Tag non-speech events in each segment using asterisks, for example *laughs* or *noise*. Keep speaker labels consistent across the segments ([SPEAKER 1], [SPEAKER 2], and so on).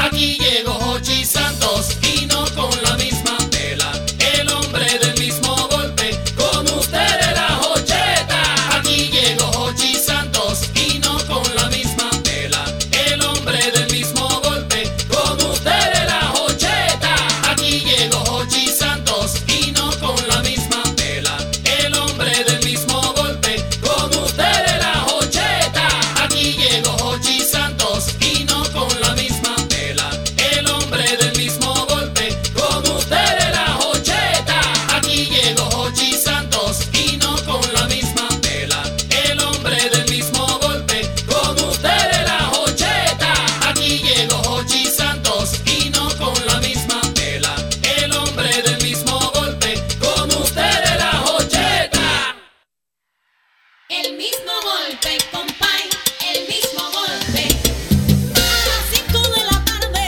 [SPEAKER 1] Aquí llegó Hochi Santos y no con la misma tela. El hombre del mismo golpe, como usted de la Hocheta. Aquí llegó Hochi Santos y no con la misma tela. El hombre del mismo golpe, como usted de la Hocheta. Aquí llegó Hochi Santos y no con la misma tela. El hombre del mismo golpe, como usted de la Hocheta. Aquí llegó Hochi Santos y no con la misma tela. El hombre del mismo golpe, como usted de la Hocheta. Aquí llegó Hochi Santos y no con la misma tela. El hombre del mismo golpe, como usted de la Hocheta. Aquí llegó Hochi Santos y no con la misma tela. El hombre del mismo golpe, como usted de la Hocheta.
[SPEAKER 2] El mismo golpe, compay, el mismo golpe. A las 5 de la tarde.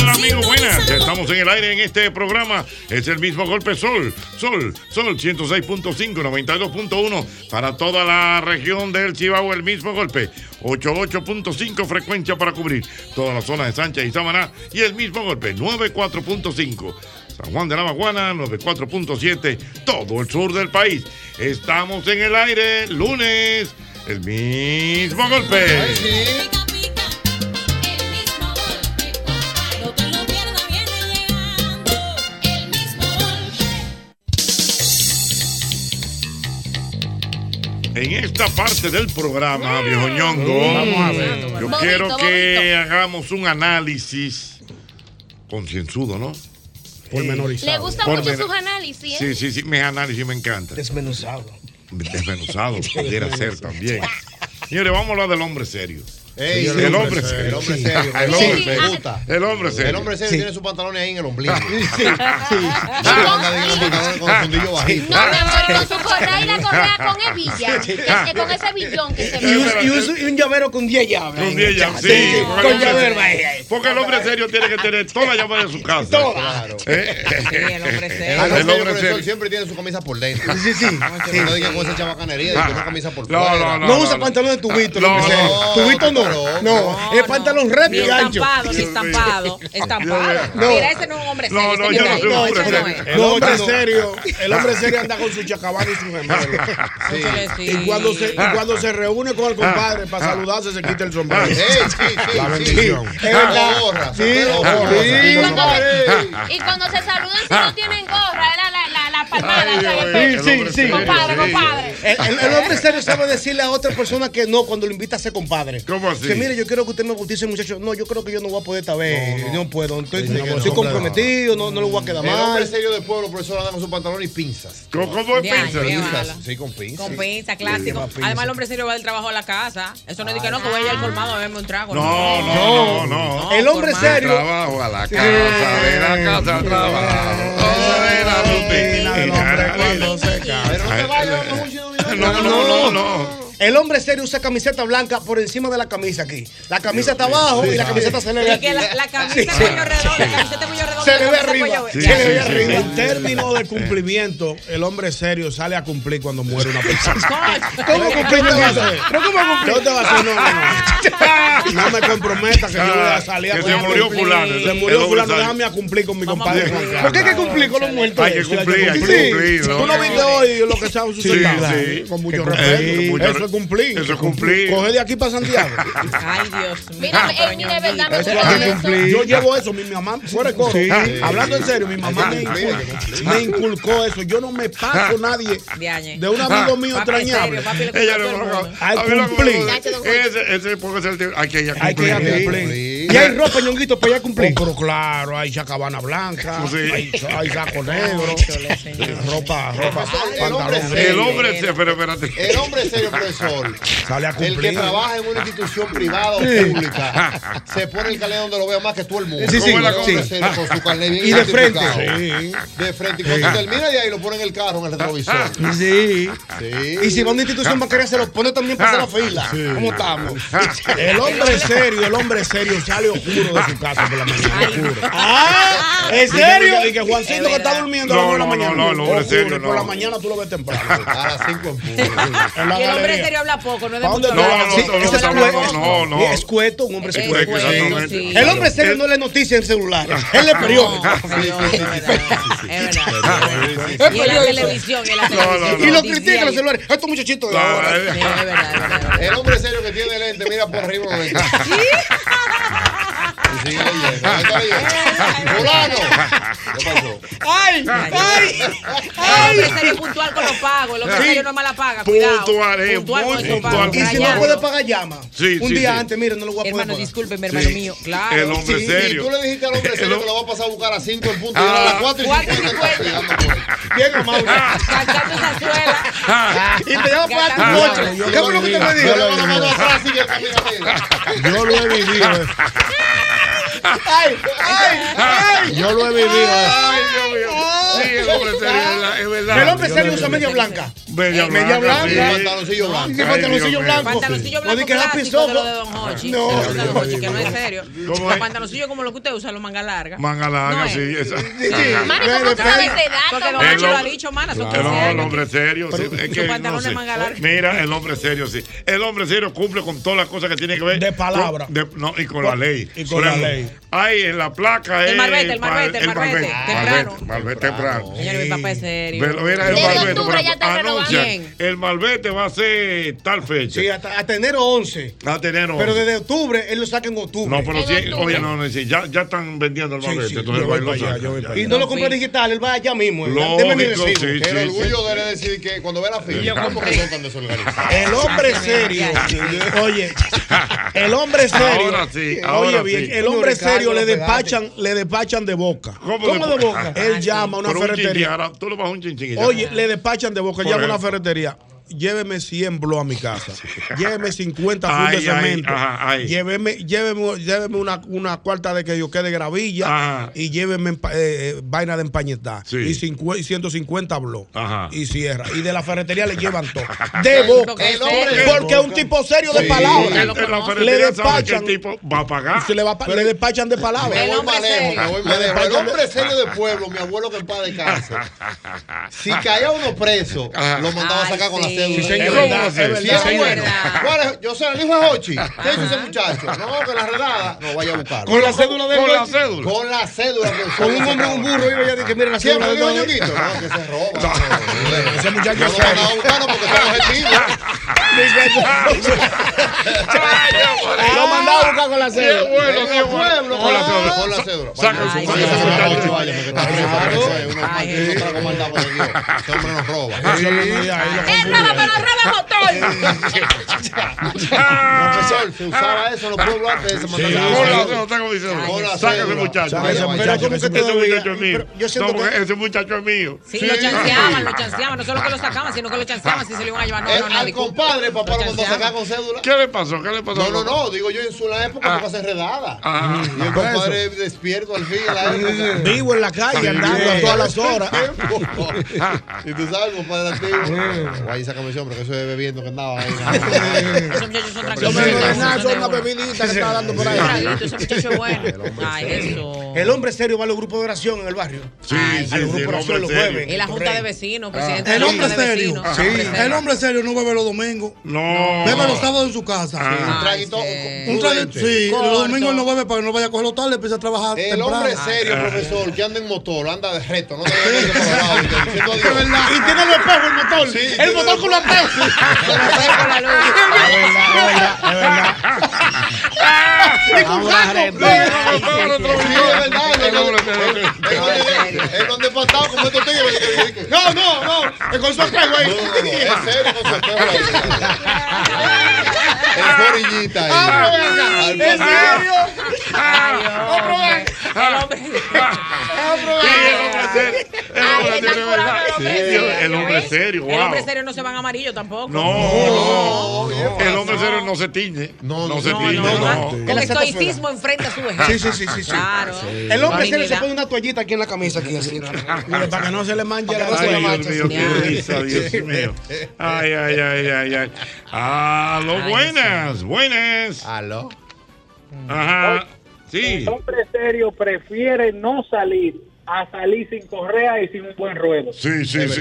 [SPEAKER 3] Hola amigos, buenas. Ya Estamos en el aire en este programa. Es el mismo golpe Sol, Sol, Sol 106.5, 92.1 para toda la región del Chihuahua. El mismo golpe. 88.5 frecuencia para cubrir todas las zonas de Sánchez y Samaná. Y el mismo golpe, 94.5. San Juan de la Maguana, 94.7, todo el sur del país. Estamos en el aire, lunes, el mismo golpe. En esta parte del
[SPEAKER 4] Ah.
[SPEAKER 3] programa, viejo ñongo,
[SPEAKER 5] Mm. Vamos a ver.
[SPEAKER 3] yo
[SPEAKER 5] Bonito,
[SPEAKER 3] quiero que hagamos un análisis concienzudo, ¿no?
[SPEAKER 6] Le gusta mucho
[SPEAKER 3] Pormena-
[SPEAKER 6] sus análisis. ¿eh?
[SPEAKER 3] Sí, sí, sí, mis análisis me encantan. Desmenuzado. Desmenuzado,
[SPEAKER 4] *laughs*
[SPEAKER 3] pudiera ser también. Señores, vamos a hablar del hombre serio.
[SPEAKER 4] Ey,
[SPEAKER 3] el hombre serio.
[SPEAKER 4] El hombre
[SPEAKER 3] *laughs*
[SPEAKER 4] serio.
[SPEAKER 3] El
[SPEAKER 4] Sí,
[SPEAKER 3] hombre
[SPEAKER 4] me
[SPEAKER 3] serio.
[SPEAKER 4] gusta.
[SPEAKER 3] Ah. El hombre serio.
[SPEAKER 4] El hombre serio
[SPEAKER 3] Sí.
[SPEAKER 4] tiene sus pantalones ahí en el ombligo. Sí, anda de que los pantalones con el
[SPEAKER 3] *laughs*
[SPEAKER 4] fundillo bajito.
[SPEAKER 6] No, mi amor, con su correa y la correa con hebilla.
[SPEAKER 4] Sí.
[SPEAKER 6] Que, que con ese billón que se
[SPEAKER 7] Y un,
[SPEAKER 6] ve.
[SPEAKER 7] y un- y un llavero con 10 llaves.
[SPEAKER 3] Un día ya,
[SPEAKER 7] Chacho,
[SPEAKER 3] sí,
[SPEAKER 7] sí,
[SPEAKER 3] porque
[SPEAKER 7] Con
[SPEAKER 3] el hombre-
[SPEAKER 7] llavero ahí. ahí.
[SPEAKER 3] Porque el hombre serio tiene que tener toda la llave de su casa.
[SPEAKER 4] Claro.
[SPEAKER 3] Eh,
[SPEAKER 4] El hombre
[SPEAKER 3] serio. El hombre serio.
[SPEAKER 4] siempre tiene su camisa por dentro.
[SPEAKER 7] Sí, sí.
[SPEAKER 4] Que No diga con esa chabacanería de que una camisa por
[SPEAKER 3] No,
[SPEAKER 4] fuera.
[SPEAKER 3] no, no.
[SPEAKER 7] No usa pantalón de tubito, el
[SPEAKER 3] No,
[SPEAKER 7] hombre serio.
[SPEAKER 3] no,
[SPEAKER 7] Tubito no. No, es pantalón
[SPEAKER 5] Ni
[SPEAKER 7] repio y ancho.
[SPEAKER 5] estampado, ni
[SPEAKER 7] *laughs*
[SPEAKER 5] estampado. Estampado.
[SPEAKER 7] No.
[SPEAKER 5] Mira, ese no es un hombre serio.
[SPEAKER 3] No, no,
[SPEAKER 5] ese
[SPEAKER 3] yo
[SPEAKER 5] que
[SPEAKER 3] no
[SPEAKER 5] está
[SPEAKER 3] soy un
[SPEAKER 5] ahí.
[SPEAKER 3] hombre
[SPEAKER 5] ese no
[SPEAKER 3] serio.
[SPEAKER 5] es.
[SPEAKER 7] No,
[SPEAKER 3] hombre
[SPEAKER 7] hombre
[SPEAKER 3] no.
[SPEAKER 7] serio. El hombre serio anda con su chacabana y su gemelo.
[SPEAKER 5] Sí. Ah.
[SPEAKER 7] Y cuando se, y cuando se reúne con el compadre para saludarse, se quita el sombrero.
[SPEAKER 4] Ey, sí, sí,
[SPEAKER 7] La
[SPEAKER 4] sí,
[SPEAKER 7] bendición.
[SPEAKER 4] sí.
[SPEAKER 7] Es
[SPEAKER 4] Se
[SPEAKER 5] Ah.
[SPEAKER 7] verdad.
[SPEAKER 4] lo borra,
[SPEAKER 7] Sí,
[SPEAKER 4] se lo borra.
[SPEAKER 7] sí,
[SPEAKER 6] Y cuando,
[SPEAKER 7] compadre.
[SPEAKER 6] y cuando se saludan, si no tienen gorra, la, la, la, la palmada.
[SPEAKER 3] Ay,
[SPEAKER 6] ¿sabes?
[SPEAKER 3] Dios mío, el
[SPEAKER 7] Sí,
[SPEAKER 3] hombre
[SPEAKER 7] sí, sí.
[SPEAKER 3] serio,
[SPEAKER 6] Compadre,
[SPEAKER 3] sí.
[SPEAKER 6] compadre.
[SPEAKER 7] El, el- el hombre serio sabe decirle a otra persona que no cuando lo invita a ser compadre.
[SPEAKER 3] ¿Cómo así?
[SPEAKER 7] Que mire, yo quiero que usted me bautice, muchacho. No, yo creo que yo no voy a poder esta vez. No, puedo. Estoy,
[SPEAKER 4] Dice que
[SPEAKER 7] estoy
[SPEAKER 4] no.
[SPEAKER 7] comprometido, no, no lo voy a quedar
[SPEAKER 4] El hombre
[SPEAKER 7] mal.
[SPEAKER 4] serio del pueblo, profesor, anda con su pantalón y pinzas.
[SPEAKER 3] ¿Cómo, cómo es
[SPEAKER 5] Ya,
[SPEAKER 3] pensar?
[SPEAKER 5] qué
[SPEAKER 3] Dice,
[SPEAKER 5] mala.
[SPEAKER 4] Sí, con pinzas.
[SPEAKER 5] Compensa, clásico. Además, el hombre serio va del trabajo a la casa. Eso no es de que no, que voy a ir al colmado a verme un trago.
[SPEAKER 3] No, no, no, no.
[SPEAKER 7] El hombre
[SPEAKER 5] por
[SPEAKER 3] Del
[SPEAKER 7] serio.
[SPEAKER 3] trabajo a la casa, de la casa al trabajo. Todo de la rutina.
[SPEAKER 7] El hombre cuando
[SPEAKER 3] se
[SPEAKER 4] Pero no te vayas, no,
[SPEAKER 3] Ah, No, no, no, no.
[SPEAKER 7] El hombre serio usa camiseta blanca por encima de la camisa aquí. La camisa está abajo y la camiseta se le ve
[SPEAKER 5] Y
[SPEAKER 7] aquí.
[SPEAKER 5] que la, la camisa de cuello redondo, la camiseta de cuello redondo.
[SPEAKER 7] Se le ve
[SPEAKER 5] la camisa de
[SPEAKER 7] arriba.
[SPEAKER 5] cuello-
[SPEAKER 7] Se
[SPEAKER 3] Sí,
[SPEAKER 7] le ve
[SPEAKER 3] sí, sí,
[SPEAKER 7] arriba.
[SPEAKER 3] sí.
[SPEAKER 8] En términos de cumplimiento, el hombre serio sale a cumplir cuando muere una persona.
[SPEAKER 7] ¿Cómo cumplir
[SPEAKER 8] ¿Cómo
[SPEAKER 7] con
[SPEAKER 8] te vas
[SPEAKER 7] eso?
[SPEAKER 8] a hacer? ¿Cómo te vas a hacer? No, no, no. No me comprometas que yo voy a salir a
[SPEAKER 3] Que se
[SPEAKER 8] cumplir.
[SPEAKER 3] murió fulano.
[SPEAKER 8] Se
[SPEAKER 3] El
[SPEAKER 8] murió fulano,
[SPEAKER 3] hombre
[SPEAKER 8] déjame a cumplir con mi
[SPEAKER 5] Vamos
[SPEAKER 8] compadre.
[SPEAKER 5] a cumplir.
[SPEAKER 8] Juan
[SPEAKER 7] ¿Por qué hay que
[SPEAKER 8] Carlos.
[SPEAKER 7] cumplir con los muertos?
[SPEAKER 3] Hay que cumplir, hay que
[SPEAKER 8] Sí,
[SPEAKER 3] cumplir.
[SPEAKER 8] tú no viste hoy lo que se ha sucedido
[SPEAKER 3] Sí, sí.
[SPEAKER 8] con mucho
[SPEAKER 3] Que-
[SPEAKER 8] respeto.
[SPEAKER 3] eh, mucho
[SPEAKER 8] Eso es es cumplir.
[SPEAKER 3] Eso es cumplir. Ah,
[SPEAKER 8] Coge de aquí para Santiaño.
[SPEAKER 2] Ay, Dios mío.
[SPEAKER 9] Mira, eh, mira, de verdad, me
[SPEAKER 8] Eso
[SPEAKER 9] tocó
[SPEAKER 8] hay que
[SPEAKER 9] eso.
[SPEAKER 8] cumplir. Yo llevo eso, mi, mi mamá, fuera de coro.
[SPEAKER 9] Sí.
[SPEAKER 8] Hablando en serio, mi mamá
[SPEAKER 9] Hay
[SPEAKER 8] me
[SPEAKER 9] que
[SPEAKER 8] inculcó,
[SPEAKER 9] cumplir,
[SPEAKER 8] me inculcó eso. Yo no me paso nadie de un amigo mío entrañable.
[SPEAKER 3] Ah, Ella le va a
[SPEAKER 8] Hay
[SPEAKER 3] a mí lo que
[SPEAKER 8] cumplir. Eh,
[SPEAKER 3] me gusta- Ese, ese porque es el tema. Hay que ir a
[SPEAKER 8] Hay que ir
[SPEAKER 3] cumplir.
[SPEAKER 8] a
[SPEAKER 3] cumplir.
[SPEAKER 8] cumplir. ropa, ñonguito, para allá cumplir. eh. Oh, pero claro, hay chacabana blanca, hay, hay saco negro, ropa, ropa, pantalón.
[SPEAKER 3] El hombre se. Pero espérate.
[SPEAKER 4] El hombre serio, profesor.
[SPEAKER 8] Sale a
[SPEAKER 4] El que
[SPEAKER 8] cumplir.
[SPEAKER 4] trabaja en una institución privada o
[SPEAKER 8] Sí.
[SPEAKER 3] *laughs*
[SPEAKER 4] pública se pone el caleo donde lo vea más que todo el mundo.
[SPEAKER 8] Sí, sí,
[SPEAKER 4] El hombre
[SPEAKER 8] sí.
[SPEAKER 4] serio con su carnet bien
[SPEAKER 8] Y de frente.
[SPEAKER 4] identificado. De frente. Y cuando
[SPEAKER 8] Sí.
[SPEAKER 4] termina de ahí lo pone en el carro, en el
[SPEAKER 8] Ah.
[SPEAKER 4] retrovisor.
[SPEAKER 8] Sí.
[SPEAKER 5] Y si va a
[SPEAKER 3] *laughs*
[SPEAKER 5] una institución más querer, se lo pone también para hacer la fila.
[SPEAKER 8] Ah. Sí. Ah.
[SPEAKER 5] ¿Cómo estamos?
[SPEAKER 8] El hombre serio, el hombre serio sale oscuro de su casa
[SPEAKER 2] *laughs*
[SPEAKER 8] por la mañana. Oscuro. ¡Ah!
[SPEAKER 5] ¿en
[SPEAKER 8] ¿En
[SPEAKER 5] serio?
[SPEAKER 8] serio? Y que Juancito que está durmiendo
[SPEAKER 3] No,
[SPEAKER 8] a las
[SPEAKER 3] no,
[SPEAKER 8] nueve de la mañana.
[SPEAKER 3] no, no, el hombre
[SPEAKER 8] Oscuro,
[SPEAKER 3] serio,
[SPEAKER 8] y Por la
[SPEAKER 3] no.
[SPEAKER 8] mañana tú lo ves
[SPEAKER 3] *laughs*
[SPEAKER 8] temprano.
[SPEAKER 4] A
[SPEAKER 5] Ah,
[SPEAKER 4] las cinco en
[SPEAKER 8] En la
[SPEAKER 2] Y el hombre
[SPEAKER 8] galería.
[SPEAKER 2] serio habla poco, no es de
[SPEAKER 8] ¿Para dónde
[SPEAKER 2] mucho
[SPEAKER 8] tú
[SPEAKER 2] hablar.
[SPEAKER 8] vas? Sí, ese es cueto. Es cueto, un hombre
[SPEAKER 2] Es
[SPEAKER 8] serio.
[SPEAKER 2] cueto, Escueto, sí.
[SPEAKER 5] El hombre serio no le noticia en celular. Él le periódico.
[SPEAKER 3] *laughs*
[SPEAKER 2] Y en la televisión, en la televisión.
[SPEAKER 5] Y lo
[SPEAKER 2] dice
[SPEAKER 5] critican los
[SPEAKER 2] ahí.
[SPEAKER 5] celulares. Estos muchachitos de ahora.
[SPEAKER 3] eh,
[SPEAKER 4] El hombre serio que tiene lente, mira por arriba. donde
[SPEAKER 5] *laughs*
[SPEAKER 4] está.
[SPEAKER 5] Ah,
[SPEAKER 4] Y sigue leyendo. Ahí está bien. Fulano. ¿Qué pasó?
[SPEAKER 2] ¡Ay! ¡Ay! ¡Ay! El hombre serio es puntual con los pagos. El hombre
[SPEAKER 3] Sí.
[SPEAKER 2] serio no es mala paga. Cuidado.
[SPEAKER 3] Puntual, eh, muy
[SPEAKER 2] con su pago.
[SPEAKER 3] puntual.
[SPEAKER 5] Y si no
[SPEAKER 2] Rayado.
[SPEAKER 5] puede pagar, llama.
[SPEAKER 3] Sí,
[SPEAKER 5] Un
[SPEAKER 3] sí,
[SPEAKER 5] día
[SPEAKER 3] sí.
[SPEAKER 5] antes, mire, este, no lo voy a poder
[SPEAKER 2] Hermano,
[SPEAKER 5] pagar.
[SPEAKER 2] discúlpeme, hermano
[SPEAKER 3] Sí.
[SPEAKER 2] mío. Claro.
[SPEAKER 3] El hombre
[SPEAKER 4] Sí,
[SPEAKER 3] serio.
[SPEAKER 4] Y tú le dijiste al hombre serio que lo va a pasar a buscar a 5 en punto y
[SPEAKER 5] Ah.
[SPEAKER 4] era a las 4 y
[SPEAKER 2] Cuatro
[SPEAKER 4] 50.
[SPEAKER 5] Diego Mauro.
[SPEAKER 2] Cantando esa suela.
[SPEAKER 5] Y te llama para
[SPEAKER 2] Cantando
[SPEAKER 5] tu
[SPEAKER 2] esa
[SPEAKER 5] coche.
[SPEAKER 2] suela.
[SPEAKER 5] Ah. ¿Qué fue lo que te me dijo?
[SPEAKER 4] Yo le la mano atrás y que camina
[SPEAKER 8] Yo lo he vivido. eso.
[SPEAKER 5] ¡Ay! ¡Ay! ¡Ay!
[SPEAKER 8] Yo lo he vivido. eso.
[SPEAKER 3] Ay, Dios mío. Sí, el hombre serio es verdad, es verdad.
[SPEAKER 5] El hombre serio usa media blanca. Eh,
[SPEAKER 3] Media blanca.
[SPEAKER 5] Media blanca.
[SPEAKER 3] sí.
[SPEAKER 4] Pantaloncillo
[SPEAKER 5] Y
[SPEAKER 4] blanco.
[SPEAKER 5] que pantaloncillo
[SPEAKER 3] mío.
[SPEAKER 5] blanco.
[SPEAKER 2] Pantaloncillo
[SPEAKER 5] No di
[SPEAKER 2] blanco
[SPEAKER 5] que happy
[SPEAKER 2] clásico
[SPEAKER 5] soft.
[SPEAKER 2] de lo de Don Hochi.
[SPEAKER 5] No.
[SPEAKER 2] Eso de Don Hochi, que no es serio.
[SPEAKER 3] ¿Cómo
[SPEAKER 2] Los
[SPEAKER 3] es?
[SPEAKER 2] pantaloncillos como los que usted usa, los manga larga.
[SPEAKER 3] Manga larga,
[SPEAKER 2] No es.
[SPEAKER 3] sí. esa-
[SPEAKER 9] Mani,
[SPEAKER 5] Ve,
[SPEAKER 9] ¿cómo tú
[SPEAKER 5] depende.
[SPEAKER 9] sabes de
[SPEAKER 2] Porque Don
[SPEAKER 9] datos?
[SPEAKER 2] Hochi lo ha
[SPEAKER 3] hombre-
[SPEAKER 2] dicho, mana, son
[SPEAKER 3] El,
[SPEAKER 2] 15
[SPEAKER 3] hombre- el
[SPEAKER 2] años.
[SPEAKER 3] hombre serio, sí. Es que,
[SPEAKER 2] pantalones
[SPEAKER 3] sé.
[SPEAKER 2] manga larga.
[SPEAKER 3] Mira, el hombre serio, sí. El hombre serio cumple con todas las cosas que tiene que ver.
[SPEAKER 8] De palabra.
[SPEAKER 3] con- de- no, y con la ley.
[SPEAKER 8] Y con
[SPEAKER 3] Por
[SPEAKER 8] la
[SPEAKER 3] ejemplo,
[SPEAKER 8] ley.
[SPEAKER 3] Ay, en la placa.
[SPEAKER 2] El
[SPEAKER 3] eh,
[SPEAKER 2] marbete, el marbete, el marbete, temprano.
[SPEAKER 3] Marbete, marbete temprano.
[SPEAKER 2] Señores, mi papá es serio.
[SPEAKER 3] Pero mira, el
[SPEAKER 9] Desde
[SPEAKER 3] malvete,
[SPEAKER 9] octubre
[SPEAKER 3] por
[SPEAKER 9] ya
[SPEAKER 3] ejemplo,
[SPEAKER 9] está
[SPEAKER 3] anuncian,
[SPEAKER 2] renovando.
[SPEAKER 3] el malvete va a ser tal fecha.
[SPEAKER 5] Sí, hasta, hasta enero 11.
[SPEAKER 3] Va a tener
[SPEAKER 5] Pero
[SPEAKER 3] once.
[SPEAKER 5] desde octubre, él lo saca en octubre.
[SPEAKER 3] No, pero
[SPEAKER 9] En
[SPEAKER 3] sí,
[SPEAKER 9] octubre.
[SPEAKER 3] oye, no, no, sí, ya, ya están vendiendo el
[SPEAKER 8] Sí,
[SPEAKER 3] malvete.
[SPEAKER 8] sí,
[SPEAKER 3] entonces
[SPEAKER 8] yo voy
[SPEAKER 3] va y lo
[SPEAKER 8] para allá,
[SPEAKER 3] saca,
[SPEAKER 8] yo voy
[SPEAKER 3] ya.
[SPEAKER 8] para
[SPEAKER 5] Y no lo compra digital, él va allá mismo. eh.
[SPEAKER 3] Lógico,
[SPEAKER 5] Deme mi
[SPEAKER 3] sí,
[SPEAKER 5] recibo.
[SPEAKER 3] sí,
[SPEAKER 4] El
[SPEAKER 3] sí.
[SPEAKER 4] orgullo debe decir que cuando ve la fila, ¿cómo que son tan desorganizados?
[SPEAKER 8] El hombre serio. Oye, el hombre serio.
[SPEAKER 3] Ahora sí,
[SPEAKER 8] oye
[SPEAKER 3] ahora
[SPEAKER 8] bien,
[SPEAKER 3] sí.
[SPEAKER 8] el hombre
[SPEAKER 5] Ricardo,
[SPEAKER 8] serio le
[SPEAKER 5] pegate.
[SPEAKER 8] despachan, le despachan de boca.
[SPEAKER 3] ¿Cómo de
[SPEAKER 8] de
[SPEAKER 3] boca?
[SPEAKER 8] boca?
[SPEAKER 2] Ah,
[SPEAKER 8] Él llama a una
[SPEAKER 3] Por un chinchín,
[SPEAKER 8] ferretería.
[SPEAKER 3] ahora tú lo vas a un chinchín. y ya.
[SPEAKER 8] Oye, le despachan de boca,
[SPEAKER 3] Por
[SPEAKER 8] llama a una
[SPEAKER 3] ejemplo.
[SPEAKER 8] ferretería. Lléveme 100 blogs a mi
[SPEAKER 3] *laughs*
[SPEAKER 8] casa. Lléveme 50
[SPEAKER 3] Ay,
[SPEAKER 8] full de
[SPEAKER 3] ay,
[SPEAKER 8] cemento.
[SPEAKER 3] ajá, ay.
[SPEAKER 8] Lléveme, lléveme, lléveme una, una cuarta de que yo quede gravilla.
[SPEAKER 3] Ajá.
[SPEAKER 8] Y lléveme empa- eh, eh, vaina de empañetar.
[SPEAKER 3] Sí.
[SPEAKER 8] Y, cincu- y 150 blogs.
[SPEAKER 3] Ajá.
[SPEAKER 8] Y cierra. Y de la ferretería le llevan
[SPEAKER 3] *laughs*
[SPEAKER 8] todo. De boca.
[SPEAKER 2] El hombre-
[SPEAKER 8] Porque es un tipo serio de
[SPEAKER 3] Porque
[SPEAKER 8] palabra.
[SPEAKER 3] en la
[SPEAKER 8] Le
[SPEAKER 3] ferretería sabe que el
[SPEAKER 8] despachan.
[SPEAKER 3] tipo va a pagar.
[SPEAKER 8] se le, va pa- le despachan de palabra.
[SPEAKER 4] Me
[SPEAKER 2] El
[SPEAKER 4] voy
[SPEAKER 2] hombre
[SPEAKER 4] más lejos,
[SPEAKER 2] serio.
[SPEAKER 4] me voy más
[SPEAKER 8] Le
[SPEAKER 4] lejos. El
[SPEAKER 8] despachan de-
[SPEAKER 4] hombre serio de pueblo, mi abuelo que en paz descanse.
[SPEAKER 5] *laughs*
[SPEAKER 4] Si caía uno preso, lo mandaba a
[SPEAKER 2] Ay,
[SPEAKER 4] sacar con la
[SPEAKER 2] sí.
[SPEAKER 4] cédula.
[SPEAKER 8] Sí, señor.
[SPEAKER 4] Es
[SPEAKER 8] ¿Cómo
[SPEAKER 4] verdad,
[SPEAKER 8] hace?
[SPEAKER 4] es
[SPEAKER 8] Sí,
[SPEAKER 4] verdad.
[SPEAKER 8] señor.
[SPEAKER 4] Bueno, ¿cuál es? Yo soy el hijo de Hochi. ¿Qué hizo ese muchacho? No, que la redada. No, vaya a buscarlo.
[SPEAKER 5] Con la cédula de él.
[SPEAKER 3] Con la
[SPEAKER 5] ¿no?
[SPEAKER 3] cédula.
[SPEAKER 4] Con la cédula, profesor.
[SPEAKER 5] Con un hombre, un burro, iba allá y que mira la
[SPEAKER 4] Siempre
[SPEAKER 5] cédula
[SPEAKER 4] lo
[SPEAKER 5] de
[SPEAKER 4] digo
[SPEAKER 5] él.
[SPEAKER 4] Ñonguito. No, que se roba. no.
[SPEAKER 8] Ese muchacho
[SPEAKER 4] Yo
[SPEAKER 8] es
[SPEAKER 4] lo mandaba
[SPEAKER 8] serio.
[SPEAKER 4] a buscarlo porque son objetivos.
[SPEAKER 8] Lo mandaba a buscar con la
[SPEAKER 3] Qué
[SPEAKER 8] cédula.
[SPEAKER 3] bueno, qué bueno. Con la cédula.
[SPEAKER 4] Con la cédula.
[SPEAKER 3] Saca
[SPEAKER 2] Ay,
[SPEAKER 3] saca ese
[SPEAKER 2] sí.
[SPEAKER 3] muchacho.
[SPEAKER 4] Este hombre nos roba.
[SPEAKER 8] Sí, ahí lo
[SPEAKER 9] Él roba, pero
[SPEAKER 3] *laughs*
[SPEAKER 9] roba motor.
[SPEAKER 4] Profesor, se usaba eso en los pueblos antes de se
[SPEAKER 3] Con
[SPEAKER 4] mandaba
[SPEAKER 3] la
[SPEAKER 4] la
[SPEAKER 3] cédula, está como diciendo.
[SPEAKER 4] Con la
[SPEAKER 3] Saca ese
[SPEAKER 4] cédula.
[SPEAKER 3] muchacho.
[SPEAKER 4] Saca
[SPEAKER 3] Ese
[SPEAKER 4] ese
[SPEAKER 5] Pero
[SPEAKER 4] muchacho.
[SPEAKER 5] como que
[SPEAKER 3] muchacho es mío.
[SPEAKER 5] todavía. Yo
[SPEAKER 3] No,
[SPEAKER 5] siento
[SPEAKER 3] porque
[SPEAKER 5] que.
[SPEAKER 3] ese muchacho es mío.
[SPEAKER 2] Sí, lo chanceaban, lo *laughs* chanceaban. No solo que lo sacaban, sino que lo chanceaban si se lo iban a llevar. No,
[SPEAKER 4] El-
[SPEAKER 2] no, no.
[SPEAKER 4] Eh, al
[SPEAKER 2] disculpe.
[SPEAKER 4] compadre, papá lo mandó a sacar
[SPEAKER 2] chanceaban.
[SPEAKER 4] con cédula.
[SPEAKER 3] ¿Qué le pasó? ¿Qué le pasó?
[SPEAKER 4] Pues, No, no, no, digo yo en su la época porque se enredaba.
[SPEAKER 3] Ah.
[SPEAKER 4] Y el compadre despierto al fin en la época.
[SPEAKER 8] Vivo en la calle, andando a todas las horas.
[SPEAKER 4] *laughs* Y tú sabes, compadre antiguo. Ahí saca mención, porque eso es bebiendo que andaba ahí. nada más.
[SPEAKER 2] Esos muchachos son
[SPEAKER 8] Yo me
[SPEAKER 2] tranquilos.
[SPEAKER 8] nada, eso
[SPEAKER 2] Son
[SPEAKER 8] es
[SPEAKER 2] de
[SPEAKER 8] una
[SPEAKER 2] uno.
[SPEAKER 8] bebidita que está dando por
[SPEAKER 2] Un
[SPEAKER 8] ahí.
[SPEAKER 2] traguito, Ese muchacho es bueno. Ay, eso.
[SPEAKER 5] El hombre serio va a los grupos de oración en el barrio.
[SPEAKER 3] Sí, sí, sí,
[SPEAKER 5] al
[SPEAKER 3] el
[SPEAKER 5] grupo
[SPEAKER 3] hombre
[SPEAKER 5] Oración los
[SPEAKER 3] serio.
[SPEAKER 5] jueves.
[SPEAKER 2] Y la junta de vecinos, presidente. de
[SPEAKER 7] El
[SPEAKER 2] la
[SPEAKER 7] hombre
[SPEAKER 2] Junta de
[SPEAKER 7] serio.
[SPEAKER 2] Vecinos.
[SPEAKER 3] Sí.
[SPEAKER 2] Hombre serio.
[SPEAKER 7] El hombre serio no bebe los domingos.
[SPEAKER 3] No.
[SPEAKER 7] Bebe los sábados en su casa.
[SPEAKER 4] Un traguito.
[SPEAKER 2] Ay,
[SPEAKER 7] Un traje- sí,
[SPEAKER 2] Corto.
[SPEAKER 7] los domingos él no bebe para que no vaya a coger los tarde, empieza a trabajar
[SPEAKER 4] El
[SPEAKER 7] temprano.
[SPEAKER 4] hombre serio, profesor, que anda en motor, anda de reto, no te vayas a ir de colorado, diciendo
[SPEAKER 5] Y
[SPEAKER 4] adiós.
[SPEAKER 5] tiene los espejos el motor.
[SPEAKER 4] Sí,
[SPEAKER 5] el
[SPEAKER 4] tiene
[SPEAKER 5] motor
[SPEAKER 4] brócoli a peso.
[SPEAKER 10] Ni con Es donde he pasado como estos tigres. No, no, no. Es con su espejo ahí. Es serio, con su espejo *laughs* ahí. Es orillita ahí.
[SPEAKER 4] Ah,
[SPEAKER 10] Al paseo.
[SPEAKER 3] ah. El hombre es serio,
[SPEAKER 2] El hombre
[SPEAKER 3] wow.
[SPEAKER 2] serio no se van amarillo tampoco.
[SPEAKER 3] No, no, el hombre serio no se tiñe. No, no se tiñe. No,
[SPEAKER 2] Con estoicismo enfrenta su vejez.
[SPEAKER 8] Sí, sí, sí, sí, sí.
[SPEAKER 2] Claro.
[SPEAKER 7] El hombre serio se
[SPEAKER 2] Dignidad.
[SPEAKER 7] pone una toallita aquí en la camisa, aquí así. *laughs*
[SPEAKER 8] Mire, para que no se le manche la
[SPEAKER 7] Para que no se le
[SPEAKER 8] Ay,
[SPEAKER 7] manche,
[SPEAKER 8] Dios mío,
[SPEAKER 7] señor.
[SPEAKER 8] qué
[SPEAKER 3] risa, Dios mío. Ay, ay, ay, ay, ay. Aló,
[SPEAKER 5] Ay,
[SPEAKER 3] buenas, buenas. Aló. Ajá. Sí.
[SPEAKER 5] El hombre serio prefiere no salir a salir sin correa y sin un buen ruedo.
[SPEAKER 3] Sí, sí, sí.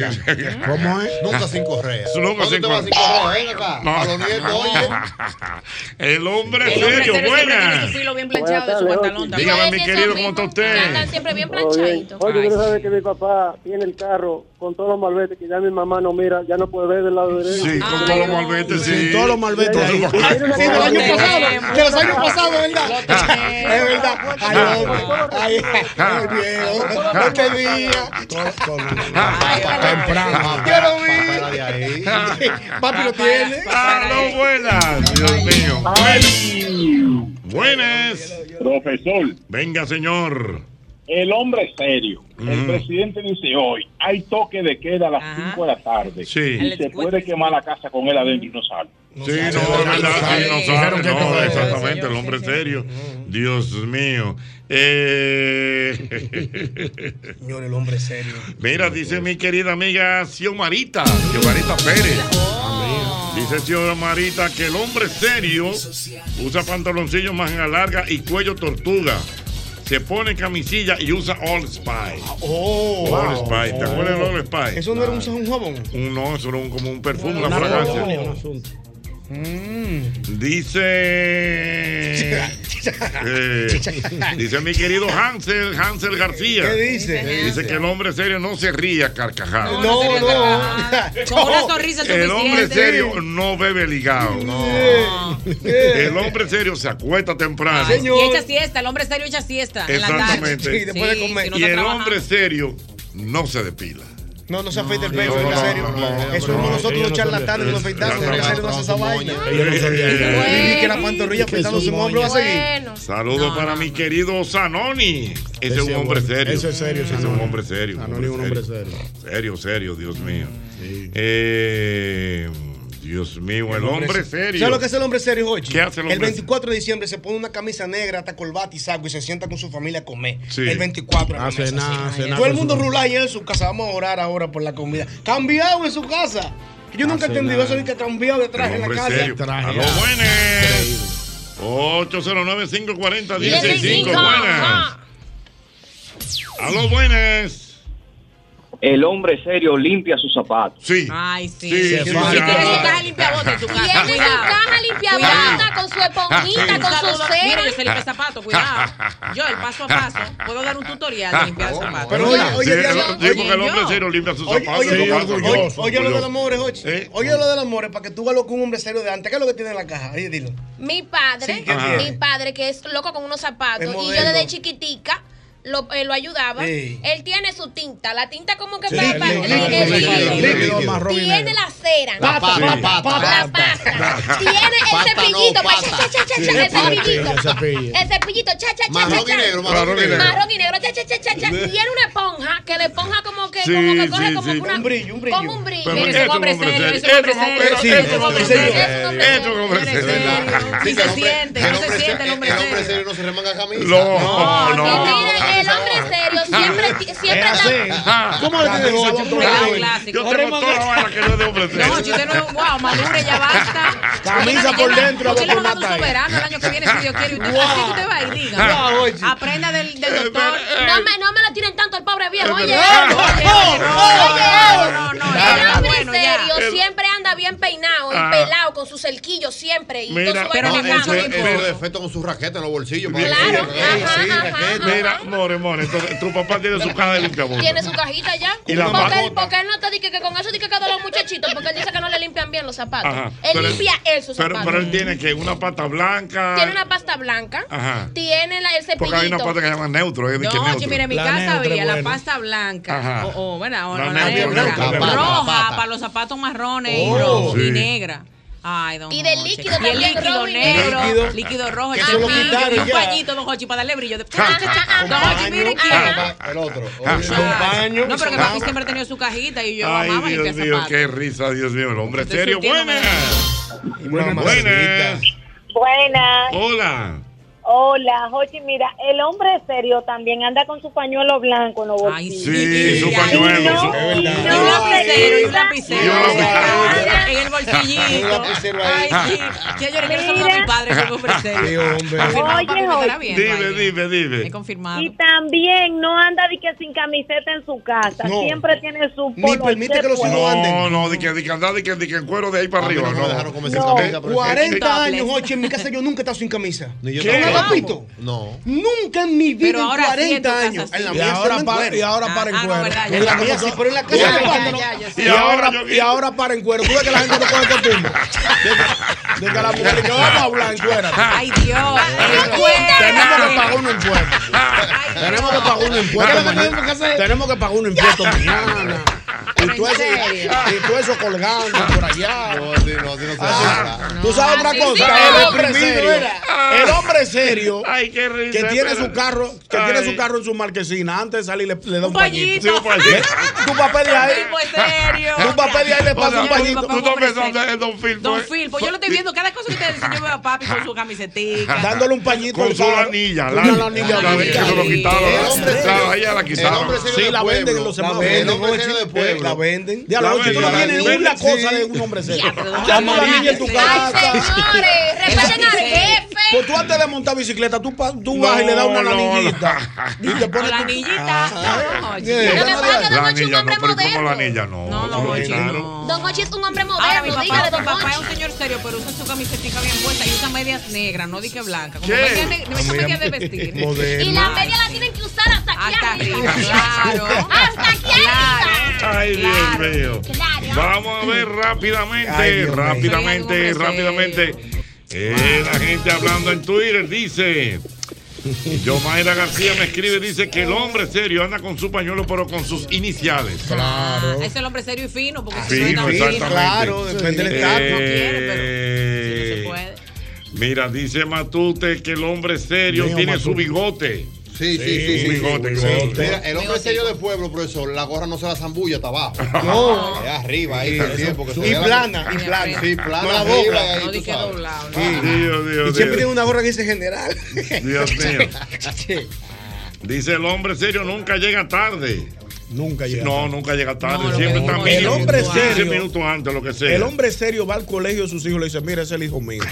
[SPEAKER 8] ¿Cómo es?
[SPEAKER 10] Nunca sin correa.
[SPEAKER 3] Nunca
[SPEAKER 10] ¿Cuándo
[SPEAKER 3] sin
[SPEAKER 10] te vas sin
[SPEAKER 3] correa.
[SPEAKER 10] correa? Ven acá.
[SPEAKER 3] No.
[SPEAKER 10] A los
[SPEAKER 8] *laughs*
[SPEAKER 3] *laughs*
[SPEAKER 10] nietos, oye.
[SPEAKER 3] El hombre
[SPEAKER 10] El hombre
[SPEAKER 3] serio,
[SPEAKER 10] serio siempre tiene
[SPEAKER 3] buenas.
[SPEAKER 10] su
[SPEAKER 2] filo bien
[SPEAKER 5] planchado de su pantalón también.
[SPEAKER 3] Dígame, mi
[SPEAKER 5] Oye,
[SPEAKER 3] querido,
[SPEAKER 5] esos
[SPEAKER 3] ¿cómo está
[SPEAKER 5] mismos
[SPEAKER 6] Que
[SPEAKER 3] usted?
[SPEAKER 6] andan siempre bien
[SPEAKER 5] Oye,
[SPEAKER 6] planchaditos.
[SPEAKER 5] oye, usted sabe que mi papá tiene el carro con todos los malbetes que ya mi mamá no mira, ya no puede ver del lado derecho.
[SPEAKER 3] Sí, con todos los malbetes, sí.
[SPEAKER 8] Todos los malbetes ahí.
[SPEAKER 7] Sí, del año pasado. De los años pasados, ¿verdad? *laughs* Es verdad. Ay, hombre. Ay, ay, viejo. No te digas.
[SPEAKER 3] Temprano.
[SPEAKER 7] Yo lo vi. Papi lo tiene.
[SPEAKER 3] Aló, buenas. Dios mío. Buenas.
[SPEAKER 11] Profesor.
[SPEAKER 3] Venga, señor.
[SPEAKER 11] El hombre serio. El
[SPEAKER 3] Mm.
[SPEAKER 11] presidente dice hoy, hay toque de queda a las 5 de la tarde.
[SPEAKER 3] Sí.
[SPEAKER 11] Y se puede quemar la casa con él adentro y no sale.
[SPEAKER 3] Sí, no, es verdad, sí, no sabe, no, exactamente, el hombre serio. Dios mío. *laughs* Eh,
[SPEAKER 7] Señor, el hombre serio.
[SPEAKER 3] Mira, dice mi querida amiga Xiomarita, Xiomarita Pérez. Dice Xiomarita que el hombre serio usa pantaloncillos manga larga y cuello tortuga. Se pone camisilla y usa All Spy.
[SPEAKER 7] Oh,
[SPEAKER 3] All
[SPEAKER 7] wow.
[SPEAKER 3] Spy, ¿te acuerdas del All Spy?
[SPEAKER 7] Eso no era un, un jabón.
[SPEAKER 3] Un- no, eso era un- como un perfume, una
[SPEAKER 7] Una
[SPEAKER 3] fragancia. Mm.
[SPEAKER 7] colonia, un asunto.
[SPEAKER 3] Dice. eh, dice mi querido Hansel, Hansel García.
[SPEAKER 7] ¿Qué dice?
[SPEAKER 3] Dice que el hombre serio no se ríe a carcajadas.
[SPEAKER 7] No, no.
[SPEAKER 2] Con una sonrisa es
[SPEAKER 3] El hombre
[SPEAKER 2] suficiente.
[SPEAKER 3] serio no bebe ligado. El hombre serio se acuesta temprano.
[SPEAKER 2] Y echa siesta, el hombre serio echa siesta en la tarde.
[SPEAKER 3] Exactamente.
[SPEAKER 2] Sí, si no
[SPEAKER 3] y
[SPEAKER 2] está
[SPEAKER 3] el
[SPEAKER 2] trabajando.
[SPEAKER 3] hombre serio no se depila.
[SPEAKER 7] No, no se afeita el pelo, en serio. Eso es nosotros los charlatanes, los afeitamos, los hacer no hace esa vaina. Y que la pantorrilla afeitando su hombro va a seguir.
[SPEAKER 3] Saludos para mi querido Zanoni. Ese es
[SPEAKER 8] sí
[SPEAKER 3] un
[SPEAKER 8] es
[SPEAKER 3] hombre
[SPEAKER 8] bueno.
[SPEAKER 3] serio.
[SPEAKER 8] Ese es serio,
[SPEAKER 3] Ese es un
[SPEAKER 8] Zanoni.
[SPEAKER 3] hombre serio.
[SPEAKER 8] Zanoni es un hombre
[SPEAKER 3] Serio, serio, Dios mío. Eh, Dios mío, el hombre serio.
[SPEAKER 7] ¿Sabes lo que hace el hombre serio, Jochi?
[SPEAKER 3] ¿Qué hace el hombre
[SPEAKER 7] 24 de diciembre se pone una camisa negra, hasta corbata y saco y se sienta con su familia a comer.
[SPEAKER 8] Sí.
[SPEAKER 7] El 24 en la
[SPEAKER 8] A
[SPEAKER 4] Ah,
[SPEAKER 7] mesa,
[SPEAKER 8] cenar,
[SPEAKER 7] sí.
[SPEAKER 8] a cenar
[SPEAKER 7] Todo el
[SPEAKER 8] con
[SPEAKER 7] mundo
[SPEAKER 8] su-
[SPEAKER 7] rulay en su casa. Vamos a orar ahora por la comida. Cambiado en su casa. Yo nunca
[SPEAKER 3] cenar.
[SPEAKER 7] entendí eso, ni que cambiado de traje en
[SPEAKER 3] El
[SPEAKER 7] la
[SPEAKER 3] hombre
[SPEAKER 7] casa.
[SPEAKER 3] serio. A los buenos. 809-540-165.
[SPEAKER 7] 15.
[SPEAKER 3] Buenas. A los buenas.
[SPEAKER 12] El hombre serio limpia sus zapatos.
[SPEAKER 3] Sí.
[SPEAKER 2] Ay,
[SPEAKER 12] Sí,
[SPEAKER 2] sí. Si
[SPEAKER 12] sí,
[SPEAKER 2] tienes
[SPEAKER 12] sí.
[SPEAKER 2] su caja limpiabota en tu casa.
[SPEAKER 6] Tiene su caja limpiadita
[SPEAKER 2] Cuidado.
[SPEAKER 6] con su esponjita, con su
[SPEAKER 2] Mira,
[SPEAKER 6] cera.
[SPEAKER 2] yo sé limpiar zapatos, cuidado. Yo, el paso a paso, puedo dar un tutorial de limpiar zapatos.
[SPEAKER 3] Pero oye, oye,
[SPEAKER 2] Diana, oye,
[SPEAKER 3] porque el hombre
[SPEAKER 2] yo.
[SPEAKER 3] serio limpia sus
[SPEAKER 7] Oye,
[SPEAKER 3] zapatos.
[SPEAKER 7] oye,
[SPEAKER 3] Sí,
[SPEAKER 7] oye, oye,
[SPEAKER 3] orgulloso,
[SPEAKER 7] oye lo del
[SPEAKER 3] orgulloso.
[SPEAKER 7] amor, Jochi. Oye lo del amor, para que tú veas lo que un hombre serio de antes. ¿Qué es lo que tiene en la caja? Oye, dilo.
[SPEAKER 6] Mi padre,
[SPEAKER 7] Sí, ¿qué tiene?
[SPEAKER 6] mi padre que es loco con unos zapatos
[SPEAKER 7] Es
[SPEAKER 6] y yo
[SPEAKER 7] modelo.
[SPEAKER 6] desde chiquitica lo, eh, lo ayudaba.
[SPEAKER 7] Sí.
[SPEAKER 6] Él tiene su tinta, la tinta como que
[SPEAKER 8] Sí,
[SPEAKER 6] para-
[SPEAKER 8] sí,
[SPEAKER 6] para-
[SPEAKER 8] sí,
[SPEAKER 6] líquido,
[SPEAKER 8] sí, sí,
[SPEAKER 6] líquido.
[SPEAKER 8] sí, sí, líquido, marrón y
[SPEAKER 6] Tiene
[SPEAKER 8] negro.
[SPEAKER 6] la cera,
[SPEAKER 8] La pata, la pata,
[SPEAKER 6] la pasta.
[SPEAKER 4] *laughs*
[SPEAKER 6] Tiene el cepillito, pa- cha, cha, cha, cha,
[SPEAKER 8] Sí,
[SPEAKER 6] el
[SPEAKER 8] cepillo,
[SPEAKER 6] cepillito,
[SPEAKER 8] cepillo.
[SPEAKER 6] el cepillito, cha, cha, cha,
[SPEAKER 8] Marrón
[SPEAKER 6] cha,
[SPEAKER 8] y
[SPEAKER 6] cha.
[SPEAKER 8] negro, marrón y negro.
[SPEAKER 6] Marrón y negro, cha, cha, cha, cha, cha. Tiene una esponja que la esponja como que,
[SPEAKER 3] Sí,
[SPEAKER 6] como que corre
[SPEAKER 3] sí,
[SPEAKER 6] como
[SPEAKER 3] sí.
[SPEAKER 6] que una,
[SPEAKER 3] Un
[SPEAKER 7] brillo, un
[SPEAKER 6] como un brillo.
[SPEAKER 3] Pero
[SPEAKER 6] Mira,
[SPEAKER 3] este
[SPEAKER 6] ese
[SPEAKER 3] es un
[SPEAKER 6] hombre
[SPEAKER 3] hombre
[SPEAKER 6] serio,
[SPEAKER 3] serio.
[SPEAKER 6] ese hombre
[SPEAKER 3] Este
[SPEAKER 6] serio,
[SPEAKER 3] es un hombre
[SPEAKER 6] ese hombre
[SPEAKER 3] serio.
[SPEAKER 6] serio.
[SPEAKER 3] Este es un hombre serio.
[SPEAKER 2] Y se siente, no se siente el hombre serio.
[SPEAKER 10] no se remanga camisa.
[SPEAKER 3] No, no. Ah,
[SPEAKER 6] Mira, el hombre serio siempre, ti- siempre
[SPEAKER 3] Ajá.
[SPEAKER 7] ¿Cómo le tiene Jochi?
[SPEAKER 3] Yo tengo toda la vaina que no es de hombre serio.
[SPEAKER 2] No, si usted no es wow, madure, ya basta.
[SPEAKER 7] Camisa por dentro,
[SPEAKER 2] Porque le
[SPEAKER 7] abajo
[SPEAKER 2] van a dar
[SPEAKER 7] mata
[SPEAKER 2] un
[SPEAKER 7] ahí.
[SPEAKER 2] soberano el año que viene, si Dios quiere. Usted,
[SPEAKER 7] Wow.
[SPEAKER 2] Así que usted va y diga.
[SPEAKER 7] Wow, oye.
[SPEAKER 2] Aprenda del, del doctor.
[SPEAKER 6] No me, no me lo tiren tanto al pobre viejo. Oye,
[SPEAKER 2] verdad.
[SPEAKER 6] oye,
[SPEAKER 2] eh, No,
[SPEAKER 6] oye,
[SPEAKER 2] no,
[SPEAKER 6] oye,
[SPEAKER 2] no, no,
[SPEAKER 6] El hombre
[SPEAKER 2] bueno, ya.
[SPEAKER 6] serio siempre anda anda bien peinado, y
[SPEAKER 4] Ah.
[SPEAKER 6] pelado, con su cerquillo siempre. Y
[SPEAKER 3] Mira,
[SPEAKER 6] todo su vaina
[SPEAKER 3] no,
[SPEAKER 6] en la
[SPEAKER 3] eso
[SPEAKER 6] cama.
[SPEAKER 3] es-
[SPEAKER 4] Pero de efecto con su raqueta en los bolsillos.
[SPEAKER 3] Claro,
[SPEAKER 6] ajá,
[SPEAKER 4] sí,
[SPEAKER 6] ajá,
[SPEAKER 4] raqueta.
[SPEAKER 3] Mira, more, more, entonces, tu papá tiene su caja de limpiabotas.
[SPEAKER 6] Tiene su cajita ya.
[SPEAKER 3] Y la
[SPEAKER 6] porque, él,
[SPEAKER 3] macota.
[SPEAKER 6] porque él no está diciendo que con eso dice que quedan los muchachitos, porque él dice que no le limpian bien los zapatos.
[SPEAKER 3] Ajá.
[SPEAKER 6] Él
[SPEAKER 3] Pero-
[SPEAKER 6] limpia él sus
[SPEAKER 3] pero,
[SPEAKER 6] zapatos.
[SPEAKER 3] pero él tiene que una pata blanca.
[SPEAKER 6] Tiene una pasta blanca.
[SPEAKER 3] Ajá.
[SPEAKER 6] Tiene la- el cepillito.
[SPEAKER 3] Porque hay una pata que se llama neutro. eh, que es
[SPEAKER 2] No,
[SPEAKER 3] neutro.
[SPEAKER 2] oye, mira, en mi casa había la pasta blanca,
[SPEAKER 3] Ajá.
[SPEAKER 2] o, o, bueno, o
[SPEAKER 3] La
[SPEAKER 2] la
[SPEAKER 3] negra,
[SPEAKER 2] negra,
[SPEAKER 3] la pata, la
[SPEAKER 2] roja
[SPEAKER 3] pata.
[SPEAKER 2] para los zapatos marrones y,
[SPEAKER 3] Oh,
[SPEAKER 2] rojo, y
[SPEAKER 3] sí.
[SPEAKER 2] negra. Ay, don
[SPEAKER 6] Y del
[SPEAKER 2] Jochi.
[SPEAKER 6] líquido
[SPEAKER 2] y el
[SPEAKER 6] también,
[SPEAKER 2] líquido
[SPEAKER 6] Robin.
[SPEAKER 2] negro, líquido,
[SPEAKER 6] Líquido.
[SPEAKER 2] rojo,
[SPEAKER 6] Que se lo
[SPEAKER 2] champín,
[SPEAKER 6] quitaron
[SPEAKER 2] y un
[SPEAKER 6] ya.
[SPEAKER 2] pañito, don Jochi, para darle brillo. De-
[SPEAKER 6] Un
[SPEAKER 2] don Jochi, mire
[SPEAKER 6] paño.
[SPEAKER 2] quién.
[SPEAKER 4] Ah, El otro.
[SPEAKER 2] No, pero que papi siempre ha tenido su cajita y yo
[SPEAKER 3] Ay,
[SPEAKER 2] amaba
[SPEAKER 3] Dios
[SPEAKER 2] limpiar
[SPEAKER 3] mío,
[SPEAKER 2] zapatos.
[SPEAKER 3] qué risa, Dios mío, el hombre
[SPEAKER 2] Estoy
[SPEAKER 3] serio.
[SPEAKER 2] surtiéndome
[SPEAKER 3] Buenas. Buenas. Buenas.
[SPEAKER 13] Buenas.
[SPEAKER 3] Hola.
[SPEAKER 13] Hola, Jochi. Mira, el hombre serio también anda con su pañuelo blanco en los bolsillos.
[SPEAKER 3] Sí, y su pañuelo. su-
[SPEAKER 2] Y un lapicero, y un lapicero.
[SPEAKER 3] Y un
[SPEAKER 2] En el
[SPEAKER 3] Un
[SPEAKER 2] bolsillito. Ay, sí. Que yo le quiero saludar a mi
[SPEAKER 3] *laughs*
[SPEAKER 2] padre, que es un hombre serio. Confirmado,
[SPEAKER 13] Oye,
[SPEAKER 2] papi, me estará
[SPEAKER 13] Jochi.
[SPEAKER 2] viendo ahí.
[SPEAKER 3] Dime, dime, dime.
[SPEAKER 2] He confirmado.
[SPEAKER 13] Y también no anda de que sin camiseta en su casa.
[SPEAKER 3] No.
[SPEAKER 13] Siempre tiene su
[SPEAKER 3] Ni
[SPEAKER 13] polo
[SPEAKER 3] permite que los
[SPEAKER 13] puesto.
[SPEAKER 3] hijos anden. No, no, de que, de que andar, de que, de que en cuero de ahí para arriba. No,
[SPEAKER 4] No.
[SPEAKER 3] Eh,
[SPEAKER 8] 40 años, Jochi, en mi casa yo nunca he estado sin camisa.
[SPEAKER 4] yo
[SPEAKER 8] ¿Qué?
[SPEAKER 4] tampoco.
[SPEAKER 8] papito?
[SPEAKER 4] No.
[SPEAKER 8] Nunca en mi vida,
[SPEAKER 4] Pero ahora
[SPEAKER 8] en
[SPEAKER 4] sí,
[SPEAKER 8] 40
[SPEAKER 4] en tu casa
[SPEAKER 8] años.
[SPEAKER 4] sí.
[SPEAKER 8] En la
[SPEAKER 4] Y
[SPEAKER 8] mía
[SPEAKER 4] ahora
[SPEAKER 8] solamente
[SPEAKER 4] para-
[SPEAKER 8] cuero.
[SPEAKER 4] y ahora para en
[SPEAKER 8] ah, no,
[SPEAKER 4] cuero.
[SPEAKER 8] verdad,
[SPEAKER 4] En la
[SPEAKER 8] ya.
[SPEAKER 4] mía sí, pero en la casa
[SPEAKER 8] Ya,
[SPEAKER 4] no,
[SPEAKER 8] ya,
[SPEAKER 4] cuando no.
[SPEAKER 8] ya, ya, sí.
[SPEAKER 4] Y ahora- y ahora para en cuero. Tú ves que la gente no coge costumbre. De, de que la mujer que vamos a hablar en cuero.
[SPEAKER 2] Ay, Dios.
[SPEAKER 8] Tenemos que pagar un impuesto. Tenemos que pagar un impuesto.
[SPEAKER 4] tenemos que
[SPEAKER 8] mañana. Tenemos que pagar un
[SPEAKER 4] *laughs*
[SPEAKER 8] impuesto mañana. Y tú,
[SPEAKER 4] ¿En
[SPEAKER 8] eso,
[SPEAKER 4] serio?
[SPEAKER 8] y tú eso colgando por
[SPEAKER 4] *laughs*
[SPEAKER 8] allá.
[SPEAKER 4] Ah,
[SPEAKER 8] Ah, Tú sabes otra
[SPEAKER 4] Así Ah, sí
[SPEAKER 8] cosa.
[SPEAKER 4] no.
[SPEAKER 8] el hombre
[SPEAKER 4] Deprimido
[SPEAKER 8] serio.
[SPEAKER 4] era.
[SPEAKER 8] El hombre serio.
[SPEAKER 3] Ay, qué risa,
[SPEAKER 8] Que tiene
[SPEAKER 3] espera.
[SPEAKER 8] su carro, que
[SPEAKER 3] Ay.
[SPEAKER 8] tiene su carro en su marquesina. Antes de salir le, le da un,
[SPEAKER 3] pañito.
[SPEAKER 8] pañito.
[SPEAKER 3] Sí, un
[SPEAKER 4] *laughs*
[SPEAKER 3] pañito.
[SPEAKER 8] ¿Eh? Tú papel de ahí. Tú papel de ahí le
[SPEAKER 3] O sea,
[SPEAKER 8] pasa un
[SPEAKER 3] tú-
[SPEAKER 8] pañito.
[SPEAKER 3] Tú estás pensando en Don Filpo.
[SPEAKER 2] Don
[SPEAKER 8] Pues,
[SPEAKER 3] eh.
[SPEAKER 2] Filpo, yo lo estoy viendo. Cada cosa que usted dice, yo veo a papi con su camisetica.
[SPEAKER 8] Dándole un pañito.
[SPEAKER 3] Con
[SPEAKER 8] al
[SPEAKER 3] su
[SPEAKER 8] carro.
[SPEAKER 3] lanilla,
[SPEAKER 8] Una
[SPEAKER 3] la-
[SPEAKER 8] lanilla
[SPEAKER 3] la-
[SPEAKER 8] blanca.
[SPEAKER 3] que se lo quitaron,
[SPEAKER 8] El
[SPEAKER 3] la-
[SPEAKER 8] hombre
[SPEAKER 3] la-
[SPEAKER 8] serio.
[SPEAKER 3] ella la
[SPEAKER 8] El
[SPEAKER 3] quitaron.
[SPEAKER 8] hombre serio
[SPEAKER 3] Sí,
[SPEAKER 8] de
[SPEAKER 3] la
[SPEAKER 8] pueblo.
[SPEAKER 3] venden en los
[SPEAKER 8] La
[SPEAKER 3] semáforos.
[SPEAKER 8] venden,
[SPEAKER 3] El hombre serio de
[SPEAKER 8] Jochi.
[SPEAKER 3] pueblo.
[SPEAKER 8] La venden.
[SPEAKER 3] La
[SPEAKER 8] Ya lo
[SPEAKER 3] venden.
[SPEAKER 8] tú no
[SPEAKER 3] La
[SPEAKER 8] tienes
[SPEAKER 3] venden,
[SPEAKER 8] una
[SPEAKER 3] sí.
[SPEAKER 8] cosa de un hombre serio. Ya tú la
[SPEAKER 3] Ay,
[SPEAKER 8] niña en tu
[SPEAKER 3] sí.
[SPEAKER 8] casa.
[SPEAKER 3] Ay,
[SPEAKER 6] señores, respeten al jefe.
[SPEAKER 8] Pues tú antes de montar bicicleta, tú, pa- tú
[SPEAKER 3] No,
[SPEAKER 8] vas y le das una
[SPEAKER 3] no,
[SPEAKER 8] lanillita. Y te pones tu-
[SPEAKER 6] Anillita.
[SPEAKER 8] Sí. Lo que pasa es que
[SPEAKER 3] La
[SPEAKER 8] Don Jochi es un
[SPEAKER 3] anilla no,
[SPEAKER 8] hombre
[SPEAKER 3] pero ¿cómo
[SPEAKER 8] moderno.
[SPEAKER 3] la anilla no?
[SPEAKER 2] No, Don Jochi,
[SPEAKER 3] Claro.
[SPEAKER 6] Don Hochi es un hombre
[SPEAKER 2] Ahora, mi
[SPEAKER 6] moderno,
[SPEAKER 2] papá,
[SPEAKER 6] dígale,
[SPEAKER 2] mi
[SPEAKER 6] don
[SPEAKER 2] papá es
[SPEAKER 6] Hochi.
[SPEAKER 2] un señor serio, pero usa su camisetica bien puesta y usa medias negras, no dije blanca. Como
[SPEAKER 6] ¿Qué?
[SPEAKER 2] medias ne- no, usa
[SPEAKER 6] Mira.
[SPEAKER 2] medias de vestir.
[SPEAKER 6] Moderna. Y la media
[SPEAKER 2] la tienen que usar
[SPEAKER 3] *laughs*
[SPEAKER 2] hasta aquí arriba. Claro.
[SPEAKER 3] Ay, Dios mío. Vamos a ver rápidamente, rápidamente, rápidamente. Eh, la gente hablando en Twitter dice. Yo, Mayra García me escribe, dice que el hombre serio anda con su pañuelo, pero con sus iniciales.
[SPEAKER 2] Ah, ese es el hombre serio y fino, porque si
[SPEAKER 3] Sí,
[SPEAKER 2] no
[SPEAKER 3] no,
[SPEAKER 2] es tan
[SPEAKER 3] exactamente.
[SPEAKER 2] fino.
[SPEAKER 3] Eh,
[SPEAKER 2] No quiere, pero si no se puede.
[SPEAKER 3] Mira, dice Matute que el hombre serio
[SPEAKER 4] Mío,
[SPEAKER 3] tiene su
[SPEAKER 4] Matute.
[SPEAKER 3] bigote.
[SPEAKER 4] Sí, sí, sí.
[SPEAKER 3] Un
[SPEAKER 4] sí,
[SPEAKER 3] bigote,
[SPEAKER 4] sí.
[SPEAKER 3] bigote.
[SPEAKER 4] Mira, el hombre serio de pueblo, profesor, la gorra no se la zambulla, está abajo.
[SPEAKER 7] Oh.
[SPEAKER 8] No.
[SPEAKER 4] Es
[SPEAKER 8] Sí,
[SPEAKER 4] arriba, ahí todo el
[SPEAKER 8] eso-
[SPEAKER 4] tiempo. que se
[SPEAKER 8] y
[SPEAKER 4] vea la-
[SPEAKER 8] plana, y plana.
[SPEAKER 4] Sí, plana.
[SPEAKER 8] No la
[SPEAKER 4] arriba,
[SPEAKER 8] dobla.
[SPEAKER 4] ahí,
[SPEAKER 8] No
[SPEAKER 4] tú
[SPEAKER 8] di que
[SPEAKER 4] sabes.
[SPEAKER 8] Sí.
[SPEAKER 3] Dios, Dios,
[SPEAKER 8] Y siempre
[SPEAKER 3] Dios.
[SPEAKER 8] tiene una gorra que dice general. *laughs*
[SPEAKER 3] Dios mío. Dice el hombre serio nunca llega tarde.
[SPEAKER 8] Nunca llega
[SPEAKER 3] No,
[SPEAKER 8] tarde.
[SPEAKER 3] nunca llega tarde.
[SPEAKER 8] No, lo
[SPEAKER 3] Siempre
[SPEAKER 8] que
[SPEAKER 3] está
[SPEAKER 8] no.
[SPEAKER 3] mínimo
[SPEAKER 8] El hombre
[SPEAKER 3] 15
[SPEAKER 8] serio-
[SPEAKER 3] minutos antes, lo que sea.
[SPEAKER 8] El hombre serio va al colegio de sus hijos y le dice, mira, ese es el hijo mío.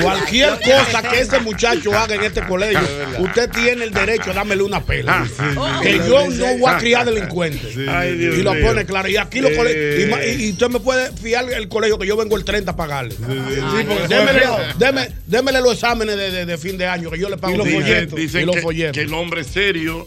[SPEAKER 8] Cualquier cosa que ese muchacho haga en este *laughs* colegio, usted tiene el derecho a dármele una pela. Que yo no voy a criar delincuentes.
[SPEAKER 3] Ay, Dios
[SPEAKER 8] Y lo
[SPEAKER 3] mío.
[SPEAKER 8] pone claro. Y aquí los
[SPEAKER 3] Eh.
[SPEAKER 8] colegios, y ma- y, y usted me puede fiar el colegio que yo vengo el 30 a pagarle. Sí, porque
[SPEAKER 3] sí.
[SPEAKER 8] démele, déme- démele los exámenes de, de- de fin de año que yo le pago
[SPEAKER 3] Dicen-
[SPEAKER 8] folletos.
[SPEAKER 3] dicen
[SPEAKER 8] Y los
[SPEAKER 3] que-
[SPEAKER 8] folletos.
[SPEAKER 3] que el hombre serio,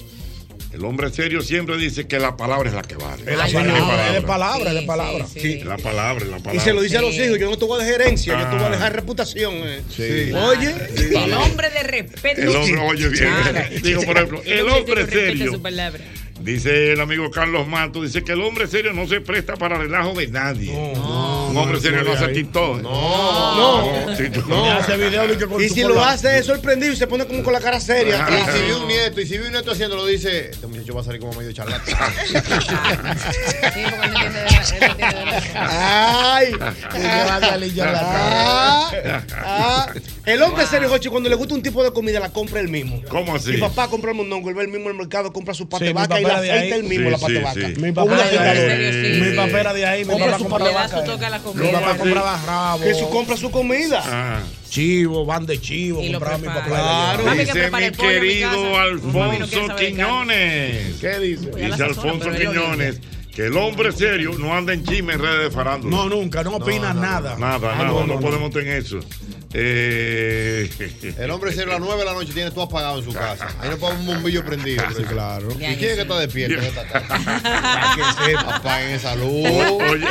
[SPEAKER 3] el hombre serio siempre dice que la palabra es la que vale.
[SPEAKER 8] Es la
[SPEAKER 3] Sí,
[SPEAKER 8] palabra,
[SPEAKER 3] palabra.
[SPEAKER 8] es de palabra, es de palabra.
[SPEAKER 3] Sí, La palabra, la palabra.
[SPEAKER 8] Y se lo dice a los hijos, yo no te voy a dejar herencia, yo te voy
[SPEAKER 3] Ah.
[SPEAKER 8] a dejar reputación. eh.
[SPEAKER 3] Sí.
[SPEAKER 8] Oye,
[SPEAKER 2] El hombre de respeto.
[SPEAKER 3] El hombre, oye bien.
[SPEAKER 8] Ah,
[SPEAKER 2] Claro.
[SPEAKER 3] *laughs* Digo, por ejemplo, el hombre
[SPEAKER 2] Respete
[SPEAKER 3] serio.
[SPEAKER 2] su palabra.
[SPEAKER 3] Dice el amigo Carlos Mato, dice que el hombre serio no se presta para relajo de nadie. Un hombre serio no hace TikTok.
[SPEAKER 8] No.
[SPEAKER 3] TikTok.
[SPEAKER 8] No. Y si lo hace es sorprendido y se pone como con la cara seria.
[SPEAKER 4] Y si vi un nieto, y si vi un nieto haciéndolo, dice, este muchacho va a salir como medio charlatán. *laughs*
[SPEAKER 8] Ay, y le va a salir ya la- Ah, ah. El hombre serio, Jochi, cuando le gusta un tipo de comida, la compra él mismo.
[SPEAKER 3] ¿Cómo así?
[SPEAKER 8] Mi papá compra el mondongo, él va el mismo al mercado, compra su pate
[SPEAKER 14] Sí, mi
[SPEAKER 8] vaca y
[SPEAKER 14] papá
[SPEAKER 8] la
[SPEAKER 14] era de
[SPEAKER 8] aceita
[SPEAKER 14] ahí.
[SPEAKER 8] él mismo,
[SPEAKER 14] Sí,
[SPEAKER 8] la pate
[SPEAKER 14] sí,
[SPEAKER 8] vaca.
[SPEAKER 14] sí.
[SPEAKER 8] Mi
[SPEAKER 14] papá era de ahí.
[SPEAKER 8] Mi papá era de ahí, mi
[SPEAKER 14] Compra
[SPEAKER 8] papá
[SPEAKER 14] su pate
[SPEAKER 8] compraba
[SPEAKER 14] vaca,
[SPEAKER 8] vaca.
[SPEAKER 14] eh.
[SPEAKER 8] Mi papá compraba rabo.
[SPEAKER 14] Que su compra
[SPEAKER 8] su comida. Chivo, van de chivo, compraba mi papá. Mami,
[SPEAKER 3] Claro,
[SPEAKER 8] que
[SPEAKER 3] Ah. dice
[SPEAKER 8] prepare
[SPEAKER 3] mi
[SPEAKER 8] el pollo en mi
[SPEAKER 3] querido
[SPEAKER 8] casa. Mami no quiere
[SPEAKER 3] Alfonso
[SPEAKER 8] saber de carne.
[SPEAKER 3] Quiñones.
[SPEAKER 8] ¿Qué dice?
[SPEAKER 3] Dice Alfonso Quiñones que el hombre serio no anda en chisme en redes de farándula.
[SPEAKER 15] No, nunca, no opina nada.
[SPEAKER 3] Nada,
[SPEAKER 15] Ah,
[SPEAKER 3] nada,
[SPEAKER 15] no,
[SPEAKER 3] no,
[SPEAKER 15] no, no.
[SPEAKER 3] podemos tener eso. Eh,
[SPEAKER 4] El hombre serio a las 9 de la noche tiene todo apagado en su casa. Ahí no pone un bombillo prendido. Sí, claro. ¿Y quién es que está despierto en esta
[SPEAKER 2] *laughs*
[SPEAKER 4] casa? Para que sepa, apaguen esa luz.
[SPEAKER 3] Oye,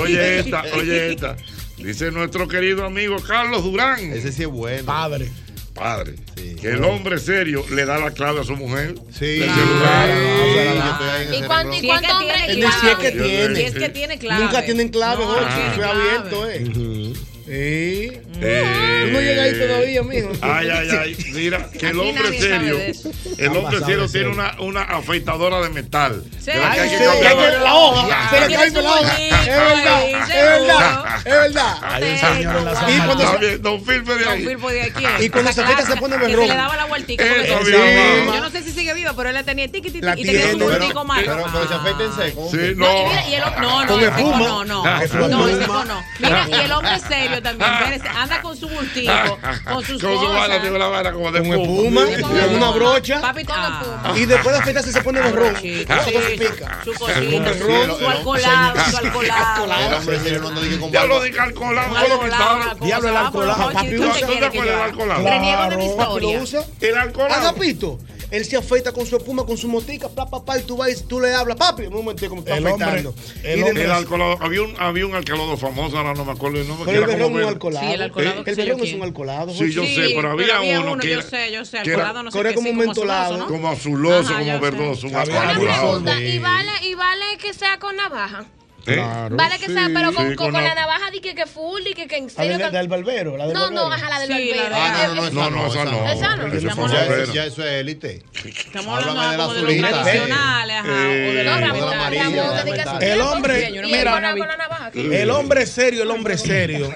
[SPEAKER 3] oye esta, oye esta. Dice nuestro querido amigo Carlos Durán. Ese
[SPEAKER 4] sí es bueno.
[SPEAKER 3] Padre. Padre. Que el hombre serio le da la clave a su mujer.
[SPEAKER 4] Sí. Ah,
[SPEAKER 8] Ah,
[SPEAKER 6] ¿Y cuánto, y
[SPEAKER 2] Si es que
[SPEAKER 6] cuánto hombre?
[SPEAKER 2] tiene
[SPEAKER 6] y
[SPEAKER 2] clave.
[SPEAKER 6] cuánto-
[SPEAKER 2] Si es que tiene clave.
[SPEAKER 8] Nunca tienen clave,
[SPEAKER 2] No,
[SPEAKER 8] Jochi.
[SPEAKER 2] no tiene
[SPEAKER 8] Fue
[SPEAKER 2] clave.
[SPEAKER 8] abierto, ¿eh?
[SPEAKER 4] Sí.
[SPEAKER 8] Tú Ah, no llegas ahí todavía, mijo.
[SPEAKER 3] Ay, ay,
[SPEAKER 8] *laughs*
[SPEAKER 3] ay. Mira, que el
[SPEAKER 8] Aquí
[SPEAKER 3] hombre
[SPEAKER 8] nadie sabe
[SPEAKER 3] serio.
[SPEAKER 8] de eso.
[SPEAKER 3] El
[SPEAKER 8] Vamos
[SPEAKER 3] hombre
[SPEAKER 8] a
[SPEAKER 3] serio
[SPEAKER 8] saber,
[SPEAKER 3] tiene
[SPEAKER 8] sí.
[SPEAKER 3] una, una afeitadora de metal.
[SPEAKER 8] Sí.
[SPEAKER 3] De la que hay
[SPEAKER 8] Ay,
[SPEAKER 3] que
[SPEAKER 8] sí,
[SPEAKER 3] cambiar
[SPEAKER 8] que tiene la hoja, se le
[SPEAKER 3] Ay,
[SPEAKER 8] cae la hoja.
[SPEAKER 3] bonito,
[SPEAKER 8] Es verdad,
[SPEAKER 3] ay,
[SPEAKER 8] es
[SPEAKER 3] seguro.
[SPEAKER 8] verdad, es verdad. Ahí enseñaron la San
[SPEAKER 3] Y cuando
[SPEAKER 8] Martín.
[SPEAKER 3] se- Bien, Don Filpe de ahí.
[SPEAKER 2] Filpo de aquí.
[SPEAKER 8] Y cuando se quita, se pone
[SPEAKER 2] Ah, Que
[SPEAKER 8] berroco.
[SPEAKER 2] se le daba la vueltica.
[SPEAKER 8] Eso
[SPEAKER 2] porque-
[SPEAKER 8] mismo.
[SPEAKER 2] Yo no sé si sigue viva, pero él la tenía tiquitito
[SPEAKER 4] Eh, La
[SPEAKER 2] y tenía un
[SPEAKER 4] tiene, pero-
[SPEAKER 2] bultico malo.
[SPEAKER 4] pero- pero se afeita en seco.
[SPEAKER 3] Sí,
[SPEAKER 2] No, y mira, y el hom- no, no,
[SPEAKER 4] Con
[SPEAKER 2] el seco
[SPEAKER 4] espuma.
[SPEAKER 2] no, no,
[SPEAKER 4] Ah, con
[SPEAKER 2] no, el
[SPEAKER 4] espuma.
[SPEAKER 2] seco no. Mira, y el hombre serio también,
[SPEAKER 4] Ah.
[SPEAKER 2] espérese, anda con su bultico, con sus
[SPEAKER 3] Con su
[SPEAKER 2] cosas.
[SPEAKER 3] vara, tiene la vara como de
[SPEAKER 8] Con espuma, con una brocha.
[SPEAKER 2] Papi, con espuma.
[SPEAKER 8] Y después de afeitarse se pone berrón.
[SPEAKER 2] Brochita,
[SPEAKER 8] Eso
[SPEAKER 2] sí,
[SPEAKER 8] se pica.
[SPEAKER 2] Su
[SPEAKER 8] Con
[SPEAKER 2] cosita,
[SPEAKER 8] berrón.
[SPEAKER 2] su alcoholado, su alcoholado.
[SPEAKER 4] El hombre serio no anda de que con
[SPEAKER 3] Diablo
[SPEAKER 4] barba.
[SPEAKER 3] de calcolado.
[SPEAKER 2] Una
[SPEAKER 3] todo lo que
[SPEAKER 2] colada,
[SPEAKER 3] está-
[SPEAKER 2] una Diablo, el cosa, alcoholado. vámonos,
[SPEAKER 3] Papi,
[SPEAKER 2] Jochi,
[SPEAKER 3] ¿tú
[SPEAKER 2] ¿tú
[SPEAKER 3] no
[SPEAKER 2] qué
[SPEAKER 3] te
[SPEAKER 2] quieres que
[SPEAKER 3] acuerdas
[SPEAKER 2] yo
[SPEAKER 3] del
[SPEAKER 2] haga?
[SPEAKER 3] alcoholado?
[SPEAKER 2] Reniego de mi
[SPEAKER 8] papi,
[SPEAKER 2] historia.
[SPEAKER 8] lo usa.
[SPEAKER 3] El alcoholado.
[SPEAKER 8] Agapito, él Ah, se afeita con su espuma, con su motica, pa, pa, pa, y tú vas y tú le hablas, papi, un momentico, me está
[SPEAKER 3] El hombre-
[SPEAKER 8] afeitando.
[SPEAKER 3] El,
[SPEAKER 8] Y
[SPEAKER 3] hombre- el
[SPEAKER 8] después-
[SPEAKER 3] alcoholado. Había un, había un alcoholado famoso, ahora no me acuerdo el nombre.
[SPEAKER 8] Pero el
[SPEAKER 3] que era
[SPEAKER 8] berrón
[SPEAKER 3] como
[SPEAKER 8] es un
[SPEAKER 3] verde.
[SPEAKER 8] alcoholado.
[SPEAKER 3] Sí,
[SPEAKER 8] el alcoholado que El sé yo berrón es quién. un alcoholado,
[SPEAKER 3] Sí, yo
[SPEAKER 8] Jochi.
[SPEAKER 3] sé,
[SPEAKER 8] Sí,
[SPEAKER 3] pero había, uno, que
[SPEAKER 2] yo
[SPEAKER 3] era-
[SPEAKER 2] sé, yo sé,
[SPEAKER 3] que era-
[SPEAKER 2] alcoholado no sé
[SPEAKER 3] que
[SPEAKER 2] qué,
[SPEAKER 3] era como
[SPEAKER 2] sí,
[SPEAKER 3] un mentolado.
[SPEAKER 2] sudoso, ¿no?
[SPEAKER 3] Como azuloso,
[SPEAKER 2] Ajá,
[SPEAKER 3] como
[SPEAKER 2] yo
[SPEAKER 3] verdoso, un
[SPEAKER 6] Una
[SPEAKER 3] alcoholado.
[SPEAKER 6] pregunta, ¿y vale, y vale que sea con navaja.
[SPEAKER 3] ¿Eh?
[SPEAKER 6] vale que sea, pero con,
[SPEAKER 3] Sí,
[SPEAKER 6] con- con la
[SPEAKER 3] la-
[SPEAKER 6] navaja di que, que full y que, que en
[SPEAKER 8] La
[SPEAKER 6] serio.
[SPEAKER 8] Ah, del,
[SPEAKER 6] que-
[SPEAKER 8] del barbero, la del
[SPEAKER 6] no,
[SPEAKER 8] barbero.
[SPEAKER 6] no, ajá, la del barbero.
[SPEAKER 4] Ah,
[SPEAKER 6] Eh,
[SPEAKER 4] no,
[SPEAKER 6] eh,
[SPEAKER 4] no, no, esa no.
[SPEAKER 6] ¿Esa no?
[SPEAKER 4] Esa
[SPEAKER 6] Estamos
[SPEAKER 4] Ya
[SPEAKER 6] hablando-
[SPEAKER 4] eso- Ya eso es élite.
[SPEAKER 2] Estamos
[SPEAKER 4] hablando
[SPEAKER 2] como de los tradicionales, ajá, o de los
[SPEAKER 4] la
[SPEAKER 2] orientales.
[SPEAKER 4] amarilla,
[SPEAKER 2] Ramón,
[SPEAKER 4] la
[SPEAKER 2] dedica su
[SPEAKER 4] amarilla.
[SPEAKER 8] El
[SPEAKER 2] tiempo,
[SPEAKER 8] hombre,
[SPEAKER 2] sí, yo no me
[SPEAKER 8] mira,
[SPEAKER 2] acuerdo con la navaja, ¿qué?
[SPEAKER 8] el hombre serio, el hombre serio,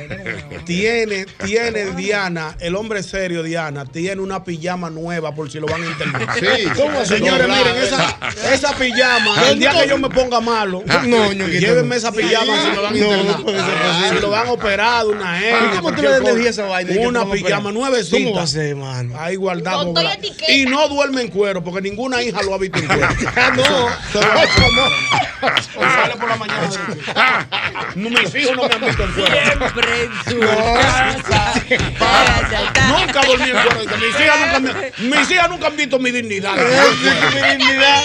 [SPEAKER 8] tiene, tiene Diana, el hombre serio, Diana, tiene una pijama nueva por si lo van a internet.
[SPEAKER 4] Sí.
[SPEAKER 8] ¿Cómo así? Señores,
[SPEAKER 4] Doblada.
[SPEAKER 8] miren, esa, esa pijama, el día que yo me ponga malo,
[SPEAKER 4] Ah. No, ñonguito, no.
[SPEAKER 8] llévenme esa pijama
[SPEAKER 4] Sí.
[SPEAKER 8] si me van a
[SPEAKER 4] No,
[SPEAKER 8] internar.
[SPEAKER 4] no puede ser posible.
[SPEAKER 8] Si lo van a operar, una hernia.
[SPEAKER 4] ¿Cómo tú
[SPEAKER 8] cualquier
[SPEAKER 4] le das
[SPEAKER 8] cosa.
[SPEAKER 4] energía a esa vaina de que te
[SPEAKER 8] Una
[SPEAKER 4] van a
[SPEAKER 8] pijama
[SPEAKER 4] operar?
[SPEAKER 8] nuevecita.
[SPEAKER 4] ¿Cómo va a
[SPEAKER 8] ser, hermano? Ahí guardado.
[SPEAKER 4] Con toda
[SPEAKER 8] guardado. y no duerme en cuero, porque ninguna hija lo ha visto en
[SPEAKER 4] *laughs*
[SPEAKER 8] cuero.
[SPEAKER 4] Ah,
[SPEAKER 8] *laughs* no. sale por la mañana.
[SPEAKER 4] Ah.
[SPEAKER 8] No me fijo, no me han visto en cuero.
[SPEAKER 2] Siempre en su
[SPEAKER 8] casa. Nunca dormí en cuero. Dice, Mis hijas nunca, me- mis hijas nunca han visto mi dignidad. mi dignidad.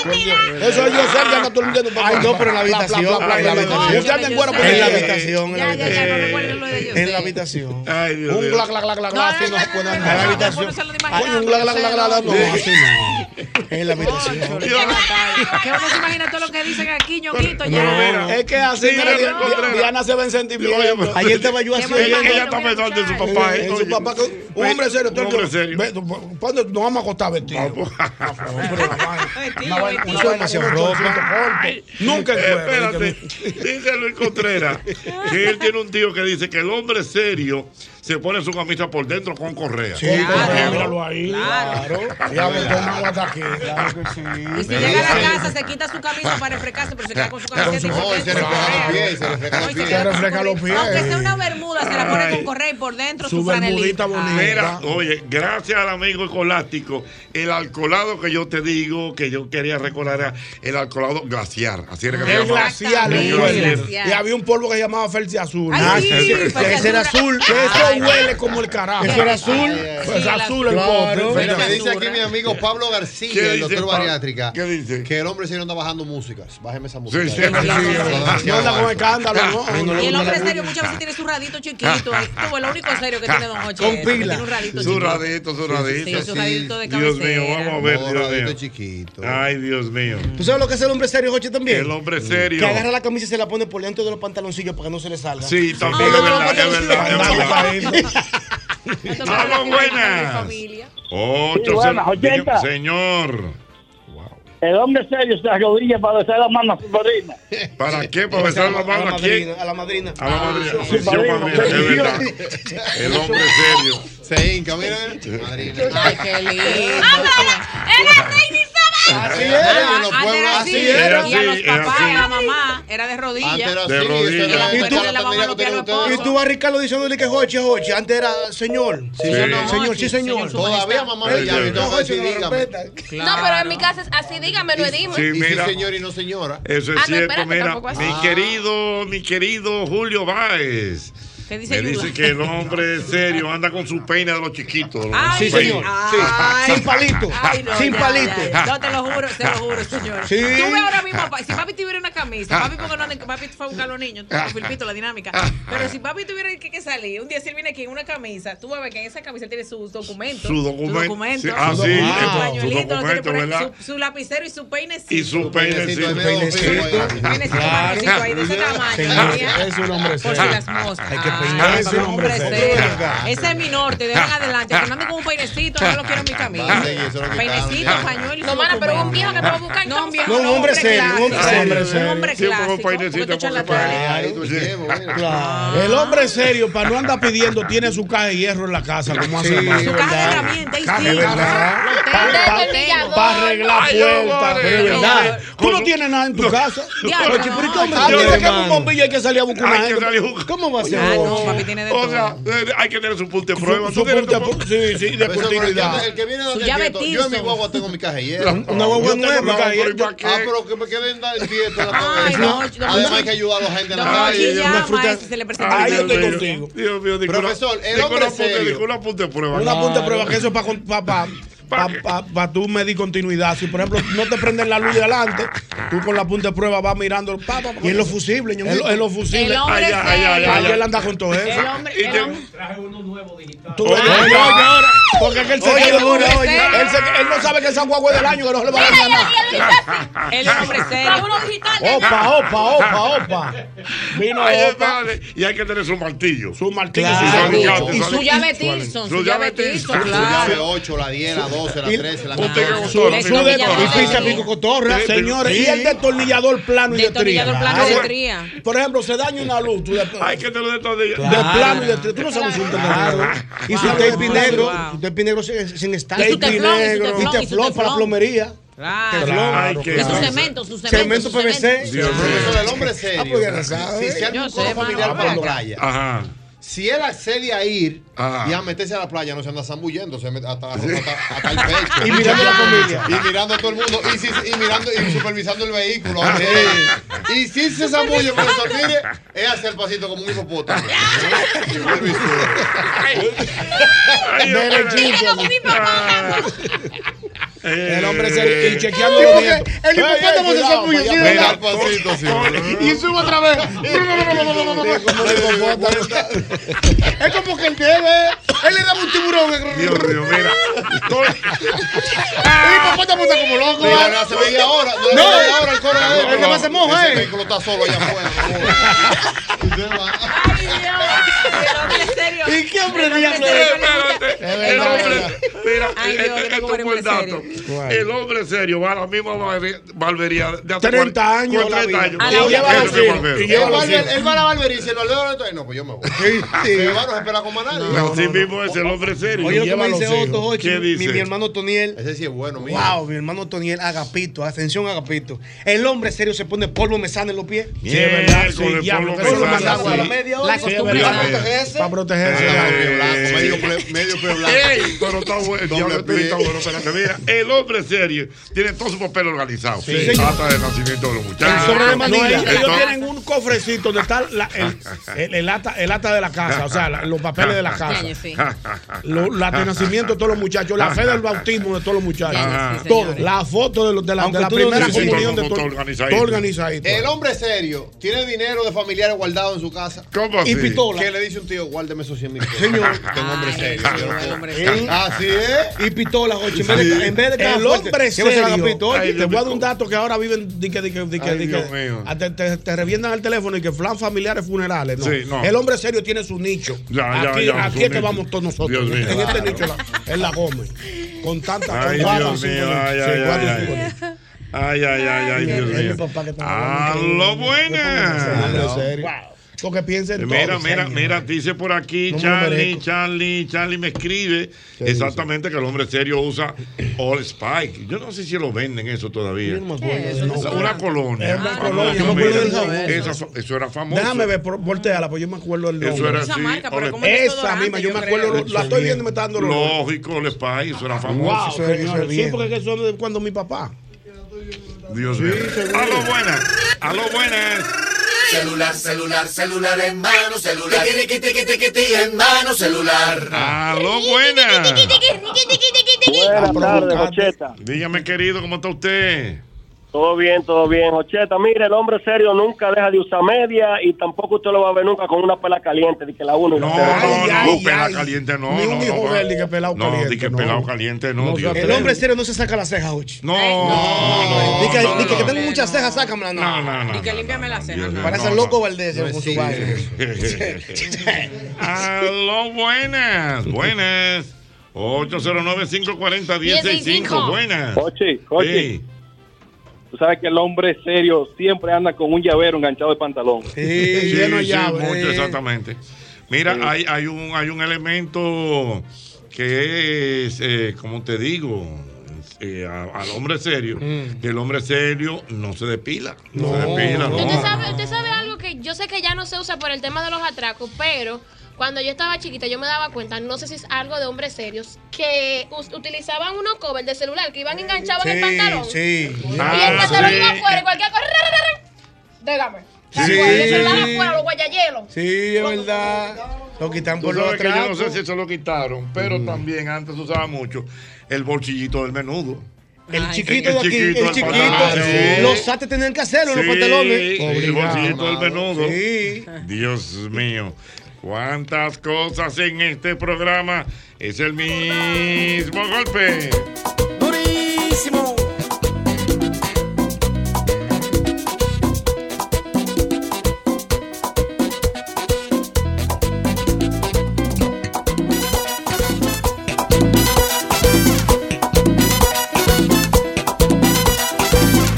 [SPEAKER 8] Eso es yo sé que anda todo el mundo.
[SPEAKER 7] Ay, no, pero en la habitación, en la habitación.
[SPEAKER 8] Usted anda en cuero
[SPEAKER 7] En la
[SPEAKER 8] porque-
[SPEAKER 7] habitación, en la Ya, ya, ya, no habitación. recuerdo lo de ellos.
[SPEAKER 8] En la habitación.
[SPEAKER 3] Ay, Dios
[SPEAKER 8] Un
[SPEAKER 3] mío.
[SPEAKER 8] bla, bla, bla, bla, bla, así no se puede andar. En la habitación. Coño, un bla, bla, bla, bla, bla, no, así no. En la habitación.
[SPEAKER 2] Que uno se imagina todo lo que dicen aquí, ñoquito,
[SPEAKER 8] No,
[SPEAKER 2] ya.
[SPEAKER 8] es que así
[SPEAKER 2] Mira,
[SPEAKER 8] mira, Di-
[SPEAKER 2] Diana
[SPEAKER 8] Di- Diana se va en sentimiento.
[SPEAKER 3] Ayer
[SPEAKER 8] estaba
[SPEAKER 3] yo así, Ella- ella está pensando en su papá, ¿eh?
[SPEAKER 8] su papá. que- Un hombre serio. tú el que-
[SPEAKER 3] hombre serio.
[SPEAKER 8] Ve, tú, ¿Cuándo nos vamos a acostar vestidos? Una vaina- una
[SPEAKER 3] Usa
[SPEAKER 8] vaina
[SPEAKER 3] demasiada
[SPEAKER 8] con
[SPEAKER 3] ropa.
[SPEAKER 8] corto. Nunca en cuero,
[SPEAKER 3] Eh, Espérate. Dice Luis Contreras que él tiene un tío que dice que el hombre serio se pone su camisa por dentro con correa.
[SPEAKER 8] Sí, claro, míralo ahí. Claro. Ya me tomo agua hasta aquí. Claro que sí.
[SPEAKER 2] Y si llega a la casa, se quita su camisa para refrescarse, pero se queda con su camiseta y
[SPEAKER 8] No,
[SPEAKER 2] por
[SPEAKER 8] y se
[SPEAKER 2] dentro.
[SPEAKER 8] refleja los pies, se refleja los pies. Se refleja los pies.
[SPEAKER 2] Aunque sea una bermuda, se la pone con correa y por dentro su franelita.
[SPEAKER 3] Mira, oye, gracias al amigo Ecolástico, el alcoholado que yo te digo, que yo quería recordar, era el alcoholado glaciar. Así era que se
[SPEAKER 8] El
[SPEAKER 3] llamaba.
[SPEAKER 8] glacial,
[SPEAKER 3] El
[SPEAKER 8] el
[SPEAKER 3] glaciar.
[SPEAKER 8] huele. Y había un polvo que se llamaba Felce Azul.
[SPEAKER 3] Ay,
[SPEAKER 8] Ah,
[SPEAKER 3] sí,
[SPEAKER 8] que-
[SPEAKER 3] Felce
[SPEAKER 8] que ese era azul. Que eso huele como el carajo.
[SPEAKER 4] Ah, Eso era azul.
[SPEAKER 8] Pues azul el
[SPEAKER 4] Claro.
[SPEAKER 8] pote.
[SPEAKER 4] Mira, me dice aquí mi amigo Pablo García,
[SPEAKER 8] ¿Qué
[SPEAKER 4] el
[SPEAKER 8] dice,
[SPEAKER 4] doctor
[SPEAKER 8] Pablo?
[SPEAKER 4] bariátrica, que el hombre serio anda bajando músicas. Bájeme esa música.
[SPEAKER 8] Sí, sí, sí. No anda con escándalo,
[SPEAKER 4] Ah,
[SPEAKER 8] no.
[SPEAKER 2] Y el hombre serio muchas veces tiene su radito chiquito. eh. ahí. Tú, el único serio que tiene Don Joche.
[SPEAKER 3] Ah. Con
[SPEAKER 2] es que
[SPEAKER 3] pila.
[SPEAKER 2] Tiene un radito
[SPEAKER 3] Su
[SPEAKER 2] chiquito.
[SPEAKER 3] radito, su radito.
[SPEAKER 2] Sí, su radito de
[SPEAKER 3] Dios
[SPEAKER 2] cabecera.
[SPEAKER 3] mío, vamos a ver,
[SPEAKER 4] No,
[SPEAKER 3] Dios
[SPEAKER 4] radito
[SPEAKER 3] mío. Ay, Dios mío.
[SPEAKER 8] ¿Tú sabes lo que es el hombre serio, Joche, también?
[SPEAKER 3] El hombre serio.
[SPEAKER 8] Que agarra la camisa y se la pone por dentro de los pantaloncillos para que no se le salga.
[SPEAKER 3] Sí,
[SPEAKER 8] Ah,
[SPEAKER 3] también es
[SPEAKER 8] no, no,
[SPEAKER 3] verdad,
[SPEAKER 8] no,
[SPEAKER 3] es verdad, es verdad.
[SPEAKER 8] no, no, no,
[SPEAKER 3] Estamos buenas.
[SPEAKER 5] Sí,
[SPEAKER 3] Ocho,
[SPEAKER 5] buenas,
[SPEAKER 3] se-
[SPEAKER 5] ochenta.
[SPEAKER 3] diga- señor.
[SPEAKER 5] El hombre serio se arrodilla para besar la mano a su padrino.
[SPEAKER 3] ¿Para qué? ¿Para besar la mano a quién?
[SPEAKER 8] A la madrina.
[SPEAKER 3] A la madrina.
[SPEAKER 8] Ah,
[SPEAKER 3] Sí, sí,
[SPEAKER 8] padrino,
[SPEAKER 3] madrina, es
[SPEAKER 8] sí,
[SPEAKER 3] verdad. El hombre serio.
[SPEAKER 4] eh. Se hinca, mira. Madrina.
[SPEAKER 2] Ay, qué lindo.
[SPEAKER 6] ¡Era Lady Sabana!
[SPEAKER 4] Así en
[SPEAKER 2] es.
[SPEAKER 4] los
[SPEAKER 2] Antes
[SPEAKER 4] pueblos
[SPEAKER 2] era
[SPEAKER 4] así
[SPEAKER 2] así,
[SPEAKER 4] era.
[SPEAKER 2] Y a los
[SPEAKER 4] Era
[SPEAKER 2] papás
[SPEAKER 4] así.
[SPEAKER 2] y a la mamá era
[SPEAKER 4] Antes
[SPEAKER 2] de
[SPEAKER 4] era
[SPEAKER 2] rodillas.
[SPEAKER 4] así, De eso rodillas. era-
[SPEAKER 7] Y
[SPEAKER 4] eso
[SPEAKER 7] tú,
[SPEAKER 4] era la mamá
[SPEAKER 7] y
[SPEAKER 4] lo que era el
[SPEAKER 7] tú- y
[SPEAKER 4] esposo.
[SPEAKER 7] tú vas Ricardo diciéndole que es Jochi, es Jochi. Antes era señor.
[SPEAKER 4] Sí,
[SPEAKER 7] señor,
[SPEAKER 4] señor.
[SPEAKER 7] sí, señor.
[SPEAKER 4] Aquí, señor, su Todavía majestad. mamá le llama y todo, Jochi, dígame.
[SPEAKER 6] No, pero en mi casa es así, dígame, no es dime.
[SPEAKER 3] Sí,
[SPEAKER 4] Y sí,
[SPEAKER 3] mira.
[SPEAKER 4] señor y no señora.
[SPEAKER 3] Eso es
[SPEAKER 6] Ah, no,
[SPEAKER 3] cierto,
[SPEAKER 6] espérate,
[SPEAKER 3] mira.
[SPEAKER 6] tampoco así.
[SPEAKER 3] Mi
[SPEAKER 6] Ah.
[SPEAKER 3] querido, mi querido Julio Báez.
[SPEAKER 2] ¿Qué dice
[SPEAKER 3] Me
[SPEAKER 2] Yula?
[SPEAKER 3] dice que el hombre es serio, anda con su peine de los chiquitos. los
[SPEAKER 2] Ay,
[SPEAKER 3] peines.
[SPEAKER 2] sí, señor. Sí. Ay.
[SPEAKER 7] Sin palito.
[SPEAKER 2] Ay, no,
[SPEAKER 7] Sin
[SPEAKER 2] ya,
[SPEAKER 7] palito.
[SPEAKER 2] ya, ya. No, te lo juro, te lo juro, señor.
[SPEAKER 7] Sí.
[SPEAKER 2] Tú ves ahora mismo, a pa- si papi tuviera una camisa, papi, porque no, papi fue a buscar a los niños, a Filipito, la dinámica. Pero si papi tuviera que, que salir, un día si él viene aquí en una camisa, tú vas a ver que en esa camisa él tiene sus documentos.
[SPEAKER 3] Su documento.
[SPEAKER 2] Su documento.
[SPEAKER 3] Sí, ah,
[SPEAKER 2] su
[SPEAKER 3] sí,
[SPEAKER 2] documento,
[SPEAKER 3] eso, su
[SPEAKER 2] pañuelito, lo tiene
[SPEAKER 3] documento,
[SPEAKER 2] por ahí,
[SPEAKER 3] ¿verdad?
[SPEAKER 2] su, su lapicero y su peinecito.
[SPEAKER 3] Y su peinecito.
[SPEAKER 2] Peinecito, marroncito ahí de ese tamaño. ¿no?
[SPEAKER 8] Es un hombre
[SPEAKER 2] Por si
[SPEAKER 8] serio.
[SPEAKER 2] las moscas.
[SPEAKER 8] Hay que
[SPEAKER 2] Ah,
[SPEAKER 8] peinar, es un hombre serio.
[SPEAKER 2] Ese es mi norte, de ahora en adelante. Que no ande con un peinecito, no lo quiero en mi camisa.
[SPEAKER 8] Pase, y eso lo quitaron.
[SPEAKER 2] Peinecito, pañuelo.
[SPEAKER 6] No, mana, pero un viejo que te va a buscar
[SPEAKER 2] No, un viejo,
[SPEAKER 8] No, un hombre serio, un hombre
[SPEAKER 2] clásico,
[SPEAKER 8] serio.
[SPEAKER 2] Un hombre
[SPEAKER 3] Sí, porque
[SPEAKER 2] clásico.
[SPEAKER 3] peinecito,
[SPEAKER 2] porque tú
[SPEAKER 3] porque
[SPEAKER 2] charlatán.
[SPEAKER 8] Claro. El hombre serio, para no andar pidiendo, tiene su caja de hierro en la casa, como hace
[SPEAKER 7] Sí,
[SPEAKER 8] más.
[SPEAKER 7] su
[SPEAKER 2] caja de herramientas, y sí.
[SPEAKER 8] Es verdad.
[SPEAKER 2] Lo tengo,
[SPEAKER 8] Para
[SPEAKER 2] lo tengo.
[SPEAKER 8] arreglar
[SPEAKER 2] Ay, amores.
[SPEAKER 8] puertas. pero Es verdad. Tú no tienes nada en tu casa.
[SPEAKER 2] Diablo,
[SPEAKER 8] Oye, pero ¿y
[SPEAKER 2] no.
[SPEAKER 8] cómo
[SPEAKER 2] Ay,
[SPEAKER 8] tú dices que
[SPEAKER 3] hermano.
[SPEAKER 8] un bombillo hay que salir a buscar una
[SPEAKER 3] Hay que
[SPEAKER 8] gente?
[SPEAKER 3] salir a buscar.
[SPEAKER 8] ¿Cómo va a ser?
[SPEAKER 2] Ah, no, papi tiene de
[SPEAKER 3] O sea,
[SPEAKER 2] todo.
[SPEAKER 3] eh, hay que tener su punto de prueba.
[SPEAKER 8] Su-
[SPEAKER 3] Tú
[SPEAKER 8] su
[SPEAKER 3] tienes
[SPEAKER 8] punta-
[SPEAKER 3] tu punto-
[SPEAKER 8] Sí, sí, de
[SPEAKER 4] Pero Pues eso, pero el
[SPEAKER 8] continuidad.
[SPEAKER 4] que- el que viene
[SPEAKER 2] Su
[SPEAKER 4] de
[SPEAKER 2] llave
[SPEAKER 4] quieto, yo en mi
[SPEAKER 2] Tizo.
[SPEAKER 4] guagua tengo mi caja de hierro.
[SPEAKER 8] Una guagua
[SPEAKER 4] Yo tengo
[SPEAKER 8] nueva,
[SPEAKER 4] mi
[SPEAKER 8] caja de
[SPEAKER 4] pero
[SPEAKER 8] hierro.
[SPEAKER 4] ¿y pa' qué? Ah, pero que me queden da- en pie toda la
[SPEAKER 2] Ay,
[SPEAKER 4] cabeza.
[SPEAKER 2] no, yo-
[SPEAKER 4] Además hay que ayudar a la gente en la
[SPEAKER 2] No,
[SPEAKER 4] calle.
[SPEAKER 2] aquí
[SPEAKER 4] Una
[SPEAKER 2] llama,
[SPEAKER 4] fruta-
[SPEAKER 2] eh, si se le presenta.
[SPEAKER 8] Ahí yo
[SPEAKER 3] Dios
[SPEAKER 8] estoy
[SPEAKER 3] mío.
[SPEAKER 8] contigo.
[SPEAKER 3] Dios mío, Nicolás-
[SPEAKER 4] Profesor, el
[SPEAKER 3] Nicolás
[SPEAKER 4] hombre
[SPEAKER 3] ponte-
[SPEAKER 4] serio.
[SPEAKER 3] Nicolás, punto de prueba.
[SPEAKER 8] Una punta de prueba que eso es para pa, pa, pa, pa- pa tú medir continuidad. Si, por ejemplo, no te prenden la luz de adelante, tú con la punta de prueba vas mirando. pa, pa, pa.
[SPEAKER 7] Y en los fusibles,
[SPEAKER 8] Es lo- es los fusibles.
[SPEAKER 2] El
[SPEAKER 8] Ay,
[SPEAKER 2] hombre
[SPEAKER 8] ay, ay, ay,
[SPEAKER 2] serio.
[SPEAKER 8] ay, él anda ¿eh? con todo eso.
[SPEAKER 2] El hombre, el hombre.
[SPEAKER 8] Tú-
[SPEAKER 3] Oye,
[SPEAKER 8] Oye,
[SPEAKER 3] oye,
[SPEAKER 8] oye, ahora. Porque es que él se
[SPEAKER 3] Oye,
[SPEAKER 8] cree
[SPEAKER 3] hombre
[SPEAKER 8] duro, oye.
[SPEAKER 2] serio.
[SPEAKER 8] Él, se- él no sabe que esa guagua es del año, que no se le va a dar
[SPEAKER 6] Mira, y
[SPEAKER 8] nada.
[SPEAKER 6] él- y él lo hizo así.
[SPEAKER 2] El hombre
[SPEAKER 6] Pero
[SPEAKER 2] serio.
[SPEAKER 6] uno digital.
[SPEAKER 8] Opa, opa, opa, opa. Vino
[SPEAKER 3] Ay,
[SPEAKER 8] opa.
[SPEAKER 3] vale. Y hay que tener su martillo.
[SPEAKER 8] Su martillo
[SPEAKER 3] Claro.
[SPEAKER 8] y su
[SPEAKER 3] Claro.
[SPEAKER 8] alicate,
[SPEAKER 3] Y
[SPEAKER 8] su
[SPEAKER 2] Su
[SPEAKER 8] alicate.
[SPEAKER 2] llave Tilson, su
[SPEAKER 3] Su llave
[SPEAKER 2] llave Tilson,
[SPEAKER 3] Tilson,
[SPEAKER 4] Su llave
[SPEAKER 2] claro.
[SPEAKER 4] 8, la 10, la 12, la 13, la
[SPEAKER 3] Usted
[SPEAKER 4] 14.
[SPEAKER 3] que
[SPEAKER 8] Su,
[SPEAKER 3] Claro.
[SPEAKER 8] su
[SPEAKER 2] Claro.
[SPEAKER 8] de-
[SPEAKER 2] Claro.
[SPEAKER 8] y pisa pico cotorra,
[SPEAKER 3] Sí, pero-
[SPEAKER 8] señores.
[SPEAKER 3] sí.
[SPEAKER 8] Y el destornillador plano y de tría.
[SPEAKER 2] Destornillador plano y de
[SPEAKER 8] Claro.
[SPEAKER 2] tría.
[SPEAKER 8] Por ejemplo, se daña una luz. Tú de,
[SPEAKER 3] Hay que tener esto de
[SPEAKER 8] de plano y de tría. Tú no sabes un
[SPEAKER 7] Claro. Y su
[SPEAKER 2] Wow,
[SPEAKER 7] tape
[SPEAKER 2] wow,
[SPEAKER 7] negro,
[SPEAKER 2] wow.
[SPEAKER 7] su tape negro sin sin
[SPEAKER 2] Y su
[SPEAKER 7] estancia.
[SPEAKER 8] Tape
[SPEAKER 2] teflón, y su
[SPEAKER 8] negro.
[SPEAKER 2] teflón,
[SPEAKER 7] Y
[SPEAKER 2] y su
[SPEAKER 7] teflón para la
[SPEAKER 2] teflón.
[SPEAKER 7] plomería.
[SPEAKER 2] Claro.
[SPEAKER 8] Teflón.
[SPEAKER 3] Ay, qué
[SPEAKER 2] Y su
[SPEAKER 3] Claro.
[SPEAKER 2] cemento, su cemento.
[SPEAKER 7] Cemento
[SPEAKER 2] su cemento.
[SPEAKER 7] PVC.
[SPEAKER 3] Dios mío.
[SPEAKER 4] Profesor, el hombre es
[SPEAKER 7] Ah,
[SPEAKER 4] serio.
[SPEAKER 7] pues ya lo sabe.
[SPEAKER 4] Si se arma
[SPEAKER 2] Yo
[SPEAKER 4] un coro
[SPEAKER 2] sé,
[SPEAKER 4] familiar
[SPEAKER 2] mano,
[SPEAKER 4] para la
[SPEAKER 2] pero-
[SPEAKER 4] playa.
[SPEAKER 3] Ajá.
[SPEAKER 4] Si él accede a ir
[SPEAKER 3] Ajá.
[SPEAKER 4] y a meterse a la playa, no se anda zambullendo, se mete hasta, hasta- hasta el pecho.
[SPEAKER 7] *laughs* Y mirando la familia.
[SPEAKER 4] Y mirando a todo el mundo. Y, si- y mirando y supervisando el vehículo. Sí. Y si se zambulle, pues, profesor, mire, es hacer eh, el pasito como
[SPEAKER 7] *laughs*
[SPEAKER 4] un hipopótamo.
[SPEAKER 3] Ay, Dios mío.
[SPEAKER 6] Dije como un hipopótamo.
[SPEAKER 8] El hombre
[SPEAKER 10] Eh,
[SPEAKER 8] se. Y chequeando
[SPEAKER 7] Porque
[SPEAKER 8] los dientes.
[SPEAKER 7] el hipopótamo se zambulle, sí,
[SPEAKER 4] Mira,
[SPEAKER 7] ¿verdad?
[SPEAKER 4] al pasito, sí.
[SPEAKER 7] Y sube otra vez. Es como que el
[SPEAKER 8] ¿eh?
[SPEAKER 7] debe. Él le daba un tiburón.
[SPEAKER 3] Dios mío, mira.
[SPEAKER 7] El hipopótamo está como loco.
[SPEAKER 4] Mira,
[SPEAKER 7] ¿eh?
[SPEAKER 4] no se veía ahora. No,
[SPEAKER 7] No,
[SPEAKER 4] se veía ahora el coro de él.
[SPEAKER 7] el que se moja,
[SPEAKER 4] Ah, Ese
[SPEAKER 7] eh.
[SPEAKER 4] vehículo está solo allá afuera.
[SPEAKER 2] Ay, Dios. El hombre serio.
[SPEAKER 7] ¿Y qué hombre
[SPEAKER 2] El hombre
[SPEAKER 7] diablo
[SPEAKER 2] serio
[SPEAKER 7] es?
[SPEAKER 2] que le gusta-
[SPEAKER 3] Espérate. El hombre. Mira,
[SPEAKER 2] Ay, Dios,
[SPEAKER 3] este-
[SPEAKER 2] que
[SPEAKER 3] esto
[SPEAKER 2] tengo
[SPEAKER 3] fue el
[SPEAKER 2] hombre
[SPEAKER 3] dato.
[SPEAKER 8] ¿Cuál?
[SPEAKER 3] El hombre serio va a la misma barbe- barbería de hace
[SPEAKER 8] 30 años
[SPEAKER 3] Con
[SPEAKER 8] la
[SPEAKER 3] 30
[SPEAKER 8] vida.
[SPEAKER 3] años.
[SPEAKER 2] A la
[SPEAKER 3] Oye,
[SPEAKER 2] hora.
[SPEAKER 3] ese
[SPEAKER 8] Y lleva
[SPEAKER 3] barbero.
[SPEAKER 8] los
[SPEAKER 4] Él
[SPEAKER 8] Llévalo,
[SPEAKER 4] va,
[SPEAKER 8] sí.
[SPEAKER 4] al- él va a la barbería y se lo alrededor entonces, no, pues yo me voy. Se va, no se espera como a nadie.
[SPEAKER 3] Así mismo es el hombre serio.
[SPEAKER 7] Oye, lo que me
[SPEAKER 8] Llévalo,
[SPEAKER 7] dice
[SPEAKER 8] sí.
[SPEAKER 7] Otto, Jochi,
[SPEAKER 3] ¿Qué
[SPEAKER 7] mi-
[SPEAKER 3] dice?
[SPEAKER 7] mi hermano Toniel.
[SPEAKER 4] Ese sí es bueno, mira.
[SPEAKER 7] Wow, mi hermano Toniel, Agapito, atención Agapito. El hombre serio se pone polvo mesana en los pies.
[SPEAKER 8] Sí, es verdad,
[SPEAKER 3] Miércoles,
[SPEAKER 8] sí,
[SPEAKER 3] por
[SPEAKER 8] diablo,
[SPEAKER 3] lo
[SPEAKER 8] que eso
[SPEAKER 3] que
[SPEAKER 8] lo
[SPEAKER 7] Polvo
[SPEAKER 3] pasa,
[SPEAKER 8] mandaba
[SPEAKER 7] mesana a la
[SPEAKER 3] sí.
[SPEAKER 7] media
[SPEAKER 2] La
[SPEAKER 7] hora.
[SPEAKER 8] Sí, es
[SPEAKER 2] costumbre
[SPEAKER 8] verdad.
[SPEAKER 7] Para protegerse.
[SPEAKER 8] Para protegerse.
[SPEAKER 4] Medio
[SPEAKER 8] claro.
[SPEAKER 4] pie blanco, medio
[SPEAKER 3] Eh.
[SPEAKER 4] ple- medio pie blanco.
[SPEAKER 3] Ey, pero está bueno, el
[SPEAKER 4] Doble
[SPEAKER 3] diablo,
[SPEAKER 4] pie.
[SPEAKER 3] está bueno, espérate, mira, el hombre serio tiene todo su papel organizado.
[SPEAKER 8] Sí.
[SPEAKER 3] Hasta el nacimiento de los muchachos.
[SPEAKER 8] El sobre de
[SPEAKER 3] No,
[SPEAKER 8] Manila.
[SPEAKER 3] ellos-
[SPEAKER 8] ellos
[SPEAKER 3] entonces-
[SPEAKER 8] tienen un cofrecito donde está la- el, el, el ata, el ata de la casa, o sea, la- los papeles
[SPEAKER 2] *laughs*
[SPEAKER 8] de la casa.
[SPEAKER 2] Ya, ya,
[SPEAKER 3] *laughs*
[SPEAKER 2] sí.
[SPEAKER 8] Lo, la de nacimiento de todos los muchachos, la fe del bautismo de todos los muchachos.
[SPEAKER 2] Ya, ya, sí,
[SPEAKER 8] todo.
[SPEAKER 2] señores.
[SPEAKER 8] La foto de, los- de la,
[SPEAKER 7] Aunque
[SPEAKER 8] de la
[SPEAKER 7] tú no
[SPEAKER 8] primera
[SPEAKER 7] necesites,
[SPEAKER 8] comunión de
[SPEAKER 3] todo,
[SPEAKER 8] todo,
[SPEAKER 3] todo organizadito.
[SPEAKER 8] todo organizadito.
[SPEAKER 4] El hombre serio tiene dinero de familiares guardado en su casa.
[SPEAKER 3] ¿Cómo así?
[SPEAKER 8] Y pitó. Hola.
[SPEAKER 4] ¿Qué le dice un tío? Guárdeme esos 100 mil pesos. *laughs* Señor, que un hombre
[SPEAKER 2] Ay,
[SPEAKER 4] serio.
[SPEAKER 2] sí,
[SPEAKER 4] yo no
[SPEAKER 2] el
[SPEAKER 4] puedo.
[SPEAKER 2] hombre
[SPEAKER 4] ¿Eh?
[SPEAKER 2] serio.
[SPEAKER 4] Así es.
[SPEAKER 7] Y pistolas, Jochi. En vez de, en vez de caja
[SPEAKER 8] el
[SPEAKER 7] fuerte,
[SPEAKER 8] hombre
[SPEAKER 7] llévase
[SPEAKER 8] serio.
[SPEAKER 7] la pistola.
[SPEAKER 3] Ay,
[SPEAKER 8] te
[SPEAKER 3] Dios
[SPEAKER 8] voy a dar
[SPEAKER 3] mío.
[SPEAKER 8] un dato que ahora viven. Di que, di que, di que,
[SPEAKER 3] Ay,
[SPEAKER 8] di
[SPEAKER 3] Dios
[SPEAKER 8] que-
[SPEAKER 3] mío.
[SPEAKER 8] a- te, te- te revientan el teléfono y que plan familiares funerales. No.
[SPEAKER 3] Sí, no.
[SPEAKER 8] El hombre serio tiene su nicho.
[SPEAKER 3] Ya, ya,
[SPEAKER 8] aquí
[SPEAKER 3] ya,
[SPEAKER 8] aquí
[SPEAKER 3] su
[SPEAKER 8] es que
[SPEAKER 3] nicho.
[SPEAKER 8] vamos todos nosotros.
[SPEAKER 3] Dios mío.
[SPEAKER 8] en este nicho la, él la come. Con tanta
[SPEAKER 3] *laughs* Ay,
[SPEAKER 8] con cuatro,
[SPEAKER 3] Dios
[SPEAKER 8] cinco
[SPEAKER 3] mío,
[SPEAKER 8] nichos.
[SPEAKER 3] ay,
[SPEAKER 8] Sí,
[SPEAKER 3] ay,
[SPEAKER 8] cuatro,
[SPEAKER 3] ay,
[SPEAKER 8] cinco
[SPEAKER 3] ay.
[SPEAKER 8] nichos.
[SPEAKER 3] Ay, ay, ay, ay,
[SPEAKER 8] Es
[SPEAKER 3] Dios
[SPEAKER 8] mi
[SPEAKER 3] mío.
[SPEAKER 8] papá que está
[SPEAKER 3] A
[SPEAKER 8] hablando, que-
[SPEAKER 3] lo
[SPEAKER 8] que ponga ese hombre
[SPEAKER 3] buena.
[SPEAKER 8] serio. Porque piensa en
[SPEAKER 3] Mira,
[SPEAKER 8] todo,
[SPEAKER 3] mira,
[SPEAKER 8] señor.
[SPEAKER 3] mira, dice por aquí
[SPEAKER 8] No me lo
[SPEAKER 3] Charlie,
[SPEAKER 8] merezco.
[SPEAKER 3] Charlie, Charlie me escribe exactamente que el hombre serio usa All Spike. Yo no sé si lo venden eso todavía. Esa- una colonia.
[SPEAKER 8] Es una
[SPEAKER 3] Ah,
[SPEAKER 8] colonia,
[SPEAKER 3] yo
[SPEAKER 8] no
[SPEAKER 3] me
[SPEAKER 8] puedo
[SPEAKER 3] acuerdo.
[SPEAKER 8] saber.
[SPEAKER 3] Esa- eso. era famoso.
[SPEAKER 8] eh, Déjame ver, por- volteala, pues yo me acuerdo el
[SPEAKER 3] Eso
[SPEAKER 8] nombre.
[SPEAKER 3] era Esa así, marca, pero All como Spike.
[SPEAKER 8] Esa misma, yo me acuerdo, lo- la estoy viendo y me está dando dolor.
[SPEAKER 3] Lógico, All Spike, eso era famoso.
[SPEAKER 8] Ah, Wow, señores, sí, porque eso es de cuando mi papá.
[SPEAKER 3] Dios mío. Aló, buenas. Aló, buenas.
[SPEAKER 5] Celular, celular, celular en mano, celular. Tiqui, tiqui, tiqui, tiqui, tiqui, en mano, celular.
[SPEAKER 3] Aló, buenas.
[SPEAKER 16] Buenas tardes, Ocheta.
[SPEAKER 3] Dígame, querido, ¿cómo está usted?
[SPEAKER 16] Todo bien, todo bien, Ocheta. Mire, el hombre serio nunca deja de usar media y tampoco usted lo va a ver nunca con una pela caliente, de que la uno y la otra.
[SPEAKER 3] No, pelado caliente, no.
[SPEAKER 16] Ni un
[SPEAKER 3] no,
[SPEAKER 16] hijo
[SPEAKER 3] no,
[SPEAKER 16] de
[SPEAKER 3] no.
[SPEAKER 16] él, ni que pelado
[SPEAKER 3] No,
[SPEAKER 16] caliente,
[SPEAKER 3] di que
[SPEAKER 16] no.
[SPEAKER 3] pelado caliente, no, Dios
[SPEAKER 7] El hombre serio no se saca las cejas, Ochi.
[SPEAKER 3] No, no,
[SPEAKER 7] Ni que,
[SPEAKER 3] no,
[SPEAKER 7] ni que,
[SPEAKER 3] no.
[SPEAKER 7] tengo muchas cejas, sácamela. No,
[SPEAKER 3] no,
[SPEAKER 2] Y que límpiame la cena.
[SPEAKER 3] no.
[SPEAKER 7] Parece
[SPEAKER 3] no,
[SPEAKER 7] loco
[SPEAKER 3] no.
[SPEAKER 7] Valdés
[SPEAKER 3] No
[SPEAKER 7] con su
[SPEAKER 3] existe. *laughs* Aló, buenas, buenas. 809-540-1065, buenas.
[SPEAKER 11] Ochi, Ochi.
[SPEAKER 3] Sí.
[SPEAKER 11] Tú sabes que el hombre serio siempre anda con un llavero enganchado de pantalón.
[SPEAKER 3] Sí, sí, mucho, exactamente. Mira, hay, hay, un, hay un elemento que es, eh, como te digo, eh, a- al hombre serio, que el hombre serio no se depila. No, se depila, no.
[SPEAKER 6] Usted sabe, usted sabe algo que yo sé que ya no se usa por el tema de los atracos, pero cuando yo estaba chiquita yo me daba cuenta, no sé si es algo de hombres serios, que us- utilizaban unos covers de celular que iban enganchados en el pantalón.
[SPEAKER 7] sí.
[SPEAKER 6] Y el pantalón iba afuera y cualquier cosa. ra, ra, ra, ra, Dégame.
[SPEAKER 7] Eh, Sí.
[SPEAKER 6] Y el celular afuera, los guayayielos.
[SPEAKER 7] Sí, es verdad. Lo quitan
[SPEAKER 3] Tú
[SPEAKER 7] por los
[SPEAKER 3] sabes que yo no
[SPEAKER 7] atracos.
[SPEAKER 3] sé si eso lo quitaron, pero también antes usaba mucho el bolsillito del menudo.
[SPEAKER 7] El chiquito de aquí, el chiquito.
[SPEAKER 3] pantalón, sí.
[SPEAKER 7] Los ates tenían que hacerlo en los pantalones.
[SPEAKER 3] Sí, el bolsillito del menudo. Dios mío. Cuántas cosas en este programa. Es el mismo golpe.
[SPEAKER 5] Durísimo.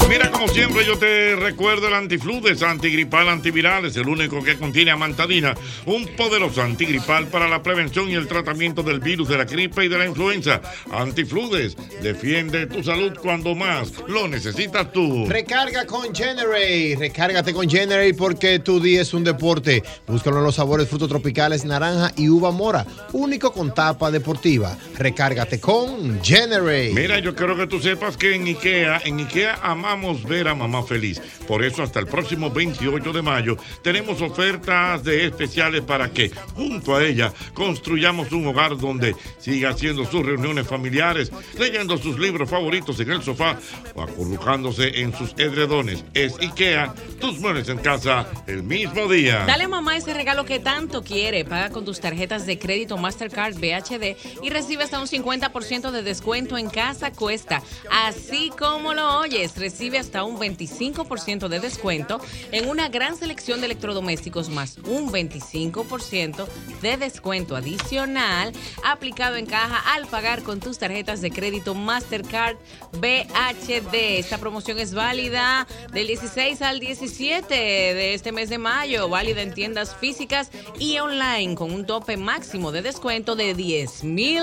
[SPEAKER 3] Mira, como siempre, yo te recuerdo el antifludes, antigripal, antiviral. Es el único que contiene amantadina, un poderoso antigripal para la prevención y el tratamiento del virus, de la gripe y de la influenza. Antifludes, defiende tu salud cuando más lo necesitas tú.
[SPEAKER 4] Recarga con Generate. Recárgate con Generate porque tu día es un deporte. Búscalo en los sabores frutos tropicales, naranja y uva mora. Único con tapa deportiva. Recárgate con Generate.
[SPEAKER 3] Mira, yo quiero que tú sepas que en IKEA, en IKEA amamos ver a mamá feliz. Por eso hasta el próximo 28 de mayo tenemos ofertas de especiales para que junto a ella construyamos un hogar donde siga haciendo sus reuniones familiares, leyendo sus libros favoritos en el sofá o acurrucándose en sus edredones. Es IKEA, tus muebles en casa el mismo día.
[SPEAKER 2] Dale a mamá ese regalo que tanto quiere. Paga con tus tarjetas de crédito Mastercard BHD y recibe hasta un 50% de descuento en Casa Cuesta. Así como lo oyes, recibe hasta un 25% de descuento en una gran selección de electrodomésticos más un 25% de descuento adicional aplicado en caja al pagar con tus tarjetas de crédito Mastercard BHD. Esta promoción es válida del 16 al 17 de este mes de mayo, válida en tiendas físicas y online con un tope máximo de descuento de 10 mil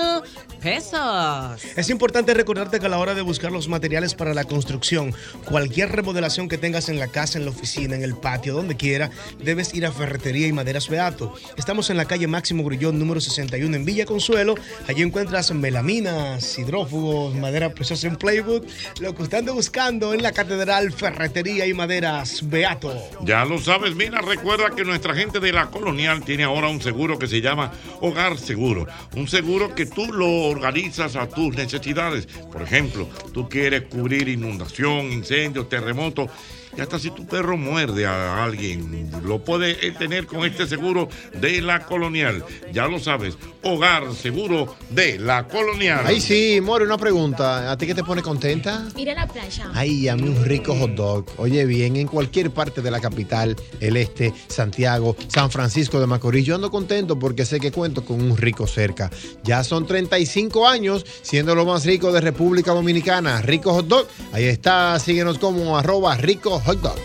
[SPEAKER 2] pesos.
[SPEAKER 7] Es importante recordarte que a la hora de buscar los materiales para la construcción, cualquier remodelación que tengas en la casa, en la oficina, en el patio, donde quiera, debes ir a Ferretería y Maderas Beato. Estamos en la calle Máximo Grullón, número 61, en Villa Consuelo. Allí encuentras melaminas, hidrófugos, madera preciosa en Playbook. Lo que están buscando en la Catedral Ferretería y Maderas Beato.
[SPEAKER 3] Ya lo sabes, mira, recuerda que nuestra gente de la colonial tiene ahora un seguro que se llama Hogar Seguro. Un seguro que tú lo organizas a tus necesidades. Por ejemplo, tú quieres cubrir inundación, incendios, terremotos. Y hasta si tu perro muerde a alguien, lo puedes eh, tener con este seguro de la colonial. Ya lo sabes, Hogar Seguro de la colonial.
[SPEAKER 4] Ahí sí, More, una pregunta. ¿A ti qué te pone contenta?
[SPEAKER 6] Ir a la playa.
[SPEAKER 4] Ay, a mí un rico hot dog. Oye, bien, en cualquier parte de la capital, el este, Santiago, San Francisco de Macorís, yo ando contento porque sé que cuento con un rico cerca. Ya son 35 años siendo lo más rico de República Dominicana. Rico hot dog. Ahí está, síguenos como arroba rico hot dog.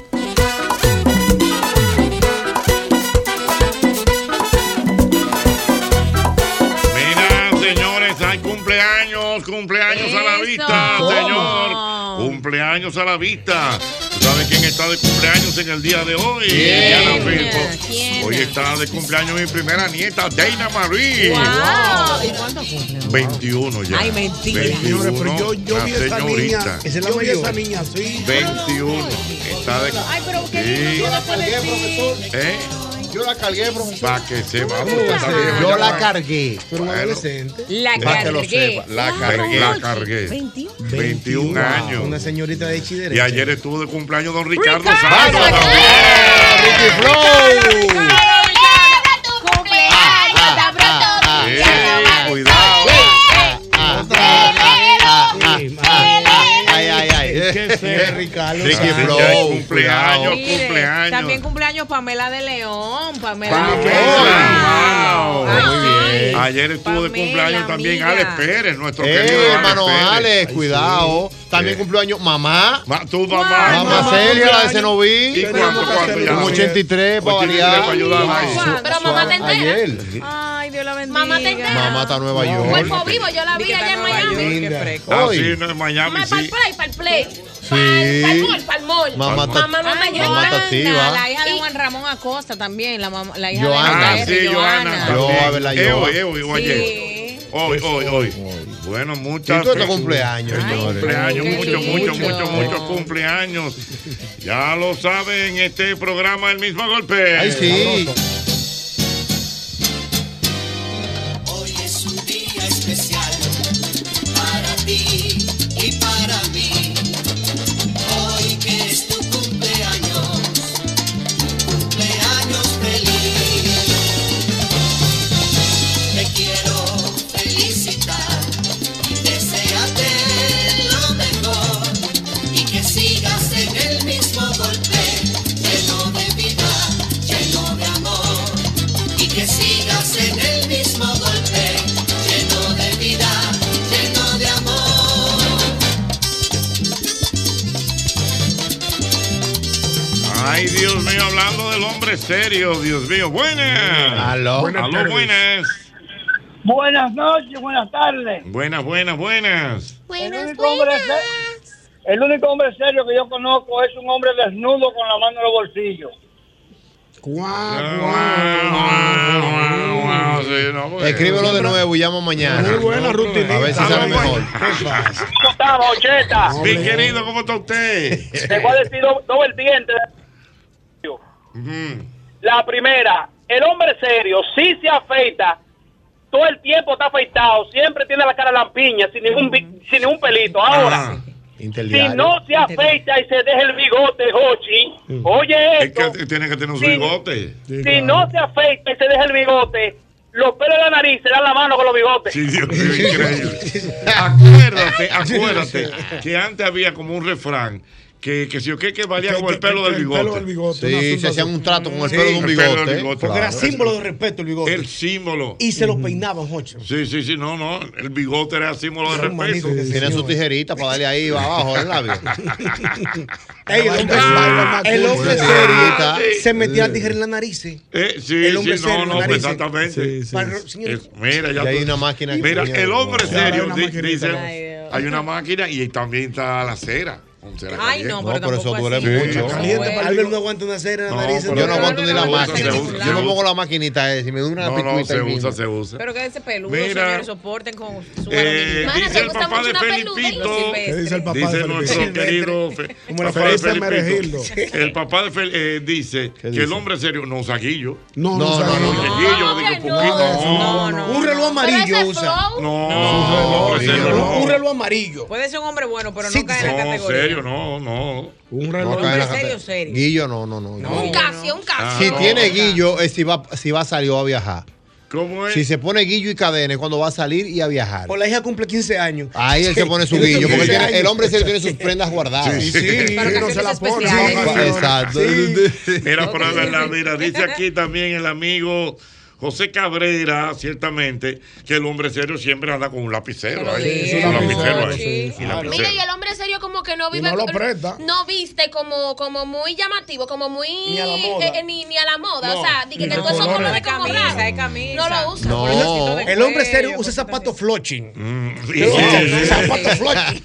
[SPEAKER 3] Tenemos cumpleaños a la vista, señor. Cumpleaños a la vista. ¿Tú sabes quién está de cumpleaños en el día de hoy?
[SPEAKER 5] ¿Quién?
[SPEAKER 3] Diana Filpo. Hoy está de cumpleaños mi primera nieta, Deina Marie.
[SPEAKER 2] ¡Wow! ¿Y cuánto cumple?
[SPEAKER 3] 21 ya.
[SPEAKER 2] Ay, mentira.
[SPEAKER 3] 21,
[SPEAKER 8] Señores, pero yo, yo
[SPEAKER 3] la
[SPEAKER 8] vi a esa niña.
[SPEAKER 3] señorita.
[SPEAKER 8] Esa es la yo vi a esa niña así.
[SPEAKER 3] 21. Está de...
[SPEAKER 8] Ay, pero
[SPEAKER 3] qué lindo, yo la
[SPEAKER 8] cargué, profesor.
[SPEAKER 3] ¿Eh?
[SPEAKER 8] Yo la cargué, profesor.
[SPEAKER 3] Para que se va.
[SPEAKER 4] Yo la cargué.
[SPEAKER 8] Pero un adolescente.
[SPEAKER 2] La
[SPEAKER 3] Para que lo
[SPEAKER 2] cargué.
[SPEAKER 3] sepa, la cargué. La cargué. 21 años.
[SPEAKER 7] Una señorita de
[SPEAKER 3] Y
[SPEAKER 7] Chidere.
[SPEAKER 3] ayer estuvo de cumpleaños don Ricardo
[SPEAKER 7] ¡Ricardo!
[SPEAKER 3] Santos.
[SPEAKER 7] ¡Ricky Flow!
[SPEAKER 3] Eh, Cuidado.
[SPEAKER 4] Ay, ay, ay.
[SPEAKER 7] Ricardo?
[SPEAKER 3] Ricky
[SPEAKER 4] Ay,
[SPEAKER 3] Flow,
[SPEAKER 4] ay,
[SPEAKER 3] cumpleaños,
[SPEAKER 2] Mire,
[SPEAKER 3] cumpleaños.
[SPEAKER 2] También cumpleaños Pamela de León. Pamela, de
[SPEAKER 3] Pamela.
[SPEAKER 2] León.
[SPEAKER 3] Muy bien. Ayer estuvo de cumpleaños también Alex Pérez, nuestro querido
[SPEAKER 4] Eh,
[SPEAKER 3] Alex
[SPEAKER 4] hermano
[SPEAKER 3] Pérez.
[SPEAKER 4] Alex,
[SPEAKER 3] Ay,
[SPEAKER 4] cuidado. También cumplió años mamá.
[SPEAKER 3] tu mamá.
[SPEAKER 4] Mamá
[SPEAKER 3] Mamá
[SPEAKER 4] Celia, la de
[SPEAKER 3] cumpleaños.
[SPEAKER 4] Cenoví.
[SPEAKER 3] ¿Y cuánto, cuánto ya?
[SPEAKER 4] Un 83 para
[SPEAKER 3] 83
[SPEAKER 4] variar.
[SPEAKER 3] para ayudar, ay.
[SPEAKER 6] Pero mamá te entera.
[SPEAKER 4] Ayer.
[SPEAKER 2] Ay, Dios la bendiga.
[SPEAKER 6] Mamá te entera.
[SPEAKER 4] Mamá está en Nueva York.
[SPEAKER 6] Cuerpo vivo, yo la vi allá en Miami.
[SPEAKER 3] Ah, sí, no, en Miami
[SPEAKER 6] Mamá, para el
[SPEAKER 3] sí.
[SPEAKER 6] play, para el play. Para el
[SPEAKER 4] Sí.
[SPEAKER 6] mall, para el mall.
[SPEAKER 4] Mamá está-
[SPEAKER 6] mamá, mamá, yo-
[SPEAKER 4] mamá está activa.
[SPEAKER 2] La hija de Juan Ramón Acosta también. La, mamá- la hija
[SPEAKER 4] Joana.
[SPEAKER 2] de
[SPEAKER 3] Ah, sí, Joana.
[SPEAKER 4] Yo, a ver, la
[SPEAKER 3] Eh,
[SPEAKER 4] yo.
[SPEAKER 3] hoy, eh, hoy, hoy, ayer. Hoy, hoy, hoy. Bueno, muchas
[SPEAKER 4] Y tú estás
[SPEAKER 3] felicidades.
[SPEAKER 4] cumpleaños, señores.
[SPEAKER 3] Cumpleaños,
[SPEAKER 4] Qué
[SPEAKER 3] mucho, mucho,
[SPEAKER 4] lindo.
[SPEAKER 3] mucho, mucho cumpleaños. Ya lo saben, este programa El mismo golpe.
[SPEAKER 4] Ay, sí.
[SPEAKER 5] Hoy es un día especial para ti y para mí. Hoy que es tu cumpleaños, cumpleaños feliz. Te quiero felicitar y desearte lo mejor y que sigas en el mismo golpe, lleno de vida, lleno de amor y que sigas en el mismo golpe, lleno de vida, lleno de amor.
[SPEAKER 3] Ay, Dios mío, hablando del hombre serio, Dios mío. Buenas.
[SPEAKER 4] Aló. Buenas
[SPEAKER 3] Aló,
[SPEAKER 4] tardes.
[SPEAKER 3] buenas.
[SPEAKER 17] Buenas noches, buenas tardes.
[SPEAKER 3] Buenas, buenas, buenas.
[SPEAKER 17] el, único hombre se- el único hombre serio que yo conozco es un hombre desnudo con la mano en los bolsillos.
[SPEAKER 4] Escríbelo de nuevo y llamo mañana. Muy buena rutina. A ver si sale mejor.
[SPEAKER 17] ¿Cómo está, Bocheta?
[SPEAKER 3] Mi querido, ¿cómo está usted?
[SPEAKER 17] Te voy a decir do- dos vertientes. La primera, el hombre serio sí se afeita, todo el tiempo está afeitado, siempre tiene la cara lampiña, sin ningún, vi- sin ningún pelito. Ahora,
[SPEAKER 3] Ah,
[SPEAKER 17] si no se afeita y se deja el bigote, Jochi, oye
[SPEAKER 3] Es que tiene que tener su
[SPEAKER 17] Sí.
[SPEAKER 3] bigote.
[SPEAKER 17] Si no se afeita y se deja el bigote, los pelos de la nariz se dan la mano con los bigotes.
[SPEAKER 3] Sí, Dios *laughs* mío,
[SPEAKER 4] *laughs*
[SPEAKER 3] increíble. Acuérdate, acuérdate que antes había como un refrán que, que si o qué que valía como el pelo del bigote.
[SPEAKER 4] Sí, se hacían un trato con el
[SPEAKER 3] Sí,
[SPEAKER 4] pelo de un
[SPEAKER 3] el pelo del
[SPEAKER 4] bigote.
[SPEAKER 3] bigote.
[SPEAKER 4] Claro.
[SPEAKER 3] Porque era así.
[SPEAKER 7] Símbolo de respeto el bigote.
[SPEAKER 3] El símbolo.
[SPEAKER 7] Y se lo peinaban, Jocho.
[SPEAKER 3] Sí, sí, sí, no, no. El bigote era símbolo de respeto.
[SPEAKER 4] Tiene su tijerita para darle ahí abajo el labio.
[SPEAKER 7] Ey, el hombre,
[SPEAKER 4] Ah,
[SPEAKER 7] el hombre
[SPEAKER 4] sí. Ah,
[SPEAKER 7] serio
[SPEAKER 4] sí.
[SPEAKER 7] se metía la tijera en la nariz.
[SPEAKER 3] Eh, sí,
[SPEAKER 7] El hombre
[SPEAKER 3] sí,
[SPEAKER 7] serio,
[SPEAKER 3] no, no,
[SPEAKER 7] narices.
[SPEAKER 3] exactamente.
[SPEAKER 7] Para- señor-
[SPEAKER 3] Es- mira, ya
[SPEAKER 4] Y hay
[SPEAKER 3] tú-
[SPEAKER 4] una máquina que
[SPEAKER 3] Mira,
[SPEAKER 4] tenía-
[SPEAKER 3] el hombre
[SPEAKER 4] Ahora hay
[SPEAKER 3] serio
[SPEAKER 4] una
[SPEAKER 3] di-
[SPEAKER 4] maquinita.
[SPEAKER 3] dice,
[SPEAKER 4] Ay,
[SPEAKER 3] hay una máquina y también está la cera. con cera
[SPEAKER 2] Ay,
[SPEAKER 3] caliente.
[SPEAKER 2] no, pero No, pero eso tampoco
[SPEAKER 4] duele así. mucho.
[SPEAKER 7] Caliente,
[SPEAKER 4] Bueno.
[SPEAKER 7] para Albert no aguanta una cera en la nariz.
[SPEAKER 4] yo no aguanto ni la
[SPEAKER 3] no,
[SPEAKER 4] máquina.
[SPEAKER 3] se usa,
[SPEAKER 4] Yo
[SPEAKER 3] se
[SPEAKER 4] no pongo
[SPEAKER 3] usa.
[SPEAKER 4] la maquinita esa. Si me da una
[SPEAKER 3] No, no,
[SPEAKER 4] picuita
[SPEAKER 3] se
[SPEAKER 4] ahí mismo.
[SPEAKER 3] usa, se usa.
[SPEAKER 2] Pero quédese peludo,
[SPEAKER 3] Mira.
[SPEAKER 2] señores. Soporten con su
[SPEAKER 3] Eh,
[SPEAKER 2] varonilidad.
[SPEAKER 3] dice el papá de Felipito. Dice nuestro querido Fe-
[SPEAKER 8] Como la
[SPEAKER 3] papá de
[SPEAKER 8] frase de
[SPEAKER 3] Felipito.
[SPEAKER 8] Meregildo.
[SPEAKER 3] El papá de Fel, eh, dice que el hombre serio no usa guillo.
[SPEAKER 8] No, no usa guillo.
[SPEAKER 3] guillo, digo, poquito, no.
[SPEAKER 7] Un reloj amarillo usa.
[SPEAKER 3] No, no, hombre serio, no.
[SPEAKER 7] Un reloj amarillo.
[SPEAKER 2] Puede ser un hombre bueno, pero no cae en la
[SPEAKER 3] No,
[SPEAKER 2] categoría.
[SPEAKER 3] serio, no, no. reloj.
[SPEAKER 4] Un cae en la
[SPEAKER 2] Hombre serio,
[SPEAKER 4] categoría.
[SPEAKER 2] serio.
[SPEAKER 4] Guillo, no, no, no.
[SPEAKER 2] Un Casio, un Casio.
[SPEAKER 4] Si
[SPEAKER 3] no.
[SPEAKER 4] tiene guillo, es si va, si va a salir o a viajar.
[SPEAKER 3] ¿Cómo es?
[SPEAKER 4] Si se pone guillo y cadena es cuando va a salir y a viajar.
[SPEAKER 7] O Pues la hija cumple 15 años.
[SPEAKER 4] Ahí él se
[SPEAKER 7] *laughs*
[SPEAKER 4] pone su
[SPEAKER 7] Sí,
[SPEAKER 4] guillo, porque él
[SPEAKER 7] 15
[SPEAKER 4] tiene- el
[SPEAKER 7] años.
[SPEAKER 4] hombre serio tiene sus prendas guardadas.
[SPEAKER 7] Sí, sí, Sí,
[SPEAKER 3] para
[SPEAKER 7] no se la pone.
[SPEAKER 4] ¿eh?
[SPEAKER 3] especiales.
[SPEAKER 4] Exacto.
[SPEAKER 3] Mira, pero es verdad, mira, dice aquí también el amigo José Cabrera, ciertamente, que el hombre serio siempre anda con un lapicero
[SPEAKER 6] Pero
[SPEAKER 3] ahí.
[SPEAKER 6] sí,
[SPEAKER 3] un
[SPEAKER 6] sí,
[SPEAKER 3] lapicero
[SPEAKER 6] sí,
[SPEAKER 3] ahí. Un lapicero.
[SPEAKER 6] Mira, y el hombre serio como que no
[SPEAKER 3] Y
[SPEAKER 6] vive.
[SPEAKER 3] no lo presta.
[SPEAKER 6] no viste como, como muy llamativo, como muy.
[SPEAKER 2] Ni a la moda.
[SPEAKER 6] eh, eh, ni, ni a la moda.
[SPEAKER 7] No.
[SPEAKER 6] O sea, di que,
[SPEAKER 7] Ni
[SPEAKER 6] que
[SPEAKER 7] los
[SPEAKER 6] todo eso
[SPEAKER 7] colores.
[SPEAKER 6] como de
[SPEAKER 7] Hay
[SPEAKER 6] como
[SPEAKER 7] camisa,
[SPEAKER 6] raro.
[SPEAKER 7] hay
[SPEAKER 6] No lo usa.
[SPEAKER 7] No, el hombre serio usa zapatos floching. Zapatos floching.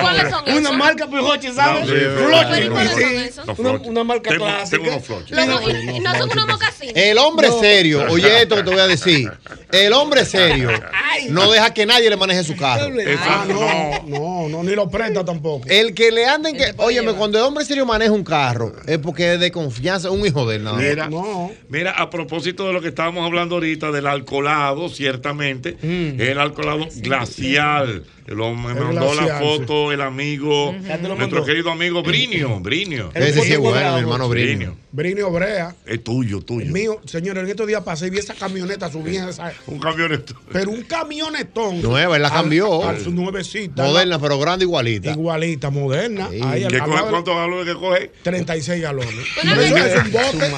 [SPEAKER 6] ¿Cuáles son
[SPEAKER 7] Una
[SPEAKER 6] esos?
[SPEAKER 7] marca pijoche, ¿sabes?
[SPEAKER 14] No, sí, pero-
[SPEAKER 7] Floching.
[SPEAKER 14] Pero ¿cuáles
[SPEAKER 7] sí.
[SPEAKER 14] son esos?
[SPEAKER 7] Una, una marca clásica.
[SPEAKER 6] Luego, y- y nosotros unos mocasines.
[SPEAKER 4] El hombre serio, oye esto que te voy a decir. El hombre serio no deja que nadie le maneje su carro.
[SPEAKER 14] Ah, no, no, no, ni lo presta tampoco.
[SPEAKER 4] El que le anden que. Óyeme, cuando el hombre serio maneja un carro, es porque es de confianza, un hijo de él, nada más.
[SPEAKER 3] Mira, mira, a propósito de lo que estábamos hablando ahorita del alcoholado, ciertamente, el alcoholado glacial. Lo me
[SPEAKER 14] El
[SPEAKER 3] mandó la
[SPEAKER 14] glacial,
[SPEAKER 3] foto el amigo,
[SPEAKER 14] Ya te lo
[SPEAKER 3] nuestro
[SPEAKER 14] mandó.
[SPEAKER 3] querido amigo Brinio. Brinio.
[SPEAKER 4] Ese sí es bueno, mi hermano Brinio.
[SPEAKER 8] Brinio Brea.
[SPEAKER 3] Es tuyo, tuyo.
[SPEAKER 8] Mío, señores, en estos días pasé y vi esa camioneta subida. esa-
[SPEAKER 3] Un camionetón.
[SPEAKER 8] Pero un camionetón.
[SPEAKER 4] Nueva, él la
[SPEAKER 8] Al-
[SPEAKER 4] cambió.
[SPEAKER 8] al- su nuevecita.
[SPEAKER 4] Moderna, pero grande igualita.
[SPEAKER 8] Igualita, moderna. Ahí al-
[SPEAKER 4] ¿Qué
[SPEAKER 8] al
[SPEAKER 4] coge-
[SPEAKER 8] lado-
[SPEAKER 3] ¿Cuántos galones que coge?
[SPEAKER 8] 36 galones.
[SPEAKER 14] Una
[SPEAKER 8] Eso
[SPEAKER 14] vez-
[SPEAKER 8] es un bote.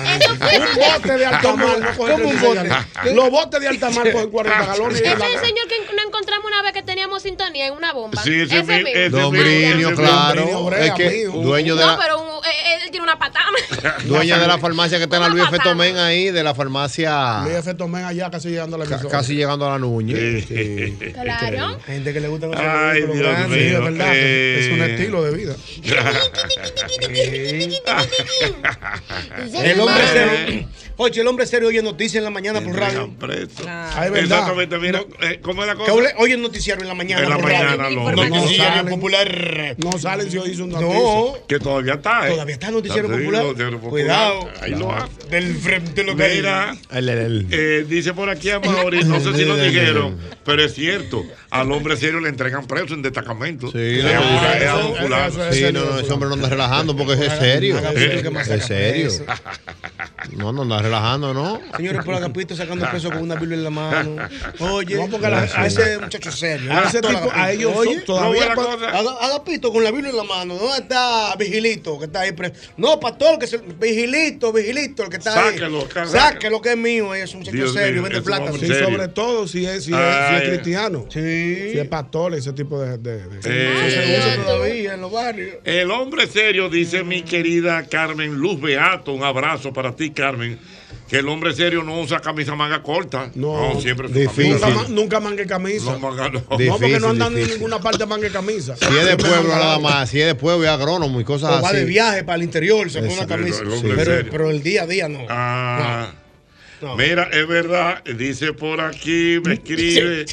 [SPEAKER 8] Un bote de alta mar no
[SPEAKER 14] ¿Cómo
[SPEAKER 8] coge
[SPEAKER 14] un
[SPEAKER 8] 36
[SPEAKER 14] bote?
[SPEAKER 8] galones. Los botes de alta mar
[SPEAKER 14] *laughs*
[SPEAKER 8] cogen 40 galones.
[SPEAKER 6] Ese es el señor que no encontramos una vez que teníamos sintonía en una bomba.
[SPEAKER 3] Sí, ese mi-
[SPEAKER 6] mismo.
[SPEAKER 3] ese
[SPEAKER 4] Don
[SPEAKER 3] mismo,
[SPEAKER 4] Brinio,
[SPEAKER 3] ese
[SPEAKER 4] claro.
[SPEAKER 3] mismo.
[SPEAKER 4] es que dueño de
[SPEAKER 6] no,
[SPEAKER 4] la,
[SPEAKER 6] pero un- eh, él tiene una patada.
[SPEAKER 4] *laughs* dueña de la farmacia que está en la Luis F. Tomén ahí, de la farmaca
[SPEAKER 8] Luis F. Tomén allá casi llegando a la
[SPEAKER 4] ca-
[SPEAKER 8] emisora.
[SPEAKER 4] casi llegando a la Núñez.
[SPEAKER 6] Claro.
[SPEAKER 7] Gente que le gusta los
[SPEAKER 3] Ay,
[SPEAKER 7] vehículos
[SPEAKER 3] Dios
[SPEAKER 7] grandes.
[SPEAKER 3] mío.
[SPEAKER 7] Sí, es verdad.
[SPEAKER 3] Eh.
[SPEAKER 8] Es un estilo de vida.
[SPEAKER 7] El hombre serio. Oye, el hombre serio oye noticias en la mañana por radio.
[SPEAKER 3] Preso.
[SPEAKER 7] Ah, es verdad.
[SPEAKER 3] Exactamente, mira, eh, ¿cómo es la
[SPEAKER 7] Que
[SPEAKER 3] cosa?
[SPEAKER 7] ole- oye el noticiario en la mañana.
[SPEAKER 3] En la
[SPEAKER 7] por
[SPEAKER 3] mañana,
[SPEAKER 7] radio.
[SPEAKER 3] lo-
[SPEAKER 7] No,
[SPEAKER 3] no
[SPEAKER 7] noticiario
[SPEAKER 3] salen.
[SPEAKER 7] popular.
[SPEAKER 8] No salen si hoy hizo un
[SPEAKER 7] No.
[SPEAKER 3] Que todavía está, ¿eh?
[SPEAKER 7] Todavía está Noticiero
[SPEAKER 3] Sí,
[SPEAKER 7] Popular.
[SPEAKER 3] Noticiero Popular.
[SPEAKER 7] Cuidado.
[SPEAKER 3] Ahí lo hace.
[SPEAKER 7] Del frente lo que
[SPEAKER 3] Mira,
[SPEAKER 4] Ah,
[SPEAKER 3] eh, dice por aquí a Mauri, no sé si lo dijeron, pero es cierto, al hombre serio le entregan preso en destacamento. Sí,
[SPEAKER 4] no, eso- Sí, no, no, ese hombre no anda relajando porque es serio. Es serio. *laughs* No, no anda relajando, ¿no?
[SPEAKER 7] Señores, por Agapito sacando peso con una Biblia en la mano. Oye,
[SPEAKER 4] No, porque la-
[SPEAKER 7] a ese muchacho serio.
[SPEAKER 4] A
[SPEAKER 8] ese
[SPEAKER 7] todo
[SPEAKER 8] tipo,
[SPEAKER 7] Agapito.
[SPEAKER 8] a ellos son- todavía
[SPEAKER 7] no, buena
[SPEAKER 8] pa-
[SPEAKER 7] cosa. Aga- Agapito con la Biblia en la mano. ¿Dónde está Vigilito que está ahí preso? No, pastor, que es el Vigilito, Vigilito, el que está
[SPEAKER 8] Sáquelo,
[SPEAKER 7] ahí.
[SPEAKER 8] ca-
[SPEAKER 7] Sáquelo, que es mío. Es un muchacho
[SPEAKER 8] Dios mío,
[SPEAKER 7] serio, vende
[SPEAKER 8] es un
[SPEAKER 7] plata.
[SPEAKER 8] hombre Sí, serio. sobre todo si es, si es, si es cristiano. Si es pastor, ese tipo de. de- de-
[SPEAKER 3] Eh.
[SPEAKER 8] Eso se usa
[SPEAKER 7] todavía en los barrios.
[SPEAKER 3] El hombre serio, dice mi querida Carmen Luz Beato, un abrazo para ti, Carmen. Que el hombre serio no usa camisa manga corta. No, siempre su
[SPEAKER 8] Nunca,
[SPEAKER 3] camisa.
[SPEAKER 8] ma- nunca mangue camisa.
[SPEAKER 3] No, manga no.
[SPEAKER 8] no, porque
[SPEAKER 4] Difícil,
[SPEAKER 8] no andan en
[SPEAKER 4] difícil.
[SPEAKER 8] ninguna parte mangue camisa.
[SPEAKER 4] Si es de pueblo nada más, si es de pueblo es agrónomo y cosas así.
[SPEAKER 7] O va de viaje para el interior, se pone una
[SPEAKER 4] Ese-
[SPEAKER 7] camisa.
[SPEAKER 4] el hombre
[SPEAKER 7] Pero,
[SPEAKER 4] serio.
[SPEAKER 7] pero el día a día no.
[SPEAKER 3] Ah. Mira, es verdad, dice por aquí, me
[SPEAKER 7] *laughs*
[SPEAKER 3] escribe.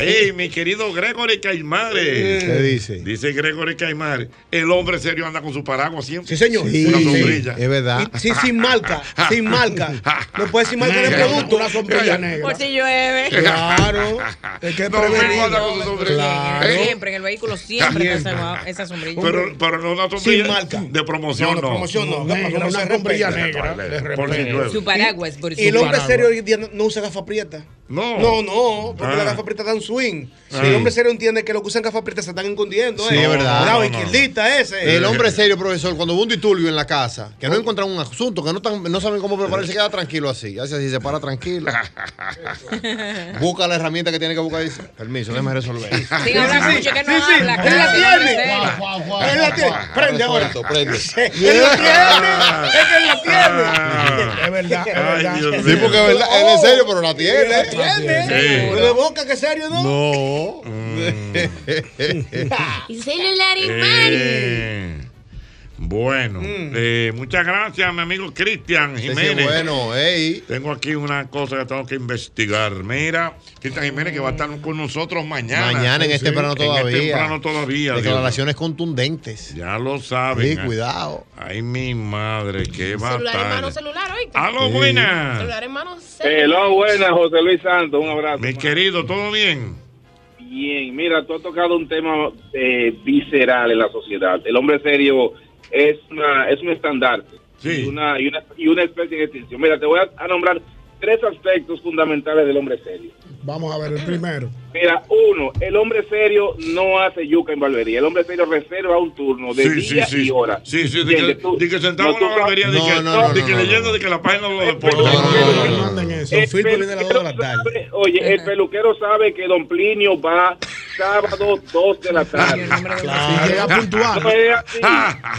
[SPEAKER 3] Ey, mi querido Gregory Caimares.
[SPEAKER 4] ¿Qué dice?
[SPEAKER 3] Dice Gregory Caimares, el hombre serio anda con su paraguas siempre.
[SPEAKER 7] Sí, señor.
[SPEAKER 4] Sí,
[SPEAKER 3] Una
[SPEAKER 4] sí,
[SPEAKER 3] sombrilla.
[SPEAKER 4] es verdad.
[SPEAKER 7] Y- sí, sin marca, sin marca. No puede sin marca
[SPEAKER 3] *laughs*
[SPEAKER 7] de producto. Una
[SPEAKER 3] sombrilla
[SPEAKER 7] negra.
[SPEAKER 2] Por si llueve.
[SPEAKER 7] *laughs* Claro.
[SPEAKER 8] Es
[SPEAKER 2] *laughs*
[SPEAKER 3] que
[SPEAKER 2] Don
[SPEAKER 3] prevenir.
[SPEAKER 2] Pedro anda con su sombrilla.
[SPEAKER 3] Claro.
[SPEAKER 2] Eh, Siempre, en el vehículo siempre está esa, esa sombrilla.
[SPEAKER 3] Pero, pero no una sombrilla
[SPEAKER 7] Sin marca.
[SPEAKER 3] de promoción, no.
[SPEAKER 7] No, de promoción no.
[SPEAKER 3] Negra,
[SPEAKER 7] Para
[SPEAKER 3] una
[SPEAKER 7] conocer
[SPEAKER 3] sombrilla
[SPEAKER 7] respeto.
[SPEAKER 3] negra.
[SPEAKER 7] De
[SPEAKER 3] Por si
[SPEAKER 7] respeto.
[SPEAKER 3] llueve.
[SPEAKER 2] Su paraguas, por
[SPEAKER 7] Y el
[SPEAKER 2] su
[SPEAKER 7] hombre
[SPEAKER 2] paraguas.
[SPEAKER 7] serio hoy en día no, no usa gafa prieta.
[SPEAKER 3] No.
[SPEAKER 7] No, no, porque
[SPEAKER 3] Ah.
[SPEAKER 7] la gafa prieta dan swing.
[SPEAKER 4] Sí.
[SPEAKER 7] El hombre serio entiende que los que usan gafa prieta se están escondiendo.
[SPEAKER 4] Sí,
[SPEAKER 7] eh.
[SPEAKER 4] es verdad.
[SPEAKER 7] Bravo,
[SPEAKER 4] No, no,
[SPEAKER 7] izquierdista ese.
[SPEAKER 4] El hombre serio, profesor, cuando hubo *laughs* un disturbio en la casa, que no encuentran un asunto, que no, tan- no saben cómo prepararse, queda tranquilo así. Hace así, se para *laughs* tranquilo. Busca la herramienta que tiene que buscar y dice, permiso, déjame resolver.
[SPEAKER 2] Sí, habla mucho que no habla, que
[SPEAKER 7] Él
[SPEAKER 2] habla
[SPEAKER 7] la tiene.
[SPEAKER 2] serio.
[SPEAKER 4] Ah.
[SPEAKER 7] Él la tiene. Prende ahora.
[SPEAKER 4] Resuelto, prende.
[SPEAKER 7] *laughs* Él la tiene. Es que él la tiene.
[SPEAKER 8] Es verdad.
[SPEAKER 4] Ah. Sí, porque es verdad, él es serio, pero la tiene.
[SPEAKER 7] La tiene.
[SPEAKER 4] Sí.
[SPEAKER 7] Pero de boca que serio, ¿no? *laughs*
[SPEAKER 4] No.
[SPEAKER 3] Mm.
[SPEAKER 6] Y celular y
[SPEAKER 3] Eh, bueno, eh, muchas gracias, mi amigo Cristian
[SPEAKER 4] sí,
[SPEAKER 3] Jiménez.
[SPEAKER 4] bueno,
[SPEAKER 3] Tengo aquí una cosa que tengo que investigar. Mira, Cristian Jiménez que va a estar con nosotros mañana.
[SPEAKER 4] Mañana, en este verano
[SPEAKER 3] En este
[SPEAKER 4] todavía.
[SPEAKER 3] verano todavía. Dios mío.
[SPEAKER 4] Declaraciones contundentes.
[SPEAKER 3] Ya lo saben.
[SPEAKER 4] Sí, cuidado.
[SPEAKER 3] Ay, mi madre, qué
[SPEAKER 6] Celular en mano,
[SPEAKER 3] batalla.
[SPEAKER 6] celular, oíste.
[SPEAKER 3] Aló, buenas.
[SPEAKER 6] Celular en mano,
[SPEAKER 11] Hello, buenas, Ah, José Luis Santos, un abrazo.
[SPEAKER 3] Mi querido, ¿todo bien?
[SPEAKER 11] Bien, mira, tú has tocado un tema eh, visceral en la sociedad. El hombre serio es una, es un estandarte y, una, y, una, y una especie de extinción. Mira, te voy a, a nombrar tres aspectos fundamentales del hombre serio.
[SPEAKER 8] Vamos a ver el primero.
[SPEAKER 11] Mira, uno, el hombre serio no hace yuca en barbería. El hombre serio reserva un turno de
[SPEAKER 3] Sí, sí,
[SPEAKER 11] día
[SPEAKER 3] sí.
[SPEAKER 11] y hora.
[SPEAKER 3] Sí, sí, de que,
[SPEAKER 11] ¿Entiendes? Tú-
[SPEAKER 3] de que sentamos
[SPEAKER 11] no,
[SPEAKER 3] en
[SPEAKER 11] tú
[SPEAKER 3] la barbería, de
[SPEAKER 11] sabes-
[SPEAKER 3] que,
[SPEAKER 11] No, no,
[SPEAKER 3] de
[SPEAKER 11] no,
[SPEAKER 3] que
[SPEAKER 11] no,
[SPEAKER 3] leyendo de que la página no lo deporta.
[SPEAKER 11] El peluquero sabe- Oye, el peluquero sabe que Don Plinio va
[SPEAKER 3] *laughs*
[SPEAKER 11] sábado 2 de la tarde.
[SPEAKER 3] Si llega puntual.
[SPEAKER 11] No es así.
[SPEAKER 3] *laughs*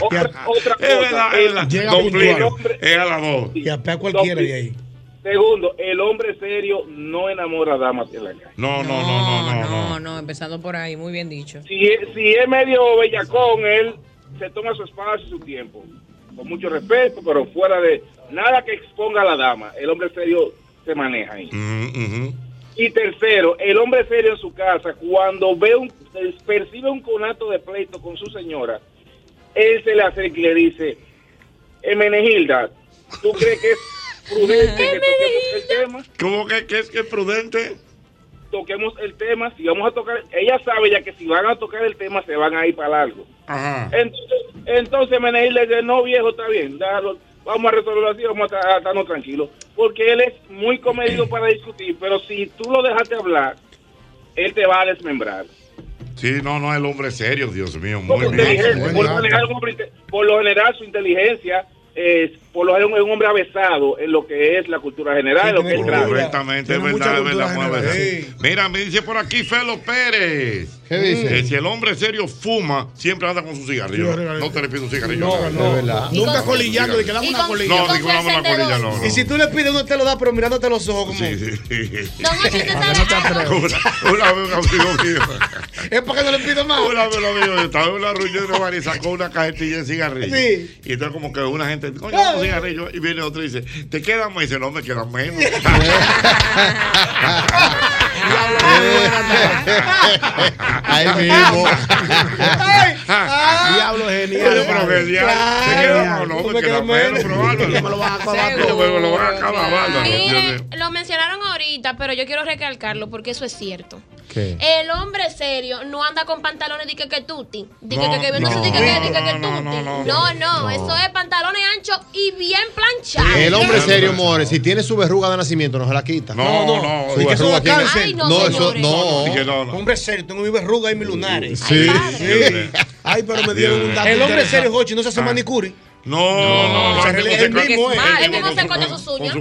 [SPEAKER 11] Otra, otra cosa.
[SPEAKER 3] Es verdad, es verdad.
[SPEAKER 11] Llega
[SPEAKER 3] Don
[SPEAKER 11] puntual.
[SPEAKER 3] Plinio, es a la voz.
[SPEAKER 7] Y apea cualquiera de ahí.
[SPEAKER 11] Segundo, el hombre serio no enamora damas en la calle.
[SPEAKER 3] No, no, no, no, no.
[SPEAKER 2] No, no, empezando por ahí, muy bien dicho.
[SPEAKER 11] Si, es- si es medio bellacón, él se toma su espacio y su tiempo. Con mucho respeto, pero fuera de nada que exponga a la dama. El hombre serio se maneja ahí.
[SPEAKER 3] Mm.
[SPEAKER 11] Y tercero, el hombre serio en su casa, cuando ve un, percibe un conato de pleito con su señora, él se le acerca y le dice, Emenegilda, ¿tú crees que es prudente que toquemos el tema?
[SPEAKER 3] ¿Cómo que, que es que es prudente?
[SPEAKER 11] Toquemos el tema, si vamos a tocar, ella sabe ya que si van a tocar el tema se van a ir para largo.
[SPEAKER 3] Ajá.
[SPEAKER 11] Entonces, entonces Menegilda dice, no viejo, está bien, dalo, vamos a resolverlo así, vamos a, ta- a estarnos tranquilos. Porque él es muy comedido para discutir, pero si tú lo dejaste hablar, él te va a desmembrar.
[SPEAKER 3] Sí, no, no, el hombre serio, Dios mío. Muy
[SPEAKER 11] Inteligente,
[SPEAKER 3] bien.
[SPEAKER 11] por, lo general, un hombre inte- por lo general su inteligencia es por lo general es un hombre avesado en lo que es la cultura general, en lo que es trato.
[SPEAKER 3] Correctamente, es verdad, es verdad, muy verdad. Mira, me dice por aquí Felo Pérez.
[SPEAKER 4] ¿Qué dice?
[SPEAKER 3] Que si el hombre serio fuma, siempre anda con su cigarrillo. No te le pido un cigarrillo.
[SPEAKER 8] No, no.
[SPEAKER 3] Es verdad.
[SPEAKER 8] Nunca
[SPEAKER 3] Con su
[SPEAKER 8] colillando, de que
[SPEAKER 3] cigarrillo.
[SPEAKER 8] dame una colilla.
[SPEAKER 3] No, de que dame una colilla, no. no.
[SPEAKER 7] Y si tú le pides uno, te lo da, pero mirándote a los ojos como.
[SPEAKER 3] *laughs* Una- Una vez un amigo
[SPEAKER 7] *laughs*
[SPEAKER 3] mío. Es porque no le pido más. Una vez un amigo mío estaba en una reunión de bar y sacó una cajetilla de cigarrillos.
[SPEAKER 14] Sí.
[SPEAKER 3] Y entonces, como que una gente, coño, un cigarrillo. Y viene otro y dice, ¿te quedan más? Y dice, no, me quedan menos. *laughs*
[SPEAKER 4] Ahí mismo.
[SPEAKER 5] ah.
[SPEAKER 3] Diablo genial. Pero genial. ¿Te quedan más? No, me quedan menos, pero bárbaro. me lo van a acabar todo. Me lo van a acabar, bárbaro. Dios mío.
[SPEAKER 6] Miren, eh, lo mencionaron ahorita, pero yo quiero recalcarlo porque eso es cierto.
[SPEAKER 3] ¿Qué?
[SPEAKER 6] El hombre serio no anda con pantalones de que que tuti, de que
[SPEAKER 3] No,
[SPEAKER 6] que que viendo
[SPEAKER 3] no,
[SPEAKER 6] su de que que de que
[SPEAKER 3] no,
[SPEAKER 6] que
[SPEAKER 3] no, no,
[SPEAKER 6] tuti.
[SPEAKER 3] no,
[SPEAKER 6] No,
[SPEAKER 4] no.
[SPEAKER 6] no, eso es pantalones anchos y bien planchados.
[SPEAKER 4] El hombre serio, more, si tiene su verruga de nacimiento, no se la quita.
[SPEAKER 3] No, no, no.
[SPEAKER 4] Su
[SPEAKER 3] Y que eso
[SPEAKER 4] verruga
[SPEAKER 3] da
[SPEAKER 4] tiene-
[SPEAKER 3] cáncer. Ay, no,
[SPEAKER 4] No, eso
[SPEAKER 3] señores.
[SPEAKER 4] no.
[SPEAKER 3] Y que no,
[SPEAKER 7] Hombre serio, tengo mi verruga y mis lunares.
[SPEAKER 4] Sí.
[SPEAKER 7] Ay, pero me dieron un dato. El hombre serio, Jochi, no se hace manicure.
[SPEAKER 3] No, no, no.
[SPEAKER 7] Se arregla el mismo, eh.
[SPEAKER 6] Él mismo
[SPEAKER 7] *laughs*
[SPEAKER 6] se corta sus uñas.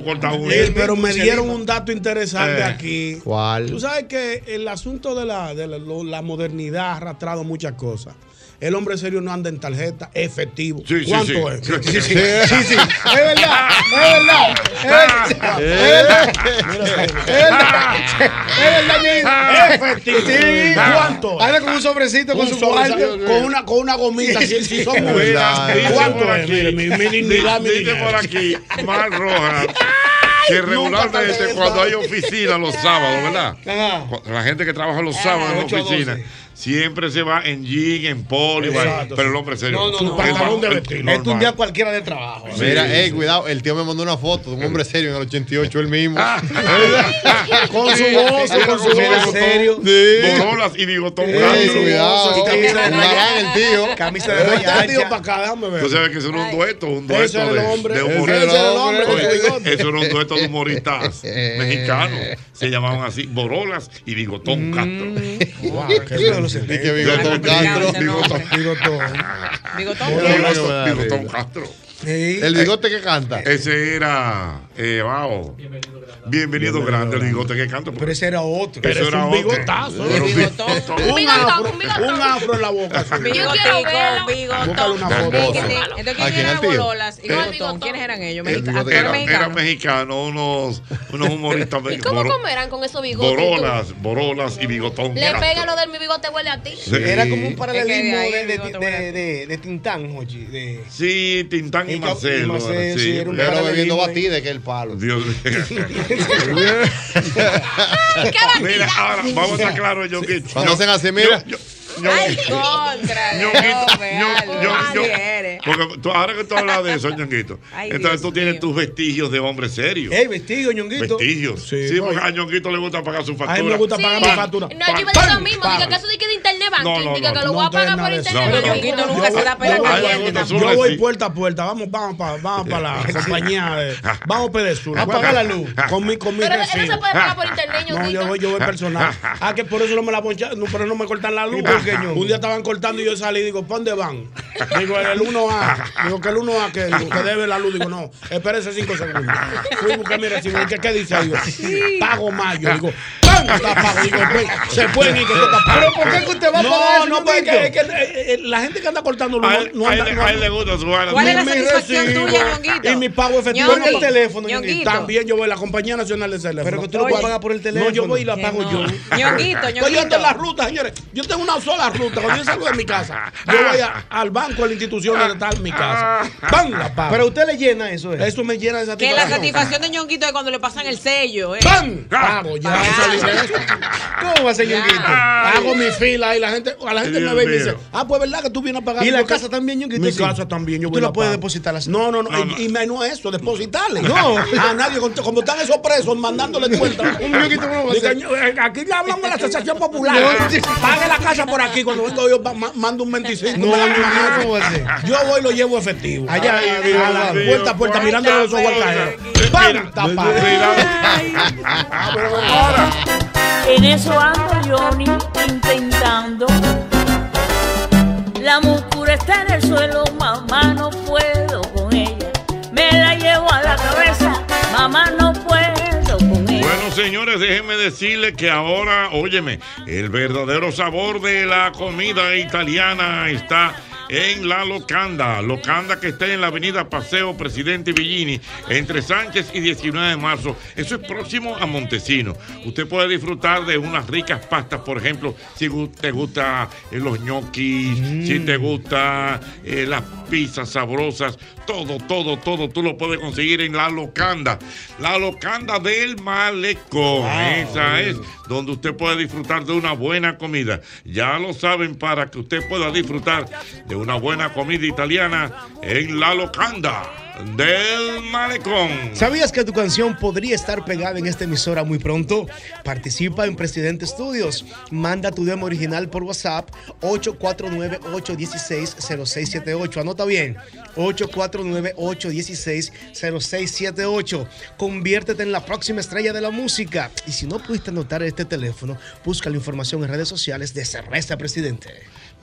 [SPEAKER 8] Ey, pero me dieron un dato interesante
[SPEAKER 4] Eh.
[SPEAKER 8] aquí. Tú
[SPEAKER 4] ¿Cuál?
[SPEAKER 8] sabes que el asunto de la, de la, lo- la modernidad ha arrastrado muchas cosas. El hombre serio no anda en tarjeta, efectivo.
[SPEAKER 14] Sí, sí,
[SPEAKER 8] ¿Cuánto
[SPEAKER 14] sí.
[SPEAKER 8] es?
[SPEAKER 14] Sí, sí, sí.
[SPEAKER 8] sí,
[SPEAKER 3] *laughs*
[SPEAKER 8] sí. Es verdad, es
[SPEAKER 3] Ah,
[SPEAKER 8] verdad. Es verdad. Es verdad.
[SPEAKER 3] eh.
[SPEAKER 8] Es verdad.
[SPEAKER 3] Ah,
[SPEAKER 8] Es verdad. Efectivo.
[SPEAKER 7] Sí.
[SPEAKER 8] ¿Cuánto?
[SPEAKER 7] Anda con Ah. un sobrecito con
[SPEAKER 8] Un
[SPEAKER 7] su
[SPEAKER 8] sobre,
[SPEAKER 7] cuarto.
[SPEAKER 8] con una, con una gomita, si, si son
[SPEAKER 7] Es
[SPEAKER 8] mujeres.
[SPEAKER 7] verdad, es
[SPEAKER 8] ¿Cuánto
[SPEAKER 3] por
[SPEAKER 8] es?
[SPEAKER 3] aquí.
[SPEAKER 8] Mire, mi, mi dignidad, mi
[SPEAKER 3] Dice
[SPEAKER 8] dignidad.
[SPEAKER 3] por aquí, Mar Rojas, que regularmente cuando hay oficina los sábados, ¿verdad? Cu- La gente que trabaja los sábados en la
[SPEAKER 14] ocho a
[SPEAKER 3] oficina siempre se va en jean, en poli,
[SPEAKER 14] Exacto,
[SPEAKER 3] va- pero el hombre serio.
[SPEAKER 7] No, no, no.
[SPEAKER 3] el
[SPEAKER 7] pantalón de
[SPEAKER 3] el-
[SPEAKER 7] vestir.
[SPEAKER 3] normal.
[SPEAKER 7] Esto es un día cualquiera de trabajo.
[SPEAKER 3] Sí.
[SPEAKER 4] Mira, ey, cuidado, el tío me mandó una foto de un hombre serio en el 88, él mismo.
[SPEAKER 8] Con su voz, con su voz.
[SPEAKER 7] serio.
[SPEAKER 3] Borolas y bigotón
[SPEAKER 4] Ey,
[SPEAKER 3] blanco.
[SPEAKER 4] cuidado.
[SPEAKER 3] Sí,
[SPEAKER 4] Camisa de
[SPEAKER 3] sí.
[SPEAKER 4] rayán, el tío.
[SPEAKER 7] Camisa
[SPEAKER 8] de rayán. Tío, para acá, déjame ver.
[SPEAKER 3] Tú sabes que eso era un dueto, un
[SPEAKER 8] Ese
[SPEAKER 3] dueto
[SPEAKER 8] era el
[SPEAKER 3] de,
[SPEAKER 8] hombre,
[SPEAKER 3] de
[SPEAKER 8] ese era el
[SPEAKER 3] humoristas.
[SPEAKER 8] hombre con
[SPEAKER 3] Oye,
[SPEAKER 8] bigote.
[SPEAKER 3] Eso era un dueto de humoristas mexicanos. Se llamaban así, Borolas y Bigotón Castro.
[SPEAKER 8] Wow,
[SPEAKER 3] qué bueno.
[SPEAKER 4] Y que Bigotón Castro.
[SPEAKER 3] Bigotón. Ah, Bigotón. Bigotón Castro.
[SPEAKER 4] El bigote que canta.
[SPEAKER 3] Ese era, eh, wow. Bienvenido grande. el bigote que canta. Pero
[SPEAKER 7] ese era otro.
[SPEAKER 8] Pero es un bigotazo.
[SPEAKER 3] Era un
[SPEAKER 8] Un afro, un afro en la boca. sí.
[SPEAKER 2] Bigotico,
[SPEAKER 8] Búscale
[SPEAKER 2] bigotón.
[SPEAKER 8] una
[SPEAKER 2] Entonces,
[SPEAKER 8] foto.
[SPEAKER 2] Entonces,
[SPEAKER 3] ¿A
[SPEAKER 2] ¿quiénes
[SPEAKER 3] quién, al
[SPEAKER 2] eran
[SPEAKER 3] tío?
[SPEAKER 2] bololas y
[SPEAKER 3] El
[SPEAKER 2] bigotón? ¿Quiénes eran ellos? Mexicanos.
[SPEAKER 3] bigote.
[SPEAKER 2] Actores
[SPEAKER 3] Era, era
[SPEAKER 2] mexicanos.
[SPEAKER 3] mexicano, unos, unos humoristas
[SPEAKER 6] ¿Y cómo
[SPEAKER 3] boro-
[SPEAKER 6] comerán con esos bigotes?
[SPEAKER 3] Borolas, Borolas y Bigotón
[SPEAKER 6] Le
[SPEAKER 3] Castro.
[SPEAKER 6] pega lo del mi bigote huele a ti.
[SPEAKER 3] Sí.
[SPEAKER 7] Era como un
[SPEAKER 6] Es que de
[SPEAKER 7] paralelismo
[SPEAKER 6] ahí
[SPEAKER 7] de, de,
[SPEAKER 6] el bigote
[SPEAKER 7] de, de- de Tintán, Jochi. De...
[SPEAKER 3] Sí, Tintán y,
[SPEAKER 7] Y Cap- y
[SPEAKER 3] Marcelo.
[SPEAKER 7] Marcelo,
[SPEAKER 3] era,
[SPEAKER 7] sí,
[SPEAKER 3] sí,
[SPEAKER 7] era un
[SPEAKER 3] Pero
[SPEAKER 7] paralelismo
[SPEAKER 3] bebiendo
[SPEAKER 7] ahí.
[SPEAKER 3] batido.
[SPEAKER 4] Pide que el *laughs* palo.
[SPEAKER 3] Dios mío. Mira, ahora vamos a estar claros, Ñonguito.
[SPEAKER 4] Cuando hacen así, mira.
[SPEAKER 3] Ñonguito,
[SPEAKER 2] Contra,
[SPEAKER 3] Ñonguito,
[SPEAKER 2] no, vean,
[SPEAKER 3] Ñon- Ñon-
[SPEAKER 2] nadie
[SPEAKER 3] Ñon-
[SPEAKER 2] eres.
[SPEAKER 3] Porque tú- ahora que tú hablas de eso, ñonguito,
[SPEAKER 7] Ay,
[SPEAKER 3] entonces
[SPEAKER 7] Dios
[SPEAKER 3] tú tienes tus vestigios de hombre serio.
[SPEAKER 7] Ey, vestido, ñonguito.
[SPEAKER 3] Vestigios. Sí, porque a ñonguito le gusta pagar su factura.
[SPEAKER 7] A mí me gusta pagar mi
[SPEAKER 3] Pan,
[SPEAKER 7] factura.
[SPEAKER 3] pan,
[SPEAKER 6] No, yo iba a decir lo
[SPEAKER 3] pan,
[SPEAKER 6] mismo.
[SPEAKER 3] pan.
[SPEAKER 6] Diga que eso de que de internet
[SPEAKER 3] No,
[SPEAKER 6] banking.
[SPEAKER 3] no,
[SPEAKER 6] Diga
[SPEAKER 3] no.
[SPEAKER 6] que lo voy a
[SPEAKER 3] No,
[SPEAKER 6] pagar
[SPEAKER 3] no,
[SPEAKER 6] por
[SPEAKER 3] no,
[SPEAKER 6] internet
[SPEAKER 3] no, no, no,
[SPEAKER 6] banking.
[SPEAKER 3] no, no. Ay, bueno,
[SPEAKER 8] Yo
[SPEAKER 3] sube,
[SPEAKER 8] voy
[SPEAKER 3] sí.
[SPEAKER 8] puerta a puerta, vamos, vamos para vamos pa la compañía, de, vamos a Pedesur, a apagar la luz con mi, con mi
[SPEAKER 6] Pero eso
[SPEAKER 8] recibo.
[SPEAKER 6] se puede pagar por internet,
[SPEAKER 8] No,
[SPEAKER 6] ñonguito.
[SPEAKER 8] yo voy, yo voy personal. Ah, que por eso no me la poncharon, no, pero no me cortan la luz.
[SPEAKER 14] ¿Y por qué, ñongo?
[SPEAKER 8] Un día estaban cortando y yo salí y digo, ¿para dónde van? Digo, el 1A. Digo, que el 1A que, que debe la luz. Digo, no, espérese cinco segundos. Fui a buscar mi recibo. ¿Qué, qué dice ahí? Pago mayo. Digo, ¡pam! Está pago. Digo, "Pues, se pueden ir que esto está pago.
[SPEAKER 14] Pero ¿por qué que usted va a
[SPEAKER 8] no,
[SPEAKER 14] pagar eso,
[SPEAKER 8] No, no, es
[SPEAKER 14] ñonguito?
[SPEAKER 8] que, es que, eh, eh, la gente que anda cortando luz
[SPEAKER 3] A él-
[SPEAKER 8] no
[SPEAKER 3] a él
[SPEAKER 8] anda.
[SPEAKER 3] le-
[SPEAKER 8] no
[SPEAKER 3] a él
[SPEAKER 8] anda-
[SPEAKER 3] le gusta su vaina.
[SPEAKER 2] ¿Cuál es la
[SPEAKER 8] Mi
[SPEAKER 2] satisfacción
[SPEAKER 8] recibo
[SPEAKER 2] tuya, Ñonguito?
[SPEAKER 8] Y mi pago efectivo en
[SPEAKER 2] Ñongui,
[SPEAKER 8] el teléfono,
[SPEAKER 2] Ñonguito.
[SPEAKER 8] Ñonguito. También yo voy a la compañía nacional de teléfono.
[SPEAKER 7] Pero que tú no Oye. pagas por el
[SPEAKER 8] No, yo
[SPEAKER 7] teléfono.
[SPEAKER 8] voy y la
[SPEAKER 7] Que
[SPEAKER 8] pago
[SPEAKER 7] no.
[SPEAKER 8] yo.
[SPEAKER 7] Ñonguito,
[SPEAKER 8] Pues
[SPEAKER 7] Ñonguito.
[SPEAKER 8] Yo tengo la ruta, señores. Yo tengo una sola ruta. Cuando yo salgo de mi casa, yo voy a- al banco, a la institución donde está mi casa. ¡Pam! La pago.
[SPEAKER 7] Ah. Pero usted le llena eso, ¿eh?
[SPEAKER 8] Eso me llena de
[SPEAKER 2] Que la
[SPEAKER 8] satisfacción.
[SPEAKER 2] satisfacción de ñonguito es cuando le pasan el sello, ¿eh?
[SPEAKER 8] ¡Pam! Pago ya.
[SPEAKER 2] Ya.
[SPEAKER 8] salí de eso.
[SPEAKER 7] ¿Cómo va,
[SPEAKER 8] Ñonguito? Hago mi fila y la gente, a la gente
[SPEAKER 7] Dios
[SPEAKER 8] me ve y me
[SPEAKER 7] mío.
[SPEAKER 8] dice, ah, pues verdad que tú vienes a pagar.
[SPEAKER 7] ¿Y la
[SPEAKER 8] Digo,
[SPEAKER 7] casa
[SPEAKER 8] ¿qué?
[SPEAKER 7] también, Ñonguito?
[SPEAKER 8] Mi
[SPEAKER 7] Sí.
[SPEAKER 8] casa también, yo
[SPEAKER 7] Tú
[SPEAKER 8] voy
[SPEAKER 7] la
[SPEAKER 8] la
[SPEAKER 7] puedes
[SPEAKER 8] pago.
[SPEAKER 7] depositar así.
[SPEAKER 8] No, no, no,
[SPEAKER 7] No, eh,
[SPEAKER 8] y-
[SPEAKER 7] no.
[SPEAKER 8] Y, menos eso, depositarle.
[SPEAKER 7] No.
[SPEAKER 8] a nadie. con- Como están esos presos mandándole cuentas.
[SPEAKER 7] Un ñonguito, ¿cómo va a
[SPEAKER 8] Diga,
[SPEAKER 7] ser?
[SPEAKER 8] "Ño- eh, Aquí le hablamos de
[SPEAKER 7] *laughs*
[SPEAKER 8] la Asociación Popular.
[SPEAKER 7] No.
[SPEAKER 8] Pague la casa por aquí. Cuando vengo yo va- ma- mando un 25.
[SPEAKER 7] No,
[SPEAKER 8] me dan
[SPEAKER 7] ñonguito,
[SPEAKER 8] una
[SPEAKER 7] ¿cómo va a ser?
[SPEAKER 8] Yo voy y lo llevo efectivo. Allá,
[SPEAKER 7] Ay,
[SPEAKER 8] eh,
[SPEAKER 7] Dios
[SPEAKER 8] a la
[SPEAKER 7] mío.
[SPEAKER 8] puerta a puerta,
[SPEAKER 7] Ay,
[SPEAKER 8] mirándole los ojos al
[SPEAKER 7] Dios
[SPEAKER 8] cajero.
[SPEAKER 7] eh,
[SPEAKER 8] ¡Pam! Tapado.
[SPEAKER 18] En eso ando, Johnny, intentando. La muscura está en el suelo, mamá, no puedo con ella. Me la llevo a la cabeza, mamá, no puedo con ella.
[SPEAKER 3] Bueno, señores, déjenme decirles que ahora, óyeme, el verdadero sabor de la comida italiana está en la Locanda. Locanda que está en la avenida Paseo Presidente Villini, entre Sánchez y 19 de marzo. Eso es próximo a Montesino. Usted puede disfrutar de unas ricas pastas, por ejemplo, si gu- te gusta eh, los ñoquis, si te gusta eh, las pizzas sabrosas, todo, todo, todo, tú lo puedes conseguir en la Locanda. La Locanda del Malecón. Esa es donde usted puede disfrutar de una buena comida. Ya lo saben, para que usted pueda disfrutar de una buena comida italiana en la Locanda del Malecón.
[SPEAKER 7] ¿Sabías que tu canción podría estar pegada en esta emisora muy pronto? Participa en Presidente Studios. Manda tu demo original por WhatsApp 849-816-0678. Anota bien, 849-816-0678. Conviértete en la próxima estrella de la música. Y si no pudiste anotar este teléfono, busca la información en redes sociales de Cerveza Presidente.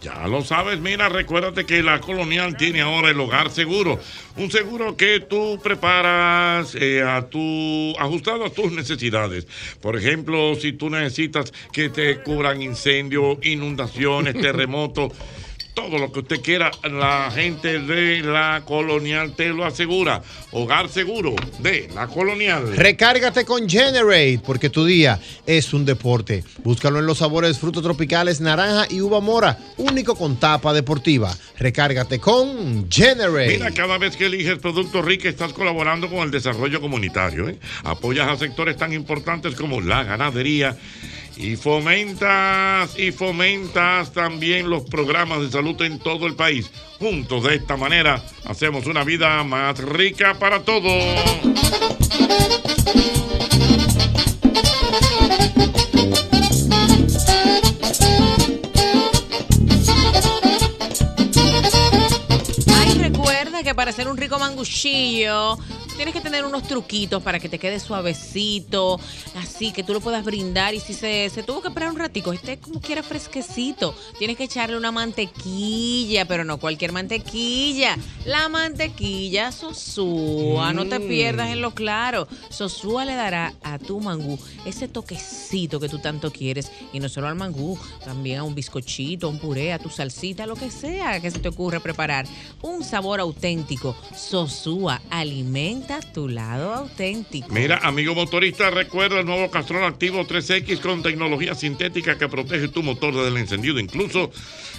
[SPEAKER 3] Ya lo sabes, mira, recuérdate que la Colonial tiene ahora el hogar seguro. Un seguro que tú preparas eh, a tu, ajustado a tus necesidades. Por ejemplo, si tú necesitas que te cubran incendios, inundaciones, terremotos. Todo lo que usted quiera, la gente de la colonial te lo asegura. Hogar seguro de la colonial.
[SPEAKER 4] Recárgate con Generate, porque tu día es un deporte. Búscalo en los sabores frutos tropicales, naranja y uva mora, único con tapa deportiva. Recárgate con Generate.
[SPEAKER 3] Mira, cada vez que eliges Producto Rica estás colaborando con el desarrollo comunitario. ¿eh? Apoyas a sectores tan importantes como la ganadería y fomentas y fomentas también los programas de salud en todo el país. Juntos de esta manera hacemos una vida más rica para todos.
[SPEAKER 2] Ay, recuerda que para hacer un rico manguchillo tienes que tener unos truquitos para que te quede suavecito, así que tú lo puedas brindar. Y si se, se tuvo que esperar un ratico, esté como quiera fresquecito. Tienes que echarle una mantequilla, pero no cualquier mantequilla. La mantequilla Sosúa. No te
[SPEAKER 19] Mm.
[SPEAKER 2] pierdas en lo claro. Sosúa le dará a tu mangú ese toquecito que tú tanto quieres. Y no solo al mangú, también a un bizcochito, a un puré, a tu salsita, lo que sea que se te ocurra preparar. Un sabor auténtico. Sosúa alimenta tu lado auténtico.
[SPEAKER 3] Mira, amigo motorista, recuerda el nuevo Castrol Activo 3X con tecnología sintética que protege tu motor del encendido, incluso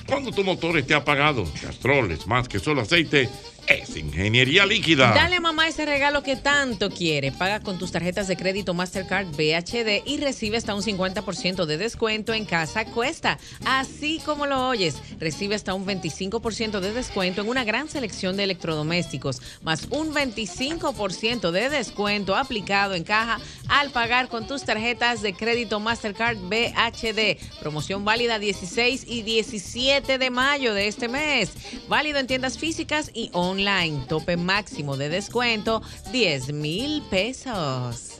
[SPEAKER 3] cuando tu motor esté apagado. Castrol es más que solo aceite, es ingeniería líquida.
[SPEAKER 2] Dale a mamá ese regalo que tanto quiere. Paga con tus tarjetas de crédito Mastercard BHD y recibe hasta un 50% de descuento en Casa Cuesta. Así como lo oyes, recibe hasta un 25% de descuento en una gran selección de electrodomésticos, más un 25% de descuento aplicado en caja al pagar con tus tarjetas de crédito Mastercard BHD. Promoción válida 16 y 17 de mayo de este mes. Válido en tiendas físicas y online. Tope máximo de descuento 10 mil pesos.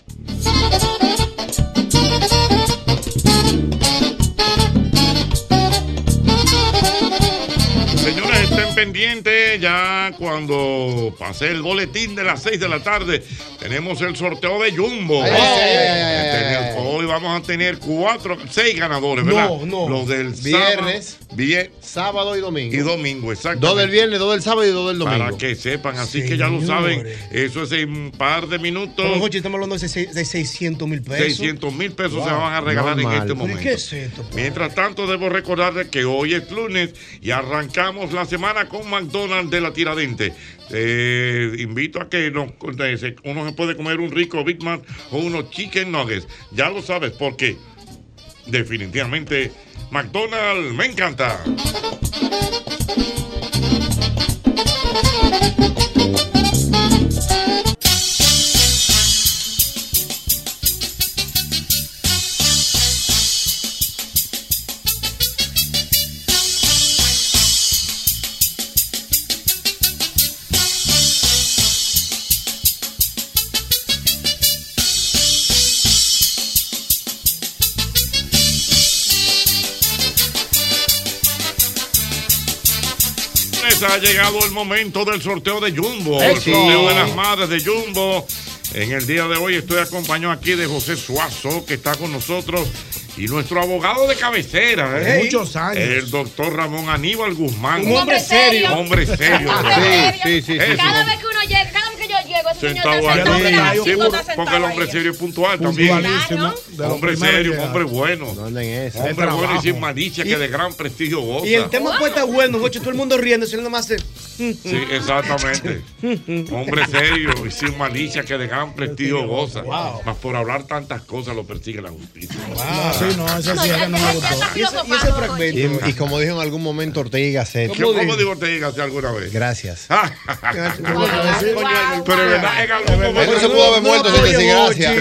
[SPEAKER 3] Señores, estén pendientes ya cuando pase el boletín de las 6 de la tarde. Tenemos el sorteo de Jumbo. Este
[SPEAKER 14] Ay, ay, ay, ay, ay, ay.
[SPEAKER 3] Hoy vamos a tener cuatro, seis ganadores, ¿verdad?
[SPEAKER 4] No, no.
[SPEAKER 3] Los del
[SPEAKER 4] Viernes,
[SPEAKER 3] sábado, vie-
[SPEAKER 4] Sábado y domingo.
[SPEAKER 3] y domingo, exacto.
[SPEAKER 4] Dos del viernes, dos del sábado y dos del domingo.
[SPEAKER 3] Para que sepan, así que ya lo saben. Eso es en un par de minutos.
[SPEAKER 7] Pero, Jochi, estamos hablando de, seis- de 600 mil pesos.
[SPEAKER 3] 600 mil pesos
[SPEAKER 7] Wow.
[SPEAKER 3] se van a regalar
[SPEAKER 7] Normal.
[SPEAKER 3] en
[SPEAKER 7] Pero,
[SPEAKER 3] este
[SPEAKER 7] ¿y
[SPEAKER 3] momento.
[SPEAKER 7] ¿Qué es esto?
[SPEAKER 3] Mientras tanto, debo recordarles que hoy es lunes y arrancamos la semana con McDonald's de la Tiradente. Eh, invito a que nos- eh, se- uno se puede comer un rico Big Mac o unos chicken nuggets. Ya lo sabes, porque definitivamente McDonald's me encanta. Les Pues ha llegado el momento del sorteo de Jumbo, el
[SPEAKER 14] Eso.
[SPEAKER 3] sorteo de las madres de Jumbo. En el día de hoy estoy acompañado aquí de José Suazo, que está con nosotros, y nuestro abogado de cabecera, ¿eh?
[SPEAKER 8] De muchos años.
[SPEAKER 3] el doctor Ramón Aníbal Guzmán.
[SPEAKER 8] Un hombre serio.
[SPEAKER 3] Hombre serio.
[SPEAKER 8] Un hombre Sí, serio. sí, sí, sí.
[SPEAKER 3] Eso,
[SPEAKER 6] Cada vez que uno llega, cada vez que yo llego, ese señor
[SPEAKER 3] Sentado
[SPEAKER 6] está
[SPEAKER 3] ahí.
[SPEAKER 6] sentado en
[SPEAKER 3] Sí,
[SPEAKER 6] la silla, está
[SPEAKER 3] porque,
[SPEAKER 6] sentado
[SPEAKER 3] porque el hombre
[SPEAKER 6] ahí.
[SPEAKER 3] serio es puntual también.
[SPEAKER 6] Puntualísimo.
[SPEAKER 4] De los
[SPEAKER 3] Hombre
[SPEAKER 4] primeros
[SPEAKER 3] serio,
[SPEAKER 4] llegados.
[SPEAKER 3] hombre bueno.
[SPEAKER 4] De
[SPEAKER 3] Hombre bueno y
[SPEAKER 4] trabajo.
[SPEAKER 3] sin malicia, que de gran prestigio goza.
[SPEAKER 7] Y el tema puede estar bueno, Jochi, todo el mundo riendo, si nada más se...
[SPEAKER 3] Sí, exactamente.
[SPEAKER 7] *laughs*
[SPEAKER 3] Hombre serio y sin malicia que de gran prestigio goza. Mas por hablar tantas cosas lo persigue la justicia.
[SPEAKER 8] Ah.
[SPEAKER 3] Ah.
[SPEAKER 8] Sí, no, eso sí, era, no me gustó.
[SPEAKER 7] Y ese, y ese fragmento.
[SPEAKER 4] Y, y como dijo en algún momento Ortega y Gasset.
[SPEAKER 3] ¿Cómo, Ah. ¿Cómo digo te llegaste alguna vez?
[SPEAKER 4] Gracias.
[SPEAKER 3] Pero en verdad, en algún
[SPEAKER 4] Eso
[SPEAKER 3] momento.
[SPEAKER 4] se pudo haber muerto sin decir gracias.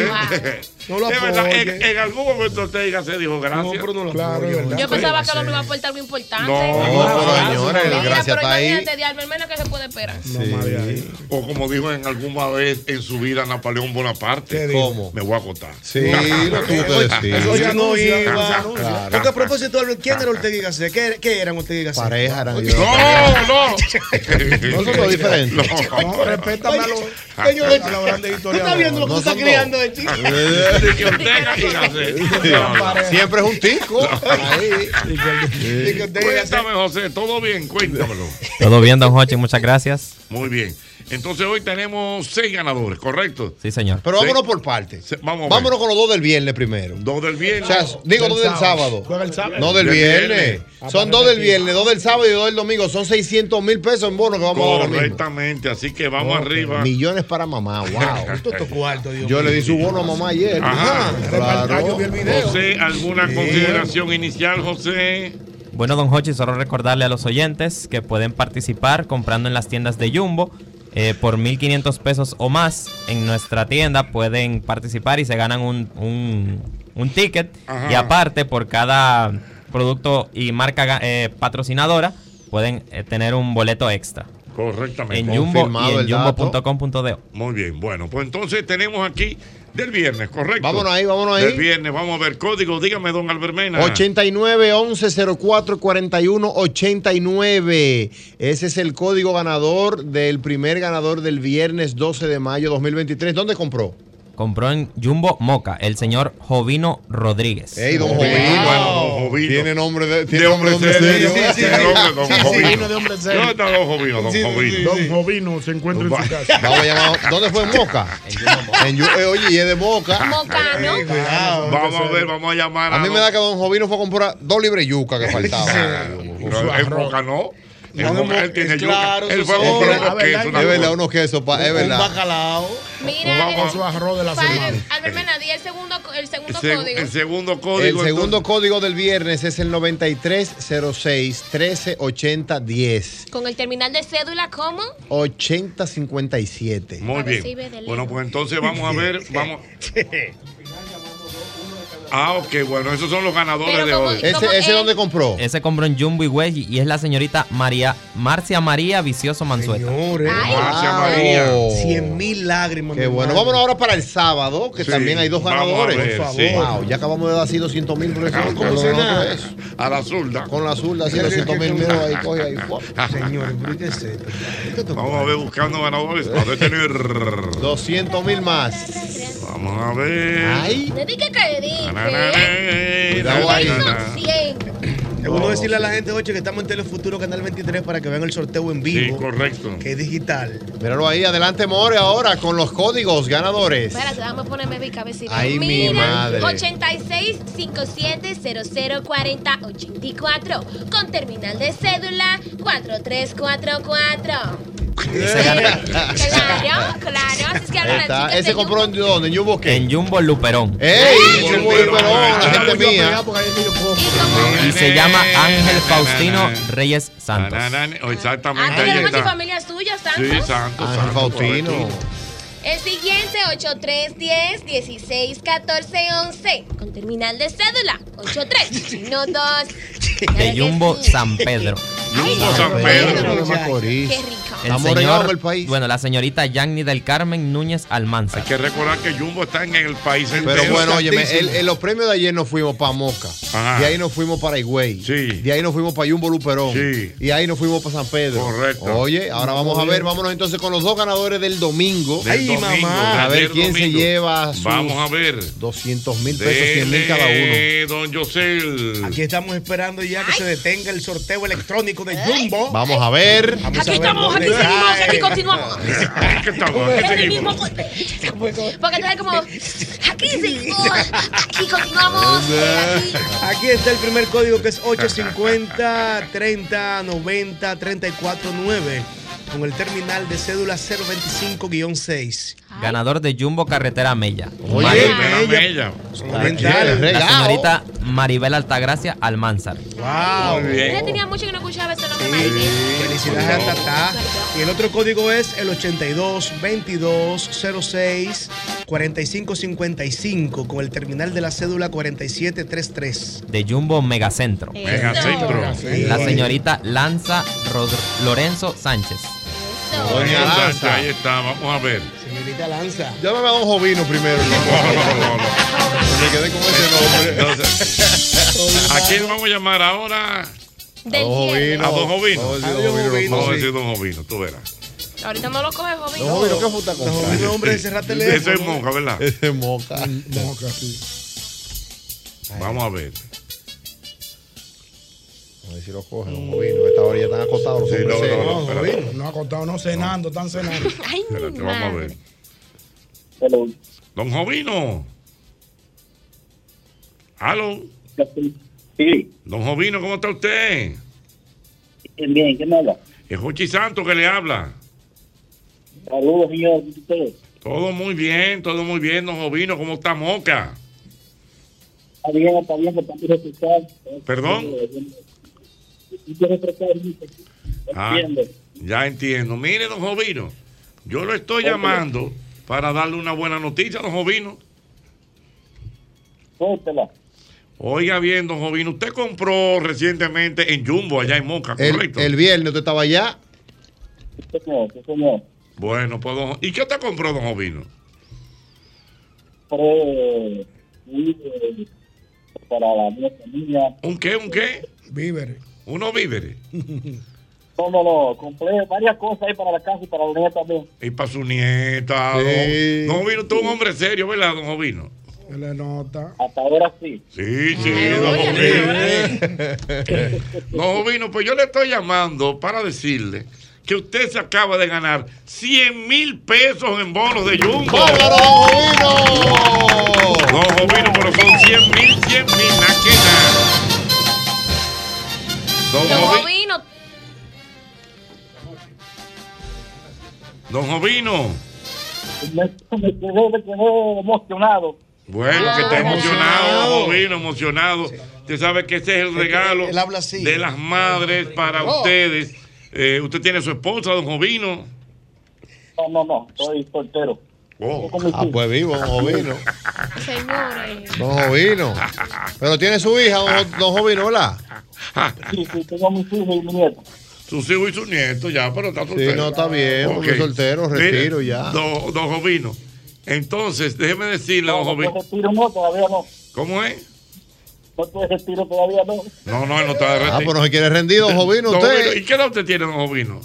[SPEAKER 3] *laughs* No lo verdad, en, en algún momento te diga, se dijo gracias. No, pero
[SPEAKER 7] no lo
[SPEAKER 6] Yo pensaba que el hombre iba a aportar algo importante.
[SPEAKER 3] No,
[SPEAKER 4] pero señores,
[SPEAKER 6] Mira,
[SPEAKER 4] gracias
[SPEAKER 6] pero
[SPEAKER 4] está ahí.
[SPEAKER 6] imagínate, de alma, el menos que se puede esperar.
[SPEAKER 3] O como dijo en alguna vez en su vida Napoleón Bonaparte. ¿Cómo? Me voy a acotar. *laughs*
[SPEAKER 4] Sí, lo tuvo que decir.
[SPEAKER 7] Jochi no iba.
[SPEAKER 4] Claro.
[SPEAKER 7] Porque a propósito, Albert, ¿quién era Ortega y Gasset? ¿Qué, qué eran Ortega y Gasset?
[SPEAKER 4] Pareja eran yo.
[SPEAKER 3] No, no.
[SPEAKER 4] *laughs* No son dos diferentes.
[SPEAKER 7] eh,
[SPEAKER 8] No, respétame a los
[SPEAKER 7] Señores,
[SPEAKER 8] a los grandes
[SPEAKER 7] ¿tú estás
[SPEAKER 8] historiadores.
[SPEAKER 7] viendo lo que tú estás criando de
[SPEAKER 3] *laughs*
[SPEAKER 7] chico?
[SPEAKER 4] Siempre es un tico. Ahí.
[SPEAKER 3] Cuéntame, José, ¿todo bien? Cuéntamelo.
[SPEAKER 20] Todo bien, don Jochi, muchas gracias.
[SPEAKER 3] Muy bien. Entonces hoy tenemos seis ganadores, ¿correcto?
[SPEAKER 20] Sí, señor.
[SPEAKER 4] Pero vámonos por partes.
[SPEAKER 3] Vamos a ver.
[SPEAKER 4] Vámonos con los dos del viernes primero.
[SPEAKER 3] Dos del viernes.
[SPEAKER 4] O sea, digo dos del sábado. No del viernes. Son dos del viernes, dos del sábado y dos del domingo. Son 600 mil pesos en bonos que vamos a dar ahora mismo.
[SPEAKER 3] Correctamente, así que vamos
[SPEAKER 4] Ok,
[SPEAKER 3] arriba.
[SPEAKER 4] Millones para mamá, *laughs* wow.
[SPEAKER 7] cuarto, Dios
[SPEAKER 4] Yo le di su bono a mamá ayer.
[SPEAKER 3] Ajá.
[SPEAKER 4] Claro.
[SPEAKER 3] José, ¿alguna consideración inicial, José?
[SPEAKER 20] Bueno, don Hochi, solo recordarle a los oyentes que pueden participar comprando en las tiendas de Jumbo eh, por 1.500 pesos o más. En nuestra tienda pueden participar y se ganan un, un- un ticket.
[SPEAKER 3] Ajá.
[SPEAKER 20] Y aparte, por cada producto y marca ga- eh, patrocinadora, pueden eh, tener un boleto extra.
[SPEAKER 3] Correctamente.
[SPEAKER 20] En Jumbo y en jumbo.com.de.
[SPEAKER 3] Muy bien, bueno, pues entonces tenemos aquí del viernes, ¿correcto?
[SPEAKER 4] Vámonos ahí, vámonos ahí.
[SPEAKER 3] Del viernes, vamos a ver código, dígame, don Albermena.
[SPEAKER 4] 89 11 04 41 89. Ese es el código ganador del primer ganador del viernes 12 de mayo 2023. ¿Dónde compró?
[SPEAKER 20] Compró en Jumbo Moca el señor Jovino Rodríguez.
[SPEAKER 4] Ey, don Jovino. Tiene nombre de, tiene
[SPEAKER 20] De
[SPEAKER 4] nombre de
[SPEAKER 20] hombre
[SPEAKER 4] hombre serio.
[SPEAKER 20] serio. Sí, sí, sí. Sí, sí,
[SPEAKER 8] vino de hombre serio.
[SPEAKER 3] ¿Dónde está don Jovino? Don
[SPEAKER 8] Sí, sí,
[SPEAKER 3] Jovino.
[SPEAKER 8] sí, Don Jovino se encuentra en su casa.
[SPEAKER 4] *laughs* Vamos a llamar- ¿Dónde fue en Moca? En Yu- eh, oye, y es de Moca. *laughs*
[SPEAKER 6] Mocano.
[SPEAKER 4] Sí, cuidado.
[SPEAKER 3] Vamos a ver, vamos a llamar a.
[SPEAKER 4] A mí me da que don Jovino fue a comprar dos libres yuca que faltaban.
[SPEAKER 3] Pero en Moca no. Él
[SPEAKER 4] No,
[SPEAKER 3] fue- él tiene yuca. Él fue a
[SPEAKER 4] Es
[SPEAKER 3] comprar unos
[SPEAKER 4] verdad,
[SPEAKER 3] quesos,
[SPEAKER 4] es
[SPEAKER 3] una
[SPEAKER 4] verdad,
[SPEAKER 3] cosa.
[SPEAKER 4] unos quesos, pa- es
[SPEAKER 8] Un
[SPEAKER 4] verdad.
[SPEAKER 8] bacalao.
[SPEAKER 6] Mira,
[SPEAKER 8] Con
[SPEAKER 6] el-
[SPEAKER 8] su arroz de la
[SPEAKER 6] pa-
[SPEAKER 8] semana.
[SPEAKER 6] Albert Menadí, el segundo, co- el segundo
[SPEAKER 4] seg-
[SPEAKER 6] código.
[SPEAKER 4] el
[SPEAKER 3] segundo
[SPEAKER 4] El segundo código del viernes es el 9306 1380 10
[SPEAKER 6] Con el terminal de cédula, ¿cómo?
[SPEAKER 4] 8057.
[SPEAKER 3] Muy
[SPEAKER 6] Recibe de
[SPEAKER 3] bien.
[SPEAKER 6] lejos.
[SPEAKER 3] Bueno, pues entonces vamos a ver.
[SPEAKER 4] *laughs*
[SPEAKER 3] Vamos. Ah, ok, bueno, esos son los ganadores
[SPEAKER 20] Pero
[SPEAKER 3] de
[SPEAKER 20] como-
[SPEAKER 3] hoy.
[SPEAKER 20] como Ese- ese él- dónde
[SPEAKER 4] compró?
[SPEAKER 20] Ese compró en Jumbo y Way y es la señorita María Marcia María Vicioso Mansueta.
[SPEAKER 7] eh.
[SPEAKER 4] Gracias, María. 100 mil lágrimas. Ah, oh, Qué bueno. Vámonos ahora para el sábado, que
[SPEAKER 20] Sí,
[SPEAKER 4] también hay dos
[SPEAKER 20] vamos a
[SPEAKER 4] ganadores.
[SPEAKER 20] ver,
[SPEAKER 4] Por favor.
[SPEAKER 20] sí.
[SPEAKER 4] Wow, ya acabamos de dar así 200 mil
[SPEAKER 3] A la zurda.
[SPEAKER 4] Con la zurda, así 200 mil. mira, ahí
[SPEAKER 3] *laughs*
[SPEAKER 4] coge ahí. ¡fua!
[SPEAKER 3] Señores, Vamos a ver buscando ganadores para detener.
[SPEAKER 4] 200 mil más.
[SPEAKER 3] Vamos a ver.
[SPEAKER 6] Le dije que dije.
[SPEAKER 3] Cuidado ahí.
[SPEAKER 6] Son 100.
[SPEAKER 7] Debo decirle a la gente, ocho, que estamos en Telefuturo Canal 23 para que vean el sorteo en vivo.
[SPEAKER 3] Sí, correcto.
[SPEAKER 7] Que es digital.
[SPEAKER 4] Míralo ahí, adelante More ahora con los códigos ganadores.
[SPEAKER 6] Espérate, déjame ponerme mi cabecita.
[SPEAKER 4] Pues. Ay, mi madre.
[SPEAKER 6] 86 57 00 40 84 con terminal de cédula 4344.
[SPEAKER 4] *laughs*
[SPEAKER 6] Claro, claro. Así es que
[SPEAKER 4] Ahí
[SPEAKER 6] ahora las
[SPEAKER 4] está.
[SPEAKER 6] chicas
[SPEAKER 4] ¿Ese
[SPEAKER 6] de
[SPEAKER 4] compró en dónde? ¿En Jumbo qué?
[SPEAKER 20] En Jumbo Luperón.
[SPEAKER 4] ¡Ey! Ese muy bueno, la gente mía.
[SPEAKER 20] Y se llama Ángel Faustino Reyes Santos.
[SPEAKER 3] Exactamente,
[SPEAKER 6] Ah,
[SPEAKER 3] ahí
[SPEAKER 6] pero con tu
[SPEAKER 3] está.
[SPEAKER 6] familia es tuya,
[SPEAKER 3] Sí,
[SPEAKER 6] Santos.
[SPEAKER 3] Santos,
[SPEAKER 4] Ángel
[SPEAKER 3] Santos,
[SPEAKER 4] Ah, Faustino.
[SPEAKER 3] correcto.
[SPEAKER 6] El siguiente, 8310 16 14 11. Con terminal de cédula, 83 no 2.
[SPEAKER 4] *laughs*
[SPEAKER 20] De Jumbo San Pedro.
[SPEAKER 3] Jumbo
[SPEAKER 4] San Pedro de Macorís.
[SPEAKER 6] Qué rico.
[SPEAKER 20] El
[SPEAKER 4] Amor,
[SPEAKER 20] señor,
[SPEAKER 4] llegamos al
[SPEAKER 20] bueno, la señorita Yanni del Carmen Núñez Almanza. Hay
[SPEAKER 3] que recordar que Jumbo está en el país
[SPEAKER 4] Pero bueno, oye, en los premios de ayer nos fuimos para Moca. De ahí nos fuimos para Higüey. De ahí nos fuimos para Jumbo Luperón. Y ahí nos fuimos para San Pedro. Correcto. Oye, ahora vamos a ver, vámonos entonces con los dos ganadores del domingo.
[SPEAKER 3] Del domingo,
[SPEAKER 4] A ver
[SPEAKER 3] del
[SPEAKER 4] quién se
[SPEAKER 3] domingo.
[SPEAKER 4] lleva sus
[SPEAKER 3] Vamos a ver.
[SPEAKER 4] 200 mil pesos, 100 mil cada uno.
[SPEAKER 3] Dele, Don Yosel.
[SPEAKER 7] Aquí estamos esperando ya que se detenga el sorteo electrónico de Jumbo.
[SPEAKER 4] Vamos a ver.
[SPEAKER 7] Vamos
[SPEAKER 6] Aquí
[SPEAKER 7] a ver
[SPEAKER 6] estamos, aquí
[SPEAKER 7] dónde
[SPEAKER 6] seguimos,
[SPEAKER 7] cae.
[SPEAKER 6] aquí continuamos.
[SPEAKER 3] Aquí estamos, aquí
[SPEAKER 6] Es el
[SPEAKER 3] seguimos.
[SPEAKER 6] mismo golpe. Porque te da
[SPEAKER 4] *laughs*
[SPEAKER 6] como. Aquí seguimos, aquí
[SPEAKER 4] *laughs*
[SPEAKER 6] continuamos.
[SPEAKER 7] Aquí está el primer código que es 850 30 90 34 9 con el terminal de cédula 025-6.
[SPEAKER 20] Ganador de Jumbo Carretera Mella.
[SPEAKER 7] Oye,
[SPEAKER 20] Maribel-
[SPEAKER 7] Carretera Mella. Oriental.
[SPEAKER 20] La señorita Maribel Altagracia Almanzar.
[SPEAKER 6] Ah,
[SPEAKER 4] Ah,
[SPEAKER 7] Wow.
[SPEAKER 6] Yo tenía mucho que no escuchaba ese nombre, Maribel.
[SPEAKER 7] Felicidades a Tata. Y el otro código es el 82 22 06 45 55 con el terminal de la cédula 4733.
[SPEAKER 20] De Jumbo Megacentro.
[SPEAKER 3] Eh,
[SPEAKER 7] Megacentro.
[SPEAKER 20] La señorita Lanza Rod- Lorenzo Sánchez.
[SPEAKER 3] Doña
[SPEAKER 20] Lanza.
[SPEAKER 3] Ahí está, vamos a ver.
[SPEAKER 7] Señorita Lanza.
[SPEAKER 4] *laughs* Llámame a Don Jovino primero. Me quedé con ese nombre.
[SPEAKER 3] ¿A quién vamos a llamar ahora?
[SPEAKER 6] Del cielo.
[SPEAKER 3] A Don Jovino.
[SPEAKER 4] Vamos a
[SPEAKER 3] Vamos
[SPEAKER 4] decir Don Jovino,
[SPEAKER 3] a
[SPEAKER 4] sí.
[SPEAKER 3] decir Don Jovino, tú verás.
[SPEAKER 6] Ahorita no lo coge, joven.
[SPEAKER 4] puta
[SPEAKER 7] hombre, ese teléfono.
[SPEAKER 3] Ese es Moca, ¿verdad?
[SPEAKER 4] Ese es Moca.
[SPEAKER 8] Moca, sí.
[SPEAKER 3] *laughs* Vamos a ver.
[SPEAKER 4] A ver si lo coge Don Jovino. A esta hora ya están acostados los
[SPEAKER 3] Sí,
[SPEAKER 4] hombres
[SPEAKER 3] no, no,
[SPEAKER 4] serios.
[SPEAKER 3] no, espérate.
[SPEAKER 8] No ha contado, no cenando, están cenando.
[SPEAKER 6] Ay,
[SPEAKER 3] Espérate, vamos a ver. Don Jovino. ¿Aló?
[SPEAKER 10] Sí.
[SPEAKER 3] Don Jovino, ¿cómo está usted?
[SPEAKER 10] Bien, bien, ¿qué me habla?
[SPEAKER 3] Es Jochi Santos que le habla.
[SPEAKER 10] Saludos, señor. ¿cómo ustedes?
[SPEAKER 3] Todo muy bien, todo muy bien, don Jovino. ¿Cómo está Moca?
[SPEAKER 10] Está bien, está bien, que están refrescados.
[SPEAKER 3] ¿Perdón?
[SPEAKER 10] Y quiero refrescar, dice.
[SPEAKER 3] Ah,
[SPEAKER 10] Entiendo.
[SPEAKER 3] ya entiendo. Mire, don Jovino, yo lo estoy
[SPEAKER 10] Ok.
[SPEAKER 3] llamando para darle una buena noticia, don Jovino.
[SPEAKER 10] Cuéntela.
[SPEAKER 3] Oiga bien, don Jovino, usted compró recientemente en Jumbo, allá en Moca,
[SPEAKER 4] El,
[SPEAKER 3] ¿correcto?
[SPEAKER 4] el viernes usted estaba allá.
[SPEAKER 3] Bueno, pues, don- ¿y qué usted compró, don Jovino?
[SPEAKER 10] Pero, sí, eh, para la mía familia.
[SPEAKER 3] ¿Un qué, un qué?
[SPEAKER 8] Víveres.
[SPEAKER 3] Unos víveres.
[SPEAKER 10] *laughs* No, no, no. Compré varias cosas ahí para la casa y para la niña también.
[SPEAKER 3] Y para su nieta. don- Ah,
[SPEAKER 10] Sí.
[SPEAKER 3] Don, Jovino, usted es un hombre serio, ¿verdad, don Jovino?
[SPEAKER 8] Se le nota.
[SPEAKER 10] Hasta ahora sí.
[SPEAKER 3] Sí, sí, don Jovino. don Jovino, pues yo le estoy llamando para decirle que usted se acaba de ganar 100 mil pesos en bonos de Jumbo.
[SPEAKER 4] ¡Bárbaro, don Jovino!
[SPEAKER 3] No, Jovino, pero son 100 mil, 100 mil, nada que nada. Don
[SPEAKER 6] Don
[SPEAKER 3] Jovino,
[SPEAKER 6] Jovino,
[SPEAKER 3] Don Jovino.
[SPEAKER 10] Me, me quedé, me quedé emocionado.
[SPEAKER 3] Bueno, que está
[SPEAKER 10] Ah,
[SPEAKER 3] emocionado,
[SPEAKER 10] emocionado.
[SPEAKER 3] don Jovino, emocionado. Usted sabe que este es el regalo
[SPEAKER 10] él habla así.
[SPEAKER 3] de las madres para
[SPEAKER 10] Oh.
[SPEAKER 3] ustedes. Eh, usted tiene su esposa, don Jovino.
[SPEAKER 10] No, no, no, soy soltero.
[SPEAKER 3] Oh.
[SPEAKER 10] *laughs*
[SPEAKER 4] Ah, pues vivo, don Jovino.
[SPEAKER 6] Señores.
[SPEAKER 4] Don Jovino. Pero tiene su hija,
[SPEAKER 3] Ah,
[SPEAKER 4] don, don Jovino, ¿verdad?
[SPEAKER 10] Sí, sí, tengo mis hijos y mi nieto.
[SPEAKER 3] Sus hijos y sus nietos ya, pero está soltero.
[SPEAKER 4] no, está bien, porque
[SPEAKER 3] Ok.
[SPEAKER 4] soltero,
[SPEAKER 3] Mire,
[SPEAKER 4] retiro ya.
[SPEAKER 3] Don, don Jovino, entonces déjeme decirle, don
[SPEAKER 10] No
[SPEAKER 3] Jovino,
[SPEAKER 10] retiro, no, todavía no.
[SPEAKER 3] ¿cómo es?
[SPEAKER 10] No te retiro, todavía no.
[SPEAKER 3] No, no, él no está de retiro.
[SPEAKER 4] Ah, pero no se quiere rendir, don Jovino,
[SPEAKER 3] Don
[SPEAKER 4] usted.
[SPEAKER 3] Jovino, ¿Y qué edad usted tiene, don Jovino?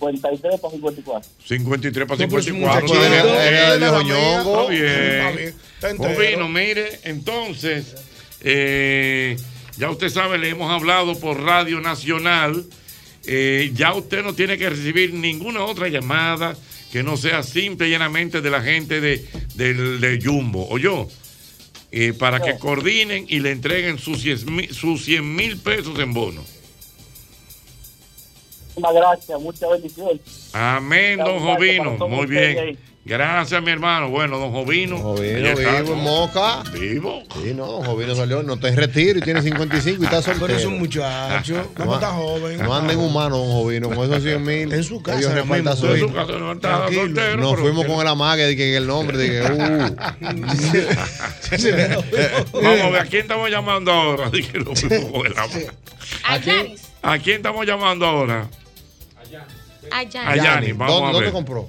[SPEAKER 10] 53 para 54.
[SPEAKER 3] 53 para
[SPEAKER 10] No, pues,
[SPEAKER 3] 54.
[SPEAKER 10] muchachito,
[SPEAKER 3] está bien.
[SPEAKER 10] era de viejo
[SPEAKER 3] Está
[SPEAKER 10] ñongo.
[SPEAKER 3] bien.
[SPEAKER 10] Está bien.
[SPEAKER 3] Jovino, mire, entonces, eh, ya usted sabe, le hemos hablado por Radio Nacional. Eh, ya usted no tiene que recibir ninguna otra llamada que no sea simple y llanamente de la gente de, del- de Jumbo. ¿O yo? para que coordinen y le entreguen sus 100 mil pesos en bono.
[SPEAKER 10] Muchas gracias, mucha bendición.
[SPEAKER 3] Amén, don
[SPEAKER 10] Gracias,
[SPEAKER 3] Jovino.
[SPEAKER 10] para todos
[SPEAKER 3] Muy
[SPEAKER 10] ustedes
[SPEAKER 3] bien.
[SPEAKER 10] ahí.
[SPEAKER 3] Gracias, mi hermano. Bueno, don Jovino.
[SPEAKER 4] Jovino, vivo en Moca.
[SPEAKER 3] Vivo.
[SPEAKER 4] Sí,
[SPEAKER 3] *laughs*
[SPEAKER 4] no, don Jovino salió, no está en retiro y tiene 55 y está soltero.
[SPEAKER 7] Pero es un muchacho.
[SPEAKER 4] No,
[SPEAKER 7] está joven.
[SPEAKER 4] No anden humanos, don Jovino, con esos 100 mil. En su
[SPEAKER 7] casa
[SPEAKER 4] Ellos
[SPEAKER 7] ahora
[SPEAKER 4] repartan
[SPEAKER 7] mismo.
[SPEAKER 4] su-
[SPEAKER 7] En su casa, no, está
[SPEAKER 4] Tranquilo.
[SPEAKER 7] soltero,
[SPEAKER 4] Nos
[SPEAKER 7] pero-
[SPEAKER 4] fuimos con el amague, de que el nombre, de que, uh.
[SPEAKER 3] Vamos a ver, ¿a quién estamos llamando ahora? *laughs* Así que no me pongo de la mano.
[SPEAKER 6] A Yanis.
[SPEAKER 3] ¿A quién estamos llamando ahora?
[SPEAKER 6] A Yanis.
[SPEAKER 3] A Yanni, vamos
[SPEAKER 4] ¿Dónde-
[SPEAKER 3] a ver.
[SPEAKER 4] dónde compró?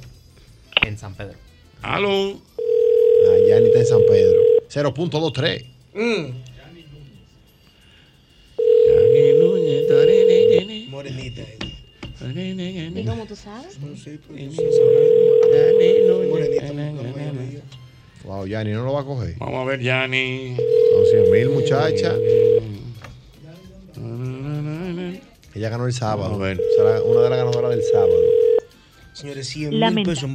[SPEAKER 20] En San Pedro.
[SPEAKER 3] Aló.
[SPEAKER 4] Ah, Yanni está en San Pedro. 0.23.
[SPEAKER 7] Morenita.
[SPEAKER 21] ¿Y cómo tú sabes?
[SPEAKER 4] Wow, Yanni no lo va a coger.
[SPEAKER 3] Vamos a ver, Yanni.
[SPEAKER 4] Son 100 mil, muchacha. Ella ganó el sábado. Será una de las ganadoras del sábado.
[SPEAKER 7] Señores, 100 mil
[SPEAKER 4] Lamenta.
[SPEAKER 7] pesos.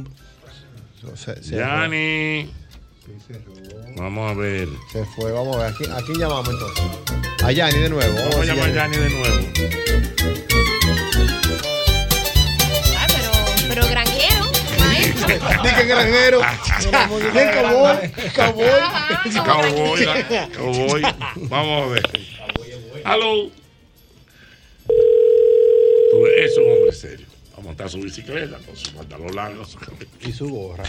[SPEAKER 4] Se, se
[SPEAKER 3] Yanni. Vamos a ver.
[SPEAKER 4] Se fue, vamos a ver. ¿A quién, a quién llamamos entonces? A Yanni de nuevo.
[SPEAKER 3] Vamos a
[SPEAKER 4] ver si
[SPEAKER 3] llamar a Yanni de nuevo.
[SPEAKER 6] Ah, pero, pero granjero.
[SPEAKER 4] Dije
[SPEAKER 3] *laughs*
[SPEAKER 4] granjero. Bien cowboy. Cowboy.
[SPEAKER 3] Cowboy, la-
[SPEAKER 4] *laughs*
[SPEAKER 3] cowboy. Vamos a ver. Aló. Tú ves, Es un hombre serio. Va a montar su bicicleta con su pantalón largo.
[SPEAKER 4] Y su gorra.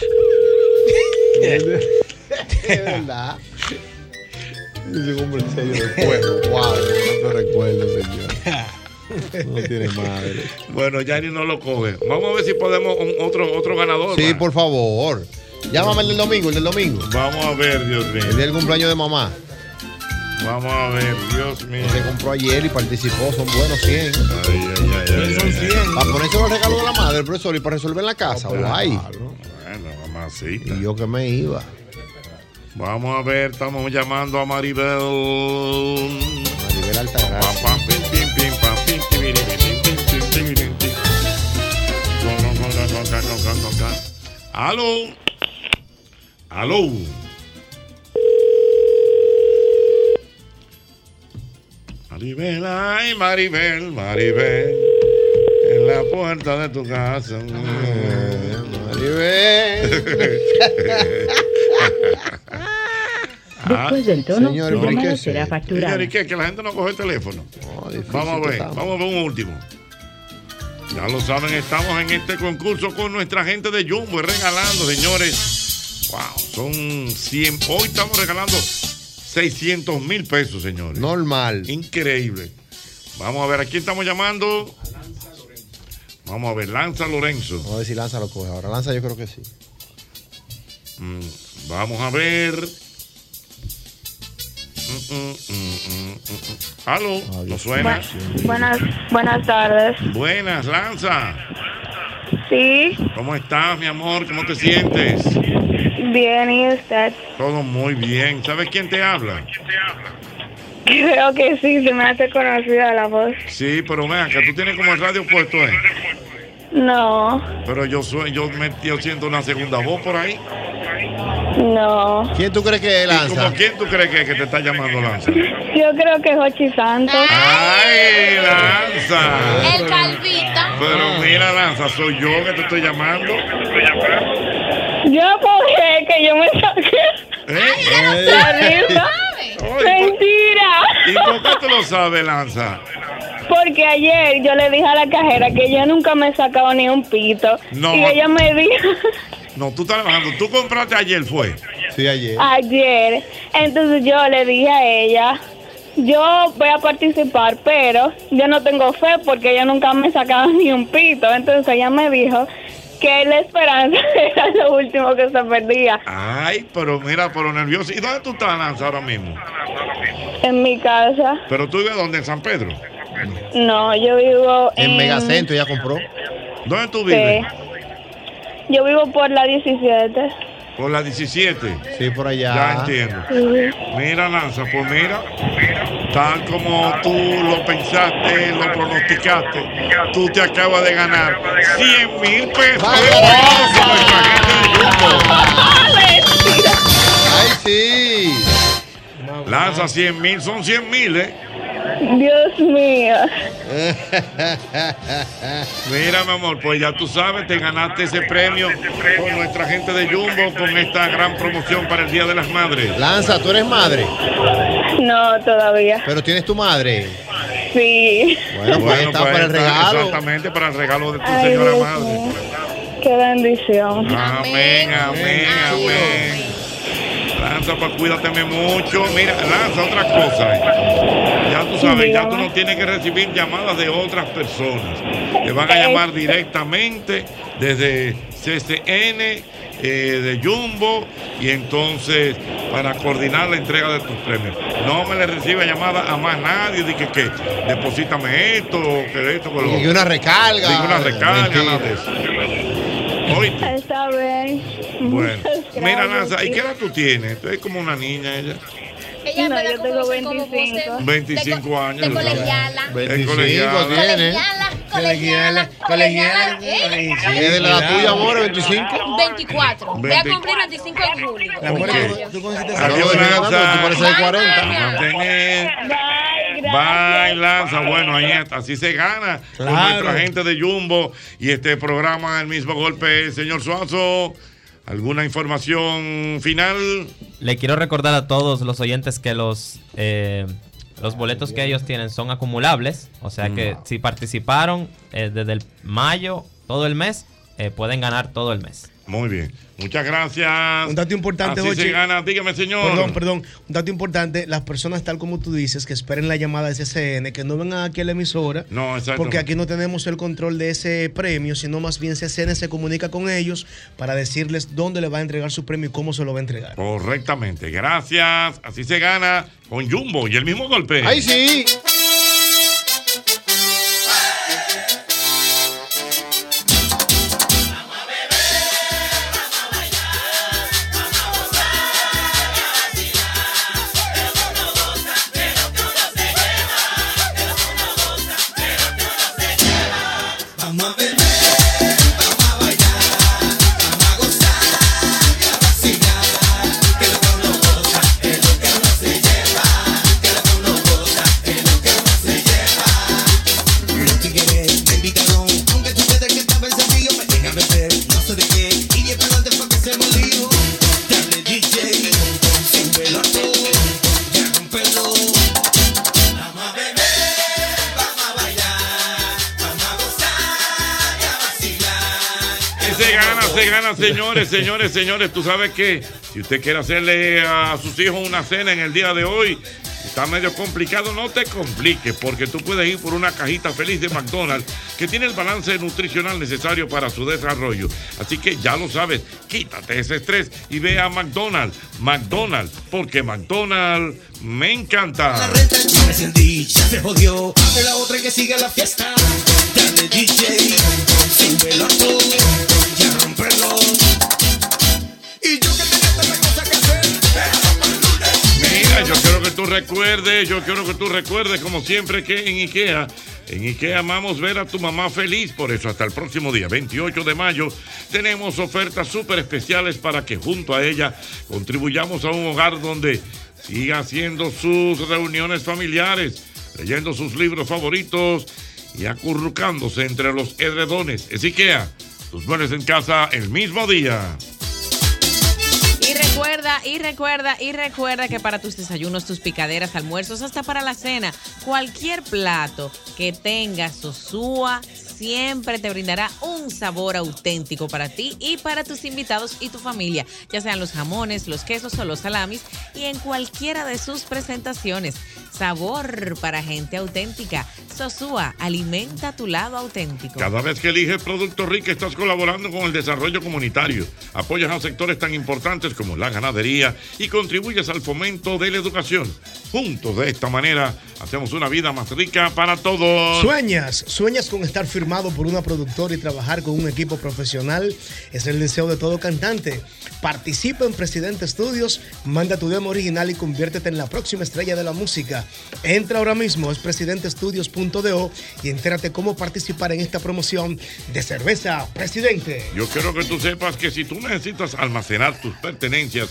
[SPEAKER 3] De
[SPEAKER 4] verdad. Ese hombre en serio del pueblo. Wow, no te recuerdo, señor. No tiene madre.
[SPEAKER 3] Bueno, Yanni no lo coge. Vamos a ver si podemos un- otro, otro ganador.
[SPEAKER 4] Sí,
[SPEAKER 3] va.
[SPEAKER 4] por favor. Llámame el del domingo, el del domingo.
[SPEAKER 3] Vamos a ver, Dios mío.
[SPEAKER 4] El del cumpleaños de mamá.
[SPEAKER 3] Vamos a ver, Dios mío.
[SPEAKER 4] Se compró ayer y participó, son buenos 100.
[SPEAKER 3] Ay, ay, ay, ay, ay, Oh, ay.
[SPEAKER 4] Para ponerse los regalos de la madre, profesor, y para resolver la casa, guay.
[SPEAKER 3] Bueno, mamacita.
[SPEAKER 4] Y yo que me iba.
[SPEAKER 3] Vamos a ver, estamos llamando a Maribel.
[SPEAKER 4] Maribel Altagracia.
[SPEAKER 3] Pam, pim, pim, pim, pam, pim, tibiri, pim, pim, pim, tibiri, pim. Con, con, con, con, con, con, con, con, con. Aló. Aló. Maribel, ay, Maribel, Maribel. En la puerta de tu casa. *laughs* Maribel.
[SPEAKER 22] Después del tono,
[SPEAKER 3] Señor,
[SPEAKER 22] su
[SPEAKER 3] ¿pero y
[SPEAKER 22] llamada
[SPEAKER 3] qué es?
[SPEAKER 22] será facturada.
[SPEAKER 3] Señor, ¿y qué? Que la gente no coge el teléfono. vamos a
[SPEAKER 22] Oh, que
[SPEAKER 3] ver,
[SPEAKER 22] estamos.
[SPEAKER 3] vamos a ver un último. Ya lo saben, estamos en este concurso con nuestra gente de Jumbo y regalando, señores. Wow, son 100. Hoy estamos regalando 600 mil pesos, señores.
[SPEAKER 4] Normal.
[SPEAKER 3] Increíble. Vamos a ver, ¿a quién estamos llamando? Vamos a ver, Lanza Lorenzo.
[SPEAKER 4] Vamos a ver si Lanza lo coge ahora. Lanza, yo creo que sí.
[SPEAKER 3] Mm, Vamos a ver. Mm, mm, mm, mm, mm, mm. Aló, no suena.
[SPEAKER 23] Buenas, buenas tardes.
[SPEAKER 3] Buenas, Lanza.
[SPEAKER 23] Sí,
[SPEAKER 3] ¿Cómo estás, mi amor? ¿Cómo te sientes?
[SPEAKER 23] bien, ¿y
[SPEAKER 18] *laughs*
[SPEAKER 23] usted?
[SPEAKER 3] Todo muy bien. ¿Sabes quién te habla?
[SPEAKER 23] Creo que sí, se me hace conocida la voz.
[SPEAKER 3] Sí, pero ven acá, tú tienes como el radio puesto, ¿eh?
[SPEAKER 23] No,
[SPEAKER 3] Pero yo, soy, yo, me, yo siento una segunda voz por ahí.
[SPEAKER 23] no.
[SPEAKER 4] ¿Quién tú crees que es,
[SPEAKER 3] ¿Y como quién tú crees que, es que te está llamando Lanza? Ah.
[SPEAKER 23] Yo creo que es Hochi Santos.
[SPEAKER 3] ¡Ay, Lanza!
[SPEAKER 6] El calvito.
[SPEAKER 3] Pero
[SPEAKER 5] Mm.
[SPEAKER 3] mira, Lanza, soy yo que te estoy llamando. ¿Eh?
[SPEAKER 18] Yo porque que yo me saqué la risa. Mentira.
[SPEAKER 3] ¿Y por qué tú lo sabes, Lanza?
[SPEAKER 18] Porque ayer yo le dije a la cajera que yo nunca me sacaba ni un pito.
[SPEAKER 3] No.
[SPEAKER 18] Y ella me dijo
[SPEAKER 3] No, tú estás trabajando. Tú compraste ayer, fue. Sí, ayer.
[SPEAKER 18] ayer. Entonces yo le dije a ella, yo voy a participar, pero yo no tengo fe porque ella nunca me sacaba *laughs* ni un pito. Entonces ella me dijo que la esperanza *laughs* era lo último que se perdía
[SPEAKER 3] Ay, pero mira, pero nervioso. ¿Y dónde tú estás, Lanza, ahora mismo?
[SPEAKER 18] en mi casa.
[SPEAKER 3] Pero tú vives dónde, en San Pedro.
[SPEAKER 18] No, yo vivo en...
[SPEAKER 3] ya compró. ¿Dónde tú vives?
[SPEAKER 18] Sí. Yo vivo por la 17.
[SPEAKER 3] Por la 17. Sí, por allá. Ya entiendo.
[SPEAKER 18] Sí.
[SPEAKER 3] Mira, Lanza, pues mira, tal como tú lo pensaste, lo pronosticaste, tú te acabas de ganar 100 mil pesos. ¡Vamos con el paquete de Jumbo! ¡Ay, sí! Lanza 100 mil, son 100 mil,
[SPEAKER 4] *laughs*
[SPEAKER 3] ¿eh?
[SPEAKER 18] Dios mío.
[SPEAKER 3] Mira, mi amor, pues ya tú sabes, te ganaste ese premio con nuestra gente de Jumbo con esta gran promoción para el Día de las Madres.
[SPEAKER 4] Lanza, tú eres madre.
[SPEAKER 18] No, todavía.
[SPEAKER 4] Pero tienes tu madre.
[SPEAKER 18] Sí.
[SPEAKER 4] Bueno, pues ahí está para el regalo.
[SPEAKER 3] Exactamente, para el regalo de tu
[SPEAKER 18] Ay,
[SPEAKER 3] señora
[SPEAKER 18] Dios
[SPEAKER 3] madre.
[SPEAKER 18] mío. Qué bendición.
[SPEAKER 3] Amén, amén, amén. Lanza, pues cuídateme mucho. Mira, lanza otra cosa. eh. Ya tú sabes, ya tú no tienes que recibir llamadas de otras personas. Te van a llamar directamente desde CCN, eh, de Jumbo, y entonces para coordinar la entrega de tus premios. No me le recibe llamada a más nadie. Dije que, que deposítame esto, que esto, que lo
[SPEAKER 4] Y una recarga.
[SPEAKER 3] Digo una recarga, nada de eso. Oíste.
[SPEAKER 18] Está bien.
[SPEAKER 6] *laughs*
[SPEAKER 3] Bueno,
[SPEAKER 18] Muchas
[SPEAKER 3] mira,
[SPEAKER 18] gracias.
[SPEAKER 3] Lanza, ¿y qué edad tú tienes? Tú eres como una niña ella.
[SPEAKER 6] Ella
[SPEAKER 18] No,
[SPEAKER 6] me la
[SPEAKER 18] yo tengo
[SPEAKER 6] conoce como
[SPEAKER 18] 25.
[SPEAKER 6] voz de-
[SPEAKER 3] 25 años.
[SPEAKER 6] de
[SPEAKER 3] ¿sabes?
[SPEAKER 6] colegiala.
[SPEAKER 3] Es
[SPEAKER 4] 25
[SPEAKER 3] colegiala.
[SPEAKER 4] tiene.
[SPEAKER 6] Colegiala, colegiala, eh,
[SPEAKER 4] ¿Es de la edad tuya, amor? 25.
[SPEAKER 6] 24. Voy a
[SPEAKER 4] 20.
[SPEAKER 6] cumplir 25 en julio.
[SPEAKER 4] La mujer,
[SPEAKER 6] Gracias.
[SPEAKER 3] Adiós, Lanza.
[SPEAKER 4] Tú pareces de 40.
[SPEAKER 3] Mantener. Bye, Lanza. Bueno, ahí está. Así se gana con
[SPEAKER 4] Claro.
[SPEAKER 3] nuestra gente de Jumbo y este programa, el mismo golpe, señor Suazo. ¿Alguna información final?
[SPEAKER 24] Le quiero recordar a todos los oyentes que los, eh, los boletos que ellos tienen son acumulables. O sea
[SPEAKER 3] Mm.
[SPEAKER 24] que si participaron eh, desde el mayo todo el mes, eh, pueden ganar todo el mes.
[SPEAKER 3] Muy bien. Muchas gracias.
[SPEAKER 7] Un dato importante,
[SPEAKER 3] Así se
[SPEAKER 7] Jochi.
[SPEAKER 3] gana. Dígame, señor.
[SPEAKER 7] Perdón, perdón. Un dato importante, las personas, tal como tú dices, que esperen la llamada de CCN, que no vengan aquí a la emisora,
[SPEAKER 3] No, exacto.
[SPEAKER 7] porque aquí no tenemos el control de ese premio, sino más bien CCN se comunica con ellos para decirles dónde le va a entregar su premio y cómo se lo va a entregar.
[SPEAKER 3] Correctamente, gracias. Así se gana con Jumbo y el mismo golpe.
[SPEAKER 7] ¡Ay, sí!
[SPEAKER 5] Vamos a beber, vamos a bailar, vamos a gozar y a vacilar. Que lo que uno goza es lo que uno se lleva. Que lo que uno goza es lo que uno se lleva. Los tigres te invitaron, aunque tú creas que estaba en sencillo, me dejan beber, no sé de qué. Y de adelante fue que se me olvidó. Dale DJ, sin velo todo, ya rompelo. Vamos a beber, vamos a bailar, vamos a gozar y a vacilar.
[SPEAKER 3] Y se gana, se gana, señores, señores, señores. Tú sabes que si usted quiere hacerle a sus hijos una cena en el día de hoy, está medio complicado, no te compliques, porque tú puedes ir por una cajita feliz de McDonald's que tiene el balance nutricional necesario para su desarrollo. Así que ya lo sabes, quítate ese estrés y ve a McDonald's, McDonald's, porque McDonald's me encanta.
[SPEAKER 5] Ya me encendí, ya se jodió. Abre la otra y que siga la fiesta. Dale DJ, súbelo a todo. Ya rompelo. Y yo que tenía tanta cosa que hacer.
[SPEAKER 3] Mira, yo quiero que tú recuerdes, yo quiero que tú recuerdes, como siempre, que en IKEA, en IKEA amamos ver a tu mamá feliz. Por eso, hasta el próximo día, 28 de mayo, tenemos ofertas súper especiales para que junto a ella contribuyamos a un hogar donde siga haciendo sus reuniones familiares, leyendo sus libros favoritos y acurrucándose entre los edredones. Es IKEA, tus muebles en casa el mismo día.
[SPEAKER 2] Y recuerda, y recuerda, y recuerda que para tus desayunos, tus picaderas, almuerzos, hasta para la cena, cualquier plato que tenga Sosúa siempre te brindará un sabor auténtico para ti y para tus invitados y tu familia, ya sean los jamones, los quesos o los salamis y en cualquiera de sus presentaciones. Sabor para gente auténtica. Sosúa, alimenta tu lado auténtico.
[SPEAKER 3] Cada vez que eliges Productos Rica estás colaborando con el desarrollo comunitario, apoyas a sectores tan importantes como la ganadería y contribuyes al fomento de la educación. Juntos de esta manera hacemos una vida más rica para todos.
[SPEAKER 7] Sueñas, sueñas con estar firmado por una productora y trabajar con un equipo profesional. Es el deseo de todo cantante. Participa en Presidente Studios, manda tu demo original y conviértete en la próxima estrella de la música. Entra ahora mismo, es presidentestudios.do y entérate cómo participar en esta promoción de cerveza Presidente.
[SPEAKER 3] Yo quiero que tú sepas que si tú necesitas almacenar tus pertenencias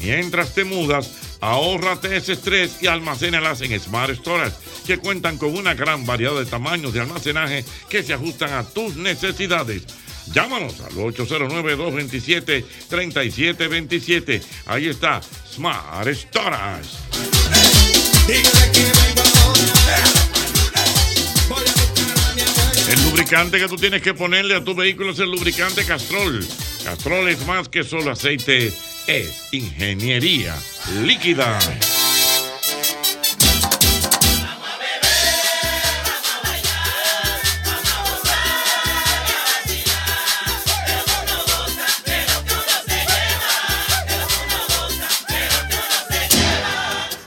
[SPEAKER 3] mientras te mudas, ahórrate ese estrés y almacénalas en Smart Storage, que cuentan con una gran variedad de tamaños de almacenaje que se ajustan a tus necesidades. Llámanos al 809-227-3727. Ahí está, Smart Storage. El lubricante que tú tienes que ponerle a tu vehículo es el lubricante Castrol. Castrol es más que solo aceite, es ingeniería líquida.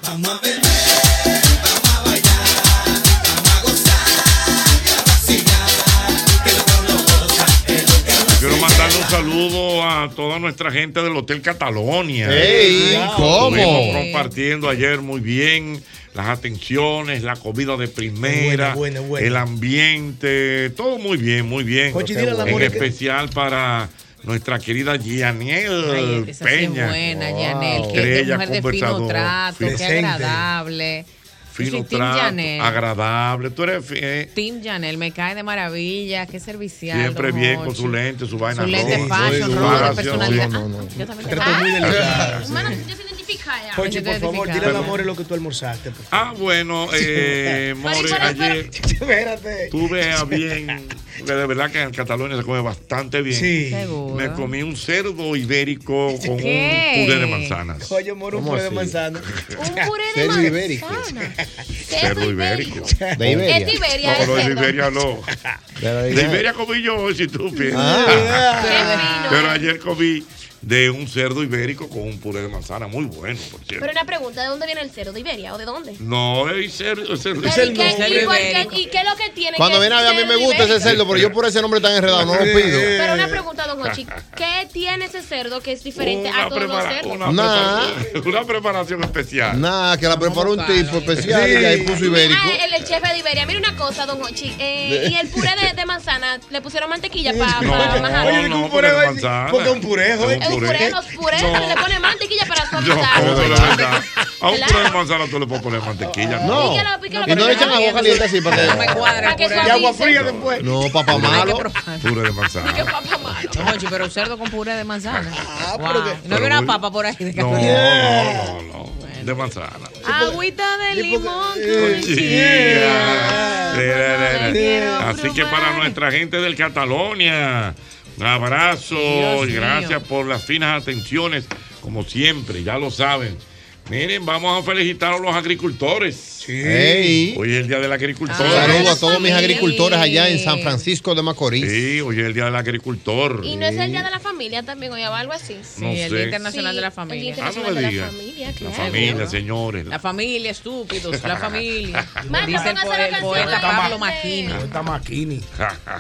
[SPEAKER 5] Vamos a beber, vamos a bailar, vamos a gozar, y a vacilar, que lo que uno goza es lo que uno
[SPEAKER 3] Quiero mandarle un saludo a toda nuestra gente del Hotel Catalonia.
[SPEAKER 4] ¡Ey!
[SPEAKER 3] Wow.
[SPEAKER 4] ¿Cómo?
[SPEAKER 3] Estuvimos compartiendo ayer muy bien las atenciones, la comida de primera,
[SPEAKER 7] Buena, buena, buena.
[SPEAKER 3] el ambiente, todo muy bien, muy bien.
[SPEAKER 7] Oye, dile a la
[SPEAKER 3] en
[SPEAKER 7] Mónica-
[SPEAKER 3] especial para nuestra querida Gianiel
[SPEAKER 2] Ay, esa sí es
[SPEAKER 3] Peña.
[SPEAKER 2] buena, Yanel, que es
[SPEAKER 3] Estrella,
[SPEAKER 2] mujer de fino
[SPEAKER 3] conversador,
[SPEAKER 2] trato, qué
[SPEAKER 3] decente.
[SPEAKER 2] agradable.
[SPEAKER 3] Fino
[SPEAKER 2] Sí, Team
[SPEAKER 3] trato,
[SPEAKER 2] Yanel.
[SPEAKER 3] agradable. Tú eres fi- eh,
[SPEAKER 2] Team Janel, me cae de maravilla, qué servicial.
[SPEAKER 3] siempre
[SPEAKER 2] don
[SPEAKER 3] bien
[SPEAKER 2] Jorge.
[SPEAKER 3] con su lente, su vaina.
[SPEAKER 2] Su lente
[SPEAKER 3] roja,
[SPEAKER 2] fashion,
[SPEAKER 3] su
[SPEAKER 2] roja,
[SPEAKER 3] gracia.
[SPEAKER 2] personalidad.
[SPEAKER 3] No, no, no.
[SPEAKER 2] Yo también
[SPEAKER 7] Trato muy
[SPEAKER 5] Ah.
[SPEAKER 7] delicado.
[SPEAKER 6] Hermano, tú te identificas.
[SPEAKER 7] Jochi, por favor, dile al
[SPEAKER 3] Perdón.
[SPEAKER 7] amor lo que tú almorzaste. por favor.
[SPEAKER 3] Ah,
[SPEAKER 2] *laughs*
[SPEAKER 3] bueno, eh, More, ayer
[SPEAKER 7] Espérate.
[SPEAKER 3] tuve a bien, porque de verdad que en Cataluña se come bastante bien.
[SPEAKER 7] Sí.
[SPEAKER 2] Seguro.
[SPEAKER 3] Me comí un cerdo ibérico con
[SPEAKER 2] ¿Qué?
[SPEAKER 3] un puré de manzanas.
[SPEAKER 7] Oye, moro, un
[SPEAKER 3] ¿Cómo
[SPEAKER 7] puré de
[SPEAKER 3] así?
[SPEAKER 7] manzana.
[SPEAKER 6] Un puré de
[SPEAKER 3] Cerdo
[SPEAKER 6] manzana.
[SPEAKER 3] ibérico. Cerdo ibérico.
[SPEAKER 4] De Iberia.
[SPEAKER 6] Es de Iberia,
[SPEAKER 3] No,
[SPEAKER 6] es
[SPEAKER 3] pero es de
[SPEAKER 6] cerdo.
[SPEAKER 3] Iberia no. De Iberia comí yo hoy, si tú piensas.
[SPEAKER 4] Ah,
[SPEAKER 3] *laughs* Pero ayer comí de un cerdo ibérico con un puré de manzana, muy bueno, por cierto.
[SPEAKER 6] Pero una pregunta, ¿de dónde viene el cerdo? ¿De Iberia o de dónde?
[SPEAKER 3] No, es cerdo. Es cerdo.
[SPEAKER 6] Pero, ¿y, qué, y, por qué- y qué es lo que tiene?
[SPEAKER 4] Cuando
[SPEAKER 6] que
[SPEAKER 4] viene a ver, a mí
[SPEAKER 6] ser
[SPEAKER 4] me gusta ese
[SPEAKER 6] ibérico?
[SPEAKER 4] cerdo, pero yo por ese nombre tan enredado no lo pido.
[SPEAKER 6] Pero
[SPEAKER 3] Eh.
[SPEAKER 6] una pregunta, don Jochi, ¿qué tiene ese cerdo que es diferente a todos los
[SPEAKER 3] prepara-
[SPEAKER 6] cerdos?
[SPEAKER 3] una,
[SPEAKER 4] Nah.
[SPEAKER 3] preparación, *laughs* una preparación especial.
[SPEAKER 4] Nada, que la preparó un tipo especial y ahí puso ibérico.
[SPEAKER 6] Ah, el, el chef de Iberia. Mira una cosa, don Jochi. eh,
[SPEAKER 4] De-
[SPEAKER 6] y el puré de, de manzana, le pusieron mantequilla para
[SPEAKER 3] *laughs* No,
[SPEAKER 6] pa,
[SPEAKER 3] no,
[SPEAKER 6] majar.
[SPEAKER 3] no, porque es manzana.
[SPEAKER 7] Porque un puré,
[SPEAKER 3] Es
[SPEAKER 6] Es un puré, los purés
[SPEAKER 3] No.
[SPEAKER 6] le ponen mantequilla para
[SPEAKER 3] *laughs* Yo, no, de
[SPEAKER 6] suavizar.
[SPEAKER 3] verdad. A un puré de manzana tú le puedes poner mantequilla.
[SPEAKER 4] No.
[SPEAKER 6] Pícalo, pícalo,
[SPEAKER 4] Y no le echan
[SPEAKER 6] pícalo.
[SPEAKER 4] agua caliente así para
[SPEAKER 2] No me
[SPEAKER 4] que.
[SPEAKER 2] cuadra el
[SPEAKER 6] Para Ah, que
[SPEAKER 2] puré.
[SPEAKER 4] Y agua fría
[SPEAKER 7] después.
[SPEAKER 4] No, papá malo.
[SPEAKER 3] Puré de manzana.
[SPEAKER 2] No, Jochi, pero cerdo con puré de manzana.
[SPEAKER 6] Ah,
[SPEAKER 2] Wow.
[SPEAKER 3] pero
[SPEAKER 2] No
[SPEAKER 3] que-
[SPEAKER 2] había
[SPEAKER 3] pero
[SPEAKER 2] una
[SPEAKER 3] muy-
[SPEAKER 2] papa por ahí de
[SPEAKER 3] No,
[SPEAKER 2] casualidad.
[SPEAKER 3] no, no, no. De manzana.
[SPEAKER 2] Agüita de
[SPEAKER 6] eh,
[SPEAKER 2] limón con
[SPEAKER 3] Sí.
[SPEAKER 2] chía.
[SPEAKER 3] Re, re, re, re.
[SPEAKER 2] quiero
[SPEAKER 3] Eh, Así que para nuestra gente del Catalonia, un abrazo
[SPEAKER 2] Dios
[SPEAKER 3] y
[SPEAKER 2] mío.
[SPEAKER 3] gracias por las finas atenciones, como siempre, ya lo saben. Miren, vamos a felicitar a los agricultores.
[SPEAKER 4] Ey.
[SPEAKER 3] Hoy es el Día del Agricultor.
[SPEAKER 4] Saludo a todos mis agricultores allá en San Francisco de Macorís.
[SPEAKER 3] Sí, hoy es el Día del Agricultor.
[SPEAKER 6] Y no es el día de la familia también, o algo así. Sí,
[SPEAKER 3] No el Día sé.
[SPEAKER 2] Internacional de la Familia.
[SPEAKER 6] El día
[SPEAKER 3] Ah, no
[SPEAKER 6] internacional
[SPEAKER 3] me
[SPEAKER 6] de la
[SPEAKER 3] diga.
[SPEAKER 6] familia,
[SPEAKER 3] La
[SPEAKER 6] claro.
[SPEAKER 3] familia, señores. *laughs*
[SPEAKER 2] La familia, estúpidos, la familia.
[SPEAKER 6] Marta,
[SPEAKER 2] Dice el,
[SPEAKER 6] póngase
[SPEAKER 2] po-
[SPEAKER 6] la
[SPEAKER 2] el
[SPEAKER 6] canción
[SPEAKER 2] poeta
[SPEAKER 6] de-
[SPEAKER 2] Pablo Maquini.
[SPEAKER 8] Está Maquini.
[SPEAKER 3] *laughs*
[SPEAKER 2] Ese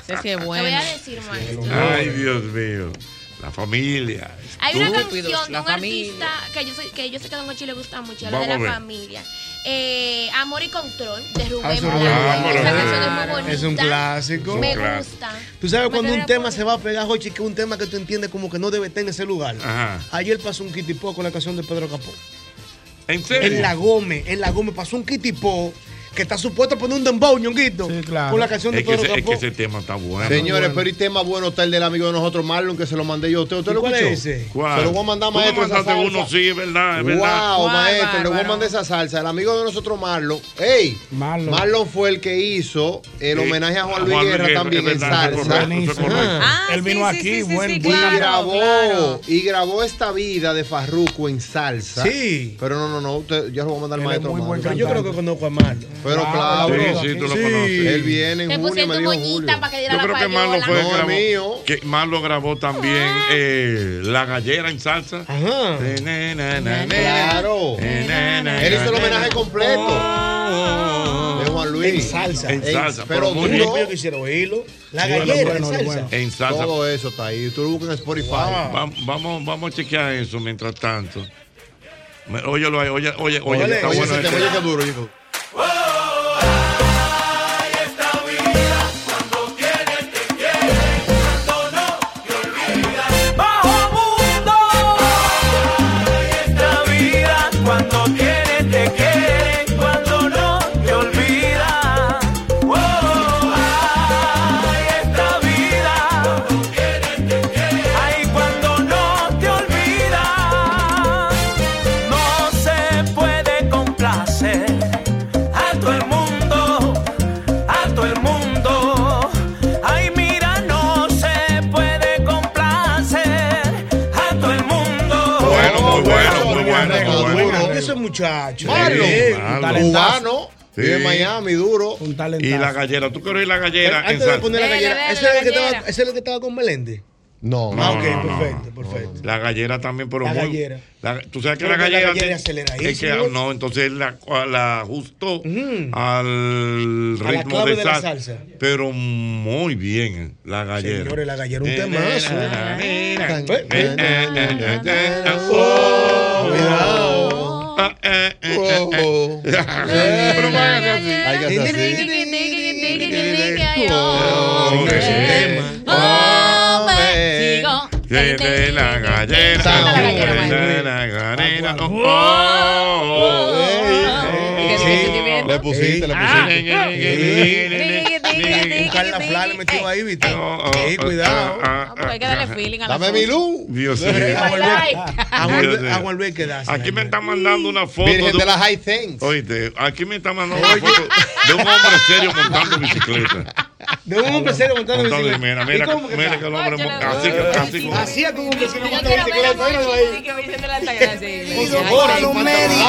[SPEAKER 2] sí es
[SPEAKER 6] Te voy
[SPEAKER 2] bueno.
[SPEAKER 6] a decir, maestro.
[SPEAKER 3] Ay, Dios mío. La familia.
[SPEAKER 6] Hay una
[SPEAKER 2] Estúpidos,
[SPEAKER 6] canción de
[SPEAKER 2] la
[SPEAKER 6] un
[SPEAKER 2] familia.
[SPEAKER 6] artista que yo, sé, que yo sé que a Don Ochi le gusta mucho, la
[SPEAKER 3] Vamos
[SPEAKER 6] de
[SPEAKER 3] a
[SPEAKER 6] la
[SPEAKER 3] ver.
[SPEAKER 6] familia. Eh, Amor y Control, de Rubén
[SPEAKER 7] Ah, eso
[SPEAKER 3] Ah,
[SPEAKER 6] Blanco.
[SPEAKER 7] es bueno.
[SPEAKER 6] Esa canción es muy bonita.
[SPEAKER 7] Es un clásico.
[SPEAKER 6] Me
[SPEAKER 7] Un clásico.
[SPEAKER 6] gusta.
[SPEAKER 7] Tú sabes
[SPEAKER 6] Me
[SPEAKER 7] cuando
[SPEAKER 6] quedé
[SPEAKER 7] un tema se va a pegar, Jochi, que es un tema que tú entiendes como que no debe estar en ese lugar. Ayer pasó un kitipó con la canción de Pedro Capó.
[SPEAKER 3] ¿En
[SPEAKER 7] En la Gómez, en la Gómez pasó un kitipó que está supuesto a poner un dembow, ñonguito. Con la canción de
[SPEAKER 3] Es que,
[SPEAKER 7] Pedro
[SPEAKER 3] ese, es que
[SPEAKER 7] Capó.
[SPEAKER 3] ese tema está bueno.
[SPEAKER 4] Señores, pero el tema bueno está el del amigo de nosotros, Marlon, que se lo mandé yo a usted. ¿Usted lo
[SPEAKER 3] ¿Cuál
[SPEAKER 4] escuchó?
[SPEAKER 3] es ese? ¿Cuál?
[SPEAKER 4] Se lo voy a mandar,
[SPEAKER 3] Tú me
[SPEAKER 4] maestro. esa
[SPEAKER 3] mandaste
[SPEAKER 4] salsa.
[SPEAKER 3] uno, sí, es verdad, es verdad.
[SPEAKER 4] Wow,
[SPEAKER 3] Guau,
[SPEAKER 4] maestro, le voy a
[SPEAKER 3] bárbaro.
[SPEAKER 4] mandar esa salsa. El amigo de nosotros, Marlon. ¡Ey! Marlon. fue el que hizo el
[SPEAKER 3] Sí.
[SPEAKER 4] homenaje a Juan
[SPEAKER 3] A
[SPEAKER 4] Luis
[SPEAKER 3] Juan Luis
[SPEAKER 4] Guerra
[SPEAKER 3] Guerra,
[SPEAKER 4] también
[SPEAKER 3] es
[SPEAKER 4] en
[SPEAKER 3] verdad, eso es
[SPEAKER 4] salsa.
[SPEAKER 3] correcto, eso es correcto.
[SPEAKER 4] Ajá.
[SPEAKER 8] Él vino aquí, buen,
[SPEAKER 4] Y
[SPEAKER 8] buen amigo.
[SPEAKER 4] grabó, y grabó esta vida de Farruco en salsa.
[SPEAKER 7] Sí.
[SPEAKER 4] Pero no, no, no, usted, yo lo voy a mandar al maestro. Mario.
[SPEAKER 7] Yo creo que conozco a Marlon.
[SPEAKER 4] Pero claro,
[SPEAKER 3] Sí, sí, tú lo conoces.
[SPEAKER 4] Él viene
[SPEAKER 6] Te
[SPEAKER 4] en junio, me
[SPEAKER 6] pusieron tu
[SPEAKER 4] dijo
[SPEAKER 6] moñita para que diera
[SPEAKER 3] Yo
[SPEAKER 6] la
[SPEAKER 3] creo que Marlo
[SPEAKER 6] payola.
[SPEAKER 3] fue el que
[SPEAKER 4] No,
[SPEAKER 3] grabó,
[SPEAKER 4] es
[SPEAKER 3] que Marlo grabó también
[SPEAKER 6] Ah.
[SPEAKER 3] eh, La Gallera en salsa.
[SPEAKER 4] Ajá.
[SPEAKER 3] Claro.
[SPEAKER 4] Él hizo el homenaje completo de Juan Luis.
[SPEAKER 7] En salsa.
[SPEAKER 3] En salsa,
[SPEAKER 4] Pero
[SPEAKER 3] pero muy
[SPEAKER 4] duro.
[SPEAKER 3] bien.
[SPEAKER 7] Yo quisiera oírlo. La
[SPEAKER 4] Bueno,
[SPEAKER 7] gallera en
[SPEAKER 4] bueno,
[SPEAKER 7] salsa.
[SPEAKER 4] bueno.
[SPEAKER 3] En salsa.
[SPEAKER 4] Todo eso está ahí. Tú lo buscas en Spotify.
[SPEAKER 3] Vamos, vamos, vamos a chequear eso mientras tanto. Me- Óyelo ahí, oye, oye, oye,
[SPEAKER 4] Oye,
[SPEAKER 3] está
[SPEAKER 4] oye,
[SPEAKER 3] bueno
[SPEAKER 4] ese tema,
[SPEAKER 3] este.
[SPEAKER 4] oye, qué duro, hijo.
[SPEAKER 5] Bajo mundo. Esta vida cuando tienes te quiere, cuando no te olvida. Oh, ay, esta vida cuando quieres te quiere, ay cuando no te olvida. No se puede complacer a todo el mundo, a todo el mundo. Ay, mira, no se puede complacer a todo el mundo.
[SPEAKER 3] Bueno, muy bueno, muy bueno, muy
[SPEAKER 7] Buen
[SPEAKER 3] bueno.
[SPEAKER 7] arreglo ese muchacho.
[SPEAKER 3] Marlon.
[SPEAKER 7] Bien,
[SPEAKER 3] Marlon.
[SPEAKER 4] Cubano.
[SPEAKER 3] Sí.
[SPEAKER 4] Vive en Miami, duro.
[SPEAKER 7] Un
[SPEAKER 3] Y la gallera, tú quieres ir la
[SPEAKER 7] Pero
[SPEAKER 3] gallera en
[SPEAKER 7] Antes de
[SPEAKER 3] salsa.
[SPEAKER 7] poner la gallera,
[SPEAKER 6] Dele,
[SPEAKER 7] ¿ese es el
[SPEAKER 6] dele,
[SPEAKER 7] que
[SPEAKER 6] la
[SPEAKER 7] estaba-
[SPEAKER 6] gallera.
[SPEAKER 7] ese es el que estaba con Meléndez?
[SPEAKER 4] No,
[SPEAKER 7] Ah,
[SPEAKER 3] no,
[SPEAKER 7] ok,
[SPEAKER 3] no, no.
[SPEAKER 7] perfecto, perfecto.
[SPEAKER 3] La gallera también, pero
[SPEAKER 7] La
[SPEAKER 3] muy.
[SPEAKER 7] gallera.
[SPEAKER 3] la- tú sabes que
[SPEAKER 7] Pero
[SPEAKER 3] la
[SPEAKER 7] que la
[SPEAKER 3] gallera.
[SPEAKER 7] gallera
[SPEAKER 3] tiene-
[SPEAKER 7] aceleradísima.
[SPEAKER 3] es que, ah, no, entonces él la, la ajustó al
[SPEAKER 7] A Mm. la
[SPEAKER 3] ritmo
[SPEAKER 7] clave
[SPEAKER 3] de,
[SPEAKER 7] de la
[SPEAKER 3] salsa,
[SPEAKER 7] salsa.
[SPEAKER 3] Pero muy bien, la gallera.
[SPEAKER 7] Señores, la gallera un
[SPEAKER 3] Eh,
[SPEAKER 7] temazo.
[SPEAKER 3] eh,
[SPEAKER 7] Eh,
[SPEAKER 3] eh, eh, eh, eh, eh, oh, ah, eh, eh, eh, eh. Pero váyase así.
[SPEAKER 4] Hay que hacer así.
[SPEAKER 3] Ah, Sigo. De la gallera. De la gallera. Oh, oh, oh. Ah.
[SPEAKER 4] Sí, Le pusiste, le
[SPEAKER 7] Ah.
[SPEAKER 4] pusiste.
[SPEAKER 7] Un Carla Fla le metió ahí, ¿viste?
[SPEAKER 4] oh,
[SPEAKER 7] Sí,
[SPEAKER 3] ah,
[SPEAKER 7] cuidado.
[SPEAKER 3] ah, ah,
[SPEAKER 2] Hay que darle feeling a la
[SPEAKER 4] Dame
[SPEAKER 2] cosa.
[SPEAKER 4] mi luz.
[SPEAKER 3] Dios mío.
[SPEAKER 7] A volver- a
[SPEAKER 3] Dios
[SPEAKER 7] volver-
[SPEAKER 3] mío.
[SPEAKER 7] a volver que das.
[SPEAKER 3] Aquí me están mandando una foto.
[SPEAKER 4] Virgen
[SPEAKER 3] un-
[SPEAKER 4] de las High Things.
[SPEAKER 3] Oíste, aquí me están mandando una foto de un hombre serio montando bicicleta.
[SPEAKER 7] De un hombre serio montando
[SPEAKER 3] Montando-
[SPEAKER 7] bicicleta.
[SPEAKER 3] Mira,
[SPEAKER 7] ¿Y
[SPEAKER 3] mira,
[SPEAKER 7] cómo que
[SPEAKER 3] mira
[SPEAKER 7] está?
[SPEAKER 3] que el hombre monta- así que Ah, así como-
[SPEAKER 2] Ah,
[SPEAKER 7] Hacía como un vecino
[SPEAKER 2] Yo
[SPEAKER 7] montando
[SPEAKER 2] quiero ver a
[SPEAKER 7] bicicleta. míralo ahí.
[SPEAKER 2] Mochi, que me siento la Altagracia.
[SPEAKER 22] me di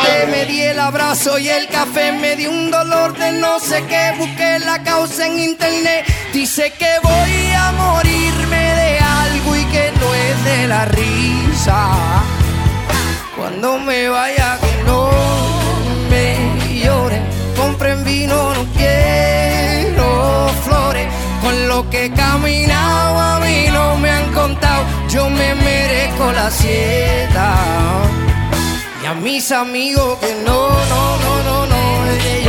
[SPEAKER 22] que me di el abrazo y el café, me di un dolor de no sé qué, busqué la causa en internet. Dice que voy a morirme de algo y que no es de la risa. Cuando me vaya que no me llore, compren vino, no quiero flores. Con lo que he caminado a mí no me han contado, yo me merezco la sieta. Y a mis amigos que no, no, no, no, no, que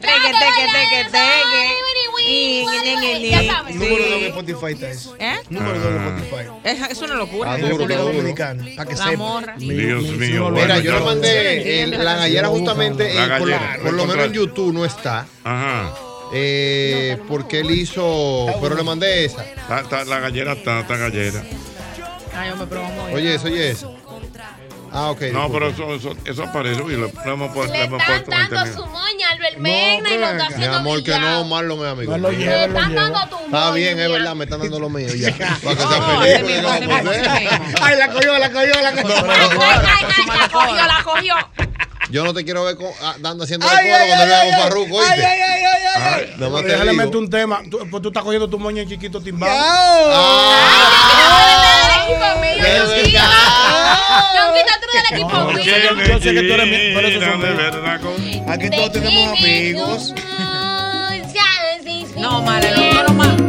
[SPEAKER 2] reque, teque, teque, teque". Y- y- y- y-
[SPEAKER 6] Ya sabes.
[SPEAKER 7] Número
[SPEAKER 2] Sí.
[SPEAKER 7] dos de Spotify está eso.
[SPEAKER 2] ¿Eh?
[SPEAKER 7] Número dos de Spotify.
[SPEAKER 2] Es es una locura.
[SPEAKER 4] Ah,
[SPEAKER 7] De
[SPEAKER 4] duro,
[SPEAKER 7] República
[SPEAKER 4] duro.
[SPEAKER 7] Dominicana. Para que
[SPEAKER 2] La morra.
[SPEAKER 7] sepa.
[SPEAKER 3] Dios mío.
[SPEAKER 4] Mira,
[SPEAKER 3] bueno,
[SPEAKER 4] yo le
[SPEAKER 3] ya-
[SPEAKER 4] mandé Eh, el- la gallera justamente,
[SPEAKER 3] La
[SPEAKER 4] eh, por, lo-
[SPEAKER 3] gallera,
[SPEAKER 4] por lo menos en
[SPEAKER 3] encontrar.
[SPEAKER 4] YouTube no está,
[SPEAKER 3] Ajá.
[SPEAKER 4] eh, porque él hizo, pero le mandé esa.
[SPEAKER 3] Está- está- la gallera está, está gallera.
[SPEAKER 2] Ay, Ah, yo me promo.
[SPEAKER 4] Oye, eso, oye eso. Ah, ok.
[SPEAKER 3] No,
[SPEAKER 4] disculpa.
[SPEAKER 3] pero eso, eso, eso aparece y lo, lo hemos puesto.
[SPEAKER 6] Le
[SPEAKER 3] lo hemos
[SPEAKER 6] están
[SPEAKER 3] puesto en
[SPEAKER 6] dando
[SPEAKER 3] internet.
[SPEAKER 6] su moña al Belmena y lo está
[SPEAKER 4] Mi
[SPEAKER 6] haciendo
[SPEAKER 4] amor, que no,
[SPEAKER 6] brillado.
[SPEAKER 4] Marlon es amigo.
[SPEAKER 14] Marlon
[SPEAKER 4] mío.
[SPEAKER 6] Le están dando tu moña.
[SPEAKER 4] Está bien, es verdad, me están dando lo mío
[SPEAKER 7] *laughs*
[SPEAKER 4] ya. Para que
[SPEAKER 2] No,
[SPEAKER 4] sea
[SPEAKER 2] no,
[SPEAKER 4] feliz,
[SPEAKER 2] ese
[SPEAKER 4] porque
[SPEAKER 2] mismo,
[SPEAKER 4] no
[SPEAKER 2] ese
[SPEAKER 4] vamos a
[SPEAKER 2] mismo,
[SPEAKER 4] hacer.
[SPEAKER 2] ese mismo.
[SPEAKER 7] Ay, la cogió, la cogió, la cogió.
[SPEAKER 6] Ay, ay, ay, ay, la cogió, la cogió.
[SPEAKER 4] Yo no te quiero ver con- ah, dando haciendo el
[SPEAKER 7] Ay,
[SPEAKER 4] coro
[SPEAKER 7] ay,
[SPEAKER 4] cuando
[SPEAKER 7] ay,
[SPEAKER 4] veamos
[SPEAKER 7] ay,
[SPEAKER 4] Farruko,
[SPEAKER 7] ay,
[SPEAKER 4] ¿oíste? Ah.
[SPEAKER 7] ay, ay, ay, ay, ay.
[SPEAKER 4] Nada más te
[SPEAKER 14] Déjale
[SPEAKER 4] digo.
[SPEAKER 14] meter un tema. Tú, pues tú estás cogiendo tu moño en chiquito timbal.
[SPEAKER 6] Ay, yo quiero ver
[SPEAKER 4] Qué
[SPEAKER 6] del equipo mío, Dios mío. Yo quita tú del equipo mío.
[SPEAKER 3] Porque
[SPEAKER 14] yo sé que tú eres mi- pero eso
[SPEAKER 3] mentira
[SPEAKER 14] son
[SPEAKER 3] de
[SPEAKER 14] míos.
[SPEAKER 3] verdad. con-
[SPEAKER 7] Aquí todos tenemos amigos.
[SPEAKER 2] No, Mara, no, no, no, no.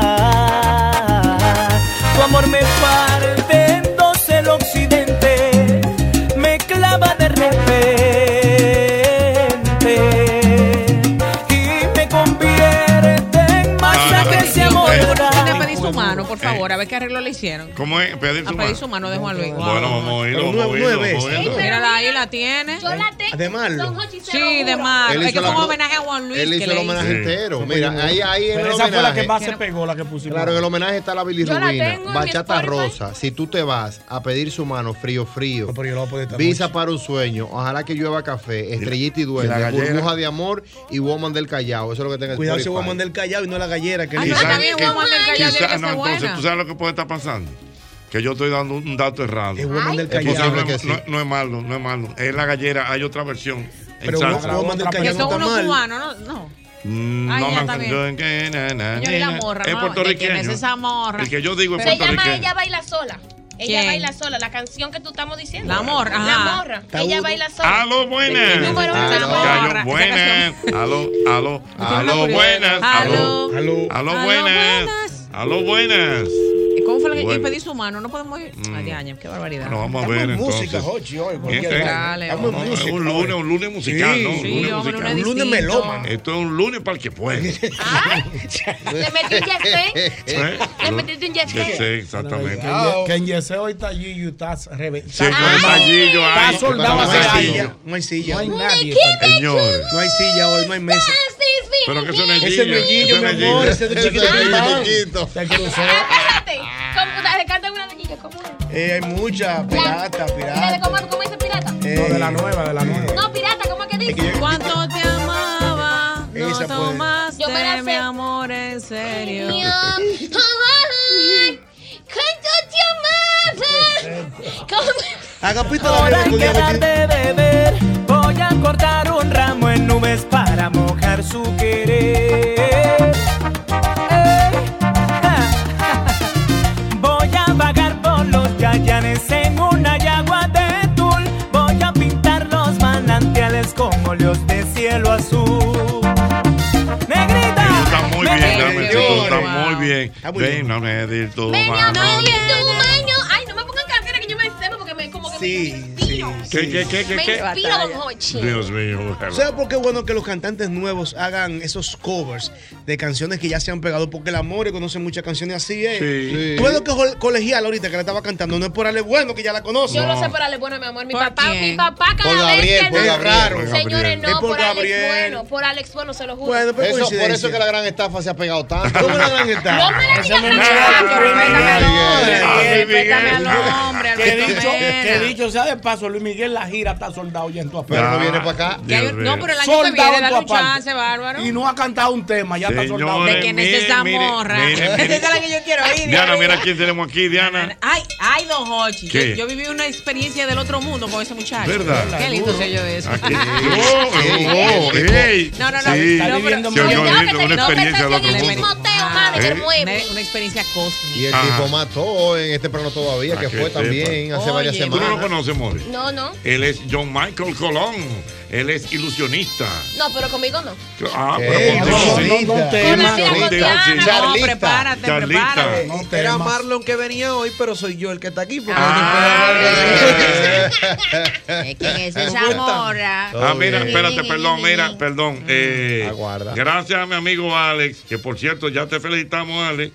[SPEAKER 25] mañana. Tu amor me parte en dos el occidente, me clava de repente y me convierte en masa que se amora.
[SPEAKER 2] Ven a pedir su mano, por favor, a ver qué arreglo le hicieron.
[SPEAKER 3] ¿Cómo es? Pedir
[SPEAKER 2] A
[SPEAKER 3] su
[SPEAKER 2] pedir
[SPEAKER 3] mano.
[SPEAKER 2] su mano de Juan Luis.
[SPEAKER 3] Bueno, vamos a oírlo, vamos a oírlo, vamos a oírlo.
[SPEAKER 2] Mírala ahí, la tiene. Yo la tengo.
[SPEAKER 4] De Marlo. don
[SPEAKER 2] Sí, de Marlo.
[SPEAKER 4] Él
[SPEAKER 2] Es
[SPEAKER 4] hizo
[SPEAKER 2] que
[SPEAKER 4] la-
[SPEAKER 2] fue un homenaje a Juan Luis.
[SPEAKER 4] Él hizo
[SPEAKER 2] que
[SPEAKER 4] el
[SPEAKER 2] le
[SPEAKER 4] homenaje
[SPEAKER 3] hizo.
[SPEAKER 4] entero.
[SPEAKER 3] Sí.
[SPEAKER 4] Mira, ahí, ahí en
[SPEAKER 8] Pero
[SPEAKER 4] el
[SPEAKER 8] esa fue la
[SPEAKER 4] homenaje.
[SPEAKER 8] que más se pegó, la que pusimos.
[SPEAKER 4] Claro, en el homenaje está la
[SPEAKER 8] Yo la
[SPEAKER 4] bilirrubina,
[SPEAKER 8] tengo en mi
[SPEAKER 4] bachata
[SPEAKER 8] Spotify.
[SPEAKER 4] rosa. Si tú te vas a pedir su mano frío, frío,
[SPEAKER 8] esta
[SPEAKER 4] visa para un sueño, ojalá que llueva café, estrellita y duende,
[SPEAKER 8] la gallera.
[SPEAKER 4] burbuja de amor y woman del Callao. Eso es lo que tenga el
[SPEAKER 7] Cuidado si
[SPEAKER 4] Spotify.
[SPEAKER 7] Woman del Callao y no la gallera
[SPEAKER 3] Ah,
[SPEAKER 7] que
[SPEAKER 4] no, está bien,
[SPEAKER 7] Que-
[SPEAKER 4] Woman del Callao tiene
[SPEAKER 3] Quizá-
[SPEAKER 4] que
[SPEAKER 3] no,
[SPEAKER 4] ser
[SPEAKER 3] entonces,
[SPEAKER 4] buena.
[SPEAKER 3] ¿tú sabes lo que puede estar pasando? Que yo estoy dando un dato errado. Es
[SPEAKER 7] Woman del Callao.
[SPEAKER 3] posible
[SPEAKER 7] que
[SPEAKER 3] que no, no es malo, no es malo. Es la gallera, hay otra versión. en
[SPEAKER 7] Pero
[SPEAKER 3] salsa.
[SPEAKER 7] Woman del
[SPEAKER 2] Que
[SPEAKER 7] Callao no
[SPEAKER 2] son
[SPEAKER 7] está
[SPEAKER 2] unos
[SPEAKER 7] mal.
[SPEAKER 2] cubanos, no. no.
[SPEAKER 3] Mm,
[SPEAKER 2] Ay,
[SPEAKER 3] no
[SPEAKER 2] ya
[SPEAKER 3] me
[SPEAKER 2] está bien.
[SPEAKER 3] acuerdo que- na, na,
[SPEAKER 2] Yo ni la
[SPEAKER 3] na. Eh, Es
[SPEAKER 2] morra, mamá, ¿de quién
[SPEAKER 3] puertorriqueño.
[SPEAKER 2] es esa morra?
[SPEAKER 3] El que yo digo es
[SPEAKER 6] Se llama
[SPEAKER 3] puertorriqueño.
[SPEAKER 6] Ella Baila Sola. Ella
[SPEAKER 2] ¿Quién?
[SPEAKER 6] baila sola, la canción que tú estamos diciendo.
[SPEAKER 2] La morra,
[SPEAKER 6] La
[SPEAKER 2] ajá.
[SPEAKER 6] morra.
[SPEAKER 3] Está
[SPEAKER 6] Ella
[SPEAKER 3] uno.
[SPEAKER 6] baila sola.
[SPEAKER 3] Aló, buenas.
[SPEAKER 6] El número uno, la
[SPEAKER 3] Aló,
[SPEAKER 6] morra.
[SPEAKER 3] gallo, buenas. Aló, aló, aló, buenas. Aló, aló, aló, buenas. Aló, buenas.
[SPEAKER 2] ¿Y ¿Cómo fue la que
[SPEAKER 3] Bueno.
[SPEAKER 2] y pedí su mano? No podemos ir. Ay, diaña, qué barbaridad.
[SPEAKER 3] Bueno, vamos a
[SPEAKER 2] Estamos
[SPEAKER 3] ver
[SPEAKER 2] en
[SPEAKER 3] entonces.
[SPEAKER 2] cualquier
[SPEAKER 3] Este,
[SPEAKER 2] día. Dale,
[SPEAKER 3] vamos,
[SPEAKER 2] vamos.
[SPEAKER 3] es un lunes, un lunes musical,
[SPEAKER 8] Sí,
[SPEAKER 3] ¿no?
[SPEAKER 8] sí,
[SPEAKER 3] lunes
[SPEAKER 8] vamos,
[SPEAKER 3] musical.
[SPEAKER 8] lunes Un lunes distinto. melómano.
[SPEAKER 3] Esto es un lunes para el que puede.
[SPEAKER 6] Le metí un jefe.
[SPEAKER 3] ¿Eh?
[SPEAKER 6] Le metiste un
[SPEAKER 3] Sí, sí,
[SPEAKER 6] jefe.
[SPEAKER 3] exactamente.
[SPEAKER 8] Que en Yese hoy está allí y estás reventado.
[SPEAKER 3] Sí, no está allí, yo
[SPEAKER 8] Está
[SPEAKER 3] ahí.
[SPEAKER 8] soldado
[SPEAKER 3] No
[SPEAKER 8] hace
[SPEAKER 3] hay
[SPEAKER 8] años.
[SPEAKER 3] silla.
[SPEAKER 7] No hay silla.
[SPEAKER 8] No hay nadie.
[SPEAKER 3] Señor.
[SPEAKER 7] No hay silla hoy, no hay mesa.
[SPEAKER 3] Pero que eso no es
[SPEAKER 7] Ese no es
[SPEAKER 3] Gillo,
[SPEAKER 7] Gillo,
[SPEAKER 3] eso no es
[SPEAKER 7] mi amor,
[SPEAKER 3] Gillo.
[SPEAKER 7] ese es de
[SPEAKER 3] Ese
[SPEAKER 7] chiquito
[SPEAKER 3] es
[SPEAKER 7] que
[SPEAKER 3] Gillo,
[SPEAKER 7] va.
[SPEAKER 3] chiquito.
[SPEAKER 7] Se cruzó.
[SPEAKER 6] Espérate. ¿Cómo? Dale, canta una de Gillo, ¿cómo es?
[SPEAKER 7] Eh, hay mucha eh, pirata, pirata.
[SPEAKER 6] Mira, ¿Cómo cómo dice pirata?
[SPEAKER 7] de la nueva, de la nueva.
[SPEAKER 6] No, pirata, ¿cómo que dice?
[SPEAKER 2] ¿Cuánto te amaba? No
[SPEAKER 7] Esa puede.
[SPEAKER 2] tomaste
[SPEAKER 6] Yo me la sé.
[SPEAKER 2] mi amor en serio.
[SPEAKER 6] Ay, ¿Cuánto te amaba? ¿Cómo?
[SPEAKER 7] Agapito
[SPEAKER 25] la Ahora bebe con que diabetes. de beber, voy a cortar un ramo en nubes para mojar su querer. Ey, *laughs* ja, ja, ja. Voy a vagar por los yayanes en una yagua de tul. Voy a pintar los manantiales con óleos de cielo azul. Negrita,
[SPEAKER 3] Está muy
[SPEAKER 25] me-
[SPEAKER 3] bien, dame tú, está
[SPEAKER 25] Wow.
[SPEAKER 3] muy bien. Ven a medir tu Oh, mano.
[SPEAKER 6] Maño. Ay, no me pongan canciones que yo me enfermo porque me como que
[SPEAKER 7] Sí, sí.
[SPEAKER 3] ¿Qué, qué, qué, qué,
[SPEAKER 6] me
[SPEAKER 3] qué?
[SPEAKER 6] inspiro, don Hochi.
[SPEAKER 3] Dios mío.
[SPEAKER 7] ¿Sabes por qué es bueno que los cantantes nuevos hagan esos covers de canciones que ya se han pegado? Porque el amor conoce muchas canciones así, ¿eh?
[SPEAKER 3] Sí.
[SPEAKER 7] Tú ves lo que jo- colegial ahorita que la estaba cantando, no es por Ale Bueno que ya la conoce.
[SPEAKER 6] Yo lo sé por Ale Bueno, mi amor. Mi papá,
[SPEAKER 7] quién?
[SPEAKER 6] mi papá cada
[SPEAKER 7] Por Gabriel,
[SPEAKER 6] vez que
[SPEAKER 7] por
[SPEAKER 6] no-
[SPEAKER 7] Gabriel, por Gabriel.
[SPEAKER 6] Señores,
[SPEAKER 7] Es
[SPEAKER 6] no,
[SPEAKER 7] por
[SPEAKER 6] por,
[SPEAKER 7] Gabriel.
[SPEAKER 6] Alex Bueno. Por Alex Bueno, se lo juro.
[SPEAKER 7] Bueno, pues
[SPEAKER 4] Eso, por
[SPEAKER 7] coincidencia.
[SPEAKER 4] eso que la gran estafa se ha pegado tanto. ¿Cómo la gran estafa?
[SPEAKER 6] No me la digas,
[SPEAKER 8] Que dicho, que dicho sea de paso, Luis Miguel, la gira está soldado ya en tu aparte.
[SPEAKER 4] Pero no viene para acá.
[SPEAKER 2] Ya yo- no, pero el año que viene, dale un chance, bárbaro.
[SPEAKER 8] Y no ha cantado un tema, ya está
[SPEAKER 3] Señores,
[SPEAKER 8] soldado.
[SPEAKER 2] ¿De quién es esa
[SPEAKER 3] miren,
[SPEAKER 2] morra?
[SPEAKER 3] miren, miren.
[SPEAKER 2] Esa es la que yo quiero oír.
[SPEAKER 3] Diana, mira quién tenemos aquí, Diana.
[SPEAKER 2] Ay, ay, don Hochi. Yo,
[SPEAKER 3] ¿Qué?
[SPEAKER 2] yo viví una experiencia del otro mundo con ese muchacho.
[SPEAKER 3] ¿Verdad?
[SPEAKER 2] Qué lindo se oyó eso.
[SPEAKER 3] Aquí. Oh, oh, ey.
[SPEAKER 2] No, no, no.
[SPEAKER 3] Sí,
[SPEAKER 2] no, pero-
[SPEAKER 3] se oyó lindo, una experiencia del otro mundo.
[SPEAKER 4] que
[SPEAKER 2] Una- Una experiencia cósmica.
[SPEAKER 4] Y el
[SPEAKER 3] Ajá. Ah,
[SPEAKER 4] tipo mató en este plano todavía, que
[SPEAKER 3] que
[SPEAKER 4] fue
[SPEAKER 3] sepa.
[SPEAKER 4] también hace varias
[SPEAKER 3] Tú no lo
[SPEAKER 4] semanas.
[SPEAKER 3] conoces, Mori.
[SPEAKER 6] No, no.
[SPEAKER 3] Él es John Michael Colón. Él es ilusionista.
[SPEAKER 6] No, pero conmigo
[SPEAKER 26] *laughs*
[SPEAKER 6] no.
[SPEAKER 3] Ah,
[SPEAKER 4] ¿Qué?
[SPEAKER 3] pero contigo sí.
[SPEAKER 4] Ilusionista. Con
[SPEAKER 3] Contigo
[SPEAKER 4] amigo,
[SPEAKER 3] sí.
[SPEAKER 4] con Diana, no,
[SPEAKER 3] Charlista.
[SPEAKER 4] prepárate,
[SPEAKER 3] Charlista.
[SPEAKER 4] prepárate.
[SPEAKER 3] No te
[SPEAKER 27] Era
[SPEAKER 3] amas.
[SPEAKER 27] Marlon que venía hoy, pero soy yo el que está aquí. porque-
[SPEAKER 4] Ah, eh.
[SPEAKER 2] ¿Quién es esa
[SPEAKER 27] ¿Cómo están?
[SPEAKER 2] morra?
[SPEAKER 3] Ah, mira,
[SPEAKER 27] bien.
[SPEAKER 3] espérate, perdón, mira,
[SPEAKER 4] Mm,
[SPEAKER 3] perdón. Eh, Gracias a mi amigo Alex, que por cierto ya te felicitamos, Alex.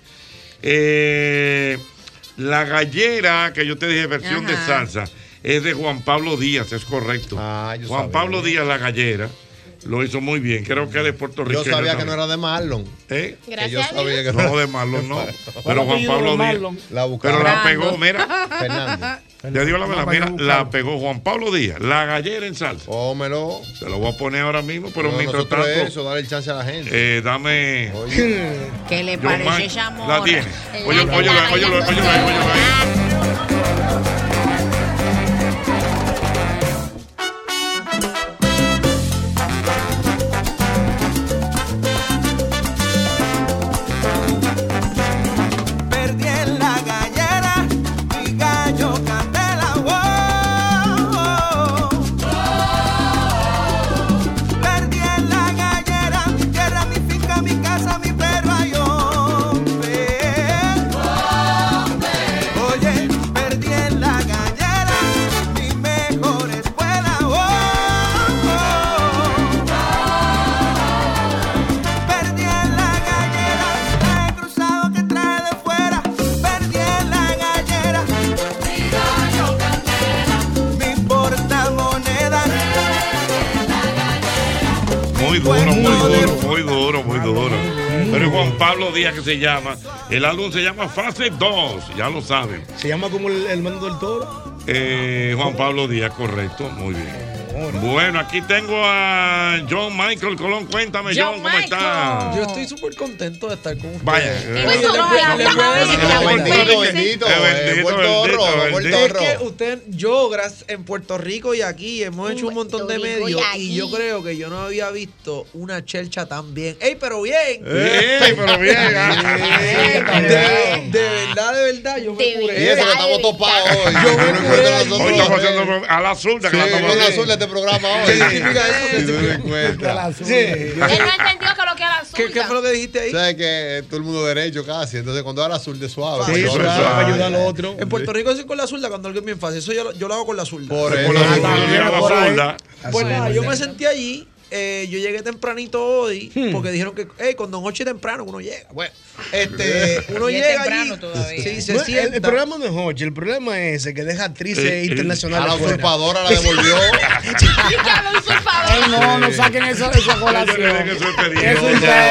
[SPEAKER 3] Eh, la gallera que yo te dije, versión de
[SPEAKER 27] Ajá.
[SPEAKER 3] salsa, es de Juan Pablo Díaz, es correcto. Juan
[SPEAKER 4] Ah, sabía.
[SPEAKER 3] Pablo Díaz, la gallera, lo hizo muy bien. Creo que él es puertorriqueño.
[SPEAKER 4] Yo sabía que no
[SPEAKER 3] también.
[SPEAKER 4] era de Marlon.
[SPEAKER 3] ¿Eh?
[SPEAKER 4] Que yo sabía que
[SPEAKER 3] No, de Marlon
[SPEAKER 4] *laughs*
[SPEAKER 3] no. Pero Juan Pablo Díaz.
[SPEAKER 4] La buscaron.
[SPEAKER 3] Pero la pegó, mira.
[SPEAKER 4] Fernández.
[SPEAKER 3] Ya digo la
[SPEAKER 4] No,
[SPEAKER 3] verdad,
[SPEAKER 4] para
[SPEAKER 3] mira,
[SPEAKER 4] yo buscarlo.
[SPEAKER 3] la pegó Juan Pablo Díaz, la gallera en salsa.
[SPEAKER 4] Cómelo.
[SPEAKER 3] Se lo voy a poner ahora mismo, pero
[SPEAKER 4] No,
[SPEAKER 3] mientras
[SPEAKER 4] nosotros
[SPEAKER 3] tanto,
[SPEAKER 4] Eso, darle el chance a la gente.
[SPEAKER 3] eh, dame.
[SPEAKER 2] ¿Qué le
[SPEAKER 3] Yo, man,
[SPEAKER 2] parece esa morra?
[SPEAKER 3] La tiene. Oye, oye, oye, oye, oye, oye,
[SPEAKER 27] Perdí en la gallera y gallo candela, wow. Perdí en la gallera, que ramifica mi Oh,
[SPEAKER 3] duro, muy duro, muy duro, muy duro. Pero es Juan Pablo Díaz que se llama. El álbum se llama Fase 2, ya lo saben.
[SPEAKER 7] Se llama como el, el mando del toro.
[SPEAKER 3] Eh, Juan Pablo Díaz, correcto, muy bien. Bueno, aquí tengo a John Michael Colón. Cuéntame, John, ¿cómo estás?
[SPEAKER 26] Yo estoy súper contento de estar con ustedes.
[SPEAKER 3] Vaya.
[SPEAKER 26] Pues
[SPEAKER 3] Eh,
[SPEAKER 26] no, ya, ya,
[SPEAKER 3] le- le-
[SPEAKER 26] ya,
[SPEAKER 3] le-
[SPEAKER 26] ya,
[SPEAKER 3] le-
[SPEAKER 26] ya,
[SPEAKER 3] bendito,
[SPEAKER 26] ya,
[SPEAKER 3] eh,
[SPEAKER 26] ya,
[SPEAKER 3] bendito,
[SPEAKER 26] Puerto
[SPEAKER 3] bendito,
[SPEAKER 26] Rico,
[SPEAKER 3] bendito.
[SPEAKER 26] Puerto Rico. Es que usted, yo gracias, en Puerto Rico y aquí hemos hecho un montón de Rico y medios y aquí. yo creo que yo no había visto una chelcha tan bien. ¡Ey, pero bien!
[SPEAKER 3] ¡Ey, pero
[SPEAKER 26] *laughs*
[SPEAKER 3] bien! Ah,
[SPEAKER 26] De, de verdad, de verdad, yo me curé.
[SPEAKER 3] Y eso que estamos
[SPEAKER 26] topados hoy.
[SPEAKER 3] Hoy estamos haciendo a la zurda que la estamos
[SPEAKER 26] con la
[SPEAKER 3] haciendo.
[SPEAKER 26] zurda
[SPEAKER 4] este programa
[SPEAKER 26] hoy.
[SPEAKER 6] Él no entendió que lo que era azul.
[SPEAKER 26] fue lo que dijiste ahí?
[SPEAKER 4] Sabes que eh, todo el mundo derecho casi. Entonces, cuando da la azul de suave.
[SPEAKER 26] Sí,
[SPEAKER 4] Ah, yo
[SPEAKER 3] pues,
[SPEAKER 26] eso
[SPEAKER 4] la-
[SPEAKER 26] es suave.
[SPEAKER 4] ayuda al otro.
[SPEAKER 26] En Puerto Rico soy con la zurda cuando alguien me enfase. Eso yo lo, yo lo hago con la zurda.
[SPEAKER 4] Por Con eso. la zurda,
[SPEAKER 26] Ah,
[SPEAKER 4] lo lleva la
[SPEAKER 26] por ahí.
[SPEAKER 4] zurda.
[SPEAKER 26] Pues
[SPEAKER 4] Así
[SPEAKER 26] nada,
[SPEAKER 4] es.
[SPEAKER 26] yo me sentí allí. eh, yo llegué tempranito hoy
[SPEAKER 4] Hmm.
[SPEAKER 26] porque dijeron que hey, con Don Ochi temprano uno llega. Bueno,
[SPEAKER 4] *laughs*
[SPEAKER 26] este, uno
[SPEAKER 7] Y es
[SPEAKER 26] llega
[SPEAKER 7] temprano
[SPEAKER 26] allí, Sí, se
[SPEAKER 7] No, el-
[SPEAKER 26] sienta.
[SPEAKER 7] El, problema no es Hochi, el problema es ese que deja actrices
[SPEAKER 4] Eh, eh,
[SPEAKER 7] internacionales.
[SPEAKER 4] a la
[SPEAKER 7] afuera.
[SPEAKER 4] usurpadora la devolvió.
[SPEAKER 7] *laughs* Ay, no, no saquen
[SPEAKER 14] eso de esa
[SPEAKER 7] colación.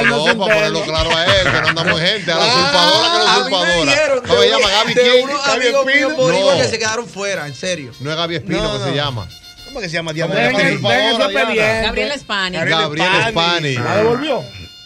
[SPEAKER 4] No, no, para ponerlo claro a él, que no andamos gente, a la
[SPEAKER 26] Ah,
[SPEAKER 4] usurpadora que la usurpadora. ¿Cómo se llama? Gaby
[SPEAKER 26] de
[SPEAKER 4] quién?
[SPEAKER 26] unos
[SPEAKER 4] Gaby
[SPEAKER 26] amigos míos
[SPEAKER 4] Espino.
[SPEAKER 26] boricuas
[SPEAKER 4] No.
[SPEAKER 26] que se quedaron fuera, en serio.
[SPEAKER 4] No es Gaby Espino
[SPEAKER 26] No,
[SPEAKER 4] que
[SPEAKER 26] no.
[SPEAKER 4] se llama.
[SPEAKER 7] ¿Cómo que se llama?
[SPEAKER 4] Ven, ven, ven, eso es pediente.
[SPEAKER 2] Gabriel Spani.
[SPEAKER 4] Gabriel Spani.
[SPEAKER 14] ¿La devolvió?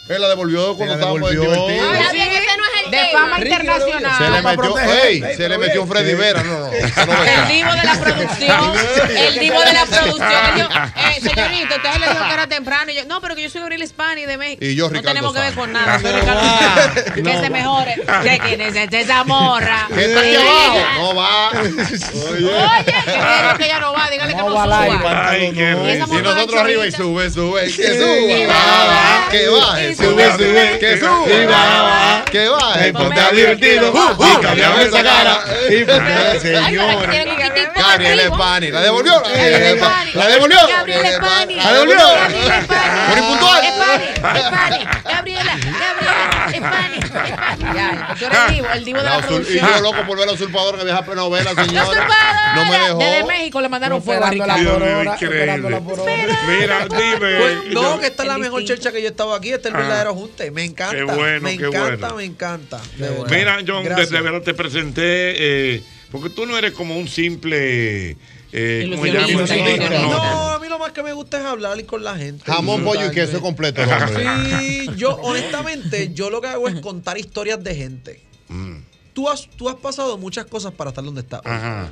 [SPEAKER 4] Él la devolvió cuando estábamos divertidos.
[SPEAKER 6] Está bien, ese no es el
[SPEAKER 2] De fama internacional.
[SPEAKER 4] Se le metió, ey,
[SPEAKER 2] Ey,
[SPEAKER 4] se le metió un Freddy Vera,
[SPEAKER 26] *laughs*
[SPEAKER 4] no, no.
[SPEAKER 2] El divo de la producción. El divo de la producción. él dijo, eh, señorito, usted le dijo que era temprano. Y yo, no, pero que yo soy Gabriel Spani de México.
[SPEAKER 4] Y yo,
[SPEAKER 2] no
[SPEAKER 4] Ricardo
[SPEAKER 2] tenemos que ver
[SPEAKER 4] Sánchez.
[SPEAKER 2] con nada. soy Ricardo Sánchez. que se mejore. Que quién es esta- esa morra.
[SPEAKER 4] ¿Qué está aquí
[SPEAKER 2] Que
[SPEAKER 4] abajo?
[SPEAKER 2] diga-
[SPEAKER 4] No va.
[SPEAKER 2] Oye, que diga que ya no va. Dígale que no suba.
[SPEAKER 4] Ay, qué risa. Y nosotros arriba y sube, sube, que
[SPEAKER 14] Y
[SPEAKER 4] suba,
[SPEAKER 14] baja.
[SPEAKER 4] que baje,
[SPEAKER 14] Y
[SPEAKER 4] sube,
[SPEAKER 14] sube,
[SPEAKER 4] sube, que
[SPEAKER 14] y
[SPEAKER 4] suba,
[SPEAKER 14] baja.
[SPEAKER 4] que baje,
[SPEAKER 14] Y ponte a divertido, y cambiame esa cara, y ponte a- señora.
[SPEAKER 4] Gabriel Spani, la devolvió, Eh, Gabriel Spani, la devolvió,
[SPEAKER 2] Gabriel Spani.
[SPEAKER 4] la devolvió,
[SPEAKER 2] Gabriel
[SPEAKER 4] por impuntual.
[SPEAKER 2] Gabriela, Gabriela, Spani. Ya, tú eres el divo, el divo de
[SPEAKER 4] La
[SPEAKER 2] la
[SPEAKER 4] usur- Y
[SPEAKER 2] producción.
[SPEAKER 4] yo loco por ver a la usurpadora que viaja a
[SPEAKER 6] *laughs*
[SPEAKER 4] novela, señora. No me dejó.
[SPEAKER 2] Desde México le mandaron fuego
[SPEAKER 4] la
[SPEAKER 2] a Ricardo.
[SPEAKER 4] corona, esperando la
[SPEAKER 3] Mira, dime.
[SPEAKER 26] Pues, No, que esta es la mejor chercha que yo estaba aquí. Este es
[SPEAKER 4] Ah.
[SPEAKER 26] el verdadero junte. Me encanta.
[SPEAKER 3] Qué bueno,
[SPEAKER 26] me
[SPEAKER 3] qué
[SPEAKER 26] encanta,
[SPEAKER 3] bueno.
[SPEAKER 26] me encanta.
[SPEAKER 3] Mira, John, de,
[SPEAKER 26] Gracias.
[SPEAKER 3] de verdad te presenté, eh, porque tú no eres como un simple. Eh, ¿Cómo se llama?
[SPEAKER 26] No,
[SPEAKER 3] No,
[SPEAKER 26] a mí lo más que me gusta es hablar con la gente. Mm.
[SPEAKER 4] Jamón, pollo y queso completo. el hombre.
[SPEAKER 26] Sí, yo honestamente, yo lo que hago es contar historias de gente.
[SPEAKER 4] Mm.
[SPEAKER 26] Tú has, tú has pasado muchas cosas para estar donde estás. hoy.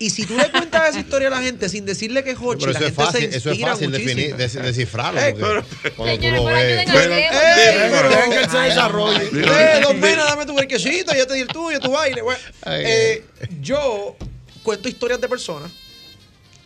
[SPEAKER 26] Y si tú le cuentas esa historia a la gente sin decirle que es Hochi,
[SPEAKER 4] Pero
[SPEAKER 26] la
[SPEAKER 4] eso es
[SPEAKER 26] gente
[SPEAKER 4] fácil,
[SPEAKER 26] se
[SPEAKER 4] eso es
[SPEAKER 26] inspira
[SPEAKER 4] fácil
[SPEAKER 26] muchísimo.
[SPEAKER 4] definir, des- descifrarlo.
[SPEAKER 26] Ey,
[SPEAKER 4] porque cuando tú
[SPEAKER 26] pero
[SPEAKER 4] lo ves.
[SPEAKER 26] ayuden a Pero- Leo. Ey, pero-
[SPEAKER 4] dejen que él se desarrolle.
[SPEAKER 26] Eh, don Pena, dame tu huerquecito, ya te di el tuyo, tu baile. bueno. Eh, yo cuento historias de personas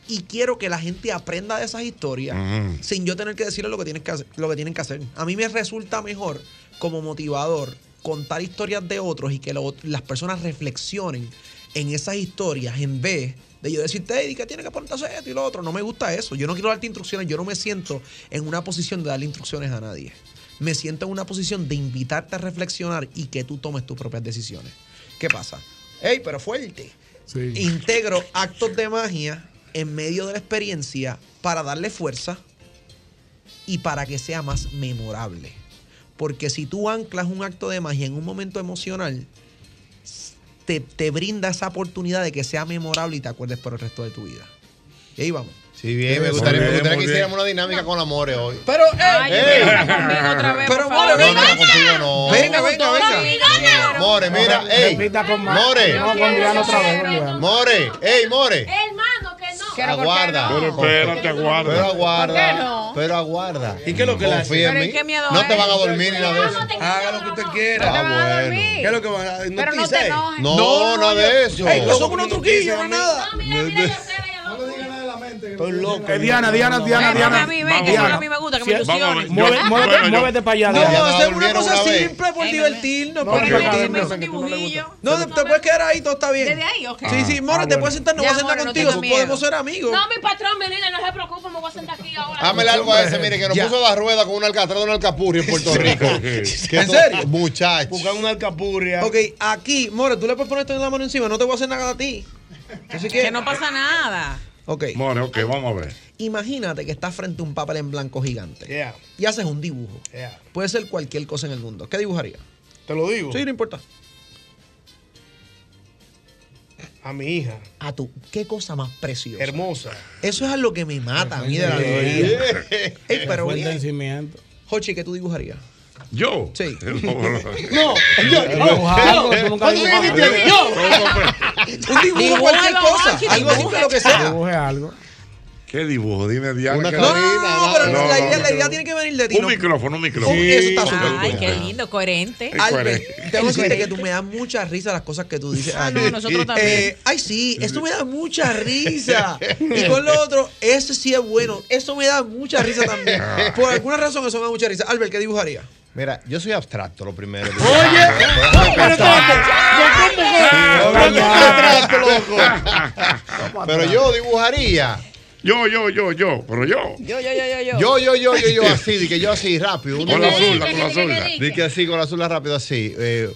[SPEAKER 26] y quiero que la gente aprenda de esas historias
[SPEAKER 13] Ujú.
[SPEAKER 26] sin yo tener que decirles lo que, tienes que hacer, lo que tienen que hacer. A mí me resulta mejor como motivador contar historias de otros y que lo- las personas reflexionen en esas historias en vez de yo decirte, Eddie, que tienes que apuntarse esto y lo otro. No me gusta eso. Yo no quiero darte instrucciones. Yo no me siento en una posición de darle instrucciones a nadie. Me siento en una posición de invitarte a reflexionar y que tú tomes tus propias decisiones. ¿Qué pasa? ¡Ey, pero fuerte! Integro actos de magia en medio de la experiencia para darle fuerza y para que sea más memorable. Porque si tú anclas un acto de magia en un momento emocional, te, te brinda esa oportunidad de que sea memorable y te acuerdes por el resto de tu vida. Y ahí vamos.
[SPEAKER 4] Sí, bien, me gustaría, me
[SPEAKER 26] Muy bien,
[SPEAKER 4] gustaría
[SPEAKER 26] muy
[SPEAKER 4] que
[SPEAKER 26] bien.
[SPEAKER 4] hiciéramos una dinámica con Amore hoy.
[SPEAKER 26] Pero, eh,
[SPEAKER 4] Pero,
[SPEAKER 26] favor.
[SPEAKER 4] More, venga. No, no, contigo no.
[SPEAKER 26] Venga, venga, venga.
[SPEAKER 4] More, mira, ey. More.
[SPEAKER 26] No, con Diana otra vez, con
[SPEAKER 4] More, ey, More.
[SPEAKER 6] Hermano, que no.
[SPEAKER 4] Aguarda.
[SPEAKER 3] Pero espérate, aguarda.
[SPEAKER 4] Pero
[SPEAKER 6] ¿Por qué no?
[SPEAKER 4] aguarda. Pero aguarda. ¿Y qué es lo
[SPEAKER 6] que le hace?
[SPEAKER 4] Confía en
[SPEAKER 6] Pero ¿en
[SPEAKER 4] mí.
[SPEAKER 6] qué miedo
[SPEAKER 4] No
[SPEAKER 6] es?
[SPEAKER 4] te van a dormir ni nada de eso.
[SPEAKER 7] Haga lo que usted quiera.
[SPEAKER 4] Ah, bueno.
[SPEAKER 7] ¿Qué es lo que van a
[SPEAKER 26] Pero no te enojes.
[SPEAKER 4] No, nada
[SPEAKER 7] yo-
[SPEAKER 4] de eso.
[SPEAKER 7] Ey,
[SPEAKER 4] Loco,
[SPEAKER 7] son unos truquillos, no es nada.
[SPEAKER 14] Estoy loco. Eh, Diana, Diana, Diana,
[SPEAKER 2] Ven,
[SPEAKER 14] Diana.
[SPEAKER 2] ven a mí, ven, que eso es lo que a mí me gusta, que me
[SPEAKER 14] Sí,
[SPEAKER 2] ilusione.
[SPEAKER 14] vamos a ver. Mueve- muévete-
[SPEAKER 2] Bueno, yo-
[SPEAKER 14] Muévete para allá,
[SPEAKER 26] No,
[SPEAKER 14] Diana.
[SPEAKER 26] hacer una cosa
[SPEAKER 14] vez.
[SPEAKER 26] simple por divertirnos,
[SPEAKER 14] no,
[SPEAKER 26] por
[SPEAKER 14] no,
[SPEAKER 26] divertirnos. No, te, te puedes quedar ahí, todo está bien.
[SPEAKER 6] ¿Desde ahí? Ok.
[SPEAKER 26] Sí, sí, More,
[SPEAKER 6] Ah,
[SPEAKER 26] te
[SPEAKER 6] bueno.
[SPEAKER 26] puedes sentar, no
[SPEAKER 6] Ya,
[SPEAKER 26] voy a sentar
[SPEAKER 6] More, no
[SPEAKER 26] contigo,
[SPEAKER 6] tengas miedo.
[SPEAKER 26] podemos ser amigos. Ah.
[SPEAKER 6] No, mi patrón, mi líder, no se preocupe, me voy a sentar aquí ahora.
[SPEAKER 4] Hámele algo a ese, mire, que nos puso la rueda con un alcatraz de un alcapurri en
[SPEAKER 26] *laughs*
[SPEAKER 4] Puerto Rico.
[SPEAKER 26] ¿En serio?
[SPEAKER 4] Muchachos.
[SPEAKER 26] Buscan una alcapurria. Ok, aquí, More, tú le puedes poner esto en la mano encima, no te voy a hacer nada a ti. Así *laughs* que,
[SPEAKER 2] Que no pasa nada.
[SPEAKER 26] Ok.
[SPEAKER 3] More, ok, vamos a ver.
[SPEAKER 26] Imagínate que estás frente a un papel en blanco gigante y haces un dibujo.
[SPEAKER 7] Yeah.
[SPEAKER 26] Puede ser cualquier cosa en el mundo. ¿Qué dibujaría?
[SPEAKER 7] Te lo digo.
[SPEAKER 26] Sí, no importa.
[SPEAKER 7] A mi hija.
[SPEAKER 26] A tu, qué cosa más preciosa.
[SPEAKER 7] Hermosa.
[SPEAKER 26] Eso es algo que me mata a mí de la
[SPEAKER 14] Sí.
[SPEAKER 26] alegría. Ey,
[SPEAKER 14] Esa
[SPEAKER 26] pero
[SPEAKER 14] fue el
[SPEAKER 26] bien.
[SPEAKER 14] vencimiento.
[SPEAKER 26] Jochi, ¿qué tú dibujarías?
[SPEAKER 3] ¿Yo? *laughs*
[SPEAKER 26] Sí.
[SPEAKER 14] No, yo,
[SPEAKER 26] Dibujado, tú nunca
[SPEAKER 14] ¿Cuántos años
[SPEAKER 26] dibujaste.
[SPEAKER 14] tienes? Yo.
[SPEAKER 26] *laughs* Un dibujo, cualquier cosa. Algo simple, lo que sea.
[SPEAKER 3] Dibuje algo. ¿Qué dibujo? Dime, Diana.
[SPEAKER 26] Una
[SPEAKER 3] ¿qué-
[SPEAKER 26] cabina, No, pero la idea- la idea tiene que venir de ti,
[SPEAKER 3] Un
[SPEAKER 26] no-
[SPEAKER 3] micrófono, un micrófono.
[SPEAKER 26] Sí, Eso está súper
[SPEAKER 2] Ay, qué lindo, coherente.
[SPEAKER 26] Albert, tengo que decirte que tú me das mucha risa las cosas que tú dices.
[SPEAKER 2] Ah, no,
[SPEAKER 26] Albert.
[SPEAKER 2] nosotros también.
[SPEAKER 26] Eh, ay, sí, esto me da mucha risa. Y con lo otro, eso sí es bueno. Esto me da mucha risa también.
[SPEAKER 4] Ah.
[SPEAKER 26] Por alguna razón, eso me da mucha risa. Albert, ¿qué dibujaría?
[SPEAKER 4] Mira, yo soy abstracto lo primero.
[SPEAKER 2] *laughs*
[SPEAKER 4] Pero yo dibujaría.
[SPEAKER 3] Yo, yo, yo, yo, pero yo.
[SPEAKER 2] Yo, yo, yo, yo, yo.
[SPEAKER 4] Yo, yo, yo,
[SPEAKER 26] *laughs*
[SPEAKER 4] yo, yo, así, de que yo así, rápido.
[SPEAKER 3] Con la zurda, con la zurda.
[SPEAKER 4] De que así, con la zurda, rápido, así. eh,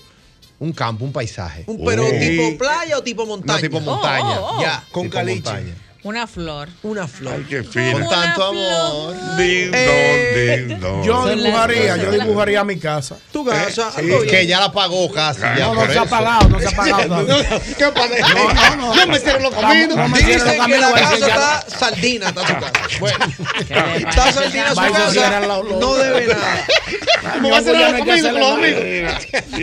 [SPEAKER 4] un campo, un paisaje.
[SPEAKER 26] Pero
[SPEAKER 4] Oh.
[SPEAKER 26] tipo playa o tipo montaña.
[SPEAKER 4] No, tipo montaña.
[SPEAKER 2] oh, oh.
[SPEAKER 4] Ya.
[SPEAKER 26] Con
[SPEAKER 4] Tipo
[SPEAKER 26] caliche.
[SPEAKER 4] montaña.
[SPEAKER 2] Una flor.
[SPEAKER 26] Una flor.
[SPEAKER 3] Ay, qué
[SPEAKER 4] Con
[SPEAKER 3] fino.
[SPEAKER 4] tanto amor.
[SPEAKER 3] Ding,
[SPEAKER 14] Eh,
[SPEAKER 3] dong, ding, dong.
[SPEAKER 14] Yo dibujaría, yo dibujaría mi casa.
[SPEAKER 26] Tu
[SPEAKER 8] Eh,
[SPEAKER 26] casa,
[SPEAKER 4] Sí, que ya la pagó casi. ya
[SPEAKER 14] No, no
[SPEAKER 4] por
[SPEAKER 14] se ha
[SPEAKER 4] eso.
[SPEAKER 14] pagado, no se ha pagado.
[SPEAKER 4] ¿Qué pasa?
[SPEAKER 14] No, no, no.
[SPEAKER 4] Yo me cierro los caminos.
[SPEAKER 14] No me
[SPEAKER 26] Dicen
[SPEAKER 14] cierro los
[SPEAKER 26] que
[SPEAKER 14] caminos.
[SPEAKER 26] la
[SPEAKER 14] voy a
[SPEAKER 26] casa
[SPEAKER 14] decir, ya-
[SPEAKER 26] está saldina, está su casa. Bueno,
[SPEAKER 14] le
[SPEAKER 26] está
[SPEAKER 14] pasa?
[SPEAKER 26] saldina su
[SPEAKER 14] Va y se
[SPEAKER 26] casa,
[SPEAKER 14] cierran los- los-
[SPEAKER 26] no debe nada.
[SPEAKER 14] Me voy a hacer los caminos, los amigos.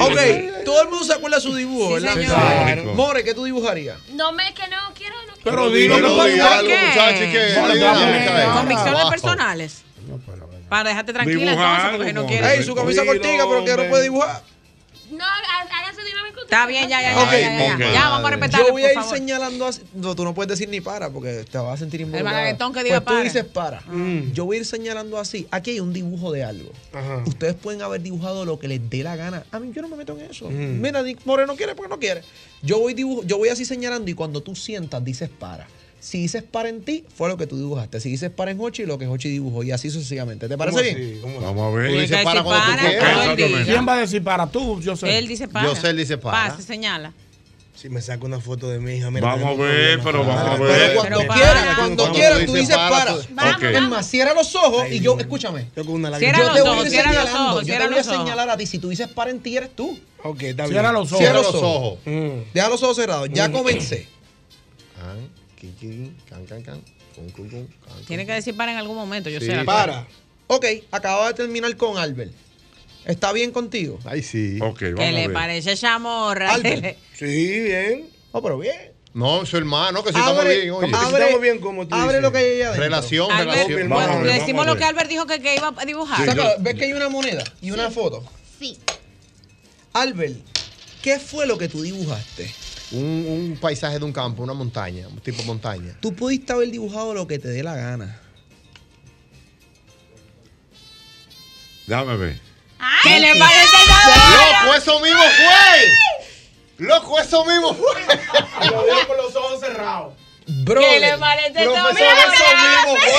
[SPEAKER 26] Ok, todo el mundo se acuerda de su dibujo, ¿verdad?
[SPEAKER 14] señor. Claro.
[SPEAKER 26] More, ¿qué tú dibujarías?
[SPEAKER 6] No me que no quiero, no quiero.
[SPEAKER 14] Pero dilo,
[SPEAKER 4] Pero
[SPEAKER 14] no
[SPEAKER 4] di
[SPEAKER 14] pasa
[SPEAKER 4] algo,
[SPEAKER 14] nada.
[SPEAKER 4] muchacho, que-
[SPEAKER 14] Bueno, te
[SPEAKER 4] di
[SPEAKER 14] voy a
[SPEAKER 4] algo,
[SPEAKER 14] poner
[SPEAKER 4] muchacho.
[SPEAKER 14] ahora.
[SPEAKER 2] Convicciones
[SPEAKER 4] Abajo.
[SPEAKER 2] personales. pues, Para dejarte tranquila
[SPEAKER 3] Dibujar
[SPEAKER 2] entonces, porque no
[SPEAKER 3] algo,
[SPEAKER 2] quieres.
[SPEAKER 26] Ey, su camisa cortica, pero que no puede dibujar.
[SPEAKER 6] No, há- hágase dinámico.
[SPEAKER 2] Está bien, ya, ya, ya.
[SPEAKER 26] Ok,
[SPEAKER 2] ya, ya, ya.
[SPEAKER 26] ok.
[SPEAKER 2] Ya, vamos a respetar.
[SPEAKER 26] Yo voy a ir
[SPEAKER 2] por favor.
[SPEAKER 26] señalando así. No, tú no puedes decir ni para porque te vas a sentir involucrado.
[SPEAKER 2] vaguetón que diga
[SPEAKER 26] pues
[SPEAKER 2] para. Ah. Mm.
[SPEAKER 26] Tú dices para. Yo voy a ir señalando así. Aquí hay un dibujo de algo. Ustedes pueden haber dibujado lo que les dé la gana. A mí yo no me meto en eso.
[SPEAKER 14] Mm.
[SPEAKER 26] Mira, Nick Moreno quiere porque no quiere. Yo voy dibujo, yo voy así señalando y cuando tú sientas dices para. Si dices para en ti, fue lo que tú dibujaste. Si dices para en Hochi, lo que Hochi dibujó. Y así sucesivamente. ¿Te parece
[SPEAKER 14] ¿Cómo
[SPEAKER 26] bien?
[SPEAKER 14] así? ¿Cómo así?
[SPEAKER 3] Vamos a ver.
[SPEAKER 4] Tú dices
[SPEAKER 2] Él
[SPEAKER 4] para cuando
[SPEAKER 2] dice
[SPEAKER 4] tú
[SPEAKER 2] para, todo el
[SPEAKER 4] quieras.
[SPEAKER 2] día.
[SPEAKER 14] ¿Quién va a decir para tú? Yo sé.
[SPEAKER 2] Él dice para.
[SPEAKER 4] Yo sé, él dice para.
[SPEAKER 2] Pasa, señala.
[SPEAKER 7] Si me saco una foto de mi hija, mira.
[SPEAKER 3] Vamos a
[SPEAKER 7] tenemos
[SPEAKER 3] ver,
[SPEAKER 7] problemas.
[SPEAKER 3] pero vamos a
[SPEAKER 4] Pero
[SPEAKER 3] ver.
[SPEAKER 26] Cuando
[SPEAKER 2] Pero
[SPEAKER 26] quieras,
[SPEAKER 2] para.
[SPEAKER 26] cuando
[SPEAKER 4] Cuando
[SPEAKER 26] quieras,
[SPEAKER 4] tú
[SPEAKER 26] tú
[SPEAKER 4] dices
[SPEAKER 26] dices
[SPEAKER 4] para,
[SPEAKER 26] para.
[SPEAKER 4] tú-
[SPEAKER 3] Vamos,
[SPEAKER 26] Es
[SPEAKER 3] vamos.
[SPEAKER 26] más, cierra los ojos y yo, escúchame.
[SPEAKER 7] Yo con una
[SPEAKER 2] Cierra
[SPEAKER 26] Yo
[SPEAKER 7] lágrima.
[SPEAKER 2] los
[SPEAKER 26] te
[SPEAKER 2] ojos,
[SPEAKER 26] voy a ir
[SPEAKER 2] cierra los
[SPEAKER 26] señalando.
[SPEAKER 2] ojos,
[SPEAKER 26] Yo
[SPEAKER 2] cierra
[SPEAKER 26] te voy a
[SPEAKER 2] los ojos.
[SPEAKER 26] señalar a ti. Si tú dices para en ti, eres tú.
[SPEAKER 7] Ok, está bien.
[SPEAKER 14] Cierra los ojos.
[SPEAKER 26] Cierra
[SPEAKER 4] los ojos.
[SPEAKER 7] Mm.
[SPEAKER 26] Deja los ojos cerrados. Ya comencé.
[SPEAKER 4] Can, ki, ki, can, can, can, cun, cun, cun, can, cun,
[SPEAKER 2] Tiene que
[SPEAKER 4] cun.
[SPEAKER 2] decir para en algún momento, yo
[SPEAKER 4] Sí.
[SPEAKER 2] sé. la-
[SPEAKER 4] Para.
[SPEAKER 26] Ok, acabo de terminar con Albert. ¿Está bien contigo?
[SPEAKER 4] Ay, sí.
[SPEAKER 3] Ok, vamos
[SPEAKER 2] Que
[SPEAKER 3] a
[SPEAKER 2] le
[SPEAKER 3] ver.
[SPEAKER 2] parece chamorra. *laughs*
[SPEAKER 26] Albert.
[SPEAKER 7] Sí, bien.
[SPEAKER 26] Oh, pero bien.
[SPEAKER 4] No, su hermano, que sí estamos bien, oye.
[SPEAKER 7] abre- Estamos bien, como tú
[SPEAKER 26] abre
[SPEAKER 7] dices.
[SPEAKER 26] lo que hay allá adentro.
[SPEAKER 4] Relación,
[SPEAKER 2] Albert,
[SPEAKER 4] relación.
[SPEAKER 2] pues,
[SPEAKER 3] Vamos a ver,
[SPEAKER 2] le
[SPEAKER 3] vamos
[SPEAKER 2] decimos
[SPEAKER 3] a
[SPEAKER 2] lo
[SPEAKER 3] ver.
[SPEAKER 2] que Albert dijo que, que iba a dibujar.
[SPEAKER 3] Sí.
[SPEAKER 26] Saca, ¿Ves que hay una moneda y una foto?
[SPEAKER 21] Sí.
[SPEAKER 26] Albert, ¿qué fue lo que tú dibujaste?
[SPEAKER 4] Un, un paisaje de un campo, una montaña, un tipo montaña.
[SPEAKER 26] Tú pudiste haber dibujado lo que te dé la gana.
[SPEAKER 3] Déjame ver.
[SPEAKER 2] ¿Qué le parece
[SPEAKER 4] ¡Loco, eso mismo fue! ¡Loco, eso mismo fue!
[SPEAKER 14] Lo veo con los ojos cerrados.
[SPEAKER 26] Bro.
[SPEAKER 2] ¿Qué le parece
[SPEAKER 4] Profesor, eso mismo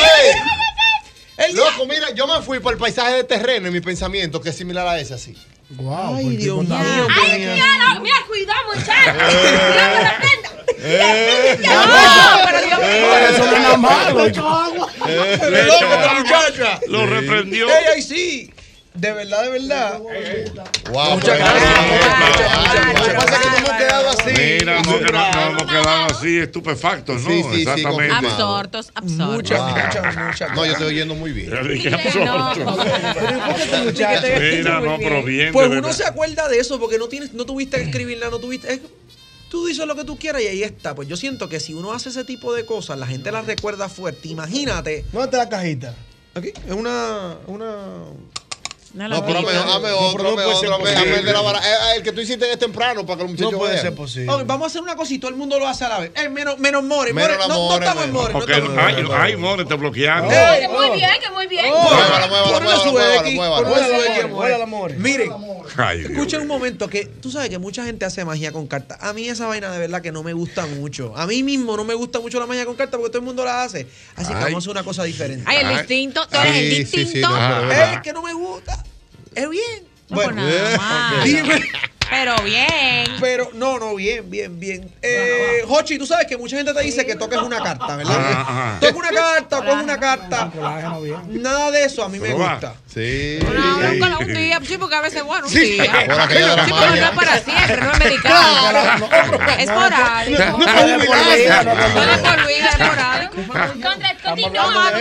[SPEAKER 4] fue! Loco, mira, yo me fui por el paisaje de terreno y mi pensamiento, que es similar a ese, así.
[SPEAKER 14] Wow,
[SPEAKER 26] Ay, Dios mío.
[SPEAKER 6] Ay, claro, mira, cuidado,
[SPEAKER 26] Eh.
[SPEAKER 6] muchachos.
[SPEAKER 2] No, pero Dios mío.
[SPEAKER 14] Eso no es nada malo.
[SPEAKER 26] Loco,
[SPEAKER 3] Le echó
[SPEAKER 26] esta
[SPEAKER 3] agua,
[SPEAKER 26] muchacha.
[SPEAKER 3] Lo reprendió.
[SPEAKER 26] ¡Ey, ay, sí! De verdad, de verdad.
[SPEAKER 4] Wow,
[SPEAKER 26] Muchas gracias.
[SPEAKER 4] pues, bravo,
[SPEAKER 26] Muchas
[SPEAKER 4] bravo,
[SPEAKER 26] gracias,
[SPEAKER 4] bravo,
[SPEAKER 26] muchas gracias.
[SPEAKER 4] bravo.
[SPEAKER 26] Pasa que nos hemos quedado así.
[SPEAKER 3] Mira, no, que no, no hemos quedado así estupefactos, ¿no?
[SPEAKER 4] Sí, sí, sí,
[SPEAKER 3] Exactamente.
[SPEAKER 4] confirmado.
[SPEAKER 2] Absortos, absortos.
[SPEAKER 26] Muchas,
[SPEAKER 4] Wow.
[SPEAKER 26] muchas, muchas.
[SPEAKER 4] No, yo estoy oyendo muy bien.
[SPEAKER 3] Ya dije
[SPEAKER 2] No.
[SPEAKER 3] absortos. Mira, no, pero bien. de
[SPEAKER 26] Pues uno
[SPEAKER 3] verdad.
[SPEAKER 26] se acuerda de eso porque no tienes, no tuviste que escribirla, no tuviste. es- tú dices lo que tú quieras y ahí está. Pues yo siento que si uno hace ese tipo de cosas, la gente las recuerda fuerte. Imagínate.
[SPEAKER 7] ¿Dónde está la cajita?
[SPEAKER 26] Aquí, es una. una.
[SPEAKER 2] No,
[SPEAKER 4] No, pero
[SPEAKER 2] no,
[SPEAKER 4] hazme
[SPEAKER 2] no.
[SPEAKER 4] hazme
[SPEAKER 7] No, pero
[SPEAKER 4] otro,
[SPEAKER 7] no
[SPEAKER 4] hazme
[SPEAKER 7] puede ser
[SPEAKER 4] otro, hazme
[SPEAKER 7] posible.
[SPEAKER 4] hazme el de la vara. Eh, eh, El que tú hiciste es temprano para que los
[SPEAKER 7] No
[SPEAKER 4] muchachos
[SPEAKER 7] puede
[SPEAKER 4] vean.
[SPEAKER 7] ser posible.
[SPEAKER 26] Ok, vamos a hacer una cosa y todo el mundo lo hace a la vez. Eh, menos, menos More.
[SPEAKER 4] Menos
[SPEAKER 26] More,
[SPEAKER 4] la
[SPEAKER 26] no, no
[SPEAKER 4] More,
[SPEAKER 26] estamos en
[SPEAKER 4] menos.
[SPEAKER 26] More. no
[SPEAKER 3] Ok,
[SPEAKER 26] estamos en More.
[SPEAKER 3] ay, ay, more, te bloquearon.
[SPEAKER 26] Ey,
[SPEAKER 6] Que muy bien, que muy bien.
[SPEAKER 26] Oh.
[SPEAKER 3] Oh.
[SPEAKER 4] Muévala, muévala,
[SPEAKER 26] Ponle su
[SPEAKER 4] muévala,
[SPEAKER 26] X,
[SPEAKER 4] muévala,
[SPEAKER 26] ponle su
[SPEAKER 7] muévala,
[SPEAKER 26] X,
[SPEAKER 7] muévala,
[SPEAKER 26] More.
[SPEAKER 7] muévala,
[SPEAKER 26] Miren,
[SPEAKER 7] More.
[SPEAKER 3] Ay, Dios.
[SPEAKER 26] Escuchen un momento que tú sabes que mucha gente hace magia con cartas. A mí esa vaina de verdad que no me gusta mucho. A mí mismo no me gusta mucho la magia con cartas porque todo el mundo la hace. Así que
[SPEAKER 3] Ay.
[SPEAKER 26] vamos a hacer una cosa diferente.
[SPEAKER 2] Ay, el
[SPEAKER 3] Ay.
[SPEAKER 2] instinto. Tú eres el
[SPEAKER 4] Ah, Sí, sí, sí, no,
[SPEAKER 2] distinto.
[SPEAKER 4] pero
[SPEAKER 26] Es
[SPEAKER 4] verdad.
[SPEAKER 26] que no me gusta. Es bien.
[SPEAKER 2] No por
[SPEAKER 26] Bueno,
[SPEAKER 3] *laughs*
[SPEAKER 2] nada malo.
[SPEAKER 26] dime.
[SPEAKER 2] Pero Pero bien.
[SPEAKER 26] Pero no, no, bien, bien, bien. Eh, Jochi, tú sabes que mucha gente te dice que toques una carta, ¿verdad?
[SPEAKER 3] Ajá, ajá.
[SPEAKER 26] Toca una carta, coge una carta. Nada de eso a mí me
[SPEAKER 3] Proba.
[SPEAKER 26] gusta.
[SPEAKER 4] Sí.
[SPEAKER 2] No, un colo- un día, sí, porque a veces, bueno, un
[SPEAKER 3] Sí.
[SPEAKER 14] Ah,
[SPEAKER 2] día.
[SPEAKER 3] Por aquello de la
[SPEAKER 2] Sí, pero no
[SPEAKER 3] magia.
[SPEAKER 2] es para siempre, no es medicado. Es por algo.
[SPEAKER 21] Contra, continúa.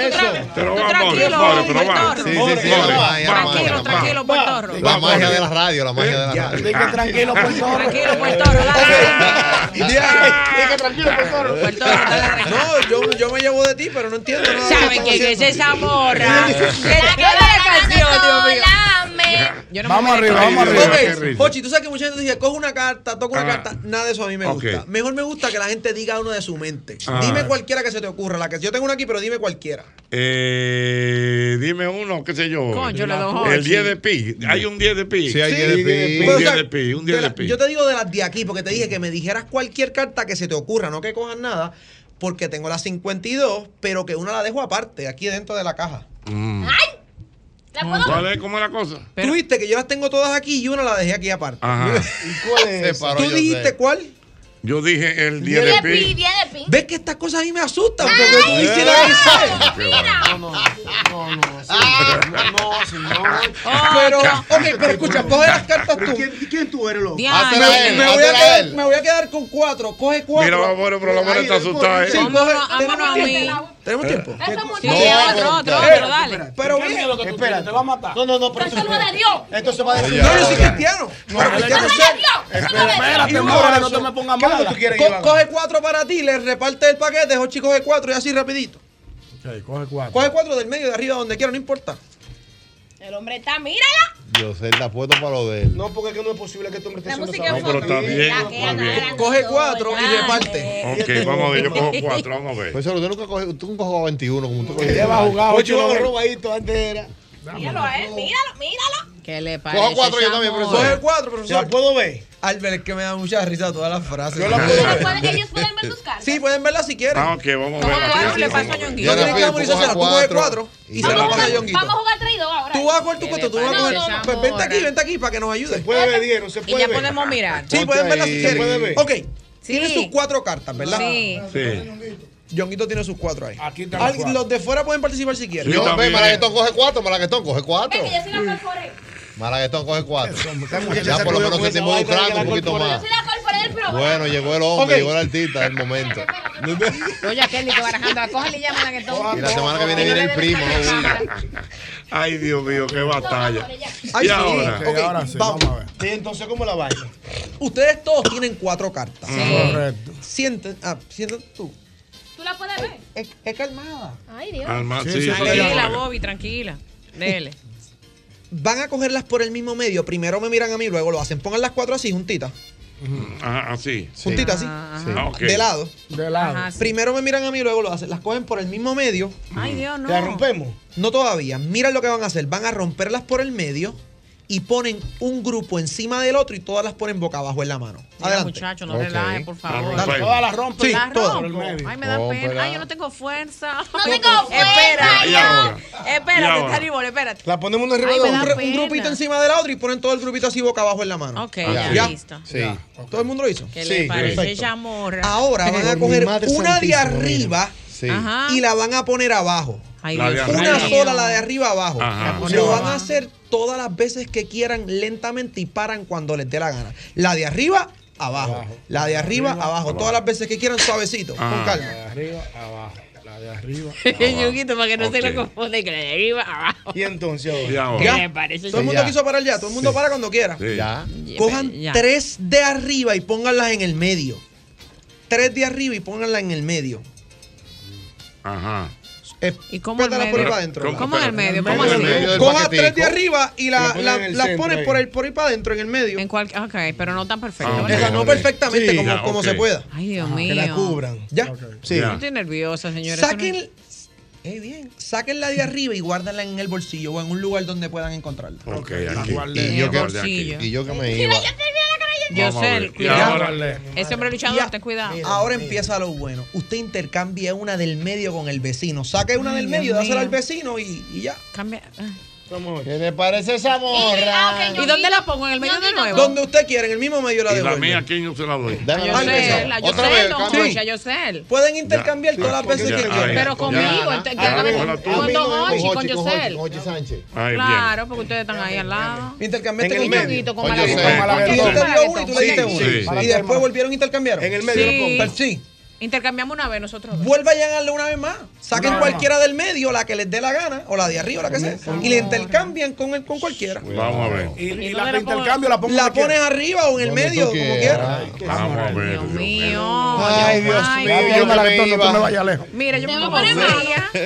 [SPEAKER 3] Pero vamos,
[SPEAKER 21] Tranquilo,
[SPEAKER 3] vamos, pero vamos.
[SPEAKER 4] Sí, sí, sí.
[SPEAKER 3] Vamos,
[SPEAKER 4] vamos, vamos, vamos.
[SPEAKER 2] Tranquilo, tranquilo, Puerto Rico.
[SPEAKER 4] La magia de la radio, la magia de la radio.
[SPEAKER 2] Tranquilo, Puerto Rico. Tranquilo, Puerto Rico.
[SPEAKER 26] tranquilo, No, yo, yo me llevo de ti, pero no entiendo nada.
[SPEAKER 2] ¿Sabe quién es esa morra?
[SPEAKER 26] Vamos
[SPEAKER 2] arriba,
[SPEAKER 3] vamos arriba. Qué
[SPEAKER 26] Ok,
[SPEAKER 3] risa.
[SPEAKER 26] Jochi, tú sabes que mucha gente dice, coge una carta, toca una
[SPEAKER 3] Ah.
[SPEAKER 26] carta. Nada de eso a mí me
[SPEAKER 3] Ok.
[SPEAKER 26] gusta. Mejor me gusta que la gente diga una de su mente.
[SPEAKER 3] Ah.
[SPEAKER 26] Dime cualquiera que se te ocurra. La que yo tengo una aquí, pero dime cualquiera.
[SPEAKER 3] Eh, dime uno, qué sé yo.
[SPEAKER 26] Cónchale, don Jorge.
[SPEAKER 3] El 10 de pi. Hay un 10 de pi.
[SPEAKER 4] Sí, hay 10 de pi.
[SPEAKER 3] Un
[SPEAKER 26] Pero, o sea,
[SPEAKER 3] 10 de pi, un 10
[SPEAKER 26] de
[SPEAKER 3] de
[SPEAKER 26] la-
[SPEAKER 3] pi.
[SPEAKER 26] Yo te digo de las de aquí, porque te dije que me dijeras cualquier carta que se te ocurra, no que cojas nada, porque tengo la 52, pero que una la dejo aparte, aquí dentro de la caja.
[SPEAKER 3] Mm. Ah. ¿Cuál es? ¿Cómo es la cosa?
[SPEAKER 26] Tú viste que yo las tengo todas aquí y una la dejé aquí aparte.
[SPEAKER 3] Ajá.
[SPEAKER 26] cuál
[SPEAKER 3] es esa?
[SPEAKER 26] ¿Tú
[SPEAKER 3] Yo
[SPEAKER 26] dijiste
[SPEAKER 3] sé.
[SPEAKER 26] cuál?
[SPEAKER 3] Yo dije el 10 de pi.
[SPEAKER 26] ¿Ves que estas cosas a mí me asustan? Porque tú hiciste la que sé. Pero, ok, pero escucha, coge las cartas tú. ¿Quién tú eres, loco? Me,
[SPEAKER 3] Diablo. Hazla él,
[SPEAKER 26] me voy a
[SPEAKER 3] hazla
[SPEAKER 26] quedar,
[SPEAKER 3] él.
[SPEAKER 26] me voy a quedar con cuatro. Coge cuatro.
[SPEAKER 3] Mira, vámonos, pero la mujer está asustada, ¿eh?
[SPEAKER 26] Sí,
[SPEAKER 3] Vámonos,
[SPEAKER 26] coge-
[SPEAKER 3] vámonos
[SPEAKER 26] tenemos
[SPEAKER 3] a
[SPEAKER 26] tiempo.
[SPEAKER 3] mí.
[SPEAKER 26] Tenemos
[SPEAKER 3] Eh.
[SPEAKER 26] tiempo.
[SPEAKER 2] Sí, otro, otro, pero dale.
[SPEAKER 26] Pero
[SPEAKER 14] bien. Espera, te va a matar. No,
[SPEAKER 13] no, no. Pero
[SPEAKER 14] esto se
[SPEAKER 13] salva
[SPEAKER 14] va-
[SPEAKER 13] de Dios.
[SPEAKER 14] Esto se va a decir.
[SPEAKER 13] No, yo soy
[SPEAKER 26] cristiano. No,
[SPEAKER 14] cristiano
[SPEAKER 26] Espérate,
[SPEAKER 14] Y
[SPEAKER 26] Mora,
[SPEAKER 14] por
[SPEAKER 26] no
[SPEAKER 14] eso,
[SPEAKER 26] te me pongas
[SPEAKER 14] ¿cómo
[SPEAKER 26] mala.
[SPEAKER 14] tú quieres
[SPEAKER 26] Co-
[SPEAKER 14] que yo haga?
[SPEAKER 26] Coge cuatro para ti, le reparte el paquete, Jochi coge cuatro y así rapidito.
[SPEAKER 14] Ok, coge cuatro.
[SPEAKER 26] Coge cuatro del medio, de arriba, donde quiera, no importa.
[SPEAKER 21] El hombre está, mírala.
[SPEAKER 4] Yo sé, está puesto para lo de él.
[SPEAKER 26] No, porque no es posible
[SPEAKER 7] este
[SPEAKER 26] que tú hombre
[SPEAKER 21] La música es
[SPEAKER 4] pero está bien,
[SPEAKER 26] Coge cuatro y reparte.
[SPEAKER 3] Ok, vamos a ver, yo cojo cuatro, vamos a ver.
[SPEAKER 4] Pues solo tú nunca coges, tú nunca jugabas 21 como tú
[SPEAKER 14] Que
[SPEAKER 4] cogías.
[SPEAKER 14] ya va a jugar
[SPEAKER 21] Pues
[SPEAKER 4] Ocho
[SPEAKER 14] ocho
[SPEAKER 4] horas.
[SPEAKER 14] robadito antes era.
[SPEAKER 21] Míralo a él, míralo, míralo.
[SPEAKER 2] ¿Qué le
[SPEAKER 21] parece, Cojo cuatro yo también, pues.
[SPEAKER 2] Samuel?
[SPEAKER 26] Coge cuatro, profesor.
[SPEAKER 14] ¿La puedo ver?
[SPEAKER 26] Albert, es que me da mucha risa todas las frases.
[SPEAKER 3] Yo la puedo ver. Pero
[SPEAKER 26] Ellos pueden ver tus cartas. Sí, pueden verlas si quieren.
[SPEAKER 3] Ah, ok, vamos a
[SPEAKER 26] Coge
[SPEAKER 3] ver.
[SPEAKER 26] cuatro,
[SPEAKER 3] aquí.
[SPEAKER 26] le paso a Ñonguito. No tienes que memorizárselas, tú coges cuatro y se la pasas a Ñonguito.
[SPEAKER 21] Vamos a jugar traidor ahora.
[SPEAKER 26] Tú vas a coger tu cuatro, tú vas a
[SPEAKER 21] parece,
[SPEAKER 26] coger.
[SPEAKER 21] Zamora?
[SPEAKER 26] Pues vente aquí, vente aquí para que nos ayude. Se
[SPEAKER 14] puede ver, Diego, se
[SPEAKER 2] Y puede ya ver. podemos mirar.
[SPEAKER 26] Sí,
[SPEAKER 2] Ponte
[SPEAKER 26] pueden verla si
[SPEAKER 2] ahí.
[SPEAKER 26] quieren.
[SPEAKER 2] Se puede ver.
[SPEAKER 26] Ok.
[SPEAKER 2] Sí.
[SPEAKER 26] Tienes tus cuatro cartas, ¿verdad?
[SPEAKER 2] Sí.
[SPEAKER 26] Yonguito tiene sus cuatro ahí. Aquí
[SPEAKER 4] están los cuatro.
[SPEAKER 26] Los de fuera pueden participar si quieren.
[SPEAKER 4] Yo, ve, Malaguetón coge cuatro, Malaguetón coge cuatro.
[SPEAKER 21] Yo soy la corporé.
[SPEAKER 4] Malaguetón coge cuatro.
[SPEAKER 14] mujer
[SPEAKER 4] Ya
[SPEAKER 14] se
[SPEAKER 4] por lo
[SPEAKER 14] sacudió
[SPEAKER 4] menos
[SPEAKER 14] con
[SPEAKER 4] se
[SPEAKER 14] esa
[SPEAKER 4] está
[SPEAKER 14] vaina de
[SPEAKER 4] involucrando
[SPEAKER 14] la
[SPEAKER 4] un poquito
[SPEAKER 21] Yo
[SPEAKER 4] más.
[SPEAKER 21] soy la corporé del programa.
[SPEAKER 4] Bueno, llegó el hombre,
[SPEAKER 14] Ok.
[SPEAKER 4] llegó el artista
[SPEAKER 14] *laughs*
[SPEAKER 4] del momento.
[SPEAKER 2] Oye, a Kelly
[SPEAKER 26] *laughs*
[SPEAKER 2] que barajando, a cógele y llámala que todo.
[SPEAKER 4] Y la semana que viene viene el primo, no Hugo.
[SPEAKER 3] Ay, Dios mío, qué batalla.
[SPEAKER 26] Ay,
[SPEAKER 3] Y
[SPEAKER 26] sí.
[SPEAKER 3] ahora.
[SPEAKER 26] Ok, vamos. a ver.
[SPEAKER 14] entonces, ¿cómo la vaina?
[SPEAKER 26] Ustedes todos tienen cuatro cartas.
[SPEAKER 14] Sí. Correcto.
[SPEAKER 26] Sienten, ah, sienten tú.
[SPEAKER 21] ¿Tú la puedes ver?
[SPEAKER 26] Es, calmada.
[SPEAKER 21] Ay, Dios.
[SPEAKER 3] Calma- sí, sí,
[SPEAKER 2] Tranquila, Bobby, tranquila. Dele.
[SPEAKER 26] Van a cogerlas por el mismo medio. Primero me miran a mí, luego lo hacen. Pongan las cuatro así, juntitas.
[SPEAKER 3] Ah, así.
[SPEAKER 26] Juntitas así.
[SPEAKER 3] Ah, ok.
[SPEAKER 26] De lado.
[SPEAKER 14] De
[SPEAKER 26] lado.
[SPEAKER 2] Ajá, sí.
[SPEAKER 26] Primero me miran a mí, luego lo hacen. Las cogen por el mismo medio.
[SPEAKER 2] Ay, Dios, no.
[SPEAKER 26] ¿La rompemos? No todavía. Mira lo que van a hacer. Van a romperlas por el medio y ponen un grupo encima del otro y todas las ponen boca abajo en la mano.
[SPEAKER 2] Mira,
[SPEAKER 26] Adelante.
[SPEAKER 2] muchacho, no
[SPEAKER 26] Ok.
[SPEAKER 2] relajes, por favor.
[SPEAKER 26] Dale.
[SPEAKER 14] Todas las rompo.
[SPEAKER 26] Sí,
[SPEAKER 2] Las
[SPEAKER 26] todas.
[SPEAKER 2] rompo. Ay, me da pena.
[SPEAKER 14] Rómpela.
[SPEAKER 2] Ay, yo no tengo fuerza.
[SPEAKER 21] No tengo fuerza,
[SPEAKER 2] Espera,
[SPEAKER 21] yo.
[SPEAKER 14] Y ahora. Y
[SPEAKER 2] espérate,
[SPEAKER 14] ahora.
[SPEAKER 2] Taribol, espérate.
[SPEAKER 14] La ponemos una arriba
[SPEAKER 2] Ay,
[SPEAKER 14] de
[SPEAKER 2] me da
[SPEAKER 14] otra.
[SPEAKER 26] Un, un grupito encima del otro y ponen todo el grupito así boca abajo en la mano.
[SPEAKER 2] Ok, ya,
[SPEAKER 14] Ya.
[SPEAKER 2] listo.
[SPEAKER 14] Sí.
[SPEAKER 26] ¿Todo el mundo lo hizo?
[SPEAKER 2] ¿Qué le parece
[SPEAKER 26] perfecto.
[SPEAKER 2] esa morra?
[SPEAKER 26] Ahora van a
[SPEAKER 2] Mi
[SPEAKER 26] coger
[SPEAKER 2] madre
[SPEAKER 26] una de
[SPEAKER 2] santísima,
[SPEAKER 26] arriba
[SPEAKER 2] Sí. Ajá.
[SPEAKER 26] y la van a poner abajo.
[SPEAKER 2] Ay,
[SPEAKER 26] una
[SPEAKER 2] Dios mío.
[SPEAKER 26] sola, la de arriba abajo.
[SPEAKER 2] Ajá. La
[SPEAKER 26] Lo
[SPEAKER 2] ponemos
[SPEAKER 26] van a
[SPEAKER 2] abajo.
[SPEAKER 26] hacer todas las veces que quieran, lentamente y paran cuando les dé la gana. La de arriba, abajo. La de arriba, abajo. Todas las veces que quieran, suavecito, con
[SPEAKER 14] Ah.
[SPEAKER 26] calma.
[SPEAKER 14] Arriba, abajo. La de arriba.
[SPEAKER 2] Ñonguito, para que no se
[SPEAKER 14] Ok.
[SPEAKER 2] lo confunde, que le arriba abajo.
[SPEAKER 14] Y entonces ahora.
[SPEAKER 26] Ya.
[SPEAKER 2] ¿Qué le parece?
[SPEAKER 26] Todo el mundo quiso parar ya, todo el mundo para cuando quiera.
[SPEAKER 14] Sí. Ya.
[SPEAKER 26] Cojan
[SPEAKER 2] Ya.
[SPEAKER 26] tres de arriba y pónganlas en el medio. Tres de arriba y pónganlas en el medio.
[SPEAKER 3] Ajá.
[SPEAKER 2] ¿Y cómo el medio?
[SPEAKER 26] Eh, por ahí para adentro.
[SPEAKER 2] ¿Cómo, en el medio? ¿Cómo
[SPEAKER 26] Coja
[SPEAKER 2] así?
[SPEAKER 26] Coja tres de arriba y
[SPEAKER 2] Y
[SPEAKER 26] la,
[SPEAKER 2] la ponen
[SPEAKER 26] la-
[SPEAKER 2] en el
[SPEAKER 26] las
[SPEAKER 2] centro
[SPEAKER 26] pones
[SPEAKER 2] ahí.
[SPEAKER 26] por, el, por ahí para adentro, en el medio.
[SPEAKER 2] En cual, ok, pero no tan perfecto.
[SPEAKER 26] Ah, ok,
[SPEAKER 2] ¿verdad?
[SPEAKER 26] No ok. perfectamente, como- como se pueda.
[SPEAKER 2] Ay, Dios
[SPEAKER 26] Ajá. Que
[SPEAKER 2] mío.
[SPEAKER 26] la cubran. Ya. Sí.
[SPEAKER 2] Yo estoy nerviosa, señores.
[SPEAKER 26] Saquen, eh, bien. sáquenla de arriba y guárdenla en el bolsillo o en un lugar donde puedan encontrarla.
[SPEAKER 3] Ok, aquí.
[SPEAKER 4] Y yo que, y yo que me iba.
[SPEAKER 2] Yo
[SPEAKER 4] Vamos a
[SPEAKER 2] sé,
[SPEAKER 4] ver.
[SPEAKER 2] el-
[SPEAKER 4] Y ahora-
[SPEAKER 2] cuidado. Ese hombre luchador, ten cuidado.
[SPEAKER 26] Ahora empieza lo bueno. Usted intercambia una del medio con el vecino. Saque una
[SPEAKER 2] Ay,
[SPEAKER 26] del
[SPEAKER 2] Dios
[SPEAKER 26] medio, dásela
[SPEAKER 2] mío.
[SPEAKER 26] al vecino y, y ya.
[SPEAKER 2] Cambia.
[SPEAKER 4] ¿Qué le parece esa
[SPEAKER 21] ah,
[SPEAKER 4] morra?
[SPEAKER 2] ¿Y dónde la pongo? ¿En el medio de nuevo?
[SPEAKER 26] Donde usted quiera, en el mismo medio la
[SPEAKER 3] Y la
[SPEAKER 26] devuelve.
[SPEAKER 3] mía, ¿a quién yo se la doy?
[SPEAKER 2] A Yosel, a Yosel, don Jorge, a Yosel.
[SPEAKER 26] Pueden intercambiar todas las veces que quieran.
[SPEAKER 2] Pero conmigo, este, ent-
[SPEAKER 26] Ah,
[SPEAKER 2] con-
[SPEAKER 26] con la tuya.
[SPEAKER 2] con Don
[SPEAKER 26] Conmigo,
[SPEAKER 2] Hochi,
[SPEAKER 26] con
[SPEAKER 2] con
[SPEAKER 26] Hochi, con Hochi,
[SPEAKER 2] Yosel.
[SPEAKER 26] con Hochi Sánchez. Ay, bien.
[SPEAKER 2] Claro, porque ustedes están ahí al lado.
[SPEAKER 26] Intercambiaste
[SPEAKER 2] En el
[SPEAKER 26] con
[SPEAKER 2] medio.
[SPEAKER 26] Yosel.
[SPEAKER 2] Con
[SPEAKER 26] Yosel.
[SPEAKER 2] Malaguetón.
[SPEAKER 26] Y
[SPEAKER 2] Con
[SPEAKER 26] él te dio
[SPEAKER 2] Malaguetón.
[SPEAKER 26] uno y tú le diste uno.
[SPEAKER 2] Sí, sí.
[SPEAKER 26] Y después volvieron a intercambiar. En
[SPEAKER 2] el medio Sí. lo pongo.
[SPEAKER 26] Sí.
[SPEAKER 2] Intercambiamos una vez nosotros. dos.
[SPEAKER 26] Vuelva a llenarle una vez más. Saquen cualquiera del medio, la que les dé la gana, o la de arriba, o la que sea. Y le intercambian con, el, con cualquiera.
[SPEAKER 3] Vamos a ver.
[SPEAKER 26] Y,
[SPEAKER 8] la que intercambio la pongo
[SPEAKER 26] La
[SPEAKER 8] donde
[SPEAKER 26] pones
[SPEAKER 8] quiera.
[SPEAKER 26] arriba o en el
[SPEAKER 8] Donde tú
[SPEAKER 26] medio, como
[SPEAKER 8] quieras.
[SPEAKER 26] quieras.
[SPEAKER 3] Vamos a ver. Dios
[SPEAKER 2] mío.
[SPEAKER 8] Ay, Dios
[SPEAKER 2] Ay,
[SPEAKER 8] mío,
[SPEAKER 2] Dios
[SPEAKER 8] yo me la
[SPEAKER 2] mío.
[SPEAKER 8] no, tú me vayas lejos.
[SPEAKER 2] Mira, yo me voy a poner mala.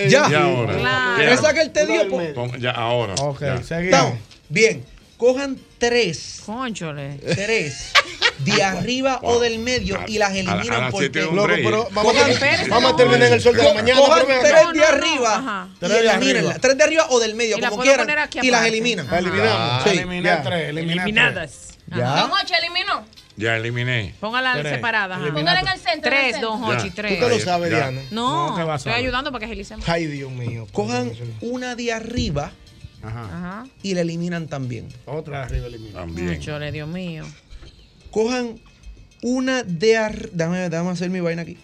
[SPEAKER 26] Ya.
[SPEAKER 3] Ya ahora.
[SPEAKER 26] Claro.
[SPEAKER 3] Ya.
[SPEAKER 26] Esa que él te dio. po-
[SPEAKER 3] Pon- Ya ahora. ya.
[SPEAKER 26] Estamos. Bien. Cojan tres.
[SPEAKER 2] *laughs*
[SPEAKER 26] Tres. De arriba o del medio y las
[SPEAKER 3] a
[SPEAKER 26] eliminan
[SPEAKER 3] las
[SPEAKER 26] por
[SPEAKER 3] siete
[SPEAKER 26] tres.
[SPEAKER 3] de un Loco, break. pero
[SPEAKER 8] vamos a
[SPEAKER 26] Cojan-
[SPEAKER 8] terminar- vamos a terminar en el sol de la
[SPEAKER 26] Co-
[SPEAKER 8] mañana,
[SPEAKER 26] Cojan
[SPEAKER 8] pero ven acá.
[SPEAKER 26] tres
[SPEAKER 8] No,
[SPEAKER 26] de
[SPEAKER 8] no, no,
[SPEAKER 26] arriba.
[SPEAKER 8] ajá.
[SPEAKER 26] Y
[SPEAKER 8] Tres de arriba.
[SPEAKER 26] elimínenla. Tres de arriba o del medio,
[SPEAKER 2] Y la
[SPEAKER 26] como
[SPEAKER 2] puedo
[SPEAKER 26] quieran.
[SPEAKER 2] poner aquí
[SPEAKER 26] Y las
[SPEAKER 2] aparte.
[SPEAKER 26] eliminan.
[SPEAKER 2] Ajá. Eliminamos.
[SPEAKER 26] Sí,
[SPEAKER 2] Eliminé
[SPEAKER 26] ya.
[SPEAKER 8] tres, eliminé
[SPEAKER 2] Eliminadas.
[SPEAKER 26] Ya.
[SPEAKER 6] Don Hochi eliminó.
[SPEAKER 3] Ya eliminé.
[SPEAKER 2] Póngala
[SPEAKER 3] Tres.
[SPEAKER 2] separada. ajá.
[SPEAKER 6] Póngala en el centro. en el
[SPEAKER 2] Tres,
[SPEAKER 6] centro.
[SPEAKER 2] don Hochi, tres.
[SPEAKER 26] Tú te lo sabes,
[SPEAKER 2] Ya.
[SPEAKER 26] Diana. No
[SPEAKER 2] No,
[SPEAKER 26] te vas a
[SPEAKER 2] estoy
[SPEAKER 26] saber.
[SPEAKER 2] ayudando para que agilicemos.
[SPEAKER 26] Ay, Dios mío. Cojan una de arriba
[SPEAKER 2] Ajá.
[SPEAKER 26] y la eliminan también.
[SPEAKER 8] Otra de arriba elimina.
[SPEAKER 2] Chole, Dios mío.
[SPEAKER 26] Cojan una de arriba. Dame, dame hacer mi vaina aquí.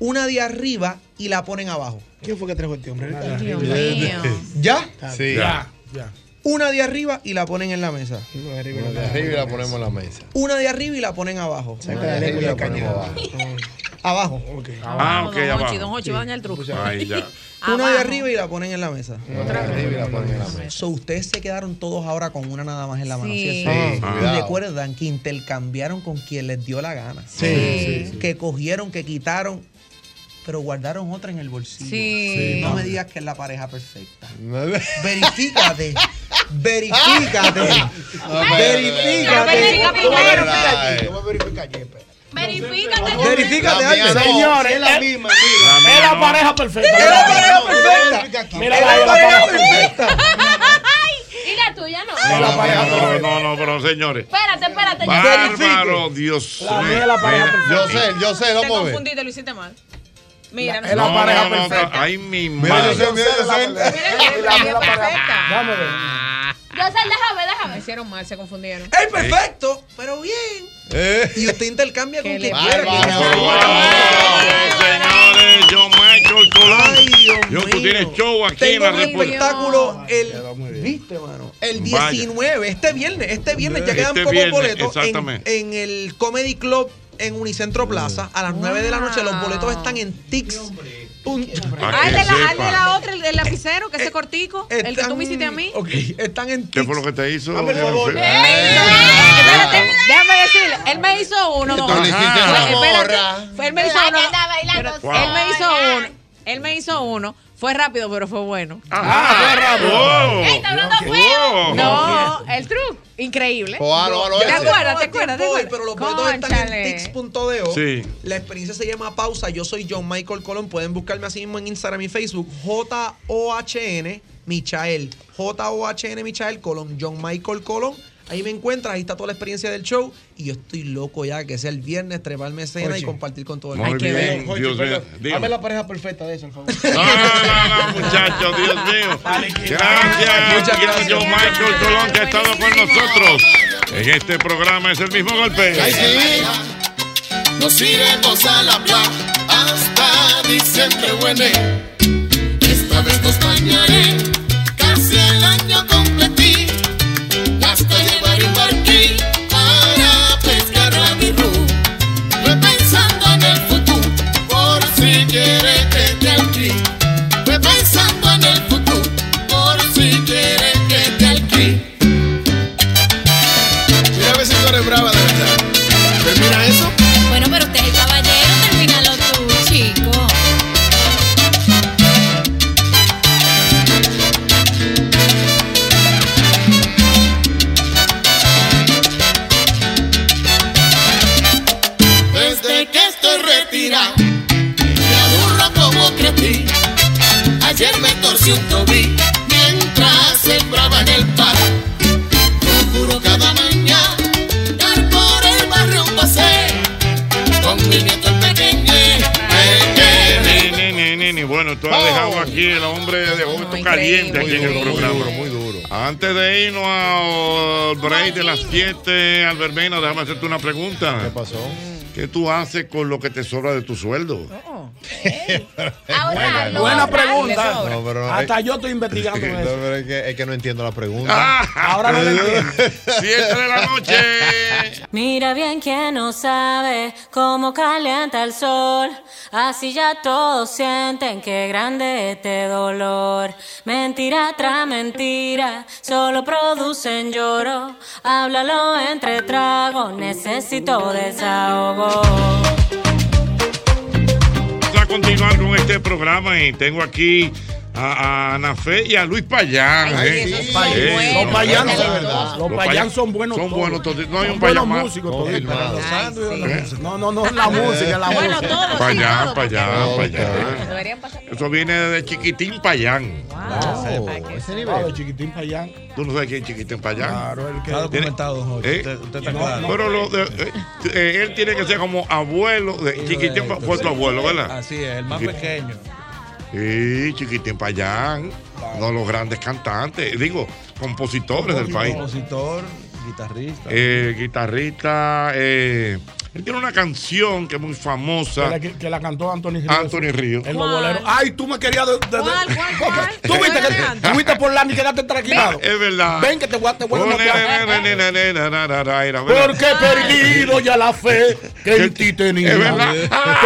[SPEAKER 26] Una de arriba y la ponen abajo.
[SPEAKER 7] ¿Quién fue que trajo este hombre?
[SPEAKER 26] Dios mío. ¿Ya?
[SPEAKER 4] Sí. Ya.
[SPEAKER 26] Una de arriba y la ponen en la mesa.
[SPEAKER 4] Una de arriba y la ponemos en la mesa.
[SPEAKER 26] Una de arriba y la ponen abajo.
[SPEAKER 4] Una de arriba y la ponemos abajo.
[SPEAKER 26] Abajo.
[SPEAKER 3] Ah, ok,
[SPEAKER 2] don
[SPEAKER 3] abajo.
[SPEAKER 2] Hochi, don Hochi va a dañar el truco.
[SPEAKER 3] Ahí
[SPEAKER 4] *laughs*
[SPEAKER 3] ya.
[SPEAKER 26] Una
[SPEAKER 2] Abajo.
[SPEAKER 26] de arriba y la ponen en la mesa.
[SPEAKER 4] Una de arriba y la ponen en la mesa.
[SPEAKER 26] So, ustedes se quedaron todos ahora con una nada más en la mano. ¿sí?
[SPEAKER 4] Sí. Sí,
[SPEAKER 26] Y
[SPEAKER 4] cuidado.
[SPEAKER 26] recuerdan que intercambiaron con quien les dio la gana.
[SPEAKER 4] Sí, sí, sí.
[SPEAKER 26] Que cogieron, que quitaron, pero guardaron otra en el bolsillo.
[SPEAKER 4] Sí.
[SPEAKER 26] No me digas que es la pareja perfecta.
[SPEAKER 4] *laughs*
[SPEAKER 26] Verifícate. Verifícate.
[SPEAKER 14] Pero
[SPEAKER 21] pues,
[SPEAKER 14] verifica
[SPEAKER 26] Verifícate.
[SPEAKER 14] primero.
[SPEAKER 6] Verifícate.
[SPEAKER 26] Verifícate,
[SPEAKER 14] La mía
[SPEAKER 26] Albert.
[SPEAKER 14] no,
[SPEAKER 26] Señores,
[SPEAKER 14] es la misma, mira.
[SPEAKER 3] La mía
[SPEAKER 14] Es la
[SPEAKER 3] no.
[SPEAKER 14] pareja perfecta.
[SPEAKER 26] Es la pareja
[SPEAKER 14] perfecta. Mira,
[SPEAKER 3] Es la
[SPEAKER 14] la
[SPEAKER 3] pareja
[SPEAKER 14] pareja perfecta.
[SPEAKER 6] Y la tuya no.
[SPEAKER 3] No, no, no, no, no, pero señores.
[SPEAKER 6] Espérate, espérate. ya.
[SPEAKER 3] Bárbaro, Dios
[SPEAKER 6] La mía es la pareja perfecta.
[SPEAKER 4] Yo sé, yo sé,
[SPEAKER 2] Te
[SPEAKER 4] vamos a ver.
[SPEAKER 2] confundiste, lo hiciste mal. Mira,
[SPEAKER 4] Es la
[SPEAKER 3] No, no,
[SPEAKER 4] pareja
[SPEAKER 3] no,
[SPEAKER 4] perfecta.
[SPEAKER 3] Ay, mi
[SPEAKER 4] Mira,
[SPEAKER 3] madre.
[SPEAKER 4] yo sé, mira, yo sé.
[SPEAKER 2] Dame.
[SPEAKER 6] Yosel, déjame, déjame.
[SPEAKER 2] Me hicieron mal, se confundieron.
[SPEAKER 26] Es perfecto, pero bien. Y usted intercambia con quien quiera.
[SPEAKER 3] Señores, John Michael Colón. Yo, tú tienes show aquí en
[SPEAKER 26] Tengo
[SPEAKER 3] la
[SPEAKER 26] un
[SPEAKER 3] República.
[SPEAKER 26] espectáculo el, ¿viste, mano? el
[SPEAKER 3] Vaya.
[SPEAKER 26] 19, este viernes, este viernes ya quedan
[SPEAKER 3] Este
[SPEAKER 26] pocos
[SPEAKER 3] viernes,
[SPEAKER 26] boletos en,
[SPEAKER 3] exactamente.
[SPEAKER 26] en el Comedy Club en Unicentro Plaza a las 9 de la noche. Los boletos están en Tix.
[SPEAKER 3] Para
[SPEAKER 2] Ay,
[SPEAKER 3] que
[SPEAKER 2] de la,
[SPEAKER 3] sepa.
[SPEAKER 2] ay, de la otra, el del lapicero, que
[SPEAKER 26] Eh,
[SPEAKER 2] ese cortico, el que tú me hiciste a mí.
[SPEAKER 26] Ok, están en
[SPEAKER 3] ¿Qué fue lo que te hizo?
[SPEAKER 2] Espérate, déjame decirle, él me hizo uno, no.
[SPEAKER 3] Tú le hiciste a la
[SPEAKER 2] Espérate, fue- él me hizo
[SPEAKER 6] La que
[SPEAKER 2] uno.
[SPEAKER 6] anda bailando
[SPEAKER 2] Espérate,
[SPEAKER 6] sola.
[SPEAKER 2] Él me hizo uno, él me hizo uno. Fue rápido, pero fue bueno.
[SPEAKER 3] Ah, fue rápido.
[SPEAKER 2] Ey, está hablando
[SPEAKER 3] Oh.
[SPEAKER 2] feo.
[SPEAKER 3] Oh.
[SPEAKER 2] No, el truco, increíble.
[SPEAKER 4] Oh, ah, no, ah, no,
[SPEAKER 2] ¿Te
[SPEAKER 4] ese.
[SPEAKER 2] acuerdas? ¿Te acuerdas? ¿Te
[SPEAKER 26] Hoy,
[SPEAKER 2] acuerdas?
[SPEAKER 26] pero los boletos están en
[SPEAKER 2] Cónchale.
[SPEAKER 26] tix.deo.
[SPEAKER 3] Sí.
[SPEAKER 26] La experiencia se llama Pausa. Yo soy John Michael Colón. Pueden buscarme así mismo en Instagram y Facebook. J-O-H-N Michael. J-O-H-N Michael Colón. John Michael Colón. Ahí me encuentras, ahí está toda la experiencia del show. Y yo estoy loco ya que sea el viernes, treparme escena
[SPEAKER 8] Oye.
[SPEAKER 26] y compartir con todo el
[SPEAKER 3] Muy
[SPEAKER 26] mundo.
[SPEAKER 3] bien,
[SPEAKER 8] Oye,
[SPEAKER 3] Dios mío.
[SPEAKER 8] perdón, Dame
[SPEAKER 3] Dígame.
[SPEAKER 8] la pareja perfecta de eso, por favor.
[SPEAKER 3] Muchachos, Dios mío. Gracias, gracias, John Michael Colón, que ha estado con nosotros. En este programa es el mismo golpe.
[SPEAKER 5] Ay, sí. Nos iremos a la playa hasta diciembre, bueno. Esta vez nos bañaré casi el año completí. Y hasta llevaré un barquín para pescar a mi ru. Repensando en el futuro, por si quiere que te alquí. Repensando en el futuro, por si quiere que te alquí.
[SPEAKER 14] Mira a ver si tú eres brava de verdad. Termina eso.
[SPEAKER 21] Bueno, pero usted es el caballero, termínalo tú, chico.
[SPEAKER 5] desde que estoy retirado. Me aburro como cretí. Ayer me torcí un tobillo mientras sembraba en el parque. Procuro cada mañana dar por el barrio un paseo. Con mi nieto el pequeño.
[SPEAKER 3] Ni, ni, ni, ni, ni. Bueno, tú has dejado aquí el hombre de Justo Caliente aquí en el programa. Muy duro. Antes de irnos al break de las 7, Albermena, déjame hacerte una pregunta. ¿Qué pasó? ¿Qué tú haces con lo que te sobra de tu sueldo?
[SPEAKER 8] Buena, buena pregunta.
[SPEAKER 4] No, pero no,
[SPEAKER 8] Hasta
[SPEAKER 4] es-
[SPEAKER 8] yo estoy investigando
[SPEAKER 4] *laughs* No,
[SPEAKER 8] eso.
[SPEAKER 4] pero es, que, es que no entiendo la pregunta. Eh,
[SPEAKER 8] Ahora no lo entiendo.
[SPEAKER 3] Siete de la noche.
[SPEAKER 13] *laughs* Mira bien quien no sabe cómo calienta el sol. Así ya todos sienten que grande este dolor. Mentira tras mentira, solo producen lloro. Háblalo entre tragos, necesito desahogo.
[SPEAKER 3] Vamos a continuar con este programa y tengo aquí a, a Ana Fe y a Luis Payán.
[SPEAKER 8] Ay,
[SPEAKER 3] ¿eh?
[SPEAKER 8] esos son buenos. Los payanos, de verdad. Los payán son buenos
[SPEAKER 3] Son
[SPEAKER 8] todos.
[SPEAKER 3] buenos todos. No hay
[SPEAKER 8] Son
[SPEAKER 3] un payán
[SPEAKER 8] buenos
[SPEAKER 3] más.
[SPEAKER 8] músicos
[SPEAKER 3] No,
[SPEAKER 8] todos.
[SPEAKER 3] hermano.
[SPEAKER 8] Pero
[SPEAKER 3] Ay, sí.
[SPEAKER 8] No, no, no, la música, la
[SPEAKER 3] Eh. Bueno,
[SPEAKER 8] música.
[SPEAKER 3] todos, sí, Payán, todos, porque- payán, payán. Eso viene de Chiquitín Payán.
[SPEAKER 8] Ese nivel. de chiquitín payán.
[SPEAKER 3] Tú no sabes quién es Chiquitín Payán.
[SPEAKER 8] Claro, el que.
[SPEAKER 3] Está documentado, Pero lo de- eh, eh, él tiene que ser como abuelo de Chiquitín fue- fue tu abuelo, ¿verdad?
[SPEAKER 16] Así es, el más
[SPEAKER 3] Sí.
[SPEAKER 16] pequeño.
[SPEAKER 3] Sí, Chiquitín Payán. Uno de los grandes cantantes, digo, compositores del país.
[SPEAKER 16] Compositor, guitarrista.
[SPEAKER 3] Eh, guitarrista. eh, él tiene una canción que es muy famosa.
[SPEAKER 8] Que la, que la cantó Anthony Ríos.
[SPEAKER 3] Anthony Ríos.
[SPEAKER 8] El bobolero. Ay, tú me querías. De, de- de- *laughs* Tú
[SPEAKER 3] ¿Cuál
[SPEAKER 8] viste
[SPEAKER 3] era?
[SPEAKER 8] que tú fuiste por la y quedaste tranquilado.
[SPEAKER 3] Es verdad.
[SPEAKER 8] Ven que te voy a te voy a noquear.
[SPEAKER 3] Porque
[SPEAKER 8] Porque he perdido ya la fe que en ti tenía.
[SPEAKER 3] Es verdad.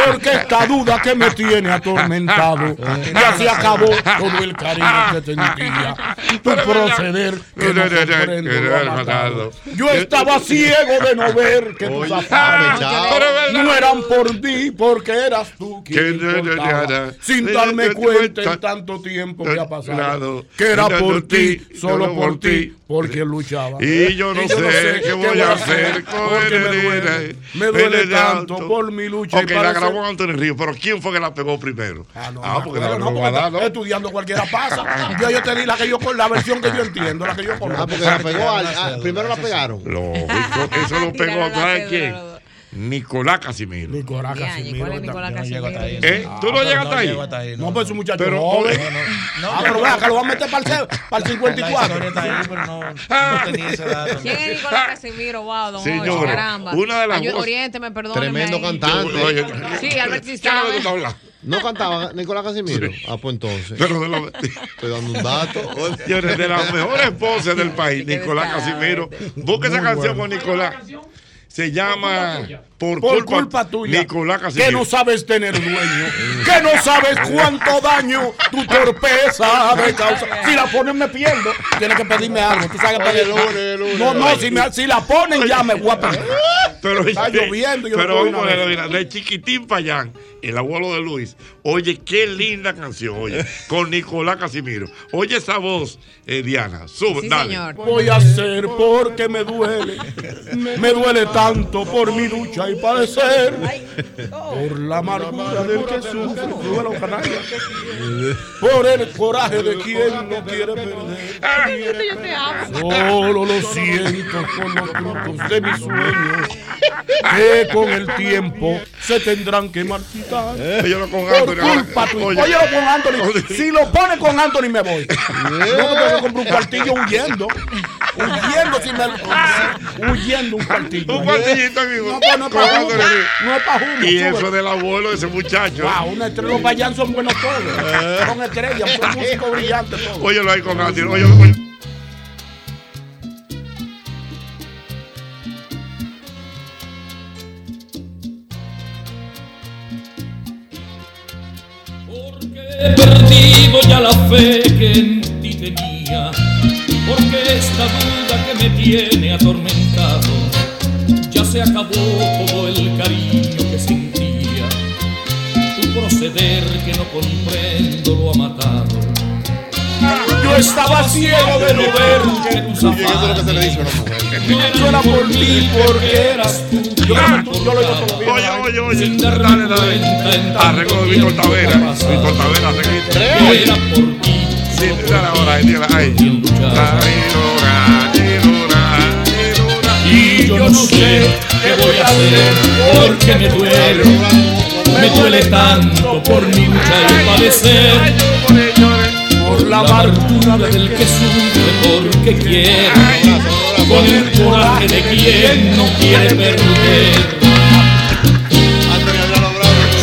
[SPEAKER 8] Porque esta duda que me tiene atormentado ya se acabó todo el cariño que sentía. Tu proceder que no comprendo lo ha matado. Yo estaba ciego de no ver que tus
[SPEAKER 3] Oye,
[SPEAKER 8] afanes
[SPEAKER 3] chao. Pero es verdad.
[SPEAKER 8] no eran por ti, porque eras tú quien
[SPEAKER 3] Que-
[SPEAKER 8] importaba. Sin darme cuenta en tanto tiempo que ha pasado, que era por ti, solo por ti, porque luchaba.
[SPEAKER 3] Y yo no sé qué voy a hacer con
[SPEAKER 8] porque me duele,
[SPEAKER 3] el-
[SPEAKER 8] me duele
[SPEAKER 3] el-
[SPEAKER 8] tanto por mi lucha. y
[SPEAKER 3] Ok, la
[SPEAKER 8] parece-
[SPEAKER 3] grabó Anthony Ríos, pero ¿quién fue que la pegó primero? Ah, porque la
[SPEAKER 8] No,
[SPEAKER 3] grabó
[SPEAKER 8] porque
[SPEAKER 3] Guadalajara.
[SPEAKER 8] está estudiando cualquiera
[SPEAKER 3] *laughs*
[SPEAKER 8] pasa. Yo, yo te di la que yo con la versión que yo entiendo, la que yo conozco.
[SPEAKER 4] Ah, porque la pegó al- ah, primero la pegaron.
[SPEAKER 3] Lógico,
[SPEAKER 8] *laughs*
[SPEAKER 3] eso lo pegó ¿sabes quién? Nicolás Casimiro.
[SPEAKER 8] Nicolás Casimiro.
[SPEAKER 3] ¿Eh? ¿Tú no llegas hasta ahí?
[SPEAKER 8] No, pues es un muchacho
[SPEAKER 3] Pero,
[SPEAKER 8] joven.
[SPEAKER 3] no,
[SPEAKER 8] ah, pero ve acá, lo van a meter para
[SPEAKER 3] *laughs*
[SPEAKER 8] el, ce- para el 54.
[SPEAKER 2] ¿Quién es Nicolás Casimiro? Wow, don
[SPEAKER 3] Señores,
[SPEAKER 2] Ocho, caramba.
[SPEAKER 3] una de las
[SPEAKER 2] Ayú-
[SPEAKER 3] voces-
[SPEAKER 2] Oriénteme, perdóneme
[SPEAKER 4] *laughs* Tremendo
[SPEAKER 2] ahí.
[SPEAKER 4] cantante. Oye,
[SPEAKER 2] Sí, Albert Sistema.
[SPEAKER 4] No cantaba Nicolás Casimiro. Ah, pues entonces.
[SPEAKER 3] Pero de lo-
[SPEAKER 4] Estoy dando un dato.
[SPEAKER 3] Señores, de las mejores voces del país, Nicolás Casimiro. Busca esa
[SPEAKER 4] Muy
[SPEAKER 3] canción
[SPEAKER 4] bueno.
[SPEAKER 3] con Nicolás. Se llama Por,
[SPEAKER 8] Por culpa tuya.
[SPEAKER 3] Nicolás Casimiro.
[SPEAKER 8] Que no sabes tener dueño. Que no
[SPEAKER 3] *laughs*
[SPEAKER 8] sabes cuánto daño tu torpeza me causa. Si la ponen, me pierdo. Tienes que pedirme algo. Tú sabes que
[SPEAKER 3] Oye,
[SPEAKER 8] pedir-
[SPEAKER 3] lunes, lunes,
[SPEAKER 8] No, no,
[SPEAKER 3] lunes.
[SPEAKER 8] si, me- si la ponen, ya me voy a perder.
[SPEAKER 3] Pero,
[SPEAKER 8] Está lloviendo, yo
[SPEAKER 3] pero
[SPEAKER 8] no puedo
[SPEAKER 3] vamos
[SPEAKER 8] ir a
[SPEAKER 3] a
[SPEAKER 8] ver.
[SPEAKER 3] ver, de chiquitín Payán, el abuelo de Luis. Oye, qué linda canción, oye, con Nicolás Casimiro. Oye esa voz, eh, Diana. Sube, dale.
[SPEAKER 8] Voy a hacer porque me duele. Me duele tanto por mi lucha y padecer. Por la amargura del que sufre. Sube los canallas. Por el coraje de quien no quiere perder. *laughs* Solo lo siento con los trucos de mis sueños. Que con el tiempo se tendrán que marchitar.
[SPEAKER 3] Óyelo con
[SPEAKER 8] Por
[SPEAKER 3] Anthony ahora.
[SPEAKER 8] culpa tuya.
[SPEAKER 3] Oye. Eh.
[SPEAKER 8] Óyelo con Anthony. Si lo pone con Anthony, me voy. Yo me tengo que comprar un cuartillo huyendo. Huyendo sin me. Huyendo un cuartillo.
[SPEAKER 3] *laughs* Un cuartillito aquí,
[SPEAKER 8] No, pues, no es
[SPEAKER 3] con
[SPEAKER 8] para
[SPEAKER 3] Anthony
[SPEAKER 8] Jumbo.
[SPEAKER 3] Ríos.
[SPEAKER 8] No es para Jumbo.
[SPEAKER 3] Y
[SPEAKER 8] sube.
[SPEAKER 3] eso del abuelo de ese muchacho. Eh.
[SPEAKER 8] Wow, una estrella. Los payán son buenos todos. Son estrellas, son músicos brillantes todos.
[SPEAKER 3] Óyelo ahí con Anthony. Óyelo, óyelo.
[SPEAKER 28] He perdido ya la fe que en ti tenía, porque esta duda que me tiene atormentado, ya se acabó todo el cariño que sentía. Tu proceder que no comprendo lo ha matado.
[SPEAKER 8] Yo estaba ciego de no ver
[SPEAKER 28] que tus afanes
[SPEAKER 8] Yo era por ti porque eras tú. Yo creo que tú- yo lo digo todo bien.
[SPEAKER 3] Oye, oye, oye. Dale, Ah, dale. Arreglo de Víctor Tavera. Víctor Tavera, arreglito. Era por ti. Sí, dale ahora, ahí, dale ahí.
[SPEAKER 28] Y yo no sé qué voy a hacer porque me duele, me duele tanto por mi lucha y padecer. Por
[SPEAKER 8] la
[SPEAKER 5] amargura del que sufre porque quiere, con el coraje de quien no quiere perder.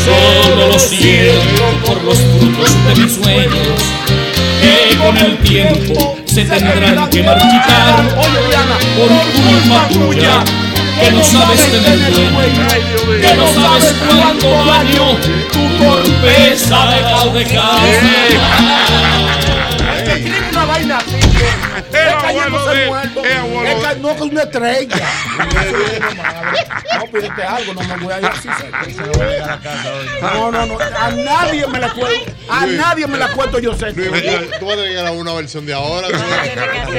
[SPEAKER 5] Solo lo siento por los frutos de mis sueños, que con el tiempo se tendrán que marchitar por culpa tuya, que no sabes tener dueño, que no sabes cuánto daño tu torpeza ha dejado de causar.
[SPEAKER 29] Escribe una vaina así.
[SPEAKER 3] Es
[SPEAKER 29] abuelo de muerto. Es ca- no, que es una estrella. No, pídete algo, no me voy a ir así. No, no, no. A nadie me la cuento. A nadie me la cuento yo sé.
[SPEAKER 4] Luis, tú vas a tener que grabar una versión de ahora. Luis.
[SPEAKER 3] Pero es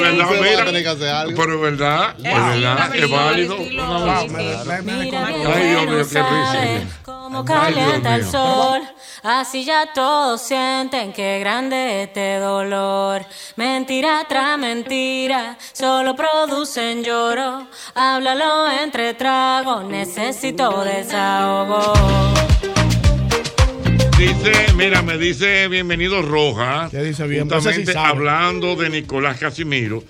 [SPEAKER 3] verdad,
[SPEAKER 4] Tú vas a
[SPEAKER 3] mira.
[SPEAKER 4] tener que hacer algo.
[SPEAKER 3] Pero es verdad, es verdad, es válido. Ay, Dios mío, qué risa.
[SPEAKER 22] Como
[SPEAKER 3] Ay, Dios
[SPEAKER 22] calienta el
[SPEAKER 3] mío.
[SPEAKER 22] sol, así ya todos sienten que grande este dolor. Mentira tras mentira, solo producen lloro. Háblalo entre tragos, necesito desahogo.
[SPEAKER 3] Dice, mira, me dice bienvenido Roja. ¿Qué dice
[SPEAKER 8] bien? Ese
[SPEAKER 3] Justamente
[SPEAKER 8] sí sabe.
[SPEAKER 3] hablando de Nicolás Casimiro.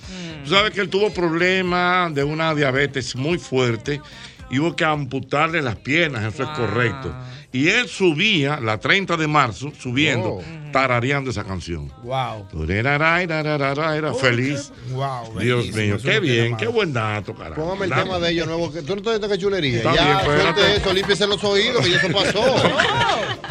[SPEAKER 3] Tú sabes que él tuvo problemas de una diabetes muy fuerte y hubo que amputarle las piernas, eso es correcto. Y él subía, la 30 de marzo, subiendo, tarareando esa canción.
[SPEAKER 8] Wow.
[SPEAKER 3] Era feliz.
[SPEAKER 4] Wow,
[SPEAKER 3] Dios
[SPEAKER 4] bellísimo,
[SPEAKER 3] mío,
[SPEAKER 4] eso
[SPEAKER 3] qué
[SPEAKER 4] no tiene
[SPEAKER 3] bien,
[SPEAKER 4] más.
[SPEAKER 3] qué buen dato, carajo.
[SPEAKER 4] Póngame el
[SPEAKER 3] Dame.
[SPEAKER 4] tema de ellos nuevo. que- Tú no estás viendo qué chulería.
[SPEAKER 3] Está
[SPEAKER 4] ya,
[SPEAKER 3] bien, espérate.
[SPEAKER 4] suelte eso, límpiese los oídos, que ya eso pasó.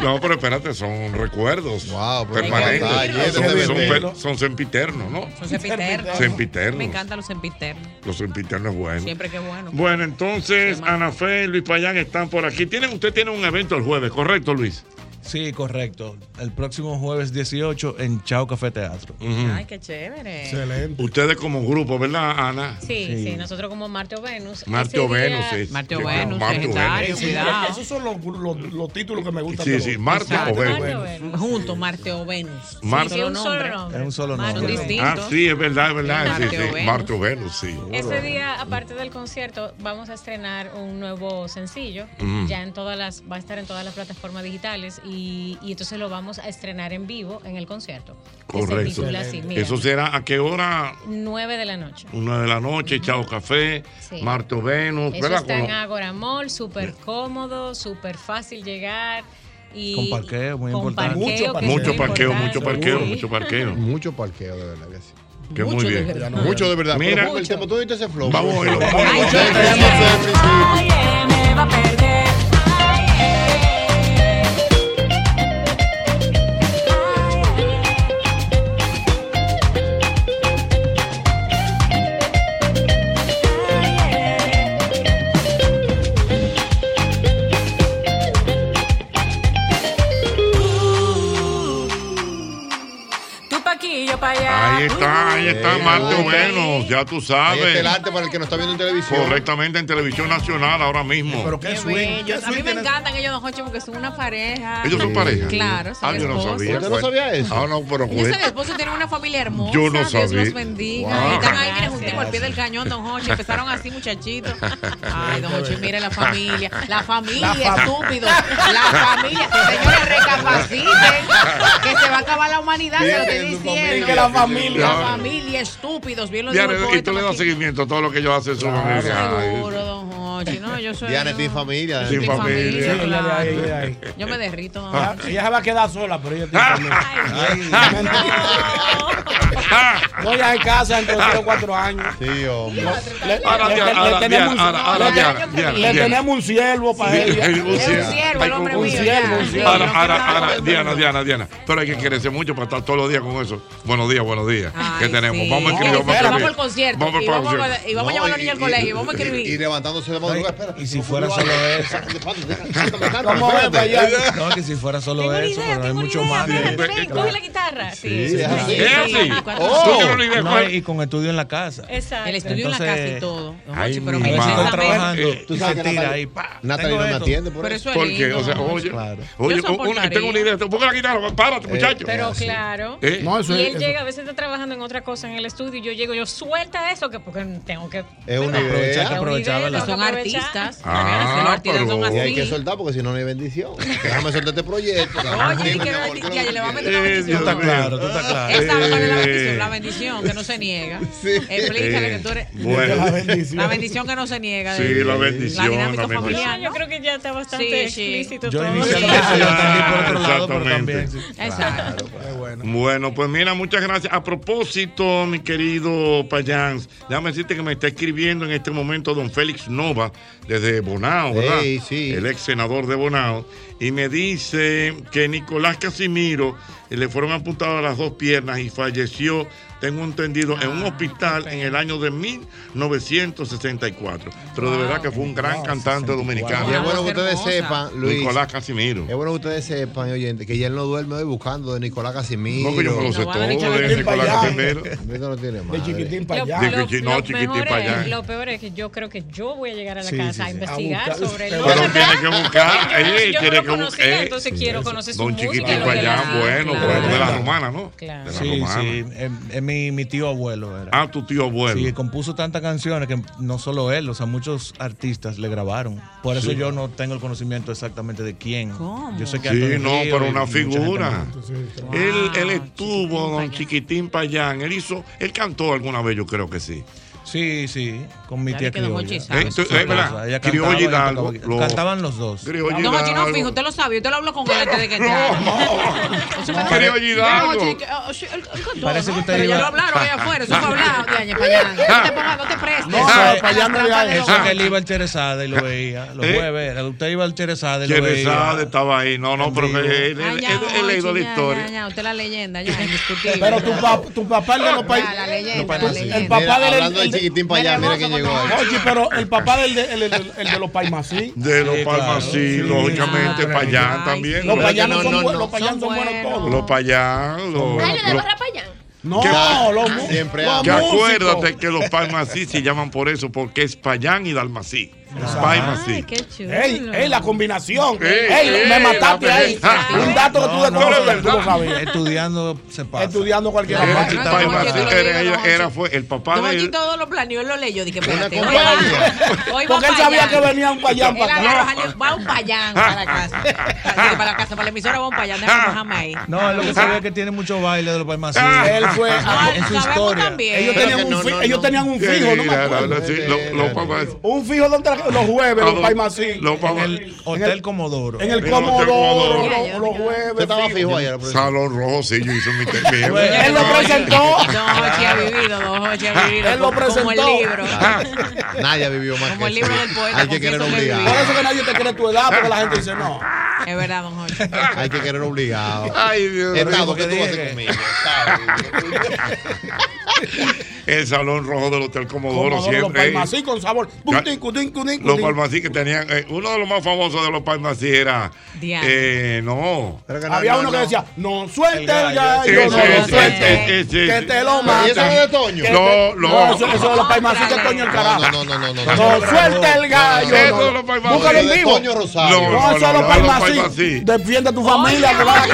[SPEAKER 3] No, pero espérate, son recuerdos
[SPEAKER 4] pero
[SPEAKER 3] permanentes.
[SPEAKER 4] hay que
[SPEAKER 3] Son-
[SPEAKER 4] vivirlos.
[SPEAKER 3] son,
[SPEAKER 4] Hay que
[SPEAKER 3] per-
[SPEAKER 4] vivirlos.
[SPEAKER 3] son sempiternos, ¿no?
[SPEAKER 2] Son sempiternos.
[SPEAKER 3] Sempiternos.
[SPEAKER 2] Me encantan los sempiternos.
[SPEAKER 3] Los sempiternos es bueno.
[SPEAKER 2] Siempre que bueno.
[SPEAKER 3] Bueno, entonces, Ana Fe y Luis Payán están por aquí. ¿Tienen, usted tiene un evento el jueves, ¿correcto, Luis?
[SPEAKER 28] Sí, correcto. El próximo jueves 18 en Chao Café Teatro.
[SPEAKER 2] Ay, qué chévere.
[SPEAKER 3] Ustedes como grupo, ¿verdad, Ana?
[SPEAKER 2] Sí, sí, nosotros como Marte o Venus.
[SPEAKER 3] Marte o Venus, sí. Sí,
[SPEAKER 2] Marte o
[SPEAKER 3] claro,
[SPEAKER 2] Venus,
[SPEAKER 3] Marte o
[SPEAKER 2] Sagitario,
[SPEAKER 3] Venus.
[SPEAKER 2] cuidado.
[SPEAKER 8] Esos son los, los- los títulos que me gustan.
[SPEAKER 3] Sí,
[SPEAKER 8] de los-
[SPEAKER 3] sí, Marte o Venus.
[SPEAKER 2] Junto, Marte o Venus.
[SPEAKER 3] Marte.
[SPEAKER 2] Sí, un solo nombre.
[SPEAKER 28] Es un solo
[SPEAKER 2] Marte
[SPEAKER 28] nombre.
[SPEAKER 3] Ah,
[SPEAKER 2] distinto.
[SPEAKER 3] sí, es verdad, es verdad. Sí,
[SPEAKER 2] Marte o
[SPEAKER 3] sí,
[SPEAKER 2] Venus.
[SPEAKER 3] Marte o Venus, sí.
[SPEAKER 13] Ese día, aparte del concierto, vamos a estrenar un nuevo sencillo.
[SPEAKER 3] Ujú.
[SPEAKER 13] Ya en todas las, va a estar en todas las plataformas digitales y, y entonces lo vamos a estrenar en vivo en el concierto. que Se
[SPEAKER 3] Correcto.
[SPEAKER 13] titula así, mira.
[SPEAKER 3] Eso será a qué hora
[SPEAKER 13] 9 de la noche.
[SPEAKER 3] Una de la noche, Chao Café,
[SPEAKER 13] Sí.
[SPEAKER 3] Marto Venus,
[SPEAKER 13] Eso
[SPEAKER 3] ¿verdad?
[SPEAKER 13] está en
[SPEAKER 3] Como-
[SPEAKER 13] Agora Mall, súper cómodo, súper fácil llegar. Y
[SPEAKER 28] Con parqueo, muy
[SPEAKER 13] con
[SPEAKER 28] importante.
[SPEAKER 13] parqueo, que es
[SPEAKER 3] Mucho
[SPEAKER 13] muy
[SPEAKER 3] parqueo, mucho
[SPEAKER 13] importante.
[SPEAKER 3] parqueo,
[SPEAKER 4] Sí.
[SPEAKER 3] mucho
[SPEAKER 4] *laughs*
[SPEAKER 3] parqueo.
[SPEAKER 4] Mucho parqueo, de verdad que sí.
[SPEAKER 3] Que muy Mucho de bien. verdad.
[SPEAKER 4] Mucho de verdad.
[SPEAKER 3] Mira.
[SPEAKER 4] Mira, el tema, tú diste ese flow.
[SPEAKER 3] Vamos a oírlo, vamos a oírlo.
[SPEAKER 22] Me va a perder. Tú pa' aquí, yo pa' allá.
[SPEAKER 3] Ahí está, ahí está, Marte o Venus, ya tú sabes.
[SPEAKER 4] Ahí está el arte para el que nos está viendo en televisión.
[SPEAKER 3] Correctamente en televisión nacional ahora mismo. Pero
[SPEAKER 2] Qué bellos. A mí me encantan ellos dos ocho porque son una pareja.
[SPEAKER 3] Ellos son pareja.
[SPEAKER 2] Claro, son
[SPEAKER 3] Ah, yo no
[SPEAKER 2] esposos.
[SPEAKER 3] sabía.
[SPEAKER 4] ¿Usted no sabía eso?
[SPEAKER 3] Ah, no, pero
[SPEAKER 2] Ellos son
[SPEAKER 3] cuenta.
[SPEAKER 2] esposos, tienen una familia hermosa.
[SPEAKER 3] Yo no
[SPEAKER 2] Dios
[SPEAKER 3] sabía.
[SPEAKER 2] los bendiga.
[SPEAKER 3] Wow.
[SPEAKER 2] Y Están ahí, miren, juntitos al pie del cañón, don Jorge. Empezaron así, muchachitos.
[SPEAKER 3] *laughs*
[SPEAKER 2] Ay, don Jorge, mire la familia. La
[SPEAKER 13] La
[SPEAKER 2] familia,
[SPEAKER 13] fam-
[SPEAKER 2] estúpido. La familia.
[SPEAKER 3] *laughs*
[SPEAKER 2] Señores, recapaciten. Que se va a acabar la humanidad, se lo estoy
[SPEAKER 3] Bien, su familia.
[SPEAKER 2] diciendo.
[SPEAKER 3] Que la familia.
[SPEAKER 2] La familia, estúpidos. Bien lo dijo el
[SPEAKER 3] Diana, y
[SPEAKER 2] poeta.
[SPEAKER 3] tú le das seguimiento a todo lo que ellos hacen en su familia. Ay,
[SPEAKER 2] Seguro, don Jorge. No, yo soy...
[SPEAKER 4] Diana es mi familia.
[SPEAKER 3] Sin familia.
[SPEAKER 8] Sí, ella de ahí, ella de ahí.
[SPEAKER 2] Yo me derrito. don
[SPEAKER 8] Ah,
[SPEAKER 2] Jorge.
[SPEAKER 8] Ella se va a quedar sola, pero ella
[SPEAKER 3] Ah.
[SPEAKER 8] tiene familia. No, ella se casa en tres o cuatro años.
[SPEAKER 4] Sí, hombre.
[SPEAKER 8] Le,
[SPEAKER 3] Ahora,
[SPEAKER 8] le-
[SPEAKER 3] Diana,
[SPEAKER 8] le-
[SPEAKER 3] ahora,
[SPEAKER 8] le
[SPEAKER 3] Diana,
[SPEAKER 8] tenemos un-
[SPEAKER 3] ahora, ahora,
[SPEAKER 8] le-
[SPEAKER 3] Diana, Diana,
[SPEAKER 8] le
[SPEAKER 3] Diana.
[SPEAKER 8] tenemos un siervo para ella.
[SPEAKER 3] un
[SPEAKER 2] siervo, el hombre
[SPEAKER 8] un
[SPEAKER 2] mío,
[SPEAKER 8] siervo,
[SPEAKER 2] ya.
[SPEAKER 8] un siervo.
[SPEAKER 3] Ahora, ah, ahora, ahora, Diana, Diana, Diana. Pero hay que crecer mucho para estar todos los días con eso. Buenos días, buenos días. ¿Qué tenemos? Eh, pues Vamos a escribir,
[SPEAKER 2] Espera,
[SPEAKER 3] vamos a
[SPEAKER 2] vamos
[SPEAKER 3] escribir.
[SPEAKER 2] al concierto.
[SPEAKER 3] Vamos
[SPEAKER 2] y
[SPEAKER 3] para
[SPEAKER 2] vamos,
[SPEAKER 3] el concierto.
[SPEAKER 2] a- y vamos a llevar a los niños al colegio. Y vamos a
[SPEAKER 4] Y,
[SPEAKER 2] escribir.
[SPEAKER 4] y levantándose de madrugada, espera.
[SPEAKER 28] Y si fuera solo eso.
[SPEAKER 4] Vamos a ver para allá.
[SPEAKER 28] No, que si fuera solo eso, pero hay mucho más.
[SPEAKER 13] Ven, coge la guitarra.
[SPEAKER 28] Sí, es así.
[SPEAKER 13] sí,
[SPEAKER 28] Es así.
[SPEAKER 13] sí. Cuando
[SPEAKER 2] cuatro.
[SPEAKER 28] Oh.
[SPEAKER 2] Tú
[SPEAKER 3] tienes una idea,
[SPEAKER 28] No,
[SPEAKER 3] ¿cuál?
[SPEAKER 28] y con estudio en la casa.
[SPEAKER 2] Exacto. El estudio en la casa y todo. No,
[SPEAKER 28] Ay,
[SPEAKER 2] Jochi,
[SPEAKER 28] mi
[SPEAKER 2] pero
[SPEAKER 28] madre.
[SPEAKER 2] precisamente-
[SPEAKER 28] Están trabajando,
[SPEAKER 3] Eh,
[SPEAKER 28] tú sabes que tira ahí, pa.
[SPEAKER 4] Natalie
[SPEAKER 28] Tengo
[SPEAKER 4] no me
[SPEAKER 28] esto.
[SPEAKER 4] atiende por
[SPEAKER 2] Pero eso es
[SPEAKER 3] Porque,
[SPEAKER 2] lindo,
[SPEAKER 3] o sea,
[SPEAKER 2] ¿no?
[SPEAKER 3] oye,
[SPEAKER 2] Claro.
[SPEAKER 3] oye,
[SPEAKER 2] Yo soportaría.
[SPEAKER 3] una- tengo una idea. Pon la guitarra, párate, muchacho.
[SPEAKER 13] Pero claro.
[SPEAKER 3] Eh, no, eso
[SPEAKER 13] y
[SPEAKER 3] es-
[SPEAKER 13] él
[SPEAKER 3] eso-
[SPEAKER 13] llega, a veces está trabajando en otra cosa en el estudio. y Yo llego, yo suelta eso, que porque tengo que.
[SPEAKER 4] Es una
[SPEAKER 13] ¿verdad?
[SPEAKER 4] idea.
[SPEAKER 13] Es una
[SPEAKER 4] Aprovechar,
[SPEAKER 13] idea,
[SPEAKER 4] ¿verdad?
[SPEAKER 13] tengo
[SPEAKER 4] Son
[SPEAKER 13] que aprovechar.
[SPEAKER 2] artistas.
[SPEAKER 3] pues,
[SPEAKER 4] Ah,
[SPEAKER 2] artistas son
[SPEAKER 4] y hay
[SPEAKER 2] así.
[SPEAKER 4] que soltar porque si no, no hay bendición. Déjame soltar este proyecto.
[SPEAKER 2] Oye, y que la bendición, ya, le va a meter una bendición.
[SPEAKER 4] Tú estás claro, tú estás claro.
[SPEAKER 2] Él sabe cuál es la bendición,
[SPEAKER 4] Eh.
[SPEAKER 2] la bendición que no
[SPEAKER 3] *laughs*
[SPEAKER 2] se niega. Explícale que tú eres.
[SPEAKER 3] Bueno.
[SPEAKER 2] La
[SPEAKER 3] La
[SPEAKER 2] bendición.
[SPEAKER 3] bendición.
[SPEAKER 2] que no se niega.
[SPEAKER 3] Sí, la bendición,
[SPEAKER 2] La dinámica
[SPEAKER 3] la bendición.
[SPEAKER 2] familiar.
[SPEAKER 13] Yo creo que ya está bastante
[SPEAKER 2] Sí, sí.
[SPEAKER 13] explícito
[SPEAKER 3] Yo *laughs*
[SPEAKER 13] todo.
[SPEAKER 3] inicialmente
[SPEAKER 13] Sí.
[SPEAKER 3] lo entendí por otro lado, pero también, sí.
[SPEAKER 13] Exacto.
[SPEAKER 3] Bueno, pues mira, muchas gracias. A propósito, mi querido Payans, déjame decirte que me está escribiendo en este momento don Félix Nova desde Bonao, ¿verdad?
[SPEAKER 4] Ey, sí.
[SPEAKER 3] El ex senador de Bonao. Y me dice que Nicolás Casimiro eh, le fueron apuntadas las dos piernas y falleció, tengo entendido, en
[SPEAKER 4] Ah,
[SPEAKER 3] un hospital en el año de 1964. Pero de verdad que fue un gran cantante dominicano.
[SPEAKER 4] Y es bueno que ustedes sepan, Luis.
[SPEAKER 3] Nicolás Casimiro.
[SPEAKER 4] Es bueno que ustedes sepan, oyente, que ya él no duerme hoy buscando de Nicolás Casimiro.
[SPEAKER 3] No, que yo me lo sé No, todo de de Nicolás
[SPEAKER 4] Nicolás
[SPEAKER 3] Casimiro.
[SPEAKER 4] Eso no tiene madre.
[SPEAKER 8] chiquitín
[SPEAKER 13] Lo,
[SPEAKER 4] allá.
[SPEAKER 13] lo-
[SPEAKER 4] De que- no,
[SPEAKER 13] lo
[SPEAKER 4] chiquitín
[SPEAKER 13] mejor
[SPEAKER 4] pa'
[SPEAKER 13] es-
[SPEAKER 4] allá.
[SPEAKER 13] lo peor es que yo creo que yo voy a llegar a la
[SPEAKER 3] Sí,
[SPEAKER 13] casa
[SPEAKER 3] sí,
[SPEAKER 13] a
[SPEAKER 3] sí.
[SPEAKER 13] investigar
[SPEAKER 3] A buscar-
[SPEAKER 13] sobre el
[SPEAKER 3] Pero tiene que buscar, eh,
[SPEAKER 13] Yo- yo no
[SPEAKER 3] tiene
[SPEAKER 13] lo
[SPEAKER 3] que
[SPEAKER 13] conocía,
[SPEAKER 3] buscar.
[SPEAKER 13] entonces quiero conocer su
[SPEAKER 3] Don
[SPEAKER 13] música,
[SPEAKER 3] Chiquitín
[SPEAKER 13] lo que le
[SPEAKER 3] Payán,
[SPEAKER 13] hacen,
[SPEAKER 3] bueno,
[SPEAKER 13] claro.
[SPEAKER 3] bueno, de la romana, ¿no?
[SPEAKER 13] Claro.
[SPEAKER 3] De la
[SPEAKER 28] Sí,
[SPEAKER 3] romana.
[SPEAKER 28] sí, es, es mi, mi tío abuelo. Era.
[SPEAKER 3] Ah, tu tío abuelo. Ah,
[SPEAKER 28] Sí, compuso tantas canciones que no solo él, o sea, muchos artistas le grabaron. Por eso
[SPEAKER 3] Sí.
[SPEAKER 28] yo no tengo el conocimiento exactamente de quién. Yo sé que
[SPEAKER 3] Sí,
[SPEAKER 28] Antonio
[SPEAKER 3] no,
[SPEAKER 28] Río
[SPEAKER 3] pero
[SPEAKER 28] y
[SPEAKER 3] una
[SPEAKER 28] mucha gente
[SPEAKER 3] figura.
[SPEAKER 28] más.
[SPEAKER 3] Él, él estuvo, don Chiquitín Payán. Él hizo, él cantó alguna vez, yo creo que sí.
[SPEAKER 28] Sí, sí, con mi
[SPEAKER 2] Ya
[SPEAKER 28] tía
[SPEAKER 2] vi que don
[SPEAKER 28] criolla.
[SPEAKER 2] Ochi sabe
[SPEAKER 3] Eh, tú- es verdad,
[SPEAKER 28] Ella
[SPEAKER 3] Criolla
[SPEAKER 28] cantaba y
[SPEAKER 3] Hidalgo,
[SPEAKER 28] tocaba-
[SPEAKER 3] lo-
[SPEAKER 28] Cantaban los dos.
[SPEAKER 3] Criolla
[SPEAKER 2] No, Jochi, no, fijo, usted lo sabe, usted lo habló con él antes de que entrara. Eso no,
[SPEAKER 28] Creo
[SPEAKER 2] Bueno,
[SPEAKER 28] Hidalgo.
[SPEAKER 2] Jochi, que, oh, sí, él- él contó,
[SPEAKER 28] Parece
[SPEAKER 2] ¿no?
[SPEAKER 28] que usted
[SPEAKER 2] Pero ya
[SPEAKER 28] iba-
[SPEAKER 2] lo hablaron allá afuera, eso fue hablado de año para allá. No te pongas, no te prestes.
[SPEAKER 28] No,
[SPEAKER 2] Para
[SPEAKER 28] eso,
[SPEAKER 2] la trampa de los-
[SPEAKER 28] eso que él iba al Cherezade y lo veía. Los jueves, era- usted iba al Cherezade y lo veía.
[SPEAKER 3] Ah. ¿Eh? Cherezade estaba ahí. No, no, pero que él, él,
[SPEAKER 2] Ah, ya,
[SPEAKER 3] él- él
[SPEAKER 2] Jochi,
[SPEAKER 3] leído la
[SPEAKER 2] ya,
[SPEAKER 3] historia.
[SPEAKER 2] Ya, ya, usted la
[SPEAKER 8] *laughs*
[SPEAKER 2] leyenda, ya, indiscutible.
[SPEAKER 8] Pero tu, pap- tu papá le ganó
[SPEAKER 2] Ah, la leyenda, la leyenda.
[SPEAKER 8] El papá
[SPEAKER 2] Mira,
[SPEAKER 8] del
[SPEAKER 2] hablando
[SPEAKER 8] el-
[SPEAKER 2] del chiquitín pa' allá, mira quién llegó ahí.
[SPEAKER 8] Oye, pero el papá del de, el, el- el- el de los Paimasí.
[SPEAKER 3] De los palmas, sí, lógicamente, Payán también.
[SPEAKER 8] Los
[SPEAKER 3] ¿no?
[SPEAKER 8] payanos son, buen- los payanos son buenos todos.
[SPEAKER 3] Los Payán, los.
[SPEAKER 30] Ay, le
[SPEAKER 3] los-
[SPEAKER 30] barra para allá.
[SPEAKER 8] No, los mu-
[SPEAKER 3] Siempre
[SPEAKER 8] los
[SPEAKER 3] que
[SPEAKER 8] músicos.
[SPEAKER 3] acuérdate que los palmasí se llaman por eso, porque es payán y dalmasí. Palmasí.
[SPEAKER 13] Qué chulo.
[SPEAKER 8] Ey, ey, la combinación.
[SPEAKER 3] Ey,
[SPEAKER 8] Ey,
[SPEAKER 3] ey,
[SPEAKER 8] me mataste
[SPEAKER 3] la Ah,
[SPEAKER 8] ahí.
[SPEAKER 3] verdad.
[SPEAKER 8] Un dato que tú
[SPEAKER 28] No, no,
[SPEAKER 8] desconoces, tú
[SPEAKER 28] pero
[SPEAKER 8] lo sabías.
[SPEAKER 28] Estudiando se pasa.
[SPEAKER 8] Estudiando cualquier
[SPEAKER 3] Era,
[SPEAKER 8] cosa.
[SPEAKER 3] Palmasí,
[SPEAKER 2] Don Ochi,
[SPEAKER 3] era,
[SPEAKER 2] don
[SPEAKER 3] era-
[SPEAKER 2] Ochi.
[SPEAKER 3] era- fue el papá
[SPEAKER 2] Don
[SPEAKER 3] de
[SPEAKER 2] Ochi
[SPEAKER 3] él.
[SPEAKER 2] todo lo planeó, él lo leyó, dije, espérate. hoy va-
[SPEAKER 8] compañía.
[SPEAKER 2] hoy va
[SPEAKER 8] Porque él
[SPEAKER 2] pa'
[SPEAKER 8] sabía
[SPEAKER 2] allá.
[SPEAKER 8] que venía un payán
[SPEAKER 2] Él
[SPEAKER 8] para
[SPEAKER 2] agarra
[SPEAKER 8] acá.
[SPEAKER 2] los años, Va un payán para la casa. Así que para la casa, para la emisora va un payán, déjame bajarme ahí.
[SPEAKER 28] No, es lo
[SPEAKER 8] Ah,
[SPEAKER 28] que se ve que tiene mucho baile de los palmas.
[SPEAKER 3] Ah.
[SPEAKER 28] él fue
[SPEAKER 3] Ah,
[SPEAKER 28] en su
[SPEAKER 2] sabemos
[SPEAKER 28] historia.
[SPEAKER 2] también.
[SPEAKER 8] Ellos tenían, un fi- ellos tenían un fijo, no me
[SPEAKER 3] Era-
[SPEAKER 8] acuerdo.
[SPEAKER 3] era- sí, lo- Los palmasí.
[SPEAKER 8] Un fijo donde los jueves,
[SPEAKER 3] Ah,
[SPEAKER 8] los Paimasí.
[SPEAKER 28] En el Hotel Comodoro.
[SPEAKER 8] En el
[SPEAKER 3] En el Hotel Comodoro.
[SPEAKER 8] Comodoro, los los jueves.
[SPEAKER 3] Estaba
[SPEAKER 8] fijo
[SPEAKER 3] ahí. Salón rojo, sí, yo hice mi testigo.
[SPEAKER 8] Él lo presentó.
[SPEAKER 2] Don Ochi ha
[SPEAKER 3] *laughs*
[SPEAKER 2] vivido, Don Ochi ha vivido.
[SPEAKER 8] Él lo
[SPEAKER 2] como- Como el
[SPEAKER 8] presentó.
[SPEAKER 2] libro.
[SPEAKER 4] Nadie vivió más
[SPEAKER 2] Como
[SPEAKER 4] que
[SPEAKER 2] el
[SPEAKER 4] él.
[SPEAKER 2] libro del poeta.
[SPEAKER 4] Hay que querer
[SPEAKER 2] confieso que
[SPEAKER 4] obligado.
[SPEAKER 8] Por eso que nadie te cree tu edad, porque la gente dice no.
[SPEAKER 2] Es verdad, Don Ochi.
[SPEAKER 4] Hay que querer obligado.
[SPEAKER 3] Ay, Dios
[SPEAKER 4] Estado, ¿qué
[SPEAKER 3] mío,
[SPEAKER 4] tú vas a hacer
[SPEAKER 3] que
[SPEAKER 4] conmigo?
[SPEAKER 3] El salón rojo del Hotel
[SPEAKER 8] Comodoro,
[SPEAKER 3] Comodoro
[SPEAKER 8] los
[SPEAKER 3] siempre.
[SPEAKER 8] Palmasí con sabor. Cutín, cutín, cutín,
[SPEAKER 3] Los
[SPEAKER 8] cutín.
[SPEAKER 3] palmasí que tenían, eh, uno de los más famosos de los palmasí era.
[SPEAKER 8] Diana.
[SPEAKER 3] Eh, no.
[SPEAKER 8] Había uno que decía, no suelte ya,
[SPEAKER 3] Ese,
[SPEAKER 8] yo no lo
[SPEAKER 3] ese,
[SPEAKER 8] suelte.
[SPEAKER 3] ese, ese,
[SPEAKER 8] Que
[SPEAKER 3] ese.
[SPEAKER 8] te lo
[SPEAKER 3] ¿Y ese
[SPEAKER 8] matan.
[SPEAKER 3] es de Toño?
[SPEAKER 8] Que te-
[SPEAKER 3] No, no.
[SPEAKER 8] Eso, eso de los paimasí que Toño el carajo.
[SPEAKER 4] No, no, no, no.
[SPEAKER 8] No, suelta el gallo.
[SPEAKER 3] Eso
[SPEAKER 8] no.
[SPEAKER 3] es lo palmasí.
[SPEAKER 8] Búscalo en
[SPEAKER 3] De
[SPEAKER 8] vivo.
[SPEAKER 3] Toño Rosario.
[SPEAKER 8] No,
[SPEAKER 3] No, no,
[SPEAKER 8] eso es
[SPEAKER 3] no,
[SPEAKER 8] lo
[SPEAKER 3] no,
[SPEAKER 8] palmasí.
[SPEAKER 3] lo palmasí.
[SPEAKER 8] Defiende a tu familia. que va.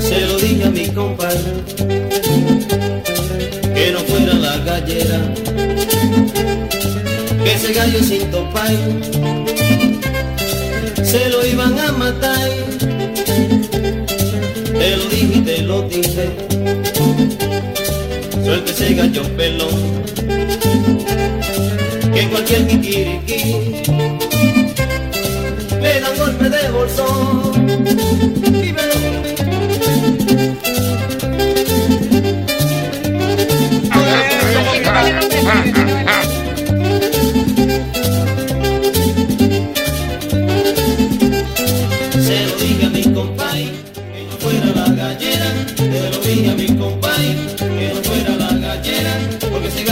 [SPEAKER 5] Se lo dije a mi compa que no fuera la gallera, que ese gallo sin topar se lo iban a matar. Te lo dije y te lo dije, suelta ese gallo pelón, que cualquier kikiriki le da un golpe de bolsón. Vívelo. Se lo dije a mi compay, que no fuera la gallera, se lo dije a mi compay, que no fuera la gallera, porque se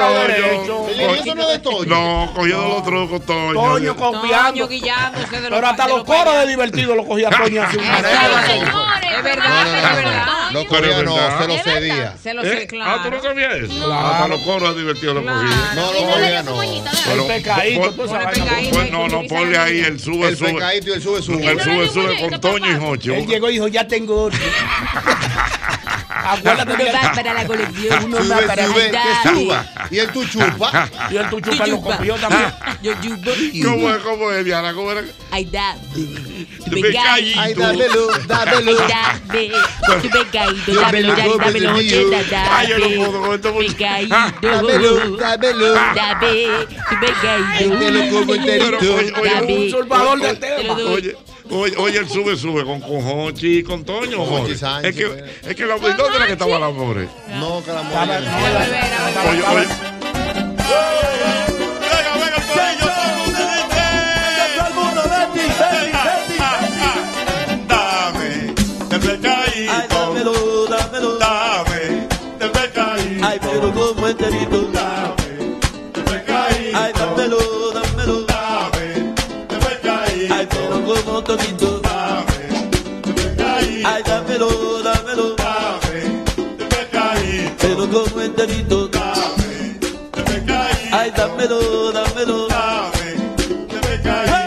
[SPEAKER 11] eso no es de Toño.
[SPEAKER 3] No, cogió de los trucos, Toño.
[SPEAKER 8] Toño confiando.
[SPEAKER 2] Toño guillándose de los
[SPEAKER 8] Pero hasta
[SPEAKER 2] de
[SPEAKER 8] los coros de divertido lo cogía
[SPEAKER 2] *laughs*
[SPEAKER 8] Toño hace un
[SPEAKER 2] Es verdad, es verdad.
[SPEAKER 11] Los
[SPEAKER 3] coreanos
[SPEAKER 11] se lo cedía.
[SPEAKER 2] Se lo sé,
[SPEAKER 3] Ah,
[SPEAKER 2] claro.
[SPEAKER 3] ¿tú no sabías eso? Ah, Hasta los coros divertidos lo cogía.
[SPEAKER 11] No, los coreanos.
[SPEAKER 3] Pero,
[SPEAKER 11] pecadito,
[SPEAKER 3] pon-
[SPEAKER 11] toda esa
[SPEAKER 3] pon-
[SPEAKER 11] vaina.
[SPEAKER 3] pon- No, no, ponle ahí el sube,
[SPEAKER 11] El
[SPEAKER 3] sube.
[SPEAKER 11] pecadito y el sube, sube.
[SPEAKER 3] El sube, sube con Toño y Jochi.
[SPEAKER 8] Él llegó y dijo, ya tengo
[SPEAKER 14] *laughs*
[SPEAKER 8] otro. Acuérdate de
[SPEAKER 3] Uno más
[SPEAKER 8] para la
[SPEAKER 3] colección,
[SPEAKER 8] uno más para cuidar.
[SPEAKER 11] Y el tu chupa.
[SPEAKER 8] Y el tu chupa lo copió también.
[SPEAKER 2] Ah. *laughs* Yo chupo.
[SPEAKER 3] ¿Cómo es, cómo es, Diana? ¿Cómo era?
[SPEAKER 2] Ay, da.
[SPEAKER 3] Tu pecadito.
[SPEAKER 2] Ay, dale luz, dale luz. Dame. Tu pecadito, dame luz, dale, dame luz, ochenta,
[SPEAKER 3] Ay, yo
[SPEAKER 2] dame.
[SPEAKER 3] no puedo con esto mucho.
[SPEAKER 2] Pecadito.
[SPEAKER 3] Dame luz,
[SPEAKER 11] dame luz.
[SPEAKER 2] Dame. Tu pecadito.
[SPEAKER 3] Pero, oye, oye,
[SPEAKER 2] Dame.
[SPEAKER 3] un salvador de
[SPEAKER 2] Te lo
[SPEAKER 3] tema.
[SPEAKER 2] doy.
[SPEAKER 3] Oye, oye, oye, el sube, sube con, con Jochi y con Toño. Jorge.
[SPEAKER 11] Sánchez,
[SPEAKER 3] es
[SPEAKER 5] pues.
[SPEAKER 3] que, es que la, ¿y ¿dónde era que estaba la pobre?
[SPEAKER 11] No, que la mujer.
[SPEAKER 3] Oye, oye.
[SPEAKER 5] Ah, Dame del pecadito, dame del pecadito. Ay, pero como enterito, dame del pecadito. Ay, dámelo, dámelo, dame del pecadito. Ay, pero como toquito, dame del pecadito. Ay, dámelo, dámelo, dame del pecadito. Pero como enterito, dame del pecadito. Ay, dámelo, dámelo, dame del pecadito.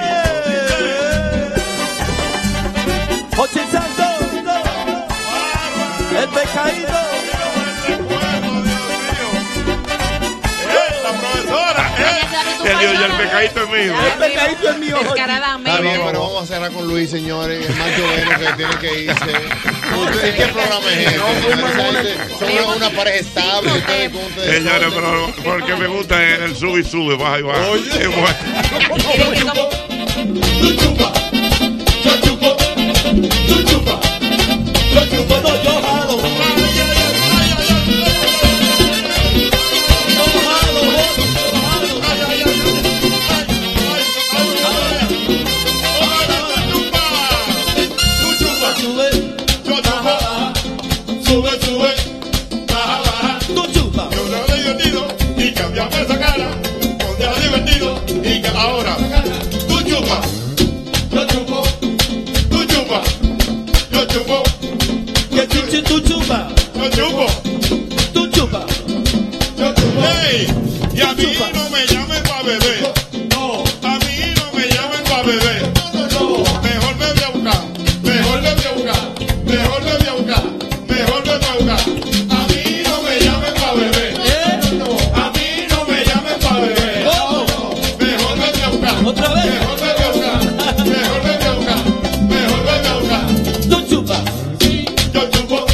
[SPEAKER 27] Ocho Santos, el pescadito.
[SPEAKER 3] Él dijo, eh. ya el pecadito es mío.
[SPEAKER 8] El pecadito es mío.
[SPEAKER 11] Está bien, pero vamos a cerrar con Luis, señores. El macho bueno que tiene que irse. Ustedes, ¿Qué programa es este? Ustedes Son una pareja estable. Ustedes con ustedes.
[SPEAKER 3] Señores, pero porque me gusta el, el sube y sube, baja y baja. Es bueno.
[SPEAKER 5] Sube, sube, baja, baja, tu chupa. Yo lo he divertido y cambiamos esa cara. Ponte divertido y que ahora tu chupa. Yo chupo, tu chupa. Yo chupo, que chuche tu chupa. Yo chupo, tu chupa. Yo chupo. Hey, y a mí no me llamen pa' beber. No, a mí no me llamen pa' beber. Mejor me voy a buscar, mejor me voy a buscar, mejor me voy a buscar. Mejor no te ahogas. A mí no me llamen pa' beber. A mí no me llamen pa' beber. Mejor me te ahogas. Otra vez. Mejor me te ahogas. Mejor me te ahogas. Mejor me te ahogas. Tú chupas. Yo chupo.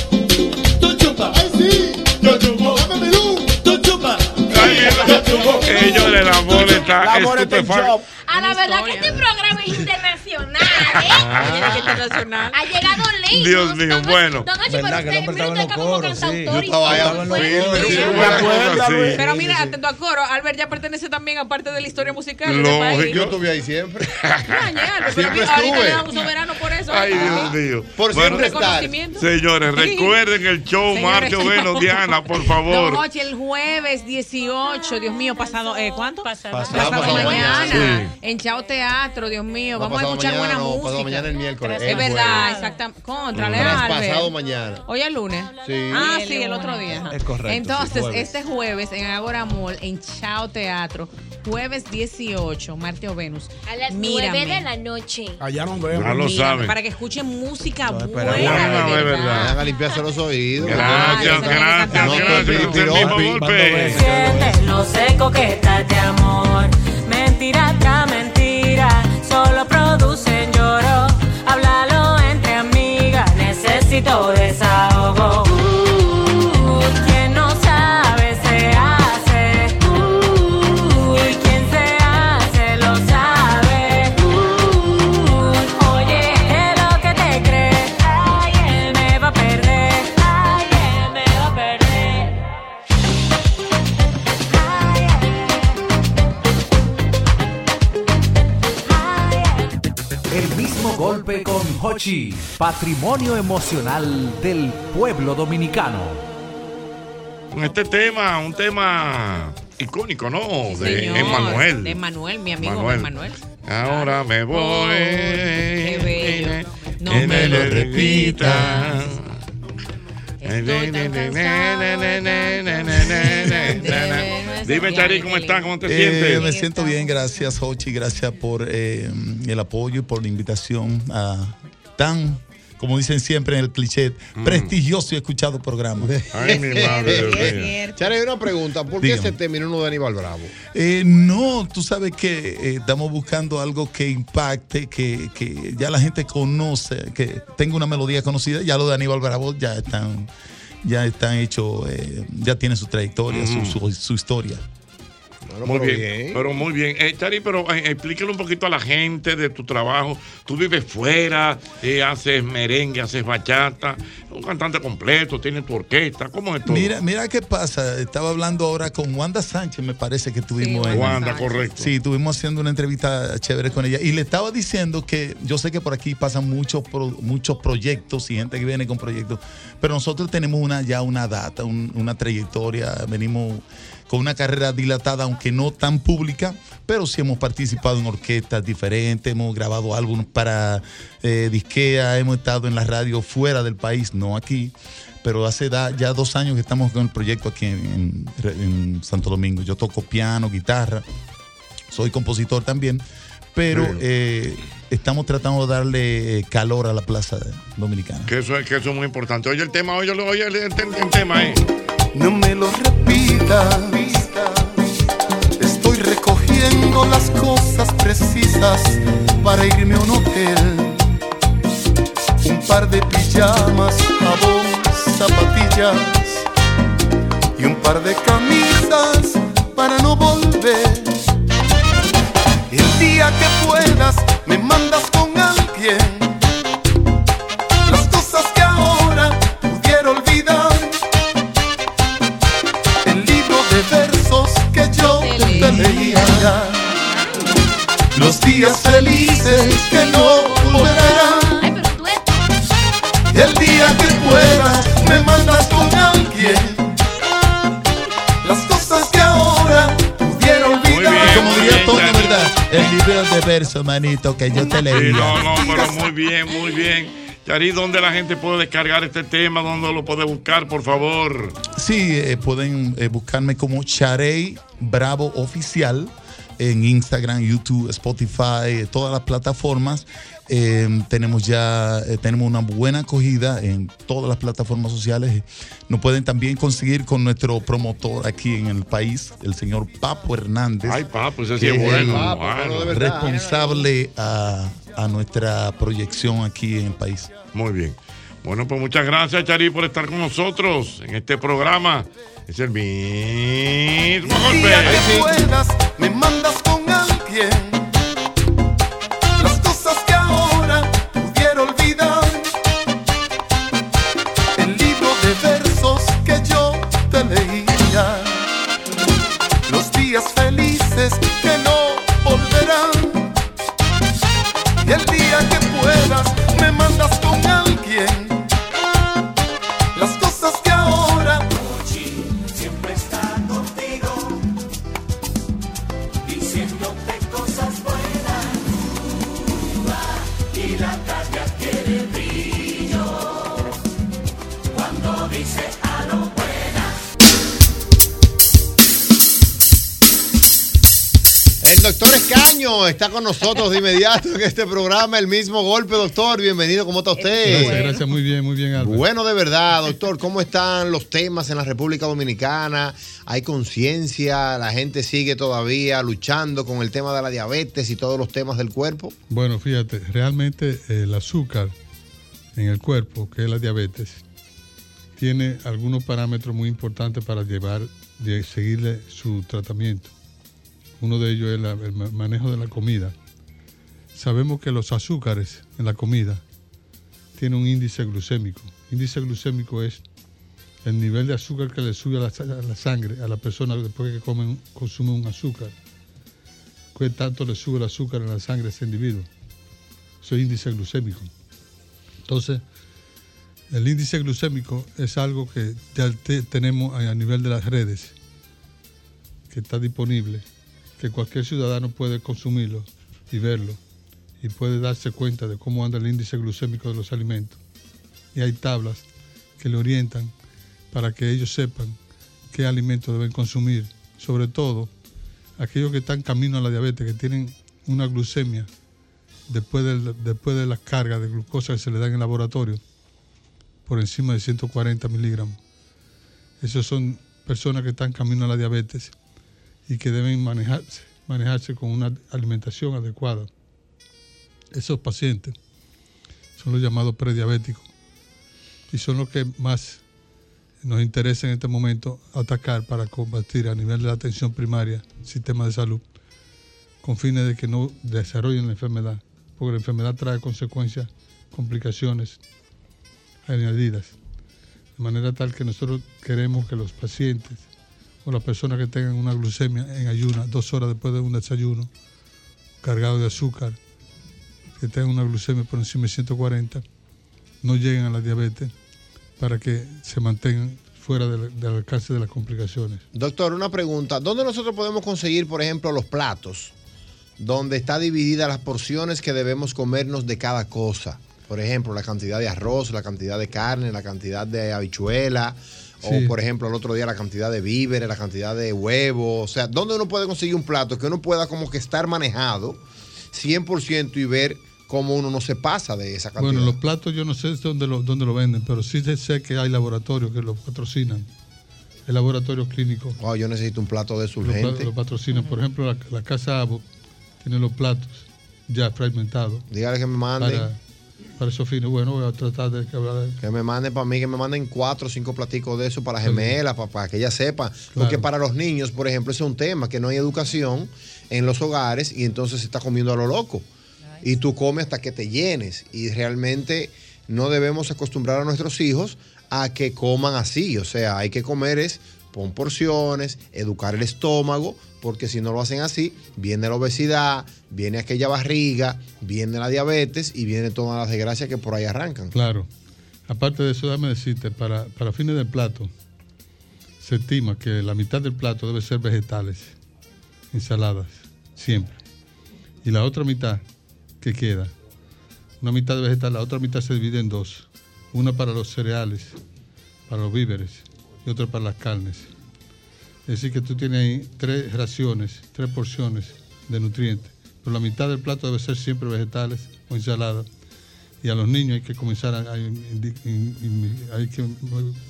[SPEAKER 5] Tú chupas. Yo chupo. Tú chupas. Yo chupo.
[SPEAKER 3] Señores, el amor está estupefacto.
[SPEAKER 21] A la verdad que este programa es internacional, ¿eh? Ha llegado lejos.
[SPEAKER 3] Dios mío, bueno.
[SPEAKER 21] Don Ocho, pero usted, mira, usted acaba como cantautor y todo.
[SPEAKER 2] Pero mira, atento a coro, Albert ya pertenece también a parte de la historia musical de este
[SPEAKER 11] Lógico.
[SPEAKER 2] país.
[SPEAKER 11] Yo estuve ahí siempre.
[SPEAKER 2] *laughs* Albert,
[SPEAKER 11] Siempre
[SPEAKER 2] pero mira, ahorita le
[SPEAKER 11] estuve.
[SPEAKER 2] damos soberano por eso.
[SPEAKER 3] Ay,
[SPEAKER 2] Ah.
[SPEAKER 3] Dios mío.
[SPEAKER 11] Por siempre estar.
[SPEAKER 2] Reconocimiento. *laughs*
[SPEAKER 3] Señores, recuerden el show
[SPEAKER 2] Señores,
[SPEAKER 3] Marcho
[SPEAKER 2] no.
[SPEAKER 3] Velo, Diana,
[SPEAKER 2] *laughs*
[SPEAKER 3] por favor.
[SPEAKER 2] Don Ochi, el jueves 18, Dios mío, pasado, eh, ¿cuánto? Pasado,
[SPEAKER 3] Pasado
[SPEAKER 2] mañana.
[SPEAKER 3] mañana.
[SPEAKER 2] En Chao Teatro, Dios mío,
[SPEAKER 11] No,
[SPEAKER 2] vamos a
[SPEAKER 11] pasado
[SPEAKER 2] escuchar
[SPEAKER 11] mañana
[SPEAKER 2] buena
[SPEAKER 11] no,
[SPEAKER 2] música.
[SPEAKER 11] pasado mañana el miércoles.
[SPEAKER 2] Es
[SPEAKER 11] el
[SPEAKER 2] verdad,
[SPEAKER 11] jueves.
[SPEAKER 2] exactamente. Contra,
[SPEAKER 11] Tras
[SPEAKER 2] Leal.
[SPEAKER 11] pasado mañana.
[SPEAKER 2] Hoy es lunes.
[SPEAKER 11] Sí.
[SPEAKER 2] Ah, sí, el otro día. ajá.
[SPEAKER 11] Es correcto, sí,
[SPEAKER 2] Entonces,
[SPEAKER 11] jueves.
[SPEAKER 2] este jueves en Agora Mall, en Chao Teatro, jueves 18, Marte o Venus.
[SPEAKER 21] A las
[SPEAKER 2] Mírame.
[SPEAKER 21] nueve de la noche.
[SPEAKER 8] Allá nos
[SPEAKER 3] vemos. Ya lo saben.
[SPEAKER 2] Para que escuchen música buena.
[SPEAKER 11] Pero
[SPEAKER 3] Buena, de verdad.
[SPEAKER 11] Vayan a limpiarse los oídos.
[SPEAKER 3] Gracias, gracias,
[SPEAKER 11] No,
[SPEAKER 3] gracias.
[SPEAKER 11] piropi,
[SPEAKER 3] Es el mismo
[SPEAKER 11] piropi.
[SPEAKER 3] golpe.
[SPEAKER 13] Sientes lo seco que estás de amor. Mentira tras mentira, solo producen lloro. Háblalo entre amigas, necesito desahogo. Uh, quien no sabe se hace. Uh, y quien se hace lo sabe. Uh, oye, es lo que te crees. Ay, él me va a perder. Ay, él me va a perder.
[SPEAKER 18] El mismo golpe con Hochi, patrimonio emocional del pueblo dominicano.
[SPEAKER 3] Con este tema, un tema icónico, ¿no? de
[SPEAKER 2] Señor,
[SPEAKER 3] Emmanuel.
[SPEAKER 2] De Manuel, mi amigo
[SPEAKER 3] Manuel.
[SPEAKER 2] Manuel.
[SPEAKER 3] Ahora me voy.
[SPEAKER 2] Qué bello. No
[SPEAKER 3] que me
[SPEAKER 2] me
[SPEAKER 3] lo
[SPEAKER 2] lo
[SPEAKER 3] repitas. Dime, Chari, ¿cómo estás? ¿Cómo te
[SPEAKER 20] Eh,
[SPEAKER 3] sientes?
[SPEAKER 20] Me siento bien, gracias, Hochi. Gracias por eh, el apoyo y por la invitación a tan, como dicen siempre en el cliché,
[SPEAKER 3] Mm.
[SPEAKER 20] prestigioso y escuchado programa.
[SPEAKER 4] Chara, hay una pregunta. ¿Por qué
[SPEAKER 20] Dígame.
[SPEAKER 4] este término no de Aníbal Bravo?
[SPEAKER 20] Eh, no, tú sabes que eh, estamos buscando algo que impacte, que, que ya la gente conoce, que tenga una melodía conocida. Ya lo de Aníbal Bravo ya están, ya están hecho, eh, ya tiene su trayectoria,
[SPEAKER 3] Mm.
[SPEAKER 20] su- su- su historia.
[SPEAKER 3] muy
[SPEAKER 20] pero
[SPEAKER 3] bien,
[SPEAKER 20] bien.
[SPEAKER 3] pero muy bien. Eh, Chari, pero eh, explícale un poquito a la gente de tu trabajo. Tú vives fuera, eh, haces merengue, haces bachata, un cantante completo, tienes tu orquesta, ¿cómo es todo?
[SPEAKER 20] Mira, mira qué pasa. Estaba hablando ahora con Wanda Sánchez, me parece que tuvimos.
[SPEAKER 3] Sí,
[SPEAKER 20] en-
[SPEAKER 3] Wanda Sánchez. correcto.
[SPEAKER 20] Sí, tuvimos haciendo una entrevista chévere con ella. Y le estaba diciendo que yo sé que por aquí pasan muchos, pro- muchos proyectos y gente que viene con proyectos, pero nosotros tenemos una, ya una data, un- una trayectoria. Venimos con una carrera dilatada, aunque no tan pública, pero sí hemos participado en orquestas diferentes, hemos grabado álbumes para eh, Disquea, hemos estado en la radio fuera del país, no aquí, pero hace da- ya dos años que estamos con el proyecto aquí en, en- en Santo Domingo. Yo toco piano, guitarra, soy compositor también, pero eh, estamos tratando de darle eh, calor a la plaza dominicana.
[SPEAKER 3] Que eso, es- que eso es muy importante. Oye, el tema, oye, lo- oye el, el- el tema, ¿eh?
[SPEAKER 20] No me lo
[SPEAKER 10] Vida, estoy recogiendo las cosas precisas para irme a un hotel. Un par de pijamas, jabón, zapatillas y un par de camisas para no volver. El día que puedas me mandas con alguien. Las cosas que ahora pudiera olvidar el libro de versos que yo te leía. Los días felices que no volverán. El día que puedas me mandas con alguien. Las cosas que ahora pudiera olvidar.
[SPEAKER 20] Como diría todo, ¿verdad? El libro de verso, manito, que yo te leí.
[SPEAKER 3] Sí, no, no, pero muy bien, muy bien. Chari, ¿dónde la gente puede descargar este tema? ¿Dónde lo puede buscar, por favor?
[SPEAKER 20] Sí, eh, pueden eh, buscarme como Charey Bravo Oficial en Instagram, YouTube, Spotify, eh, todas las plataformas. Eh, tenemos ya eh, tenemos una buena acogida en todas las plataformas sociales. Nos pueden también conseguir con nuestro promotor aquí en el país, el señor Papo Hernández.
[SPEAKER 3] Ay, Papo, ese sí
[SPEAKER 20] que
[SPEAKER 3] es bueno,
[SPEAKER 20] el
[SPEAKER 3] Papo, bueno, de verdad.
[SPEAKER 20] responsable a, a nuestra proyección aquí en el país.
[SPEAKER 3] Muy bien. Bueno, pues muchas gracias, Chari, por estar con nosotros en este programa. Es el mismo
[SPEAKER 10] El
[SPEAKER 3] golpe.
[SPEAKER 10] día que puedas me mandas con alguien. Las cosas que ahora pudiera olvidar. El libro de versos que yo te leía. Los días felices que no volverán. Y el día que puedas me mandas con alguien. Las cosas que ahora
[SPEAKER 27] Siempre está
[SPEAKER 10] *laughs*
[SPEAKER 27] contigo, diciéndote cosas buenas. Cuba, y la calle tiene brillo cuando dice a lo buena.
[SPEAKER 4] El doctor Escaño está con nosotros de inmediato en este programa. El mismo golpe, doctor. Bienvenido, ¿cómo está usted?
[SPEAKER 23] Gracias, gracias, muy bien, muy bien, Albert.
[SPEAKER 4] Bueno, de verdad, doctor, ¿cómo están los temas en la República Dominicana? ¿Hay conciencia? ¿La gente sigue todavía luchando con el tema de la diabetes y todos los temas del cuerpo?
[SPEAKER 23] Bueno, fíjate, realmente el azúcar en el cuerpo, que es la diabetes, tiene algunos parámetros muy importantes para llevar, de seguirle su tratamiento. Uno de ellos es la- el ma- manejo de la comida. Sabemos que los azúcares en la comida tienen un índice glucémico. Índice glucémico es el nivel de azúcar que le sube a la, sa- a la sangre a la persona después que comen, consume un azúcar. ¿Qué tanto le sube el azúcar en la sangre a ese individuo? Eso es índice glucémico. Entonces, el índice glucémico es algo que ya te- tenemos a a nivel de las redes. que está disponible, que cualquier ciudadano puede consumirlo y verlo y puede darse cuenta de cómo anda el índice glucémico de los alimentos. Y hay tablas que le orientan para que ellos sepan qué alimentos deben consumir, sobre todo aquellos que están camino a la diabetes, que tienen una glucemia después de, después de las cargas de glucosa que se le dan en el laboratorio, por encima de 140 miligramos. Esas son personas que están camino a la diabetes y que deben manejarse, manejarse con una alimentación adecuada. Esos pacientes son los llamados prediabéticos y son los que más nos interesa en este momento atacar para combatir a nivel de la atención primaria, sistema de salud, con fines de que no desarrollen la enfermedad, porque la enfermedad trae consecuencias, complicaciones añadidas. De manera tal que nosotros queremos que los pacientes o las personas que tengan una glucemia en ayuna, dos horas después de un desayuno, cargado de azúcar, que tengan una glucemia por encima de 140, no lleguen a la diabetes para que se mantengan fuera del, del, alcance de las complicaciones.
[SPEAKER 4] Doctor, una pregunta. ¿Dónde nosotros podemos conseguir, por ejemplo, los platos? Donde está dividida las porciones que debemos comernos de cada cosa. Por ejemplo, la cantidad de arroz, la cantidad de carne, la cantidad de habichuela, sí. o por ejemplo, el otro día la cantidad de víveres, la cantidad de huevos. O sea, ¿dónde uno puede conseguir un plato que uno pueda como que estar manejado 100% y ver cómo uno no se pasa de esa cantidad.
[SPEAKER 23] Bueno, los platos yo no sé dónde lo, dónde lo venden, pero sí sé que hay laboratorios que lo patrocinan. El laboratorio clínico.
[SPEAKER 4] Oh, yo necesito un plato de esos
[SPEAKER 23] Lo, lo patrocinan. Uh -huh. Por ejemplo, la, la Casa Abo tiene los platos ya fragmentados.
[SPEAKER 4] Dígale que me manden.
[SPEAKER 23] Para, para esos fines. Bueno, voy a tratar de que hablar.
[SPEAKER 4] Que me manden para mí, que me manden cuatro o cinco platicos de eso para gemelas, para, para que ella sepa. Claro. Porque para los niños, por ejemplo, ese es un tema, que no hay educación en los hogares y entonces se está comiendo a lo loco y tú comes hasta que te llenes. Y realmente no debemos acostumbrar a nuestros hijos a que coman así. O sea, hay que comer es pon porciones, educar el estómago, porque si no lo hacen así, viene la obesidad, viene aquella barriga, viene la diabetes y viene todas las desgracias que por ahí arrancan.
[SPEAKER 23] Claro. Aparte de eso, déjame decirte, para, para fines del plato, se estima que la mitad del plato debe ser vegetales, ensaladas, siempre. Y la otra mitad que queda. Una mitad vegetal, la otra mitad se divide en dos. Una para los cereales, para los víveres y otra para las carnes. Es decir, que tú tienes ahí tres raciones, tres porciones de nutrientes. Pero la mitad del plato debe ser siempre vegetales o ensalada. Y a los niños hay que comenzar a, hay, hay que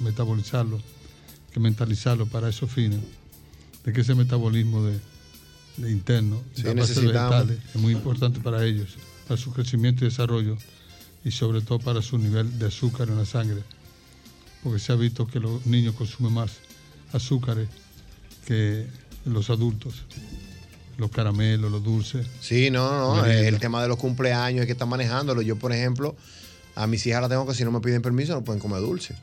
[SPEAKER 23] metabolizarlo, hay que mentalizarlo para esos fines. De que ese metabolismo de, de interno,
[SPEAKER 4] sí,
[SPEAKER 23] de
[SPEAKER 4] necesitamos.
[SPEAKER 23] es muy importante para ellos, para su crecimiento y desarrollo y sobre todo para su nivel de azúcar en la sangre, porque se ha visto que los niños consumen más azúcares que los adultos. Los caramelos, los dulces.
[SPEAKER 4] Sí, no, no, el tema de los cumpleaños es que están manejándolo. Yo, por ejemplo, a mis hijas las tengo que si no me piden permiso no pueden comer dulce.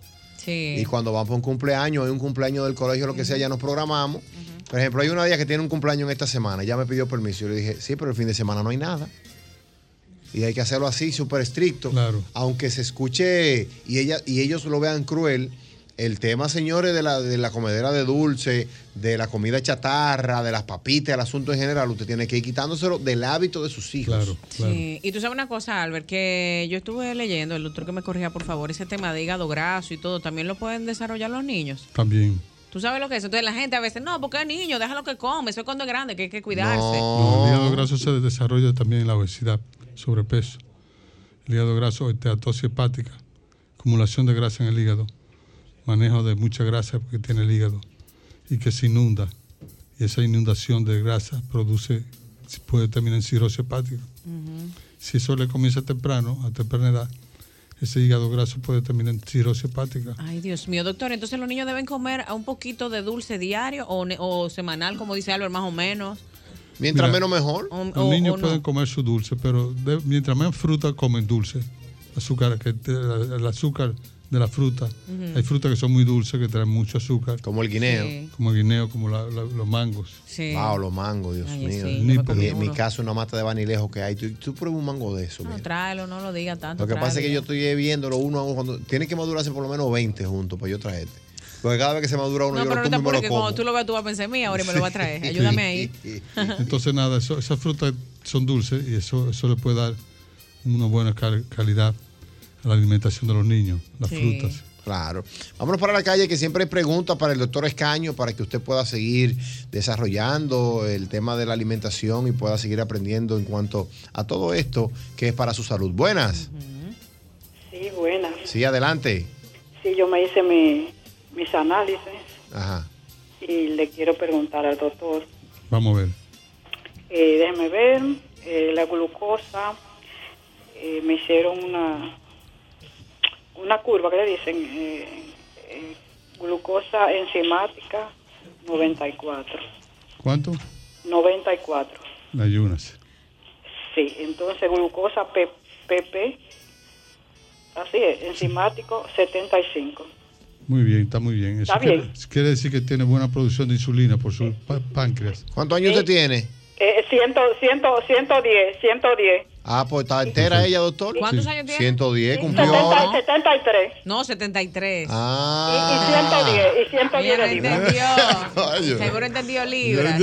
[SPEAKER 2] Sí.
[SPEAKER 4] Y cuando van por un cumpleaños, hay un cumpleaños del colegio, lo que uh -huh. sea, ya nos programamos. Uh -huh. Por ejemplo, hay una día que tiene un cumpleaños en esta semana, ya me pidió permiso. Yo le dije, sí, pero el fin de semana no hay nada. Y hay que hacerlo así, súper estricto.
[SPEAKER 23] Claro.
[SPEAKER 4] Aunque se escuche y, ella, y ellos lo vean cruel, el tema, señores, de la, de la comedera de dulce, de la comida chatarra, de las papitas, el asunto en general, usted tiene que ir quitándoselo del hábito de sus hijos.
[SPEAKER 23] Claro, claro.
[SPEAKER 2] Sí. Y tú sabes una cosa, Albert, que yo estuve leyendo, el doctor que me corrija, por favor, ese tema de hígado graso y todo, ¿también lo pueden desarrollar los niños?
[SPEAKER 23] También.
[SPEAKER 2] Tú sabes lo que es. Entonces la gente a veces, no, porque es niño, déjalo que come, eso es cuando es grande, que hay que cuidarse.
[SPEAKER 23] No. No, el hígado graso se desarrolla también en la obesidad, sobrepeso. El hígado graso, esteatosis hepática, acumulación de grasa en el hígado manejo de mucha grasa que tiene el hígado y que se inunda. Y esa inundación de grasa produce, puede terminar en cirrosis hepática. Uh -huh. Si eso le comienza temprano, a temprana edad, ese hígado graso puede terminar en cirrosis hepática.
[SPEAKER 2] Ay, Dios mío, doctor. Entonces, ¿los niños deben comer a un poquito de dulce diario o, o semanal, como dice Álvaro, más o menos?
[SPEAKER 4] Mientras Mira, menos mejor.
[SPEAKER 2] O,
[SPEAKER 23] los niños o no. pueden comer su dulce, pero de, mientras más fruta comen dulce, azúcar, que el azúcar de la fruta. Uh -huh. Hay frutas que son muy dulces, que traen mucho azúcar.
[SPEAKER 4] Como el guineo. Sí.
[SPEAKER 23] Como el guineo, como la, la, los mangos.
[SPEAKER 2] Sí.
[SPEAKER 4] Wow, *laughs* los mangos, Dios
[SPEAKER 2] Ay,
[SPEAKER 4] mío.
[SPEAKER 2] Sí,
[SPEAKER 4] Ni, pero, en mi caso, una mata de vanilejo que hay. Tú, tú pruebas un mango de eso.
[SPEAKER 2] No, mira. tráelo, Ah, no lo diga tanto.
[SPEAKER 4] Lo que
[SPEAKER 2] tráelo.
[SPEAKER 4] pasa es que yo estoy viéndolo uno a uno. Cuando, tiene que madurarse por lo menos 20 juntos para yo traerte. Porque cada vez que se madura uno,
[SPEAKER 2] No,
[SPEAKER 4] yo
[SPEAKER 2] pero
[SPEAKER 4] lo
[SPEAKER 2] no te
[SPEAKER 4] como y me
[SPEAKER 2] apures, que
[SPEAKER 4] lo
[SPEAKER 2] cuando
[SPEAKER 4] como.
[SPEAKER 2] tú lo veas, tú vas a pensar, mía, ahora me lo va
[SPEAKER 4] *laughs*
[SPEAKER 2] a traer. Ayúdame ahí.
[SPEAKER 23] Entonces, nada, eso- esas frutas son dulces y eso, eso le puede dar una buena cal- calidad a la alimentación de los niños, las
[SPEAKER 4] Sí.
[SPEAKER 23] frutas.
[SPEAKER 4] Claro. Vámonos para la calle, que siempre hay preguntas para el doctor Escaño para que usted pueda seguir desarrollando el tema de la alimentación y pueda seguir aprendiendo en cuanto a todo esto que es para su salud. Buenas.
[SPEAKER 31] Sí, buenas.
[SPEAKER 4] Sí, adelante.
[SPEAKER 31] Sí, yo me hice mi- mis análisis
[SPEAKER 4] Ajá.
[SPEAKER 31] y le quiero preguntar al doctor.
[SPEAKER 23] Vamos a ver.
[SPEAKER 31] Eh, déjeme ver, eh, la glucosa, eh, me hicieron una una curva que le dicen, eh, eh, glucosa enzimática 94.
[SPEAKER 23] ¿Cuánto?
[SPEAKER 31] 94,
[SPEAKER 23] Ayunas.
[SPEAKER 31] sí. Entonces, glucosa P- PP, así es, enzimático 75.
[SPEAKER 23] Muy bien, está muy bien. Eso
[SPEAKER 31] Está
[SPEAKER 23] quiere,
[SPEAKER 31] bien.
[SPEAKER 23] quiere decir que tiene buena producción de insulina por su pa- páncreas.
[SPEAKER 4] ¿Cuántos años usted tiene?
[SPEAKER 31] Eh, 100, 100, 110, 110.
[SPEAKER 4] Ah, pues está entera ella, doctor.
[SPEAKER 2] ¿Cuántos años tiene?
[SPEAKER 4] 110, cumplió
[SPEAKER 31] 70
[SPEAKER 4] ahora.
[SPEAKER 31] 73.
[SPEAKER 2] No, 73.
[SPEAKER 4] Ah.
[SPEAKER 31] Y- y 110, y 110
[SPEAKER 2] Mira,
[SPEAKER 31] de
[SPEAKER 2] *laughs*
[SPEAKER 31] libra.
[SPEAKER 2] entendió.
[SPEAKER 4] Oye.
[SPEAKER 2] Seguro entendió libras.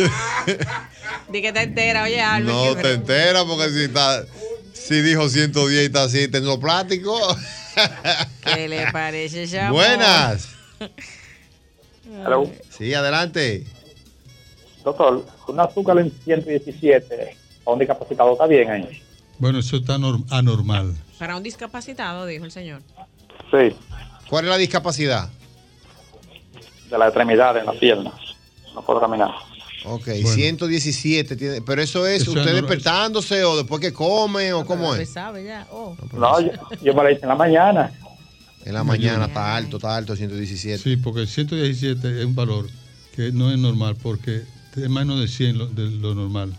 [SPEAKER 2] Di que está entera, oye, Albert.
[SPEAKER 4] No
[SPEAKER 2] qué
[SPEAKER 4] te
[SPEAKER 2] ver-
[SPEAKER 4] enteras porque si está, si dijo 110 y está así, tengo plástico.
[SPEAKER 2] ¿Qué le
[SPEAKER 4] *laughs*
[SPEAKER 2] parece, ya?
[SPEAKER 4] Buenas. Sí, adelante.
[SPEAKER 20] Doctor, un azúcar en 117, a un discapacitado está bien ahí.
[SPEAKER 23] Bueno, eso está norm- anormal.
[SPEAKER 2] Para un discapacitado, dijo el señor.
[SPEAKER 20] Sí.
[SPEAKER 4] ¿Cuál es la discapacidad?
[SPEAKER 20] De las extremidades, en las piernas. No puedo caminar.
[SPEAKER 4] Ok, 117 tiene, pero eso es
[SPEAKER 20] Eso es
[SPEAKER 4] usted
[SPEAKER 20] normal.
[SPEAKER 4] despertándose o después que come o cómo
[SPEAKER 2] Pues
[SPEAKER 4] es.
[SPEAKER 2] sabe ya. Oh.
[SPEAKER 20] No, yo, yo me la hice en la mañana.
[SPEAKER 4] En la mañana está alto, está alto 117.
[SPEAKER 23] Sí, porque el 117 es un valor que no es normal porque es menos de 100 lo, de lo normal.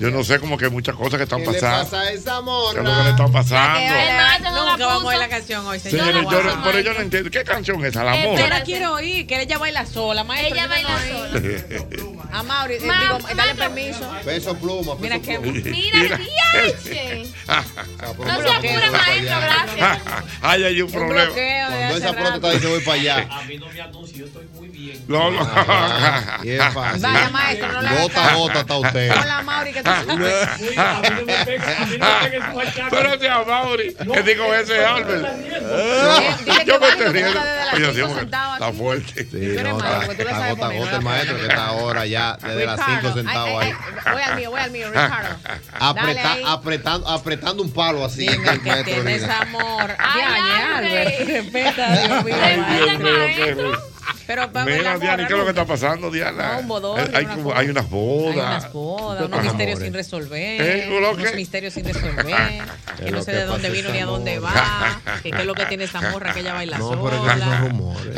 [SPEAKER 3] Yo no sé como que muchas cosas que están
[SPEAKER 4] ¿Qué le
[SPEAKER 3] pasando.
[SPEAKER 4] pasa a esa
[SPEAKER 3] ¿Qué es lo que le
[SPEAKER 4] morra?
[SPEAKER 3] está pasando?
[SPEAKER 2] Nunca vamos a oír la canción hoy, señor.
[SPEAKER 3] Señores, yo, no- pero yo no entiendo. ¿Qué canción es esa? La
[SPEAKER 2] Yo la
[SPEAKER 3] morra. *laughs*
[SPEAKER 2] quiero oír, que ella baila sola, maestro. Ella baila sola. A Mauri, eh,
[SPEAKER 4] Ma-
[SPEAKER 2] digo, dale permiso.
[SPEAKER 4] Peso pluma. Peso
[SPEAKER 2] Mira que-
[SPEAKER 4] pluma.
[SPEAKER 2] mira,
[SPEAKER 4] No
[SPEAKER 2] se apure, maestro, gracias.
[SPEAKER 3] *laughs* Ay, hay un problema.
[SPEAKER 4] Cuando esa prota está diciendo voy para
[SPEAKER 3] *laughs*
[SPEAKER 2] Ah.
[SPEAKER 4] allá.
[SPEAKER 3] No, no.
[SPEAKER 4] Ah, Y es fácil.
[SPEAKER 2] Vaya, maestro, no la haga
[SPEAKER 4] Gota a
[SPEAKER 2] caso.
[SPEAKER 4] gota está usted.
[SPEAKER 2] Hola, Mauri, que tú sabes.
[SPEAKER 3] Pero sea Mauri, que digo
[SPEAKER 4] eh,
[SPEAKER 3] ese es Albert. Ah,
[SPEAKER 2] dile que
[SPEAKER 3] Yo me estoy
[SPEAKER 2] baje, porque tú
[SPEAKER 3] riendo.
[SPEAKER 2] estás desde las
[SPEAKER 3] Oye,
[SPEAKER 2] cinco
[SPEAKER 3] así como que
[SPEAKER 2] sentado
[SPEAKER 3] está fuerte.
[SPEAKER 4] Sí, no, está, está gota a gota el maestro que está ahora ya desde las 5
[SPEAKER 2] Ricardo, ay,
[SPEAKER 4] sentado
[SPEAKER 2] ay,
[SPEAKER 4] ahí.
[SPEAKER 2] ay, Voy al mío, voy al mío, Ricardo. Dale
[SPEAKER 4] *laughs* Apreta-
[SPEAKER 2] ahí.
[SPEAKER 4] apretando, apretando un palo así. el
[SPEAKER 2] Que
[SPEAKER 4] maestro,
[SPEAKER 2] tienes
[SPEAKER 4] mira.
[SPEAKER 2] amor. Ay, Albert. Respeta, Dios mío.
[SPEAKER 3] Dios mío, qué risa.
[SPEAKER 2] Pero para ver la
[SPEAKER 3] Mira, Diana, ¿y ¿qué es lo que está pasando, Diana?
[SPEAKER 2] No, un bodorrio,
[SPEAKER 3] Eh, hay,
[SPEAKER 2] una
[SPEAKER 3] como-
[SPEAKER 2] cosa.
[SPEAKER 3] hay unas bodas.
[SPEAKER 2] Hay unas bodas, unos
[SPEAKER 3] Ah,
[SPEAKER 2] misterios
[SPEAKER 3] amores.
[SPEAKER 2] sin
[SPEAKER 3] ¿Eh?
[SPEAKER 2] resolver.
[SPEAKER 3] ¿Lo
[SPEAKER 2] Unos
[SPEAKER 3] qué?
[SPEAKER 2] misterios
[SPEAKER 3] *laughs*
[SPEAKER 2] sin resolver. Que no sé de dónde vino ni a dónde va. Que qué es lo que tiene esa morra que ella baila
[SPEAKER 4] No, pero es que
[SPEAKER 2] sola.
[SPEAKER 4] son rumores.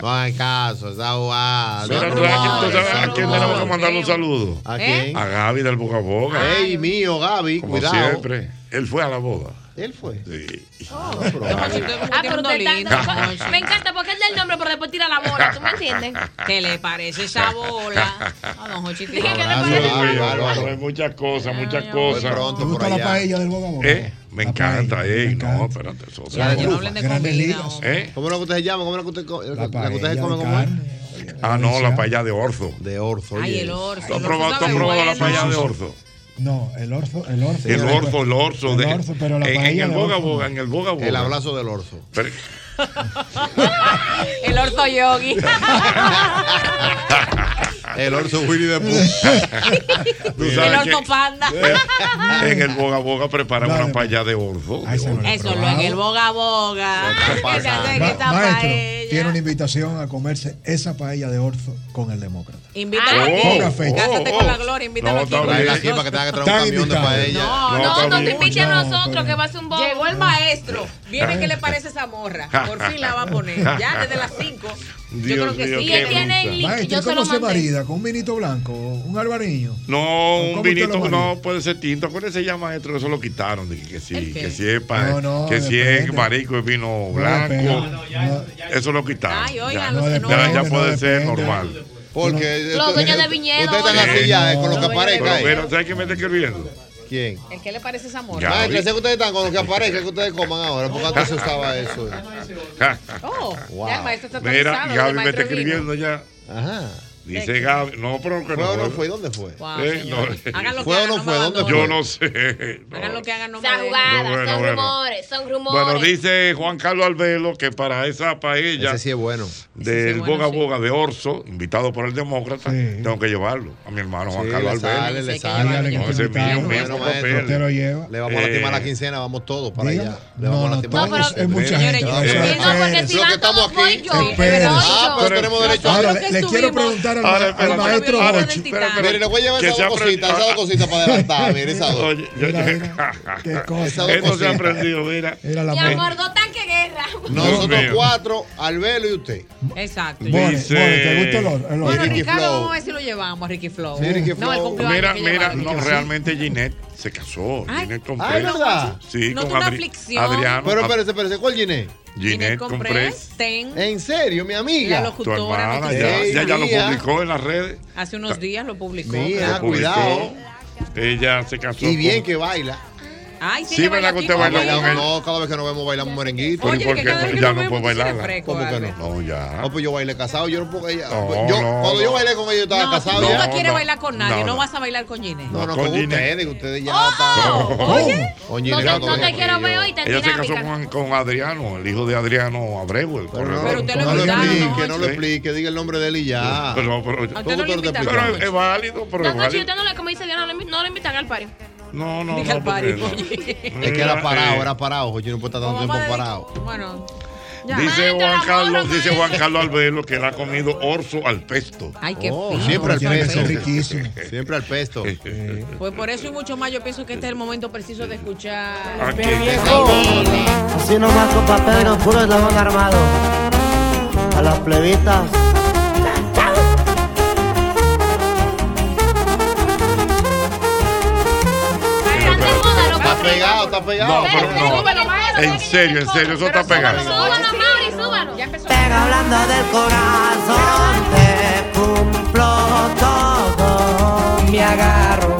[SPEAKER 4] No hay caso, esa abogada.
[SPEAKER 3] Pero tú sabes que- tú sabes a quién tenemos que mandar
[SPEAKER 2] ¿Eh?
[SPEAKER 3] un saludo.
[SPEAKER 4] ¿A quién?
[SPEAKER 3] A Gaby del Boca a Boca.
[SPEAKER 4] Ey, mío, Gaby,
[SPEAKER 3] Como
[SPEAKER 4] cuidado.
[SPEAKER 3] siempre. Él fue a la boda.
[SPEAKER 4] Él fue.
[SPEAKER 3] Sí.
[SPEAKER 2] Oh,
[SPEAKER 3] *laughs*
[SPEAKER 6] Ah, pero usted está-
[SPEAKER 3] Ay.
[SPEAKER 6] Me encanta porque es del nombre, pero después tira la bola, ¿tú me entiendes?
[SPEAKER 2] ¿Qué le parece esa bola?
[SPEAKER 3] *laughs*
[SPEAKER 2] A Ah, don Jochi
[SPEAKER 6] Dije que le
[SPEAKER 3] Abrazo,
[SPEAKER 6] parece
[SPEAKER 3] Gaby,
[SPEAKER 6] esa
[SPEAKER 3] Álvaro.
[SPEAKER 6] bola.
[SPEAKER 3] Hay muchas cosas, muchas cosas.
[SPEAKER 28] ¿Te gusta la paella del Boca Boca?
[SPEAKER 3] ¿Eh? Me encanta, ey, no, espérate, eso.
[SPEAKER 4] La de trufa, grandes ligas.
[SPEAKER 3] ¿Eh?
[SPEAKER 4] ¿Cómo es lo que ustedes llaman? ¿Cómo es lo que ustedes co- la que ustedes comen como es?
[SPEAKER 3] Ah, no, la paella de orzo.
[SPEAKER 4] De orzo.
[SPEAKER 2] Ay, el orzo.
[SPEAKER 3] ¿Tú has
[SPEAKER 2] el orzo
[SPEAKER 3] probado, tú has
[SPEAKER 2] sabe
[SPEAKER 3] probado la
[SPEAKER 2] bueno.
[SPEAKER 3] paella de orzo?
[SPEAKER 28] No, el orzo, el orzo.
[SPEAKER 3] El
[SPEAKER 28] señores,
[SPEAKER 3] orzo, el orzo. de-
[SPEAKER 28] El orzo, pero la
[SPEAKER 3] en- en,
[SPEAKER 28] paella
[SPEAKER 3] el
[SPEAKER 28] del
[SPEAKER 3] boga
[SPEAKER 28] orzo no.
[SPEAKER 3] boga, en el boga boga.
[SPEAKER 4] El abrazo del orzo.
[SPEAKER 3] Pero-
[SPEAKER 2] El orzo *laughs* yogi.
[SPEAKER 4] El orzo Willy de Pooh.
[SPEAKER 3] Tú
[SPEAKER 2] El
[SPEAKER 3] sabes
[SPEAKER 2] orzo
[SPEAKER 3] que Eh,
[SPEAKER 2] panda.
[SPEAKER 3] *laughs* en el boga boga preparan una paella de orzo. de orzo.
[SPEAKER 2] Eso lo en el boga boga. Que se hace que
[SPEAKER 28] Ma-
[SPEAKER 2] esta
[SPEAKER 28] maestro,
[SPEAKER 2] paella.
[SPEAKER 28] tiene una invitación a comerse esa paella de orzo con el demócrata.
[SPEAKER 2] Invítalo
[SPEAKER 28] Ah,
[SPEAKER 2] aquí.
[SPEAKER 28] oh, oh,
[SPEAKER 2] Cásate
[SPEAKER 28] oh.
[SPEAKER 2] con la gloria, invítalo
[SPEAKER 28] No,
[SPEAKER 2] aquí.
[SPEAKER 28] está bien.
[SPEAKER 4] Tráela aquí para que tenga que traer un
[SPEAKER 28] Está
[SPEAKER 4] camión de
[SPEAKER 28] invitado.
[SPEAKER 4] paella.
[SPEAKER 2] No,
[SPEAKER 6] No, no, te invite a
[SPEAKER 2] No,
[SPEAKER 6] nosotros que va a ser un bobo.
[SPEAKER 2] Llegó el maestro. Viene que le parece esa morra. Por fin la va a poner. Ya desde las 5.
[SPEAKER 3] Dios
[SPEAKER 2] creo que
[SPEAKER 3] mío,
[SPEAKER 2] sí,
[SPEAKER 3] qué
[SPEAKER 2] él tiene
[SPEAKER 3] risa.
[SPEAKER 2] el link.
[SPEAKER 28] Maestro,
[SPEAKER 2] Yo
[SPEAKER 28] ¿y
[SPEAKER 2] se
[SPEAKER 28] ¿cómo
[SPEAKER 2] lo
[SPEAKER 28] se
[SPEAKER 2] mandé.
[SPEAKER 28] marida? ¿Con un vinito blanco? ¿Un albariño?
[SPEAKER 3] No, un
[SPEAKER 28] usted lo
[SPEAKER 3] vinito
[SPEAKER 28] maneja?
[SPEAKER 3] no puede ser tinto. Acuérdense ya, maestro, eso lo quitaron. Dije que sí,
[SPEAKER 28] qué?
[SPEAKER 3] que sí es pa-
[SPEAKER 28] No, no,
[SPEAKER 3] que sí es
[SPEAKER 28] depende.
[SPEAKER 3] marico, es vino
[SPEAKER 28] No,
[SPEAKER 3] blanco.
[SPEAKER 28] depende. No.
[SPEAKER 3] Eso lo quitaron.
[SPEAKER 2] Ay,
[SPEAKER 3] ya,
[SPEAKER 2] oigan, los
[SPEAKER 3] Ya-
[SPEAKER 2] que
[SPEAKER 3] ya
[SPEAKER 2] no
[SPEAKER 28] beben.
[SPEAKER 3] puede
[SPEAKER 28] No,
[SPEAKER 3] ser
[SPEAKER 28] depende.
[SPEAKER 3] normal.
[SPEAKER 4] Porque
[SPEAKER 2] Los dueños de viñedo.
[SPEAKER 4] Ustedes están así ya, eh, con lo que aparezca.
[SPEAKER 3] Pero, pero, ¿sabes qué me está escribiendo? *laughs*
[SPEAKER 4] ¿Quién?
[SPEAKER 2] ¿El qué le parece esa morra?
[SPEAKER 4] Maestro, sé que ustedes están con lo que aparezca, que ustedes coman ahora. Porque antes se usaba eso.
[SPEAKER 2] Oh,
[SPEAKER 4] Wow.
[SPEAKER 2] ya el maestro está
[SPEAKER 3] Mira,
[SPEAKER 2] actualizado,
[SPEAKER 3] Gaby
[SPEAKER 2] el
[SPEAKER 3] me está
[SPEAKER 2] maestro vino.
[SPEAKER 3] escribiendo ya.
[SPEAKER 4] Ajá.
[SPEAKER 3] Dice Gaby. No, pero que
[SPEAKER 4] ¿Fue o
[SPEAKER 3] no.
[SPEAKER 4] no fue? ¿Dónde fue?
[SPEAKER 2] Wow,
[SPEAKER 3] Eh,
[SPEAKER 2] señores.
[SPEAKER 3] no.
[SPEAKER 2] Hagan lo que hagan, no me
[SPEAKER 3] Yo
[SPEAKER 2] abandonen.
[SPEAKER 3] no sé. No.
[SPEAKER 2] Hagan lo que hagan, no me
[SPEAKER 6] Esa jugada,
[SPEAKER 3] No, bueno,
[SPEAKER 6] son
[SPEAKER 3] bueno.
[SPEAKER 6] rumores, son rumores.
[SPEAKER 3] Bueno, dice Juan Carlos Albelo que para esa paella.
[SPEAKER 4] Ese sí es bueno.
[SPEAKER 3] Del Boga Boga de Orso, invitado por el Demócrata, tengo que llevarlo a mi hermano Juan
[SPEAKER 4] Sí,
[SPEAKER 3] Carlos
[SPEAKER 4] le sale,
[SPEAKER 3] Albelo.
[SPEAKER 4] le sale.
[SPEAKER 3] No, ese es mío, mío,
[SPEAKER 4] Bueno,
[SPEAKER 3] no
[SPEAKER 4] maestro,
[SPEAKER 3] pele.
[SPEAKER 4] usted lo lleva. Le vamos a lastimar
[SPEAKER 3] Eh,
[SPEAKER 4] la quincena, vamos todos para allá. Le vamos a lastimar
[SPEAKER 3] No, pero- Es mucha gente,
[SPEAKER 4] Señores,
[SPEAKER 3] vamos a ver.
[SPEAKER 4] espérense.
[SPEAKER 3] No, porque si
[SPEAKER 4] Lo
[SPEAKER 3] van
[SPEAKER 4] que estamos
[SPEAKER 3] todos,
[SPEAKER 4] aquí-
[SPEAKER 3] voy yo.
[SPEAKER 4] espérense.
[SPEAKER 3] Voy
[SPEAKER 4] Ah,
[SPEAKER 3] yo.
[SPEAKER 4] pero tenemos derecho a-
[SPEAKER 3] Ahora,
[SPEAKER 4] Nosotros
[SPEAKER 28] le
[SPEAKER 4] que
[SPEAKER 28] quiero
[SPEAKER 4] subimos-
[SPEAKER 28] preguntar al,
[SPEAKER 4] Ahora,
[SPEAKER 28] al
[SPEAKER 4] espérate,
[SPEAKER 28] maestro
[SPEAKER 4] ahora,
[SPEAKER 28] Jochi.
[SPEAKER 4] espérate, espérate. Mire, le voy a llevar esas dos cositas, esas dos cositas para adelantar. Mire, esas dos.
[SPEAKER 3] Oye, yo-
[SPEAKER 4] Mira,
[SPEAKER 3] yo-
[SPEAKER 4] Esas dos
[SPEAKER 3] Esto se ha
[SPEAKER 4] cositas.
[SPEAKER 3] aprendido, mira.
[SPEAKER 6] Mi amor, dos tanques de guerra.
[SPEAKER 4] Nosotros
[SPEAKER 3] mío.
[SPEAKER 4] cuatro, Albelo y usted.
[SPEAKER 2] Exacto.
[SPEAKER 3] Dice-
[SPEAKER 2] Bueno,
[SPEAKER 4] Ricky
[SPEAKER 2] Ricardo,
[SPEAKER 4] Flow.
[SPEAKER 2] vamos a ver si lo llevamos a Ricky Flow.
[SPEAKER 4] Sí, Ricky
[SPEAKER 2] no, el
[SPEAKER 4] Flow.
[SPEAKER 2] cumpleaños
[SPEAKER 3] Mira,
[SPEAKER 2] que
[SPEAKER 3] mira,
[SPEAKER 2] lleva Ricky
[SPEAKER 3] no,
[SPEAKER 2] Flow.
[SPEAKER 3] realmente Ginette se casó.
[SPEAKER 2] Ay.
[SPEAKER 3] Ginette
[SPEAKER 2] Ay,
[SPEAKER 3] Comprés.
[SPEAKER 2] ¿verdad?
[SPEAKER 3] Sí,
[SPEAKER 2] No,
[SPEAKER 3] con
[SPEAKER 2] tú una
[SPEAKER 3] Adri-
[SPEAKER 2] aflicción.
[SPEAKER 3] Adriano.
[SPEAKER 4] Pero
[SPEAKER 3] Ad-
[SPEAKER 4] espérese, espérese, ¿cuál Ginés?
[SPEAKER 3] Ginette Comprés.
[SPEAKER 4] ¿En serio, mi amiga?
[SPEAKER 2] La
[SPEAKER 3] Tu
[SPEAKER 2] locutora,
[SPEAKER 3] hermana,
[SPEAKER 2] nuestra
[SPEAKER 3] ya, ya, ya lo
[SPEAKER 4] mía.
[SPEAKER 3] publicó en las redes.
[SPEAKER 2] Hace unos días lo publicó.
[SPEAKER 3] Lo
[SPEAKER 2] claro.
[SPEAKER 3] publicó. Ella se casó.
[SPEAKER 4] Y bien
[SPEAKER 3] con-
[SPEAKER 4] que baila.
[SPEAKER 2] Ay, sí,
[SPEAKER 3] Sí,
[SPEAKER 2] que
[SPEAKER 3] ¿verdad que
[SPEAKER 2] baila
[SPEAKER 3] usted
[SPEAKER 2] aquí,
[SPEAKER 3] baila
[SPEAKER 2] ¿cómo
[SPEAKER 3] con él?
[SPEAKER 4] No, cada vez que nos vemos bailamos merenguito.
[SPEAKER 3] Pero ¿y por qué? Pues ya no puedo bailar.
[SPEAKER 4] ¿Cómo que no?
[SPEAKER 3] No, ya.
[SPEAKER 4] No, pues yo bailé casado, yo no puedo ella.
[SPEAKER 3] No,
[SPEAKER 4] pues yo,
[SPEAKER 3] no,
[SPEAKER 4] cuando yo
[SPEAKER 3] no.
[SPEAKER 4] bailé con ella, yo estaba
[SPEAKER 2] No,
[SPEAKER 4] casado.
[SPEAKER 2] tú
[SPEAKER 4] ya.
[SPEAKER 2] no quieres bailar con nadie,
[SPEAKER 4] no,
[SPEAKER 2] no,
[SPEAKER 4] no.
[SPEAKER 2] vas a bailar con Ginés.
[SPEAKER 4] No, no,
[SPEAKER 3] Con
[SPEAKER 4] con,
[SPEAKER 3] Ginés.
[SPEAKER 4] ustedes, ustedes ya
[SPEAKER 2] ¡Oh!
[SPEAKER 4] están.
[SPEAKER 2] Oye.
[SPEAKER 4] Con
[SPEAKER 6] No
[SPEAKER 4] Ginés, con
[SPEAKER 6] te- no te
[SPEAKER 4] Ginés.
[SPEAKER 6] quiero ver hoy, te
[SPEAKER 3] Ella se casó
[SPEAKER 6] dinámica.
[SPEAKER 3] con, con Adriano, el hijo de Adriano Abreu, el corredor.
[SPEAKER 4] Pero usted lo No lo invitaron, explique, ¿no? no lo explique, diga el nombre de él y ya.
[SPEAKER 3] Pero, pero,
[SPEAKER 4] ¿A usted no lo
[SPEAKER 3] pero
[SPEAKER 4] invitaron?
[SPEAKER 3] es, es válido, pero es
[SPEAKER 6] Dos noches,
[SPEAKER 3] válido.
[SPEAKER 6] usted no le, como dice Diana, no le invi- no le invitan al party.
[SPEAKER 3] No, no,
[SPEAKER 4] Diga
[SPEAKER 3] no.
[SPEAKER 4] el pari,
[SPEAKER 3] porque no.
[SPEAKER 4] Es que era parado,
[SPEAKER 3] Eh,
[SPEAKER 4] era parado. Oye, no puedo estar tanto tiempo parado.
[SPEAKER 2] Bueno.
[SPEAKER 3] Dice Juan Carlos, dice Juan Carlos Albelo que él ha comido orzo al pesto.
[SPEAKER 2] Ay, qué
[SPEAKER 4] Oh,
[SPEAKER 2] fino.
[SPEAKER 4] siempre al
[SPEAKER 2] Orzo al
[SPEAKER 4] pesto.
[SPEAKER 2] pesto.
[SPEAKER 3] *laughs*
[SPEAKER 4] Riquísimo. Siempre al pesto.
[SPEAKER 2] Pues por eso y mucho más, yo pienso que este es el momento preciso de escuchar.
[SPEAKER 19] Así nomás con papel en puro eslabón armado. A las plebitas.
[SPEAKER 4] Está pegado, está
[SPEAKER 3] No,
[SPEAKER 4] pegado.
[SPEAKER 3] pero no. En serio, en serio, eso está pegado.
[SPEAKER 6] Súbalo, Mauri, súbalo. Ya empezó.
[SPEAKER 19] Pero hablando del corazón, te cumplo todo.
[SPEAKER 27] Me agarro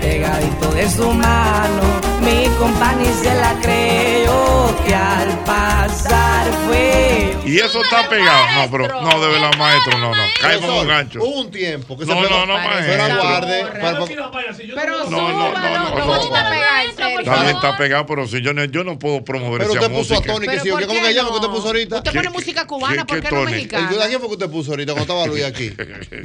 [SPEAKER 27] pegadito de su mano. Mi compañía se la creyó que al pasar fue.
[SPEAKER 3] Y eso está pegado. No, pero no, de verdad, maestro, no, no. Cae como un
[SPEAKER 4] Profesor,
[SPEAKER 3] gancho.
[SPEAKER 4] Hubo un tiempo que se
[SPEAKER 3] No,
[SPEAKER 4] pegó.
[SPEAKER 3] no, no,
[SPEAKER 4] Pero
[SPEAKER 3] maestro.
[SPEAKER 4] aguarde. para-
[SPEAKER 5] Pero
[SPEAKER 3] No, no, no, no, no. Nadie está pegado, pero si yo no, yo no puedo promover
[SPEAKER 4] Pero
[SPEAKER 3] esa
[SPEAKER 4] usted puso
[SPEAKER 3] música.
[SPEAKER 4] a Tony que sí, ¿cómo que llama que usted puso ahorita?
[SPEAKER 2] Usted pone música cubana, ¿por qué no mexicana?
[SPEAKER 4] ¿El quién fue que usted puso ahorita cuando estaba Luis aquí?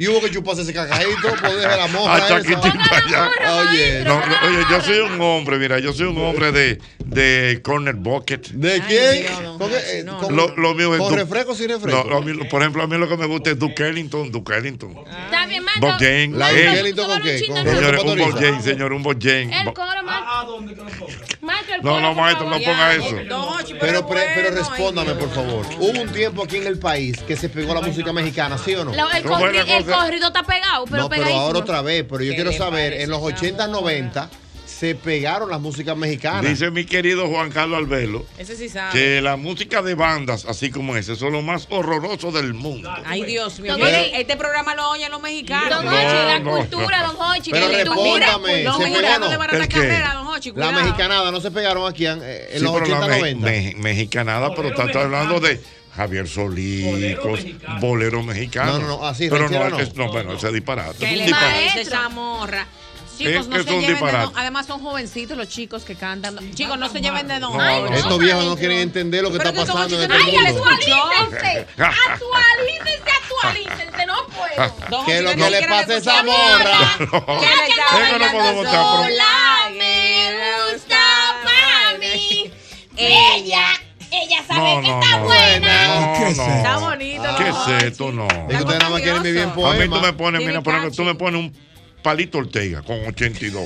[SPEAKER 4] Y hubo que chuparse ese cacajito, pues deje la
[SPEAKER 3] A
[SPEAKER 4] moja esa.
[SPEAKER 3] Chaquitín para allá.
[SPEAKER 4] Oye.
[SPEAKER 3] No, no, Ah, oye, yo soy un hombre, mira, yo soy un hombre de, de corner bucket.
[SPEAKER 4] ¿De quién? Porque, eh, con-
[SPEAKER 3] Lo, lo mío es
[SPEAKER 4] ¿Con
[SPEAKER 3] Du-
[SPEAKER 4] refresco o sin refresco?
[SPEAKER 3] No, lo mío- por ejemplo, a mí lo que me gusta es Duke Ellington, Duke Ellington.
[SPEAKER 6] Está bien, Mato.
[SPEAKER 3] Bob Jane.
[SPEAKER 4] ¿La
[SPEAKER 3] eh.
[SPEAKER 4] Duke Ellington con qué? ¿Con
[SPEAKER 3] Señores,
[SPEAKER 4] refresco
[SPEAKER 3] un Bob
[SPEAKER 4] autoriza?
[SPEAKER 3] Jane, señor, un Bob Jane.
[SPEAKER 6] El
[SPEAKER 3] Bo-
[SPEAKER 6] coro, Mato. ¿A dónde que lo ponga? Mato, el
[SPEAKER 3] No,
[SPEAKER 6] coro.
[SPEAKER 3] no,
[SPEAKER 6] por
[SPEAKER 3] maestro, no
[SPEAKER 6] favor.
[SPEAKER 3] ponga eso.
[SPEAKER 4] Pero, pre- pero respóndame, por favor. Hubo un tiempo aquí en el país que se pegó la música mexicana, ¿sí o no?
[SPEAKER 6] Lo- el, corri- el corrido está pegado, pero
[SPEAKER 4] no, pero
[SPEAKER 6] pegadísimo.
[SPEAKER 4] ahora otra vez, pero yo quiero saber, en los 80, 90 se pegaron las músicas mexicanas.
[SPEAKER 3] Dice mi querido Juan Carlos Albelo
[SPEAKER 2] Ese sí sabe.
[SPEAKER 3] que la música de bandas, así como ese, son lo más horroroso del mundo.
[SPEAKER 2] Ay, Dios mío.
[SPEAKER 3] Don
[SPEAKER 2] mire,
[SPEAKER 3] Hochi.
[SPEAKER 2] este programa lo oyen los mexicanos.
[SPEAKER 3] Don Hochi, la No, no.
[SPEAKER 6] cultura, don Hochi, Pero
[SPEAKER 2] Mira, pues,
[SPEAKER 4] respóndame,
[SPEAKER 2] Los
[SPEAKER 4] ¿se
[SPEAKER 2] mexicanos
[SPEAKER 4] pegaron?
[SPEAKER 2] le van a dar
[SPEAKER 3] ¿El qué?
[SPEAKER 2] carrera, don Hochi.
[SPEAKER 4] La
[SPEAKER 2] Cuidado.
[SPEAKER 4] mexicanada no se pegaron aquí en, eh, en
[SPEAKER 3] Sí,
[SPEAKER 4] los
[SPEAKER 3] pero la
[SPEAKER 4] 80,
[SPEAKER 3] me-
[SPEAKER 4] 90.
[SPEAKER 3] me- mexicanada, pero está, hablando de Javier Solís, cos- bolero mexicano.
[SPEAKER 4] No, no, no, así,
[SPEAKER 3] Pero
[SPEAKER 4] ranchera
[SPEAKER 3] no,
[SPEAKER 4] no.
[SPEAKER 3] es- no, bueno, ese es disparate.
[SPEAKER 2] Que
[SPEAKER 3] es
[SPEAKER 2] le
[SPEAKER 3] un disparate.
[SPEAKER 2] parece esa morra.
[SPEAKER 3] Es
[SPEAKER 2] Chicos, no
[SPEAKER 3] que
[SPEAKER 2] se
[SPEAKER 3] es un
[SPEAKER 2] lleven de
[SPEAKER 3] disparate.
[SPEAKER 2] don. Además, son jovencitos los chicos que cantan. Chicos, no se lleven de don.
[SPEAKER 4] No,
[SPEAKER 2] Ay,
[SPEAKER 4] no,
[SPEAKER 3] eh.
[SPEAKER 2] no.
[SPEAKER 4] estos viejos no quieren entender lo que está pasando en este mundo.
[SPEAKER 6] actualícense, actualícense, actualícense, no puedo.
[SPEAKER 4] Que lo que le pasa a esa morra. *laughs*
[SPEAKER 3] Eso no puedo votar, pero-
[SPEAKER 6] Sola me gusta para mí. Ella, ella sabe
[SPEAKER 3] No,
[SPEAKER 6] que
[SPEAKER 3] no,
[SPEAKER 6] está
[SPEAKER 3] no,
[SPEAKER 6] buena.
[SPEAKER 3] no, no.
[SPEAKER 2] Está bonito,
[SPEAKER 3] ¿Qué
[SPEAKER 2] don
[SPEAKER 3] es esto? No.
[SPEAKER 4] Es que ustedes nada más quieren vivir en
[SPEAKER 3] A mí tú
[SPEAKER 4] poema.
[SPEAKER 3] me pones,
[SPEAKER 4] Tiene
[SPEAKER 3] mira, por ejemplo, tú me pones un palito Ortega con 82.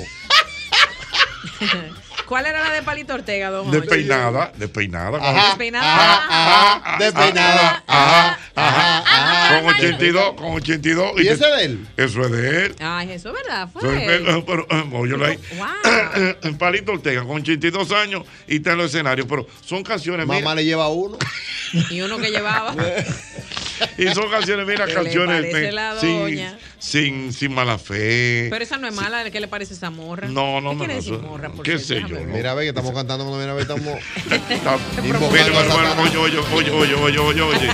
[SPEAKER 2] ¿Cuál era la de Palito Ortega, don? Jorge?
[SPEAKER 3] Despeinada, despeinada. con-
[SPEAKER 2] Despeinada.
[SPEAKER 3] Ajá, despeinada. Ajá, ajá, ajá. ah, Con 82, con 82.
[SPEAKER 4] ¿Y
[SPEAKER 3] te-
[SPEAKER 4] ese de él?
[SPEAKER 3] Eso es de él.
[SPEAKER 2] Ay, eso es verdad.
[SPEAKER 3] Eso es de
[SPEAKER 2] Fue.
[SPEAKER 3] él. Pero, eh, óyelo ahí. *coughs* Palito Ortega con 82 años y está en los escenarios. Pero son canciones.
[SPEAKER 4] Mamá le lleva uno.
[SPEAKER 2] Y uno que llevaba.
[SPEAKER 3] *laughs* Y son canciones, mira,
[SPEAKER 2] *laughs* ¿Qué le
[SPEAKER 3] canciones.
[SPEAKER 2] parece
[SPEAKER 3] eh,
[SPEAKER 2] la
[SPEAKER 3] sin,
[SPEAKER 2] doña?
[SPEAKER 3] sin, sin mala fe.
[SPEAKER 2] Pero esa no es mala, ¿qué le parece esa morra?
[SPEAKER 3] No, no,
[SPEAKER 2] ¿Qué
[SPEAKER 3] no.
[SPEAKER 2] quiere decir
[SPEAKER 3] eso-
[SPEAKER 2] morra? Por
[SPEAKER 3] ¿Qué
[SPEAKER 2] cierto?
[SPEAKER 3] sé yo?
[SPEAKER 4] Mira, ve que estamos cantando cuando viene a ver, estamos.
[SPEAKER 3] *laughs* Está- Mira, bueno, bueno, oye,
[SPEAKER 2] *laughs*
[SPEAKER 3] oye, oye, oye, oye, oye, oye.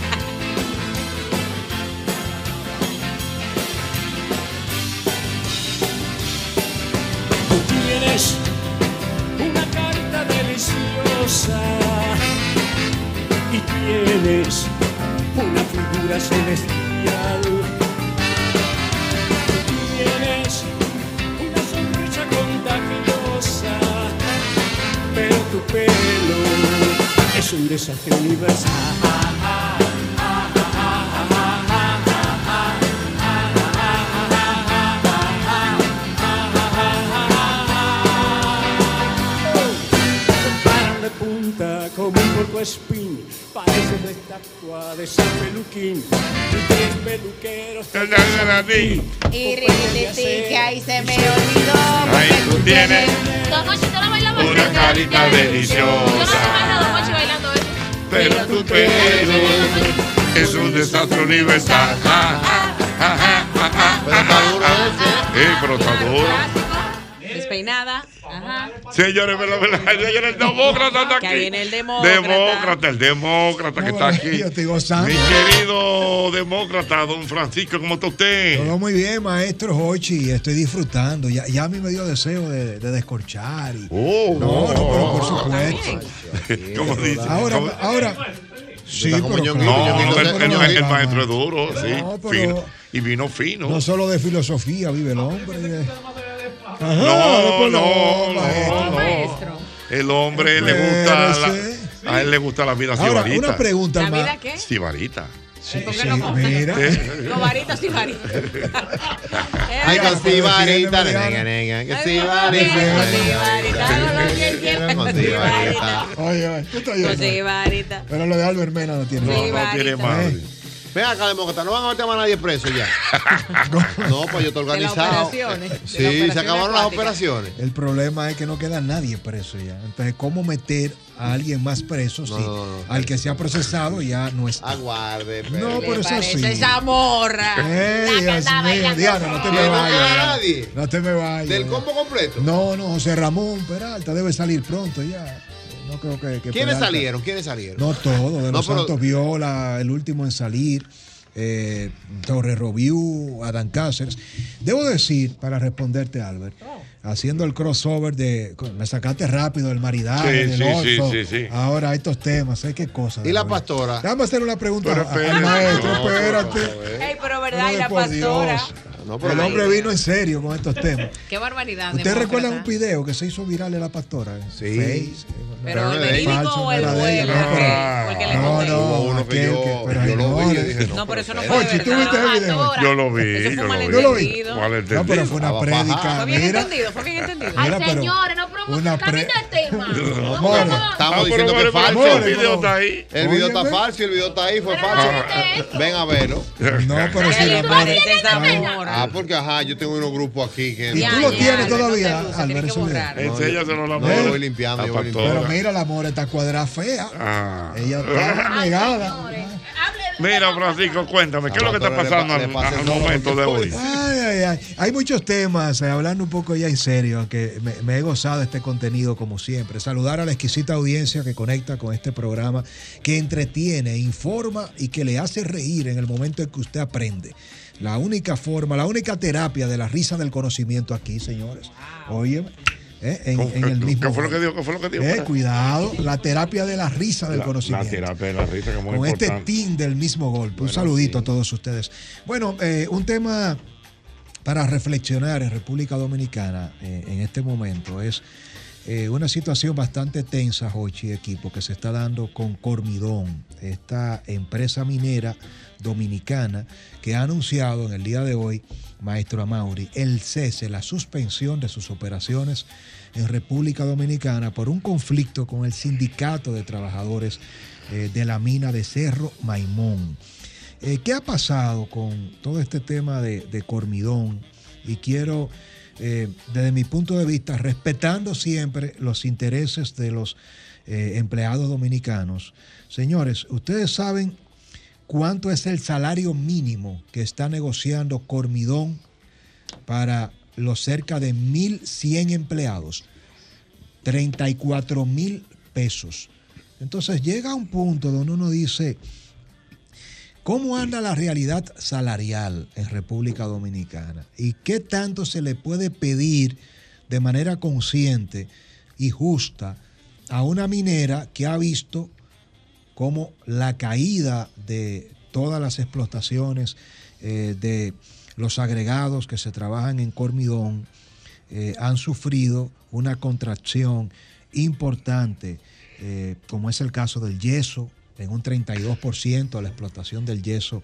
[SPEAKER 5] tienes una carita deliciosa y tienes una figura celestial. Tienes una sonrisa contagiosa, pero tu pelo es un desastre universal. Para de punta como un porco espín, parece una estatua de San Peluquín. Y tres peluqueros te
[SPEAKER 3] a ti.
[SPEAKER 2] Pues
[SPEAKER 21] Y ririti, que ahí se me olvidó.
[SPEAKER 3] Ahí tú tienes
[SPEAKER 6] Don Hochi, ¿tú la bailabas?
[SPEAKER 3] una carita deliciosa,
[SPEAKER 6] Baila Don Hochi bailando eso.
[SPEAKER 3] pero tu pelo es un desastre universal. Ah, ah, ah, ah, ah, ah, ah, ah. Eh, pero está duro.
[SPEAKER 2] Despeinada. Ajá.
[SPEAKER 3] Señores, pero, pero, señores, el demócrata está
[SPEAKER 2] Ah, Que
[SPEAKER 3] aquí.
[SPEAKER 2] viene el demócrata.
[SPEAKER 3] Demócrata, el demócrata que está aquí.
[SPEAKER 28] Yo estoy gozando.
[SPEAKER 3] Mi querido demócrata, don Francisco, ¿cómo está usted?
[SPEAKER 28] Todo muy bien, maestro Hochi. Estoy disfrutando. Ya, ya a mí me dio deseo de, de descorchar. y- no, no, pero por supuesto.
[SPEAKER 3] *laughs* ¿Cómo dice?
[SPEAKER 28] Ahora,
[SPEAKER 3] ¿Cómo-
[SPEAKER 28] ahora. Sí, pero
[SPEAKER 3] no,
[SPEAKER 28] claro.
[SPEAKER 3] no, el, el- el- el maestro es duro, sí,
[SPEAKER 28] No, pero-
[SPEAKER 3] fino. Y vino fino.
[SPEAKER 28] No solo de filosofía vive el hombre. de- Ajá,
[SPEAKER 3] No, no,
[SPEAKER 28] después
[SPEAKER 3] no,
[SPEAKER 28] maestro.
[SPEAKER 3] no. El hombre le gusta la, a él le gusta la vida
[SPEAKER 28] Ahora,
[SPEAKER 3] sibarita.
[SPEAKER 28] una pregunta, ¿La hermano.
[SPEAKER 2] vida qué?
[SPEAKER 3] Sibarita.
[SPEAKER 28] Sí,
[SPEAKER 2] ¿Por qué
[SPEAKER 28] sí,
[SPEAKER 2] no compras?
[SPEAKER 28] mira.
[SPEAKER 2] Los varitos y varitos.
[SPEAKER 11] Ay, que
[SPEAKER 2] Pero-
[SPEAKER 11] sibarita, nega, nega, que sibarita. Con sibarita.
[SPEAKER 28] Oye, oye, ¿qué está
[SPEAKER 2] Los
[SPEAKER 28] oyendo?
[SPEAKER 2] de varita.
[SPEAKER 28] Pero lo de Albert Mena no tiene.
[SPEAKER 11] No,
[SPEAKER 28] nada. Eh.
[SPEAKER 11] no tiene madre. Ven acá, demócrata, no van a meter a nadie preso
[SPEAKER 28] *laughs*
[SPEAKER 11] ya. No, pues yo estoy organizado. Sí, se acabaron las operaciones.
[SPEAKER 28] El problema es que no queda nadie preso ya. Entonces, ¿cómo meter a alguien más preso si al que se ha procesado ya no está?
[SPEAKER 11] Aguarde,
[SPEAKER 28] No, pero eso sí.
[SPEAKER 2] Esa morra.
[SPEAKER 28] Ey, Dios mío, Diana, no te
[SPEAKER 11] Que no
[SPEAKER 28] me
[SPEAKER 11] queda
[SPEAKER 28] vayas.
[SPEAKER 11] nadie.
[SPEAKER 28] No te me vayas.
[SPEAKER 11] Del combo completo.
[SPEAKER 28] No, no, José Ramón Peralta debe salir pronto ya. No creo que. que
[SPEAKER 11] ¿Quiénes
[SPEAKER 28] Peralta-
[SPEAKER 11] salieron? ¿Quiénes salieron?
[SPEAKER 28] No todo, de
[SPEAKER 11] No,
[SPEAKER 28] los
[SPEAKER 11] pero-
[SPEAKER 28] Santos Viola, el último en salir, eh, Torres Robiú, Adán Cáceres. Debo decir, para responderte, Albert, haciendo el crossover de. con- Me sacaste rápido del maridaje,
[SPEAKER 11] Sí,
[SPEAKER 28] del Ah,
[SPEAKER 11] sí, sí,
[SPEAKER 28] orso,
[SPEAKER 11] sí, sí.
[SPEAKER 28] Ahora estos temas, ¿eh? ¿Qué cosa?
[SPEAKER 11] ¿Y la pastora?
[SPEAKER 28] Déjame hacer una pregunta
[SPEAKER 11] Pero
[SPEAKER 28] a-
[SPEAKER 11] espérate,
[SPEAKER 28] al maestro,
[SPEAKER 11] no, eh.
[SPEAKER 28] espérate.
[SPEAKER 2] Ey, pero verdad, y
[SPEAKER 28] Ay,
[SPEAKER 2] la
[SPEAKER 28] por
[SPEAKER 2] pastora.
[SPEAKER 28] Dios.
[SPEAKER 2] pero
[SPEAKER 28] el
[SPEAKER 2] no.
[SPEAKER 28] hombre vino en serio con estos temas.
[SPEAKER 2] Qué barbaridad.
[SPEAKER 28] ¿Ustedes
[SPEAKER 2] demócrata.
[SPEAKER 28] recuerdan un video que se hizo viral de la pastora? Sí.
[SPEAKER 2] Pero el verídico o el bueno. Porque le
[SPEAKER 28] No,
[SPEAKER 2] conté.
[SPEAKER 28] no,
[SPEAKER 11] Hubo uno que
[SPEAKER 28] aquel
[SPEAKER 11] yo,
[SPEAKER 28] pero
[SPEAKER 11] yo lo vi y
[SPEAKER 28] ignores.
[SPEAKER 11] dije, no.
[SPEAKER 2] No, pero eso no fue.
[SPEAKER 28] Oye,
[SPEAKER 2] de
[SPEAKER 28] ¿tú
[SPEAKER 2] verdad.
[SPEAKER 28] viste el video?
[SPEAKER 3] Yo lo vi, yo
[SPEAKER 28] Eso fue
[SPEAKER 3] lo vi.
[SPEAKER 28] malentendido. Yo lo vi.
[SPEAKER 3] Malentendido.
[SPEAKER 28] No, pero fue una prédica.
[SPEAKER 2] Fue bien
[SPEAKER 28] Mira,
[SPEAKER 2] entendido, fue bien entendido.
[SPEAKER 28] Mira, pero-
[SPEAKER 6] Señores, no promuevan
[SPEAKER 28] una pre-
[SPEAKER 6] el tema.
[SPEAKER 3] No,
[SPEAKER 28] More.
[SPEAKER 4] Ah,
[SPEAKER 3] Ah,
[SPEAKER 11] Estamos diciendo que es falso.
[SPEAKER 3] El video está ahí.
[SPEAKER 11] El video está
[SPEAKER 28] Óyeme.
[SPEAKER 11] falso y el video está ahí, fue falso. Ven a verlo.
[SPEAKER 28] No, pero si la madre.
[SPEAKER 11] Ah, porque ajá, yo tengo unos grupos aquí que.
[SPEAKER 28] Y tú lo tienes todavía, Albert, ese video.
[SPEAKER 3] Enséñaselo a la
[SPEAKER 11] No,
[SPEAKER 3] mujer.
[SPEAKER 11] yo voy limpiando, yo voy limpiando.
[SPEAKER 28] Ah, Pero mira, la mora está cuadrada fea.
[SPEAKER 3] Ah.
[SPEAKER 28] Ella está negada.
[SPEAKER 3] *laughs* Mira, Francisco, cuéntame, ¿qué es lo que está
[SPEAKER 11] Ahora le pa-
[SPEAKER 3] pasando
[SPEAKER 11] le
[SPEAKER 3] al,
[SPEAKER 11] pasa
[SPEAKER 3] al
[SPEAKER 11] el nombre
[SPEAKER 3] momento de hoy?
[SPEAKER 28] Ay, ay, ay. Hay muchos temas, eh, hablando un poco ya en serio, que me, me he gozado este contenido como siempre. Saludar a la exquisita audiencia que conecta con este programa, que entretiene, informa y que le hace reír en el momento en que usted aprende. La única forma, la única terapia de la risa del conocimiento aquí, señores. Óyeme. eh, en, en el mismo
[SPEAKER 3] ¿Qué fue lo que dijo? ¿Qué fue lo que dijo?
[SPEAKER 28] Eh, cuidado, la terapia de la risa del
[SPEAKER 3] La-
[SPEAKER 28] conocimiento
[SPEAKER 3] La terapia de la risa, que es muy
[SPEAKER 28] con este
[SPEAKER 3] importante.
[SPEAKER 28] team del mismo golpe. Un saludito a todos ustedes. Bueno, eh, un tema para reflexionar en República Dominicana eh, en este momento es eh, una situación bastante tensa, Hochi, equipo, que se está dando con Cormidón, esta empresa minera dominicana que ha anunciado en el día de hoy, maestro Amauri, el cese, la suspensión de sus operaciones en República Dominicana por un conflicto con el sindicato de trabajadores eh, de la mina de Cerro Maimón. Eh, ¿Qué ha pasado con todo este tema de, de Cormidón? Y quiero, eh, desde mi punto de vista, respetando siempre los intereses de los eh, empleados dominicanos. Señores, ustedes saben cuánto es el salario mínimo que está negociando Cormidón para los cerca de 1.100 empleados. 34 mil pesos. Entonces llega un punto donde uno dice, ¿cómo anda la realidad salarial en República Dominicana? ¿Y qué tanto se le puede pedir de manera consciente y justa a una minera que ha visto como la caída de todas las explotaciones eh, de los agregados que se trabajan en Cormidón eh, han sufrido una contracción importante, eh, como es el caso del yeso, en un 32% la explotación del yeso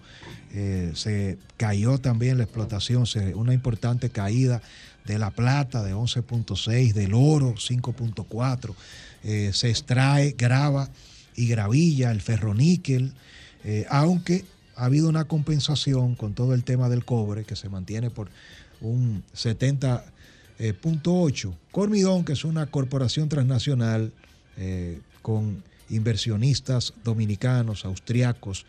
[SPEAKER 28] eh, se cayó también la explotación, se- una importante caída de la plata de 11.6, del oro 5.4, eh, se extrae grava y gravilla, el ferroníquel, eh, aunque ha habido una compensación con todo el tema del cobre que se mantiene por un 70.8. Cormidón, que es una corporación transnacional eh, con inversionistas dominicanos, austriacos,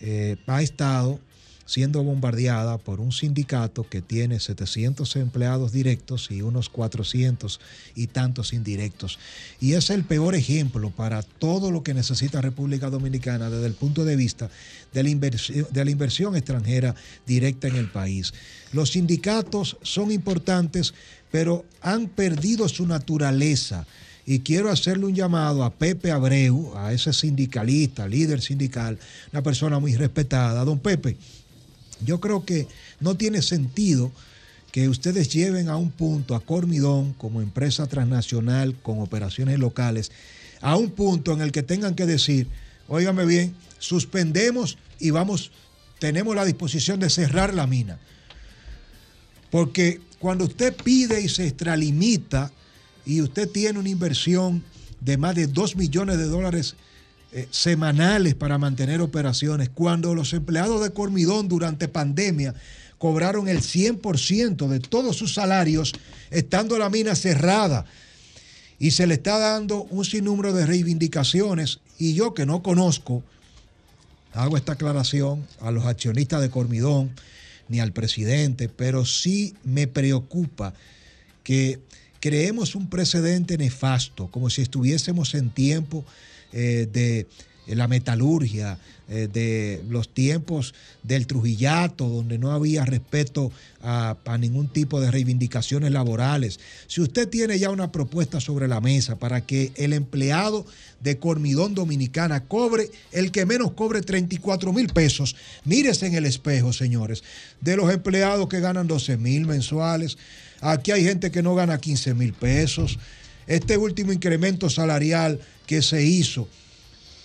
[SPEAKER 28] eh, ha estado siendo bombardeada por un sindicato que tiene 700 empleados directos y unos 400 y tantos indirectos. Y es el peor ejemplo para todo lo que necesita República Dominicana desde el punto de vista de la, inversión, de la inversión extranjera directa en el país. Los sindicatos son importantes, pero han perdido su naturaleza. Y quiero hacerle un llamado a Pepe Abreu, a ese sindicalista, líder sindical, una persona muy respetada. Don Pepe, yo creo que no tiene sentido que ustedes lleven a un punto a Cormidón como empresa transnacional con operaciones locales, a un punto en el que tengan que decir, óigame bien, suspendemos y vamos, tenemos la disposición de cerrar la mina. Porque cuando usted pide y se extralimita y usted tiene una inversión de más de 2 millones de dólares eh, semanales para mantener operaciones, cuando los empleados de Cormidón durante pandemia cobraron el 100% de todos sus salarios estando la mina cerrada y se le está dando un sinnúmero de reivindicaciones y yo que no conozco, hago esta aclaración a los accionistas de Cormidón ni al presidente, pero sí me preocupa que creemos un precedente nefasto, como si estuviésemos en tiempo eh, de la metalurgia, eh, de los tiempos del Trujillato, donde no había respeto a, a ningún tipo de reivindicaciones laborales. Si usted tiene ya una propuesta sobre la mesa para que el empleado de Cormidón Dominicana cobre, el que menos cobre 34 mil pesos, mírese en el espejo, señores, de los empleados que ganan 12 mil mensuales, aquí hay gente que no gana 15 mil pesos, este último incremento salarial que se hizo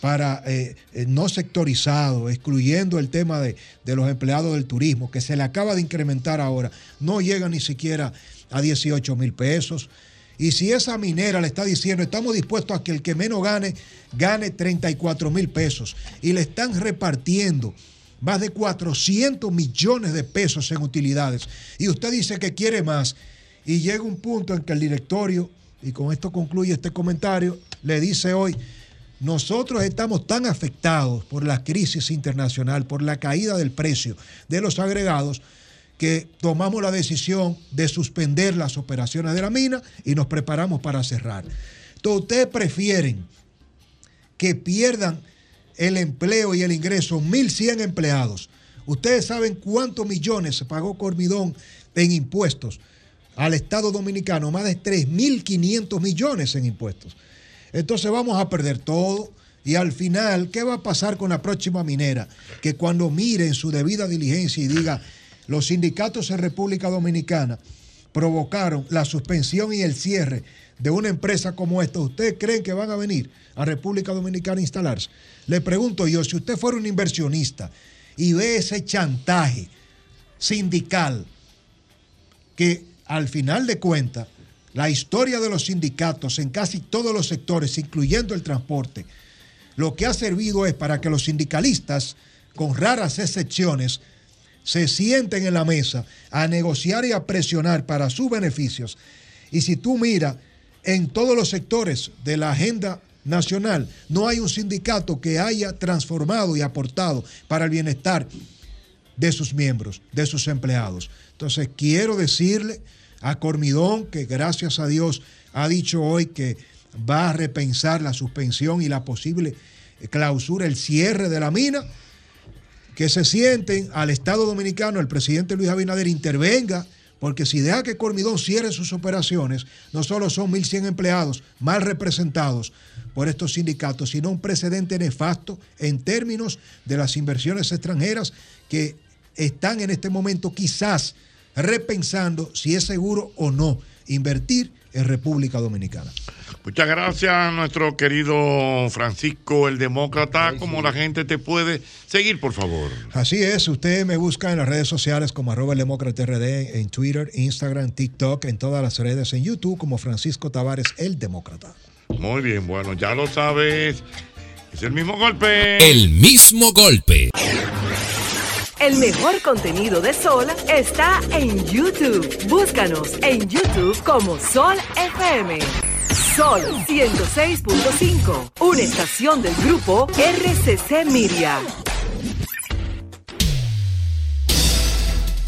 [SPEAKER 28] para eh, eh, no sectorizado, excluyendo el tema de, de los empleados del turismo, que se le acaba de incrementar ahora, no llega ni siquiera a 18 mil pesos. Y si esa minera le está diciendo, estamos dispuestos a que el que menos gane, gane 34 mil pesos, y le están repartiendo más de 400 millones de pesos en utilidades, y usted dice que quiere más, y llega un punto en que el directorio, y con esto concluye este comentario, le dice hoy, nosotros estamos tan afectados por la crisis internacional, por la caída del precio de los agregados, que tomamos la decisión de suspender las operaciones de la mina y nos preparamos para cerrar. Entonces, ustedes prefieren que pierdan el empleo y el ingreso 1.100 empleados. Ustedes saben cuántos millones se pagó Cormidón en impuestos al Estado dominicano, más de 3.500 millones en impuestos. Entonces vamos a perder todo. Y al final, ¿qué va a pasar con la próxima minera? Que cuando mire en su debida diligencia y diga, los sindicatos en República Dominicana provocaron la suspensión y el cierre de una empresa como esta, ¿ustedes creen que van a venir a República Dominicana a instalarse? Le pregunto yo, si usted fuera un inversionista y ve ese chantaje sindical, que al final de cuentas, la historia de los sindicatos en casi todos los sectores, incluyendo el transporte, lo que ha servido es para que los sindicalistas, con raras excepciones, se sienten en la mesa a negociar y a presionar para sus beneficios. Y si tú miras en todos los sectores de la agenda nacional, no hay un sindicato que haya transformado y aportado para el bienestar de sus miembros, de sus empleados. Entonces, quiero decirle a Cormidón, que gracias a Dios ha dicho hoy que va a repensar la suspensión y la posible eh, clausura, el cierre de la mina, que se sienten al Estado Dominicano, el presidente Luis Abinader intervenga Porque si deja que Cormidón cierre sus operaciones, no solo son 1.100 empleados mal representados por estos sindicatos, sino un precedente nefasto en términos de las inversiones extranjeras que están en este momento quizás repensando si es seguro o no invertir en República Dominicana.
[SPEAKER 3] Muchas gracias a nuestro querido Francisco el Demócrata. ¿Cómo la gente te puede seguir, por favor?
[SPEAKER 28] Así es, usted me busca en las redes sociales como arroba el demócrata RD, en Twitter, Instagram, TikTok, en todas las redes, en YouTube como Francisco Tavares el Demócrata.
[SPEAKER 3] Muy bien, bueno, ya lo sabes. Es el mismo golpe.
[SPEAKER 32] El mismo golpe.
[SPEAKER 33] El mejor contenido de Sol está en YouTube. Búscanos en YouTube como Sol FM. Sol 106.5, una estación del grupo RCC Miria.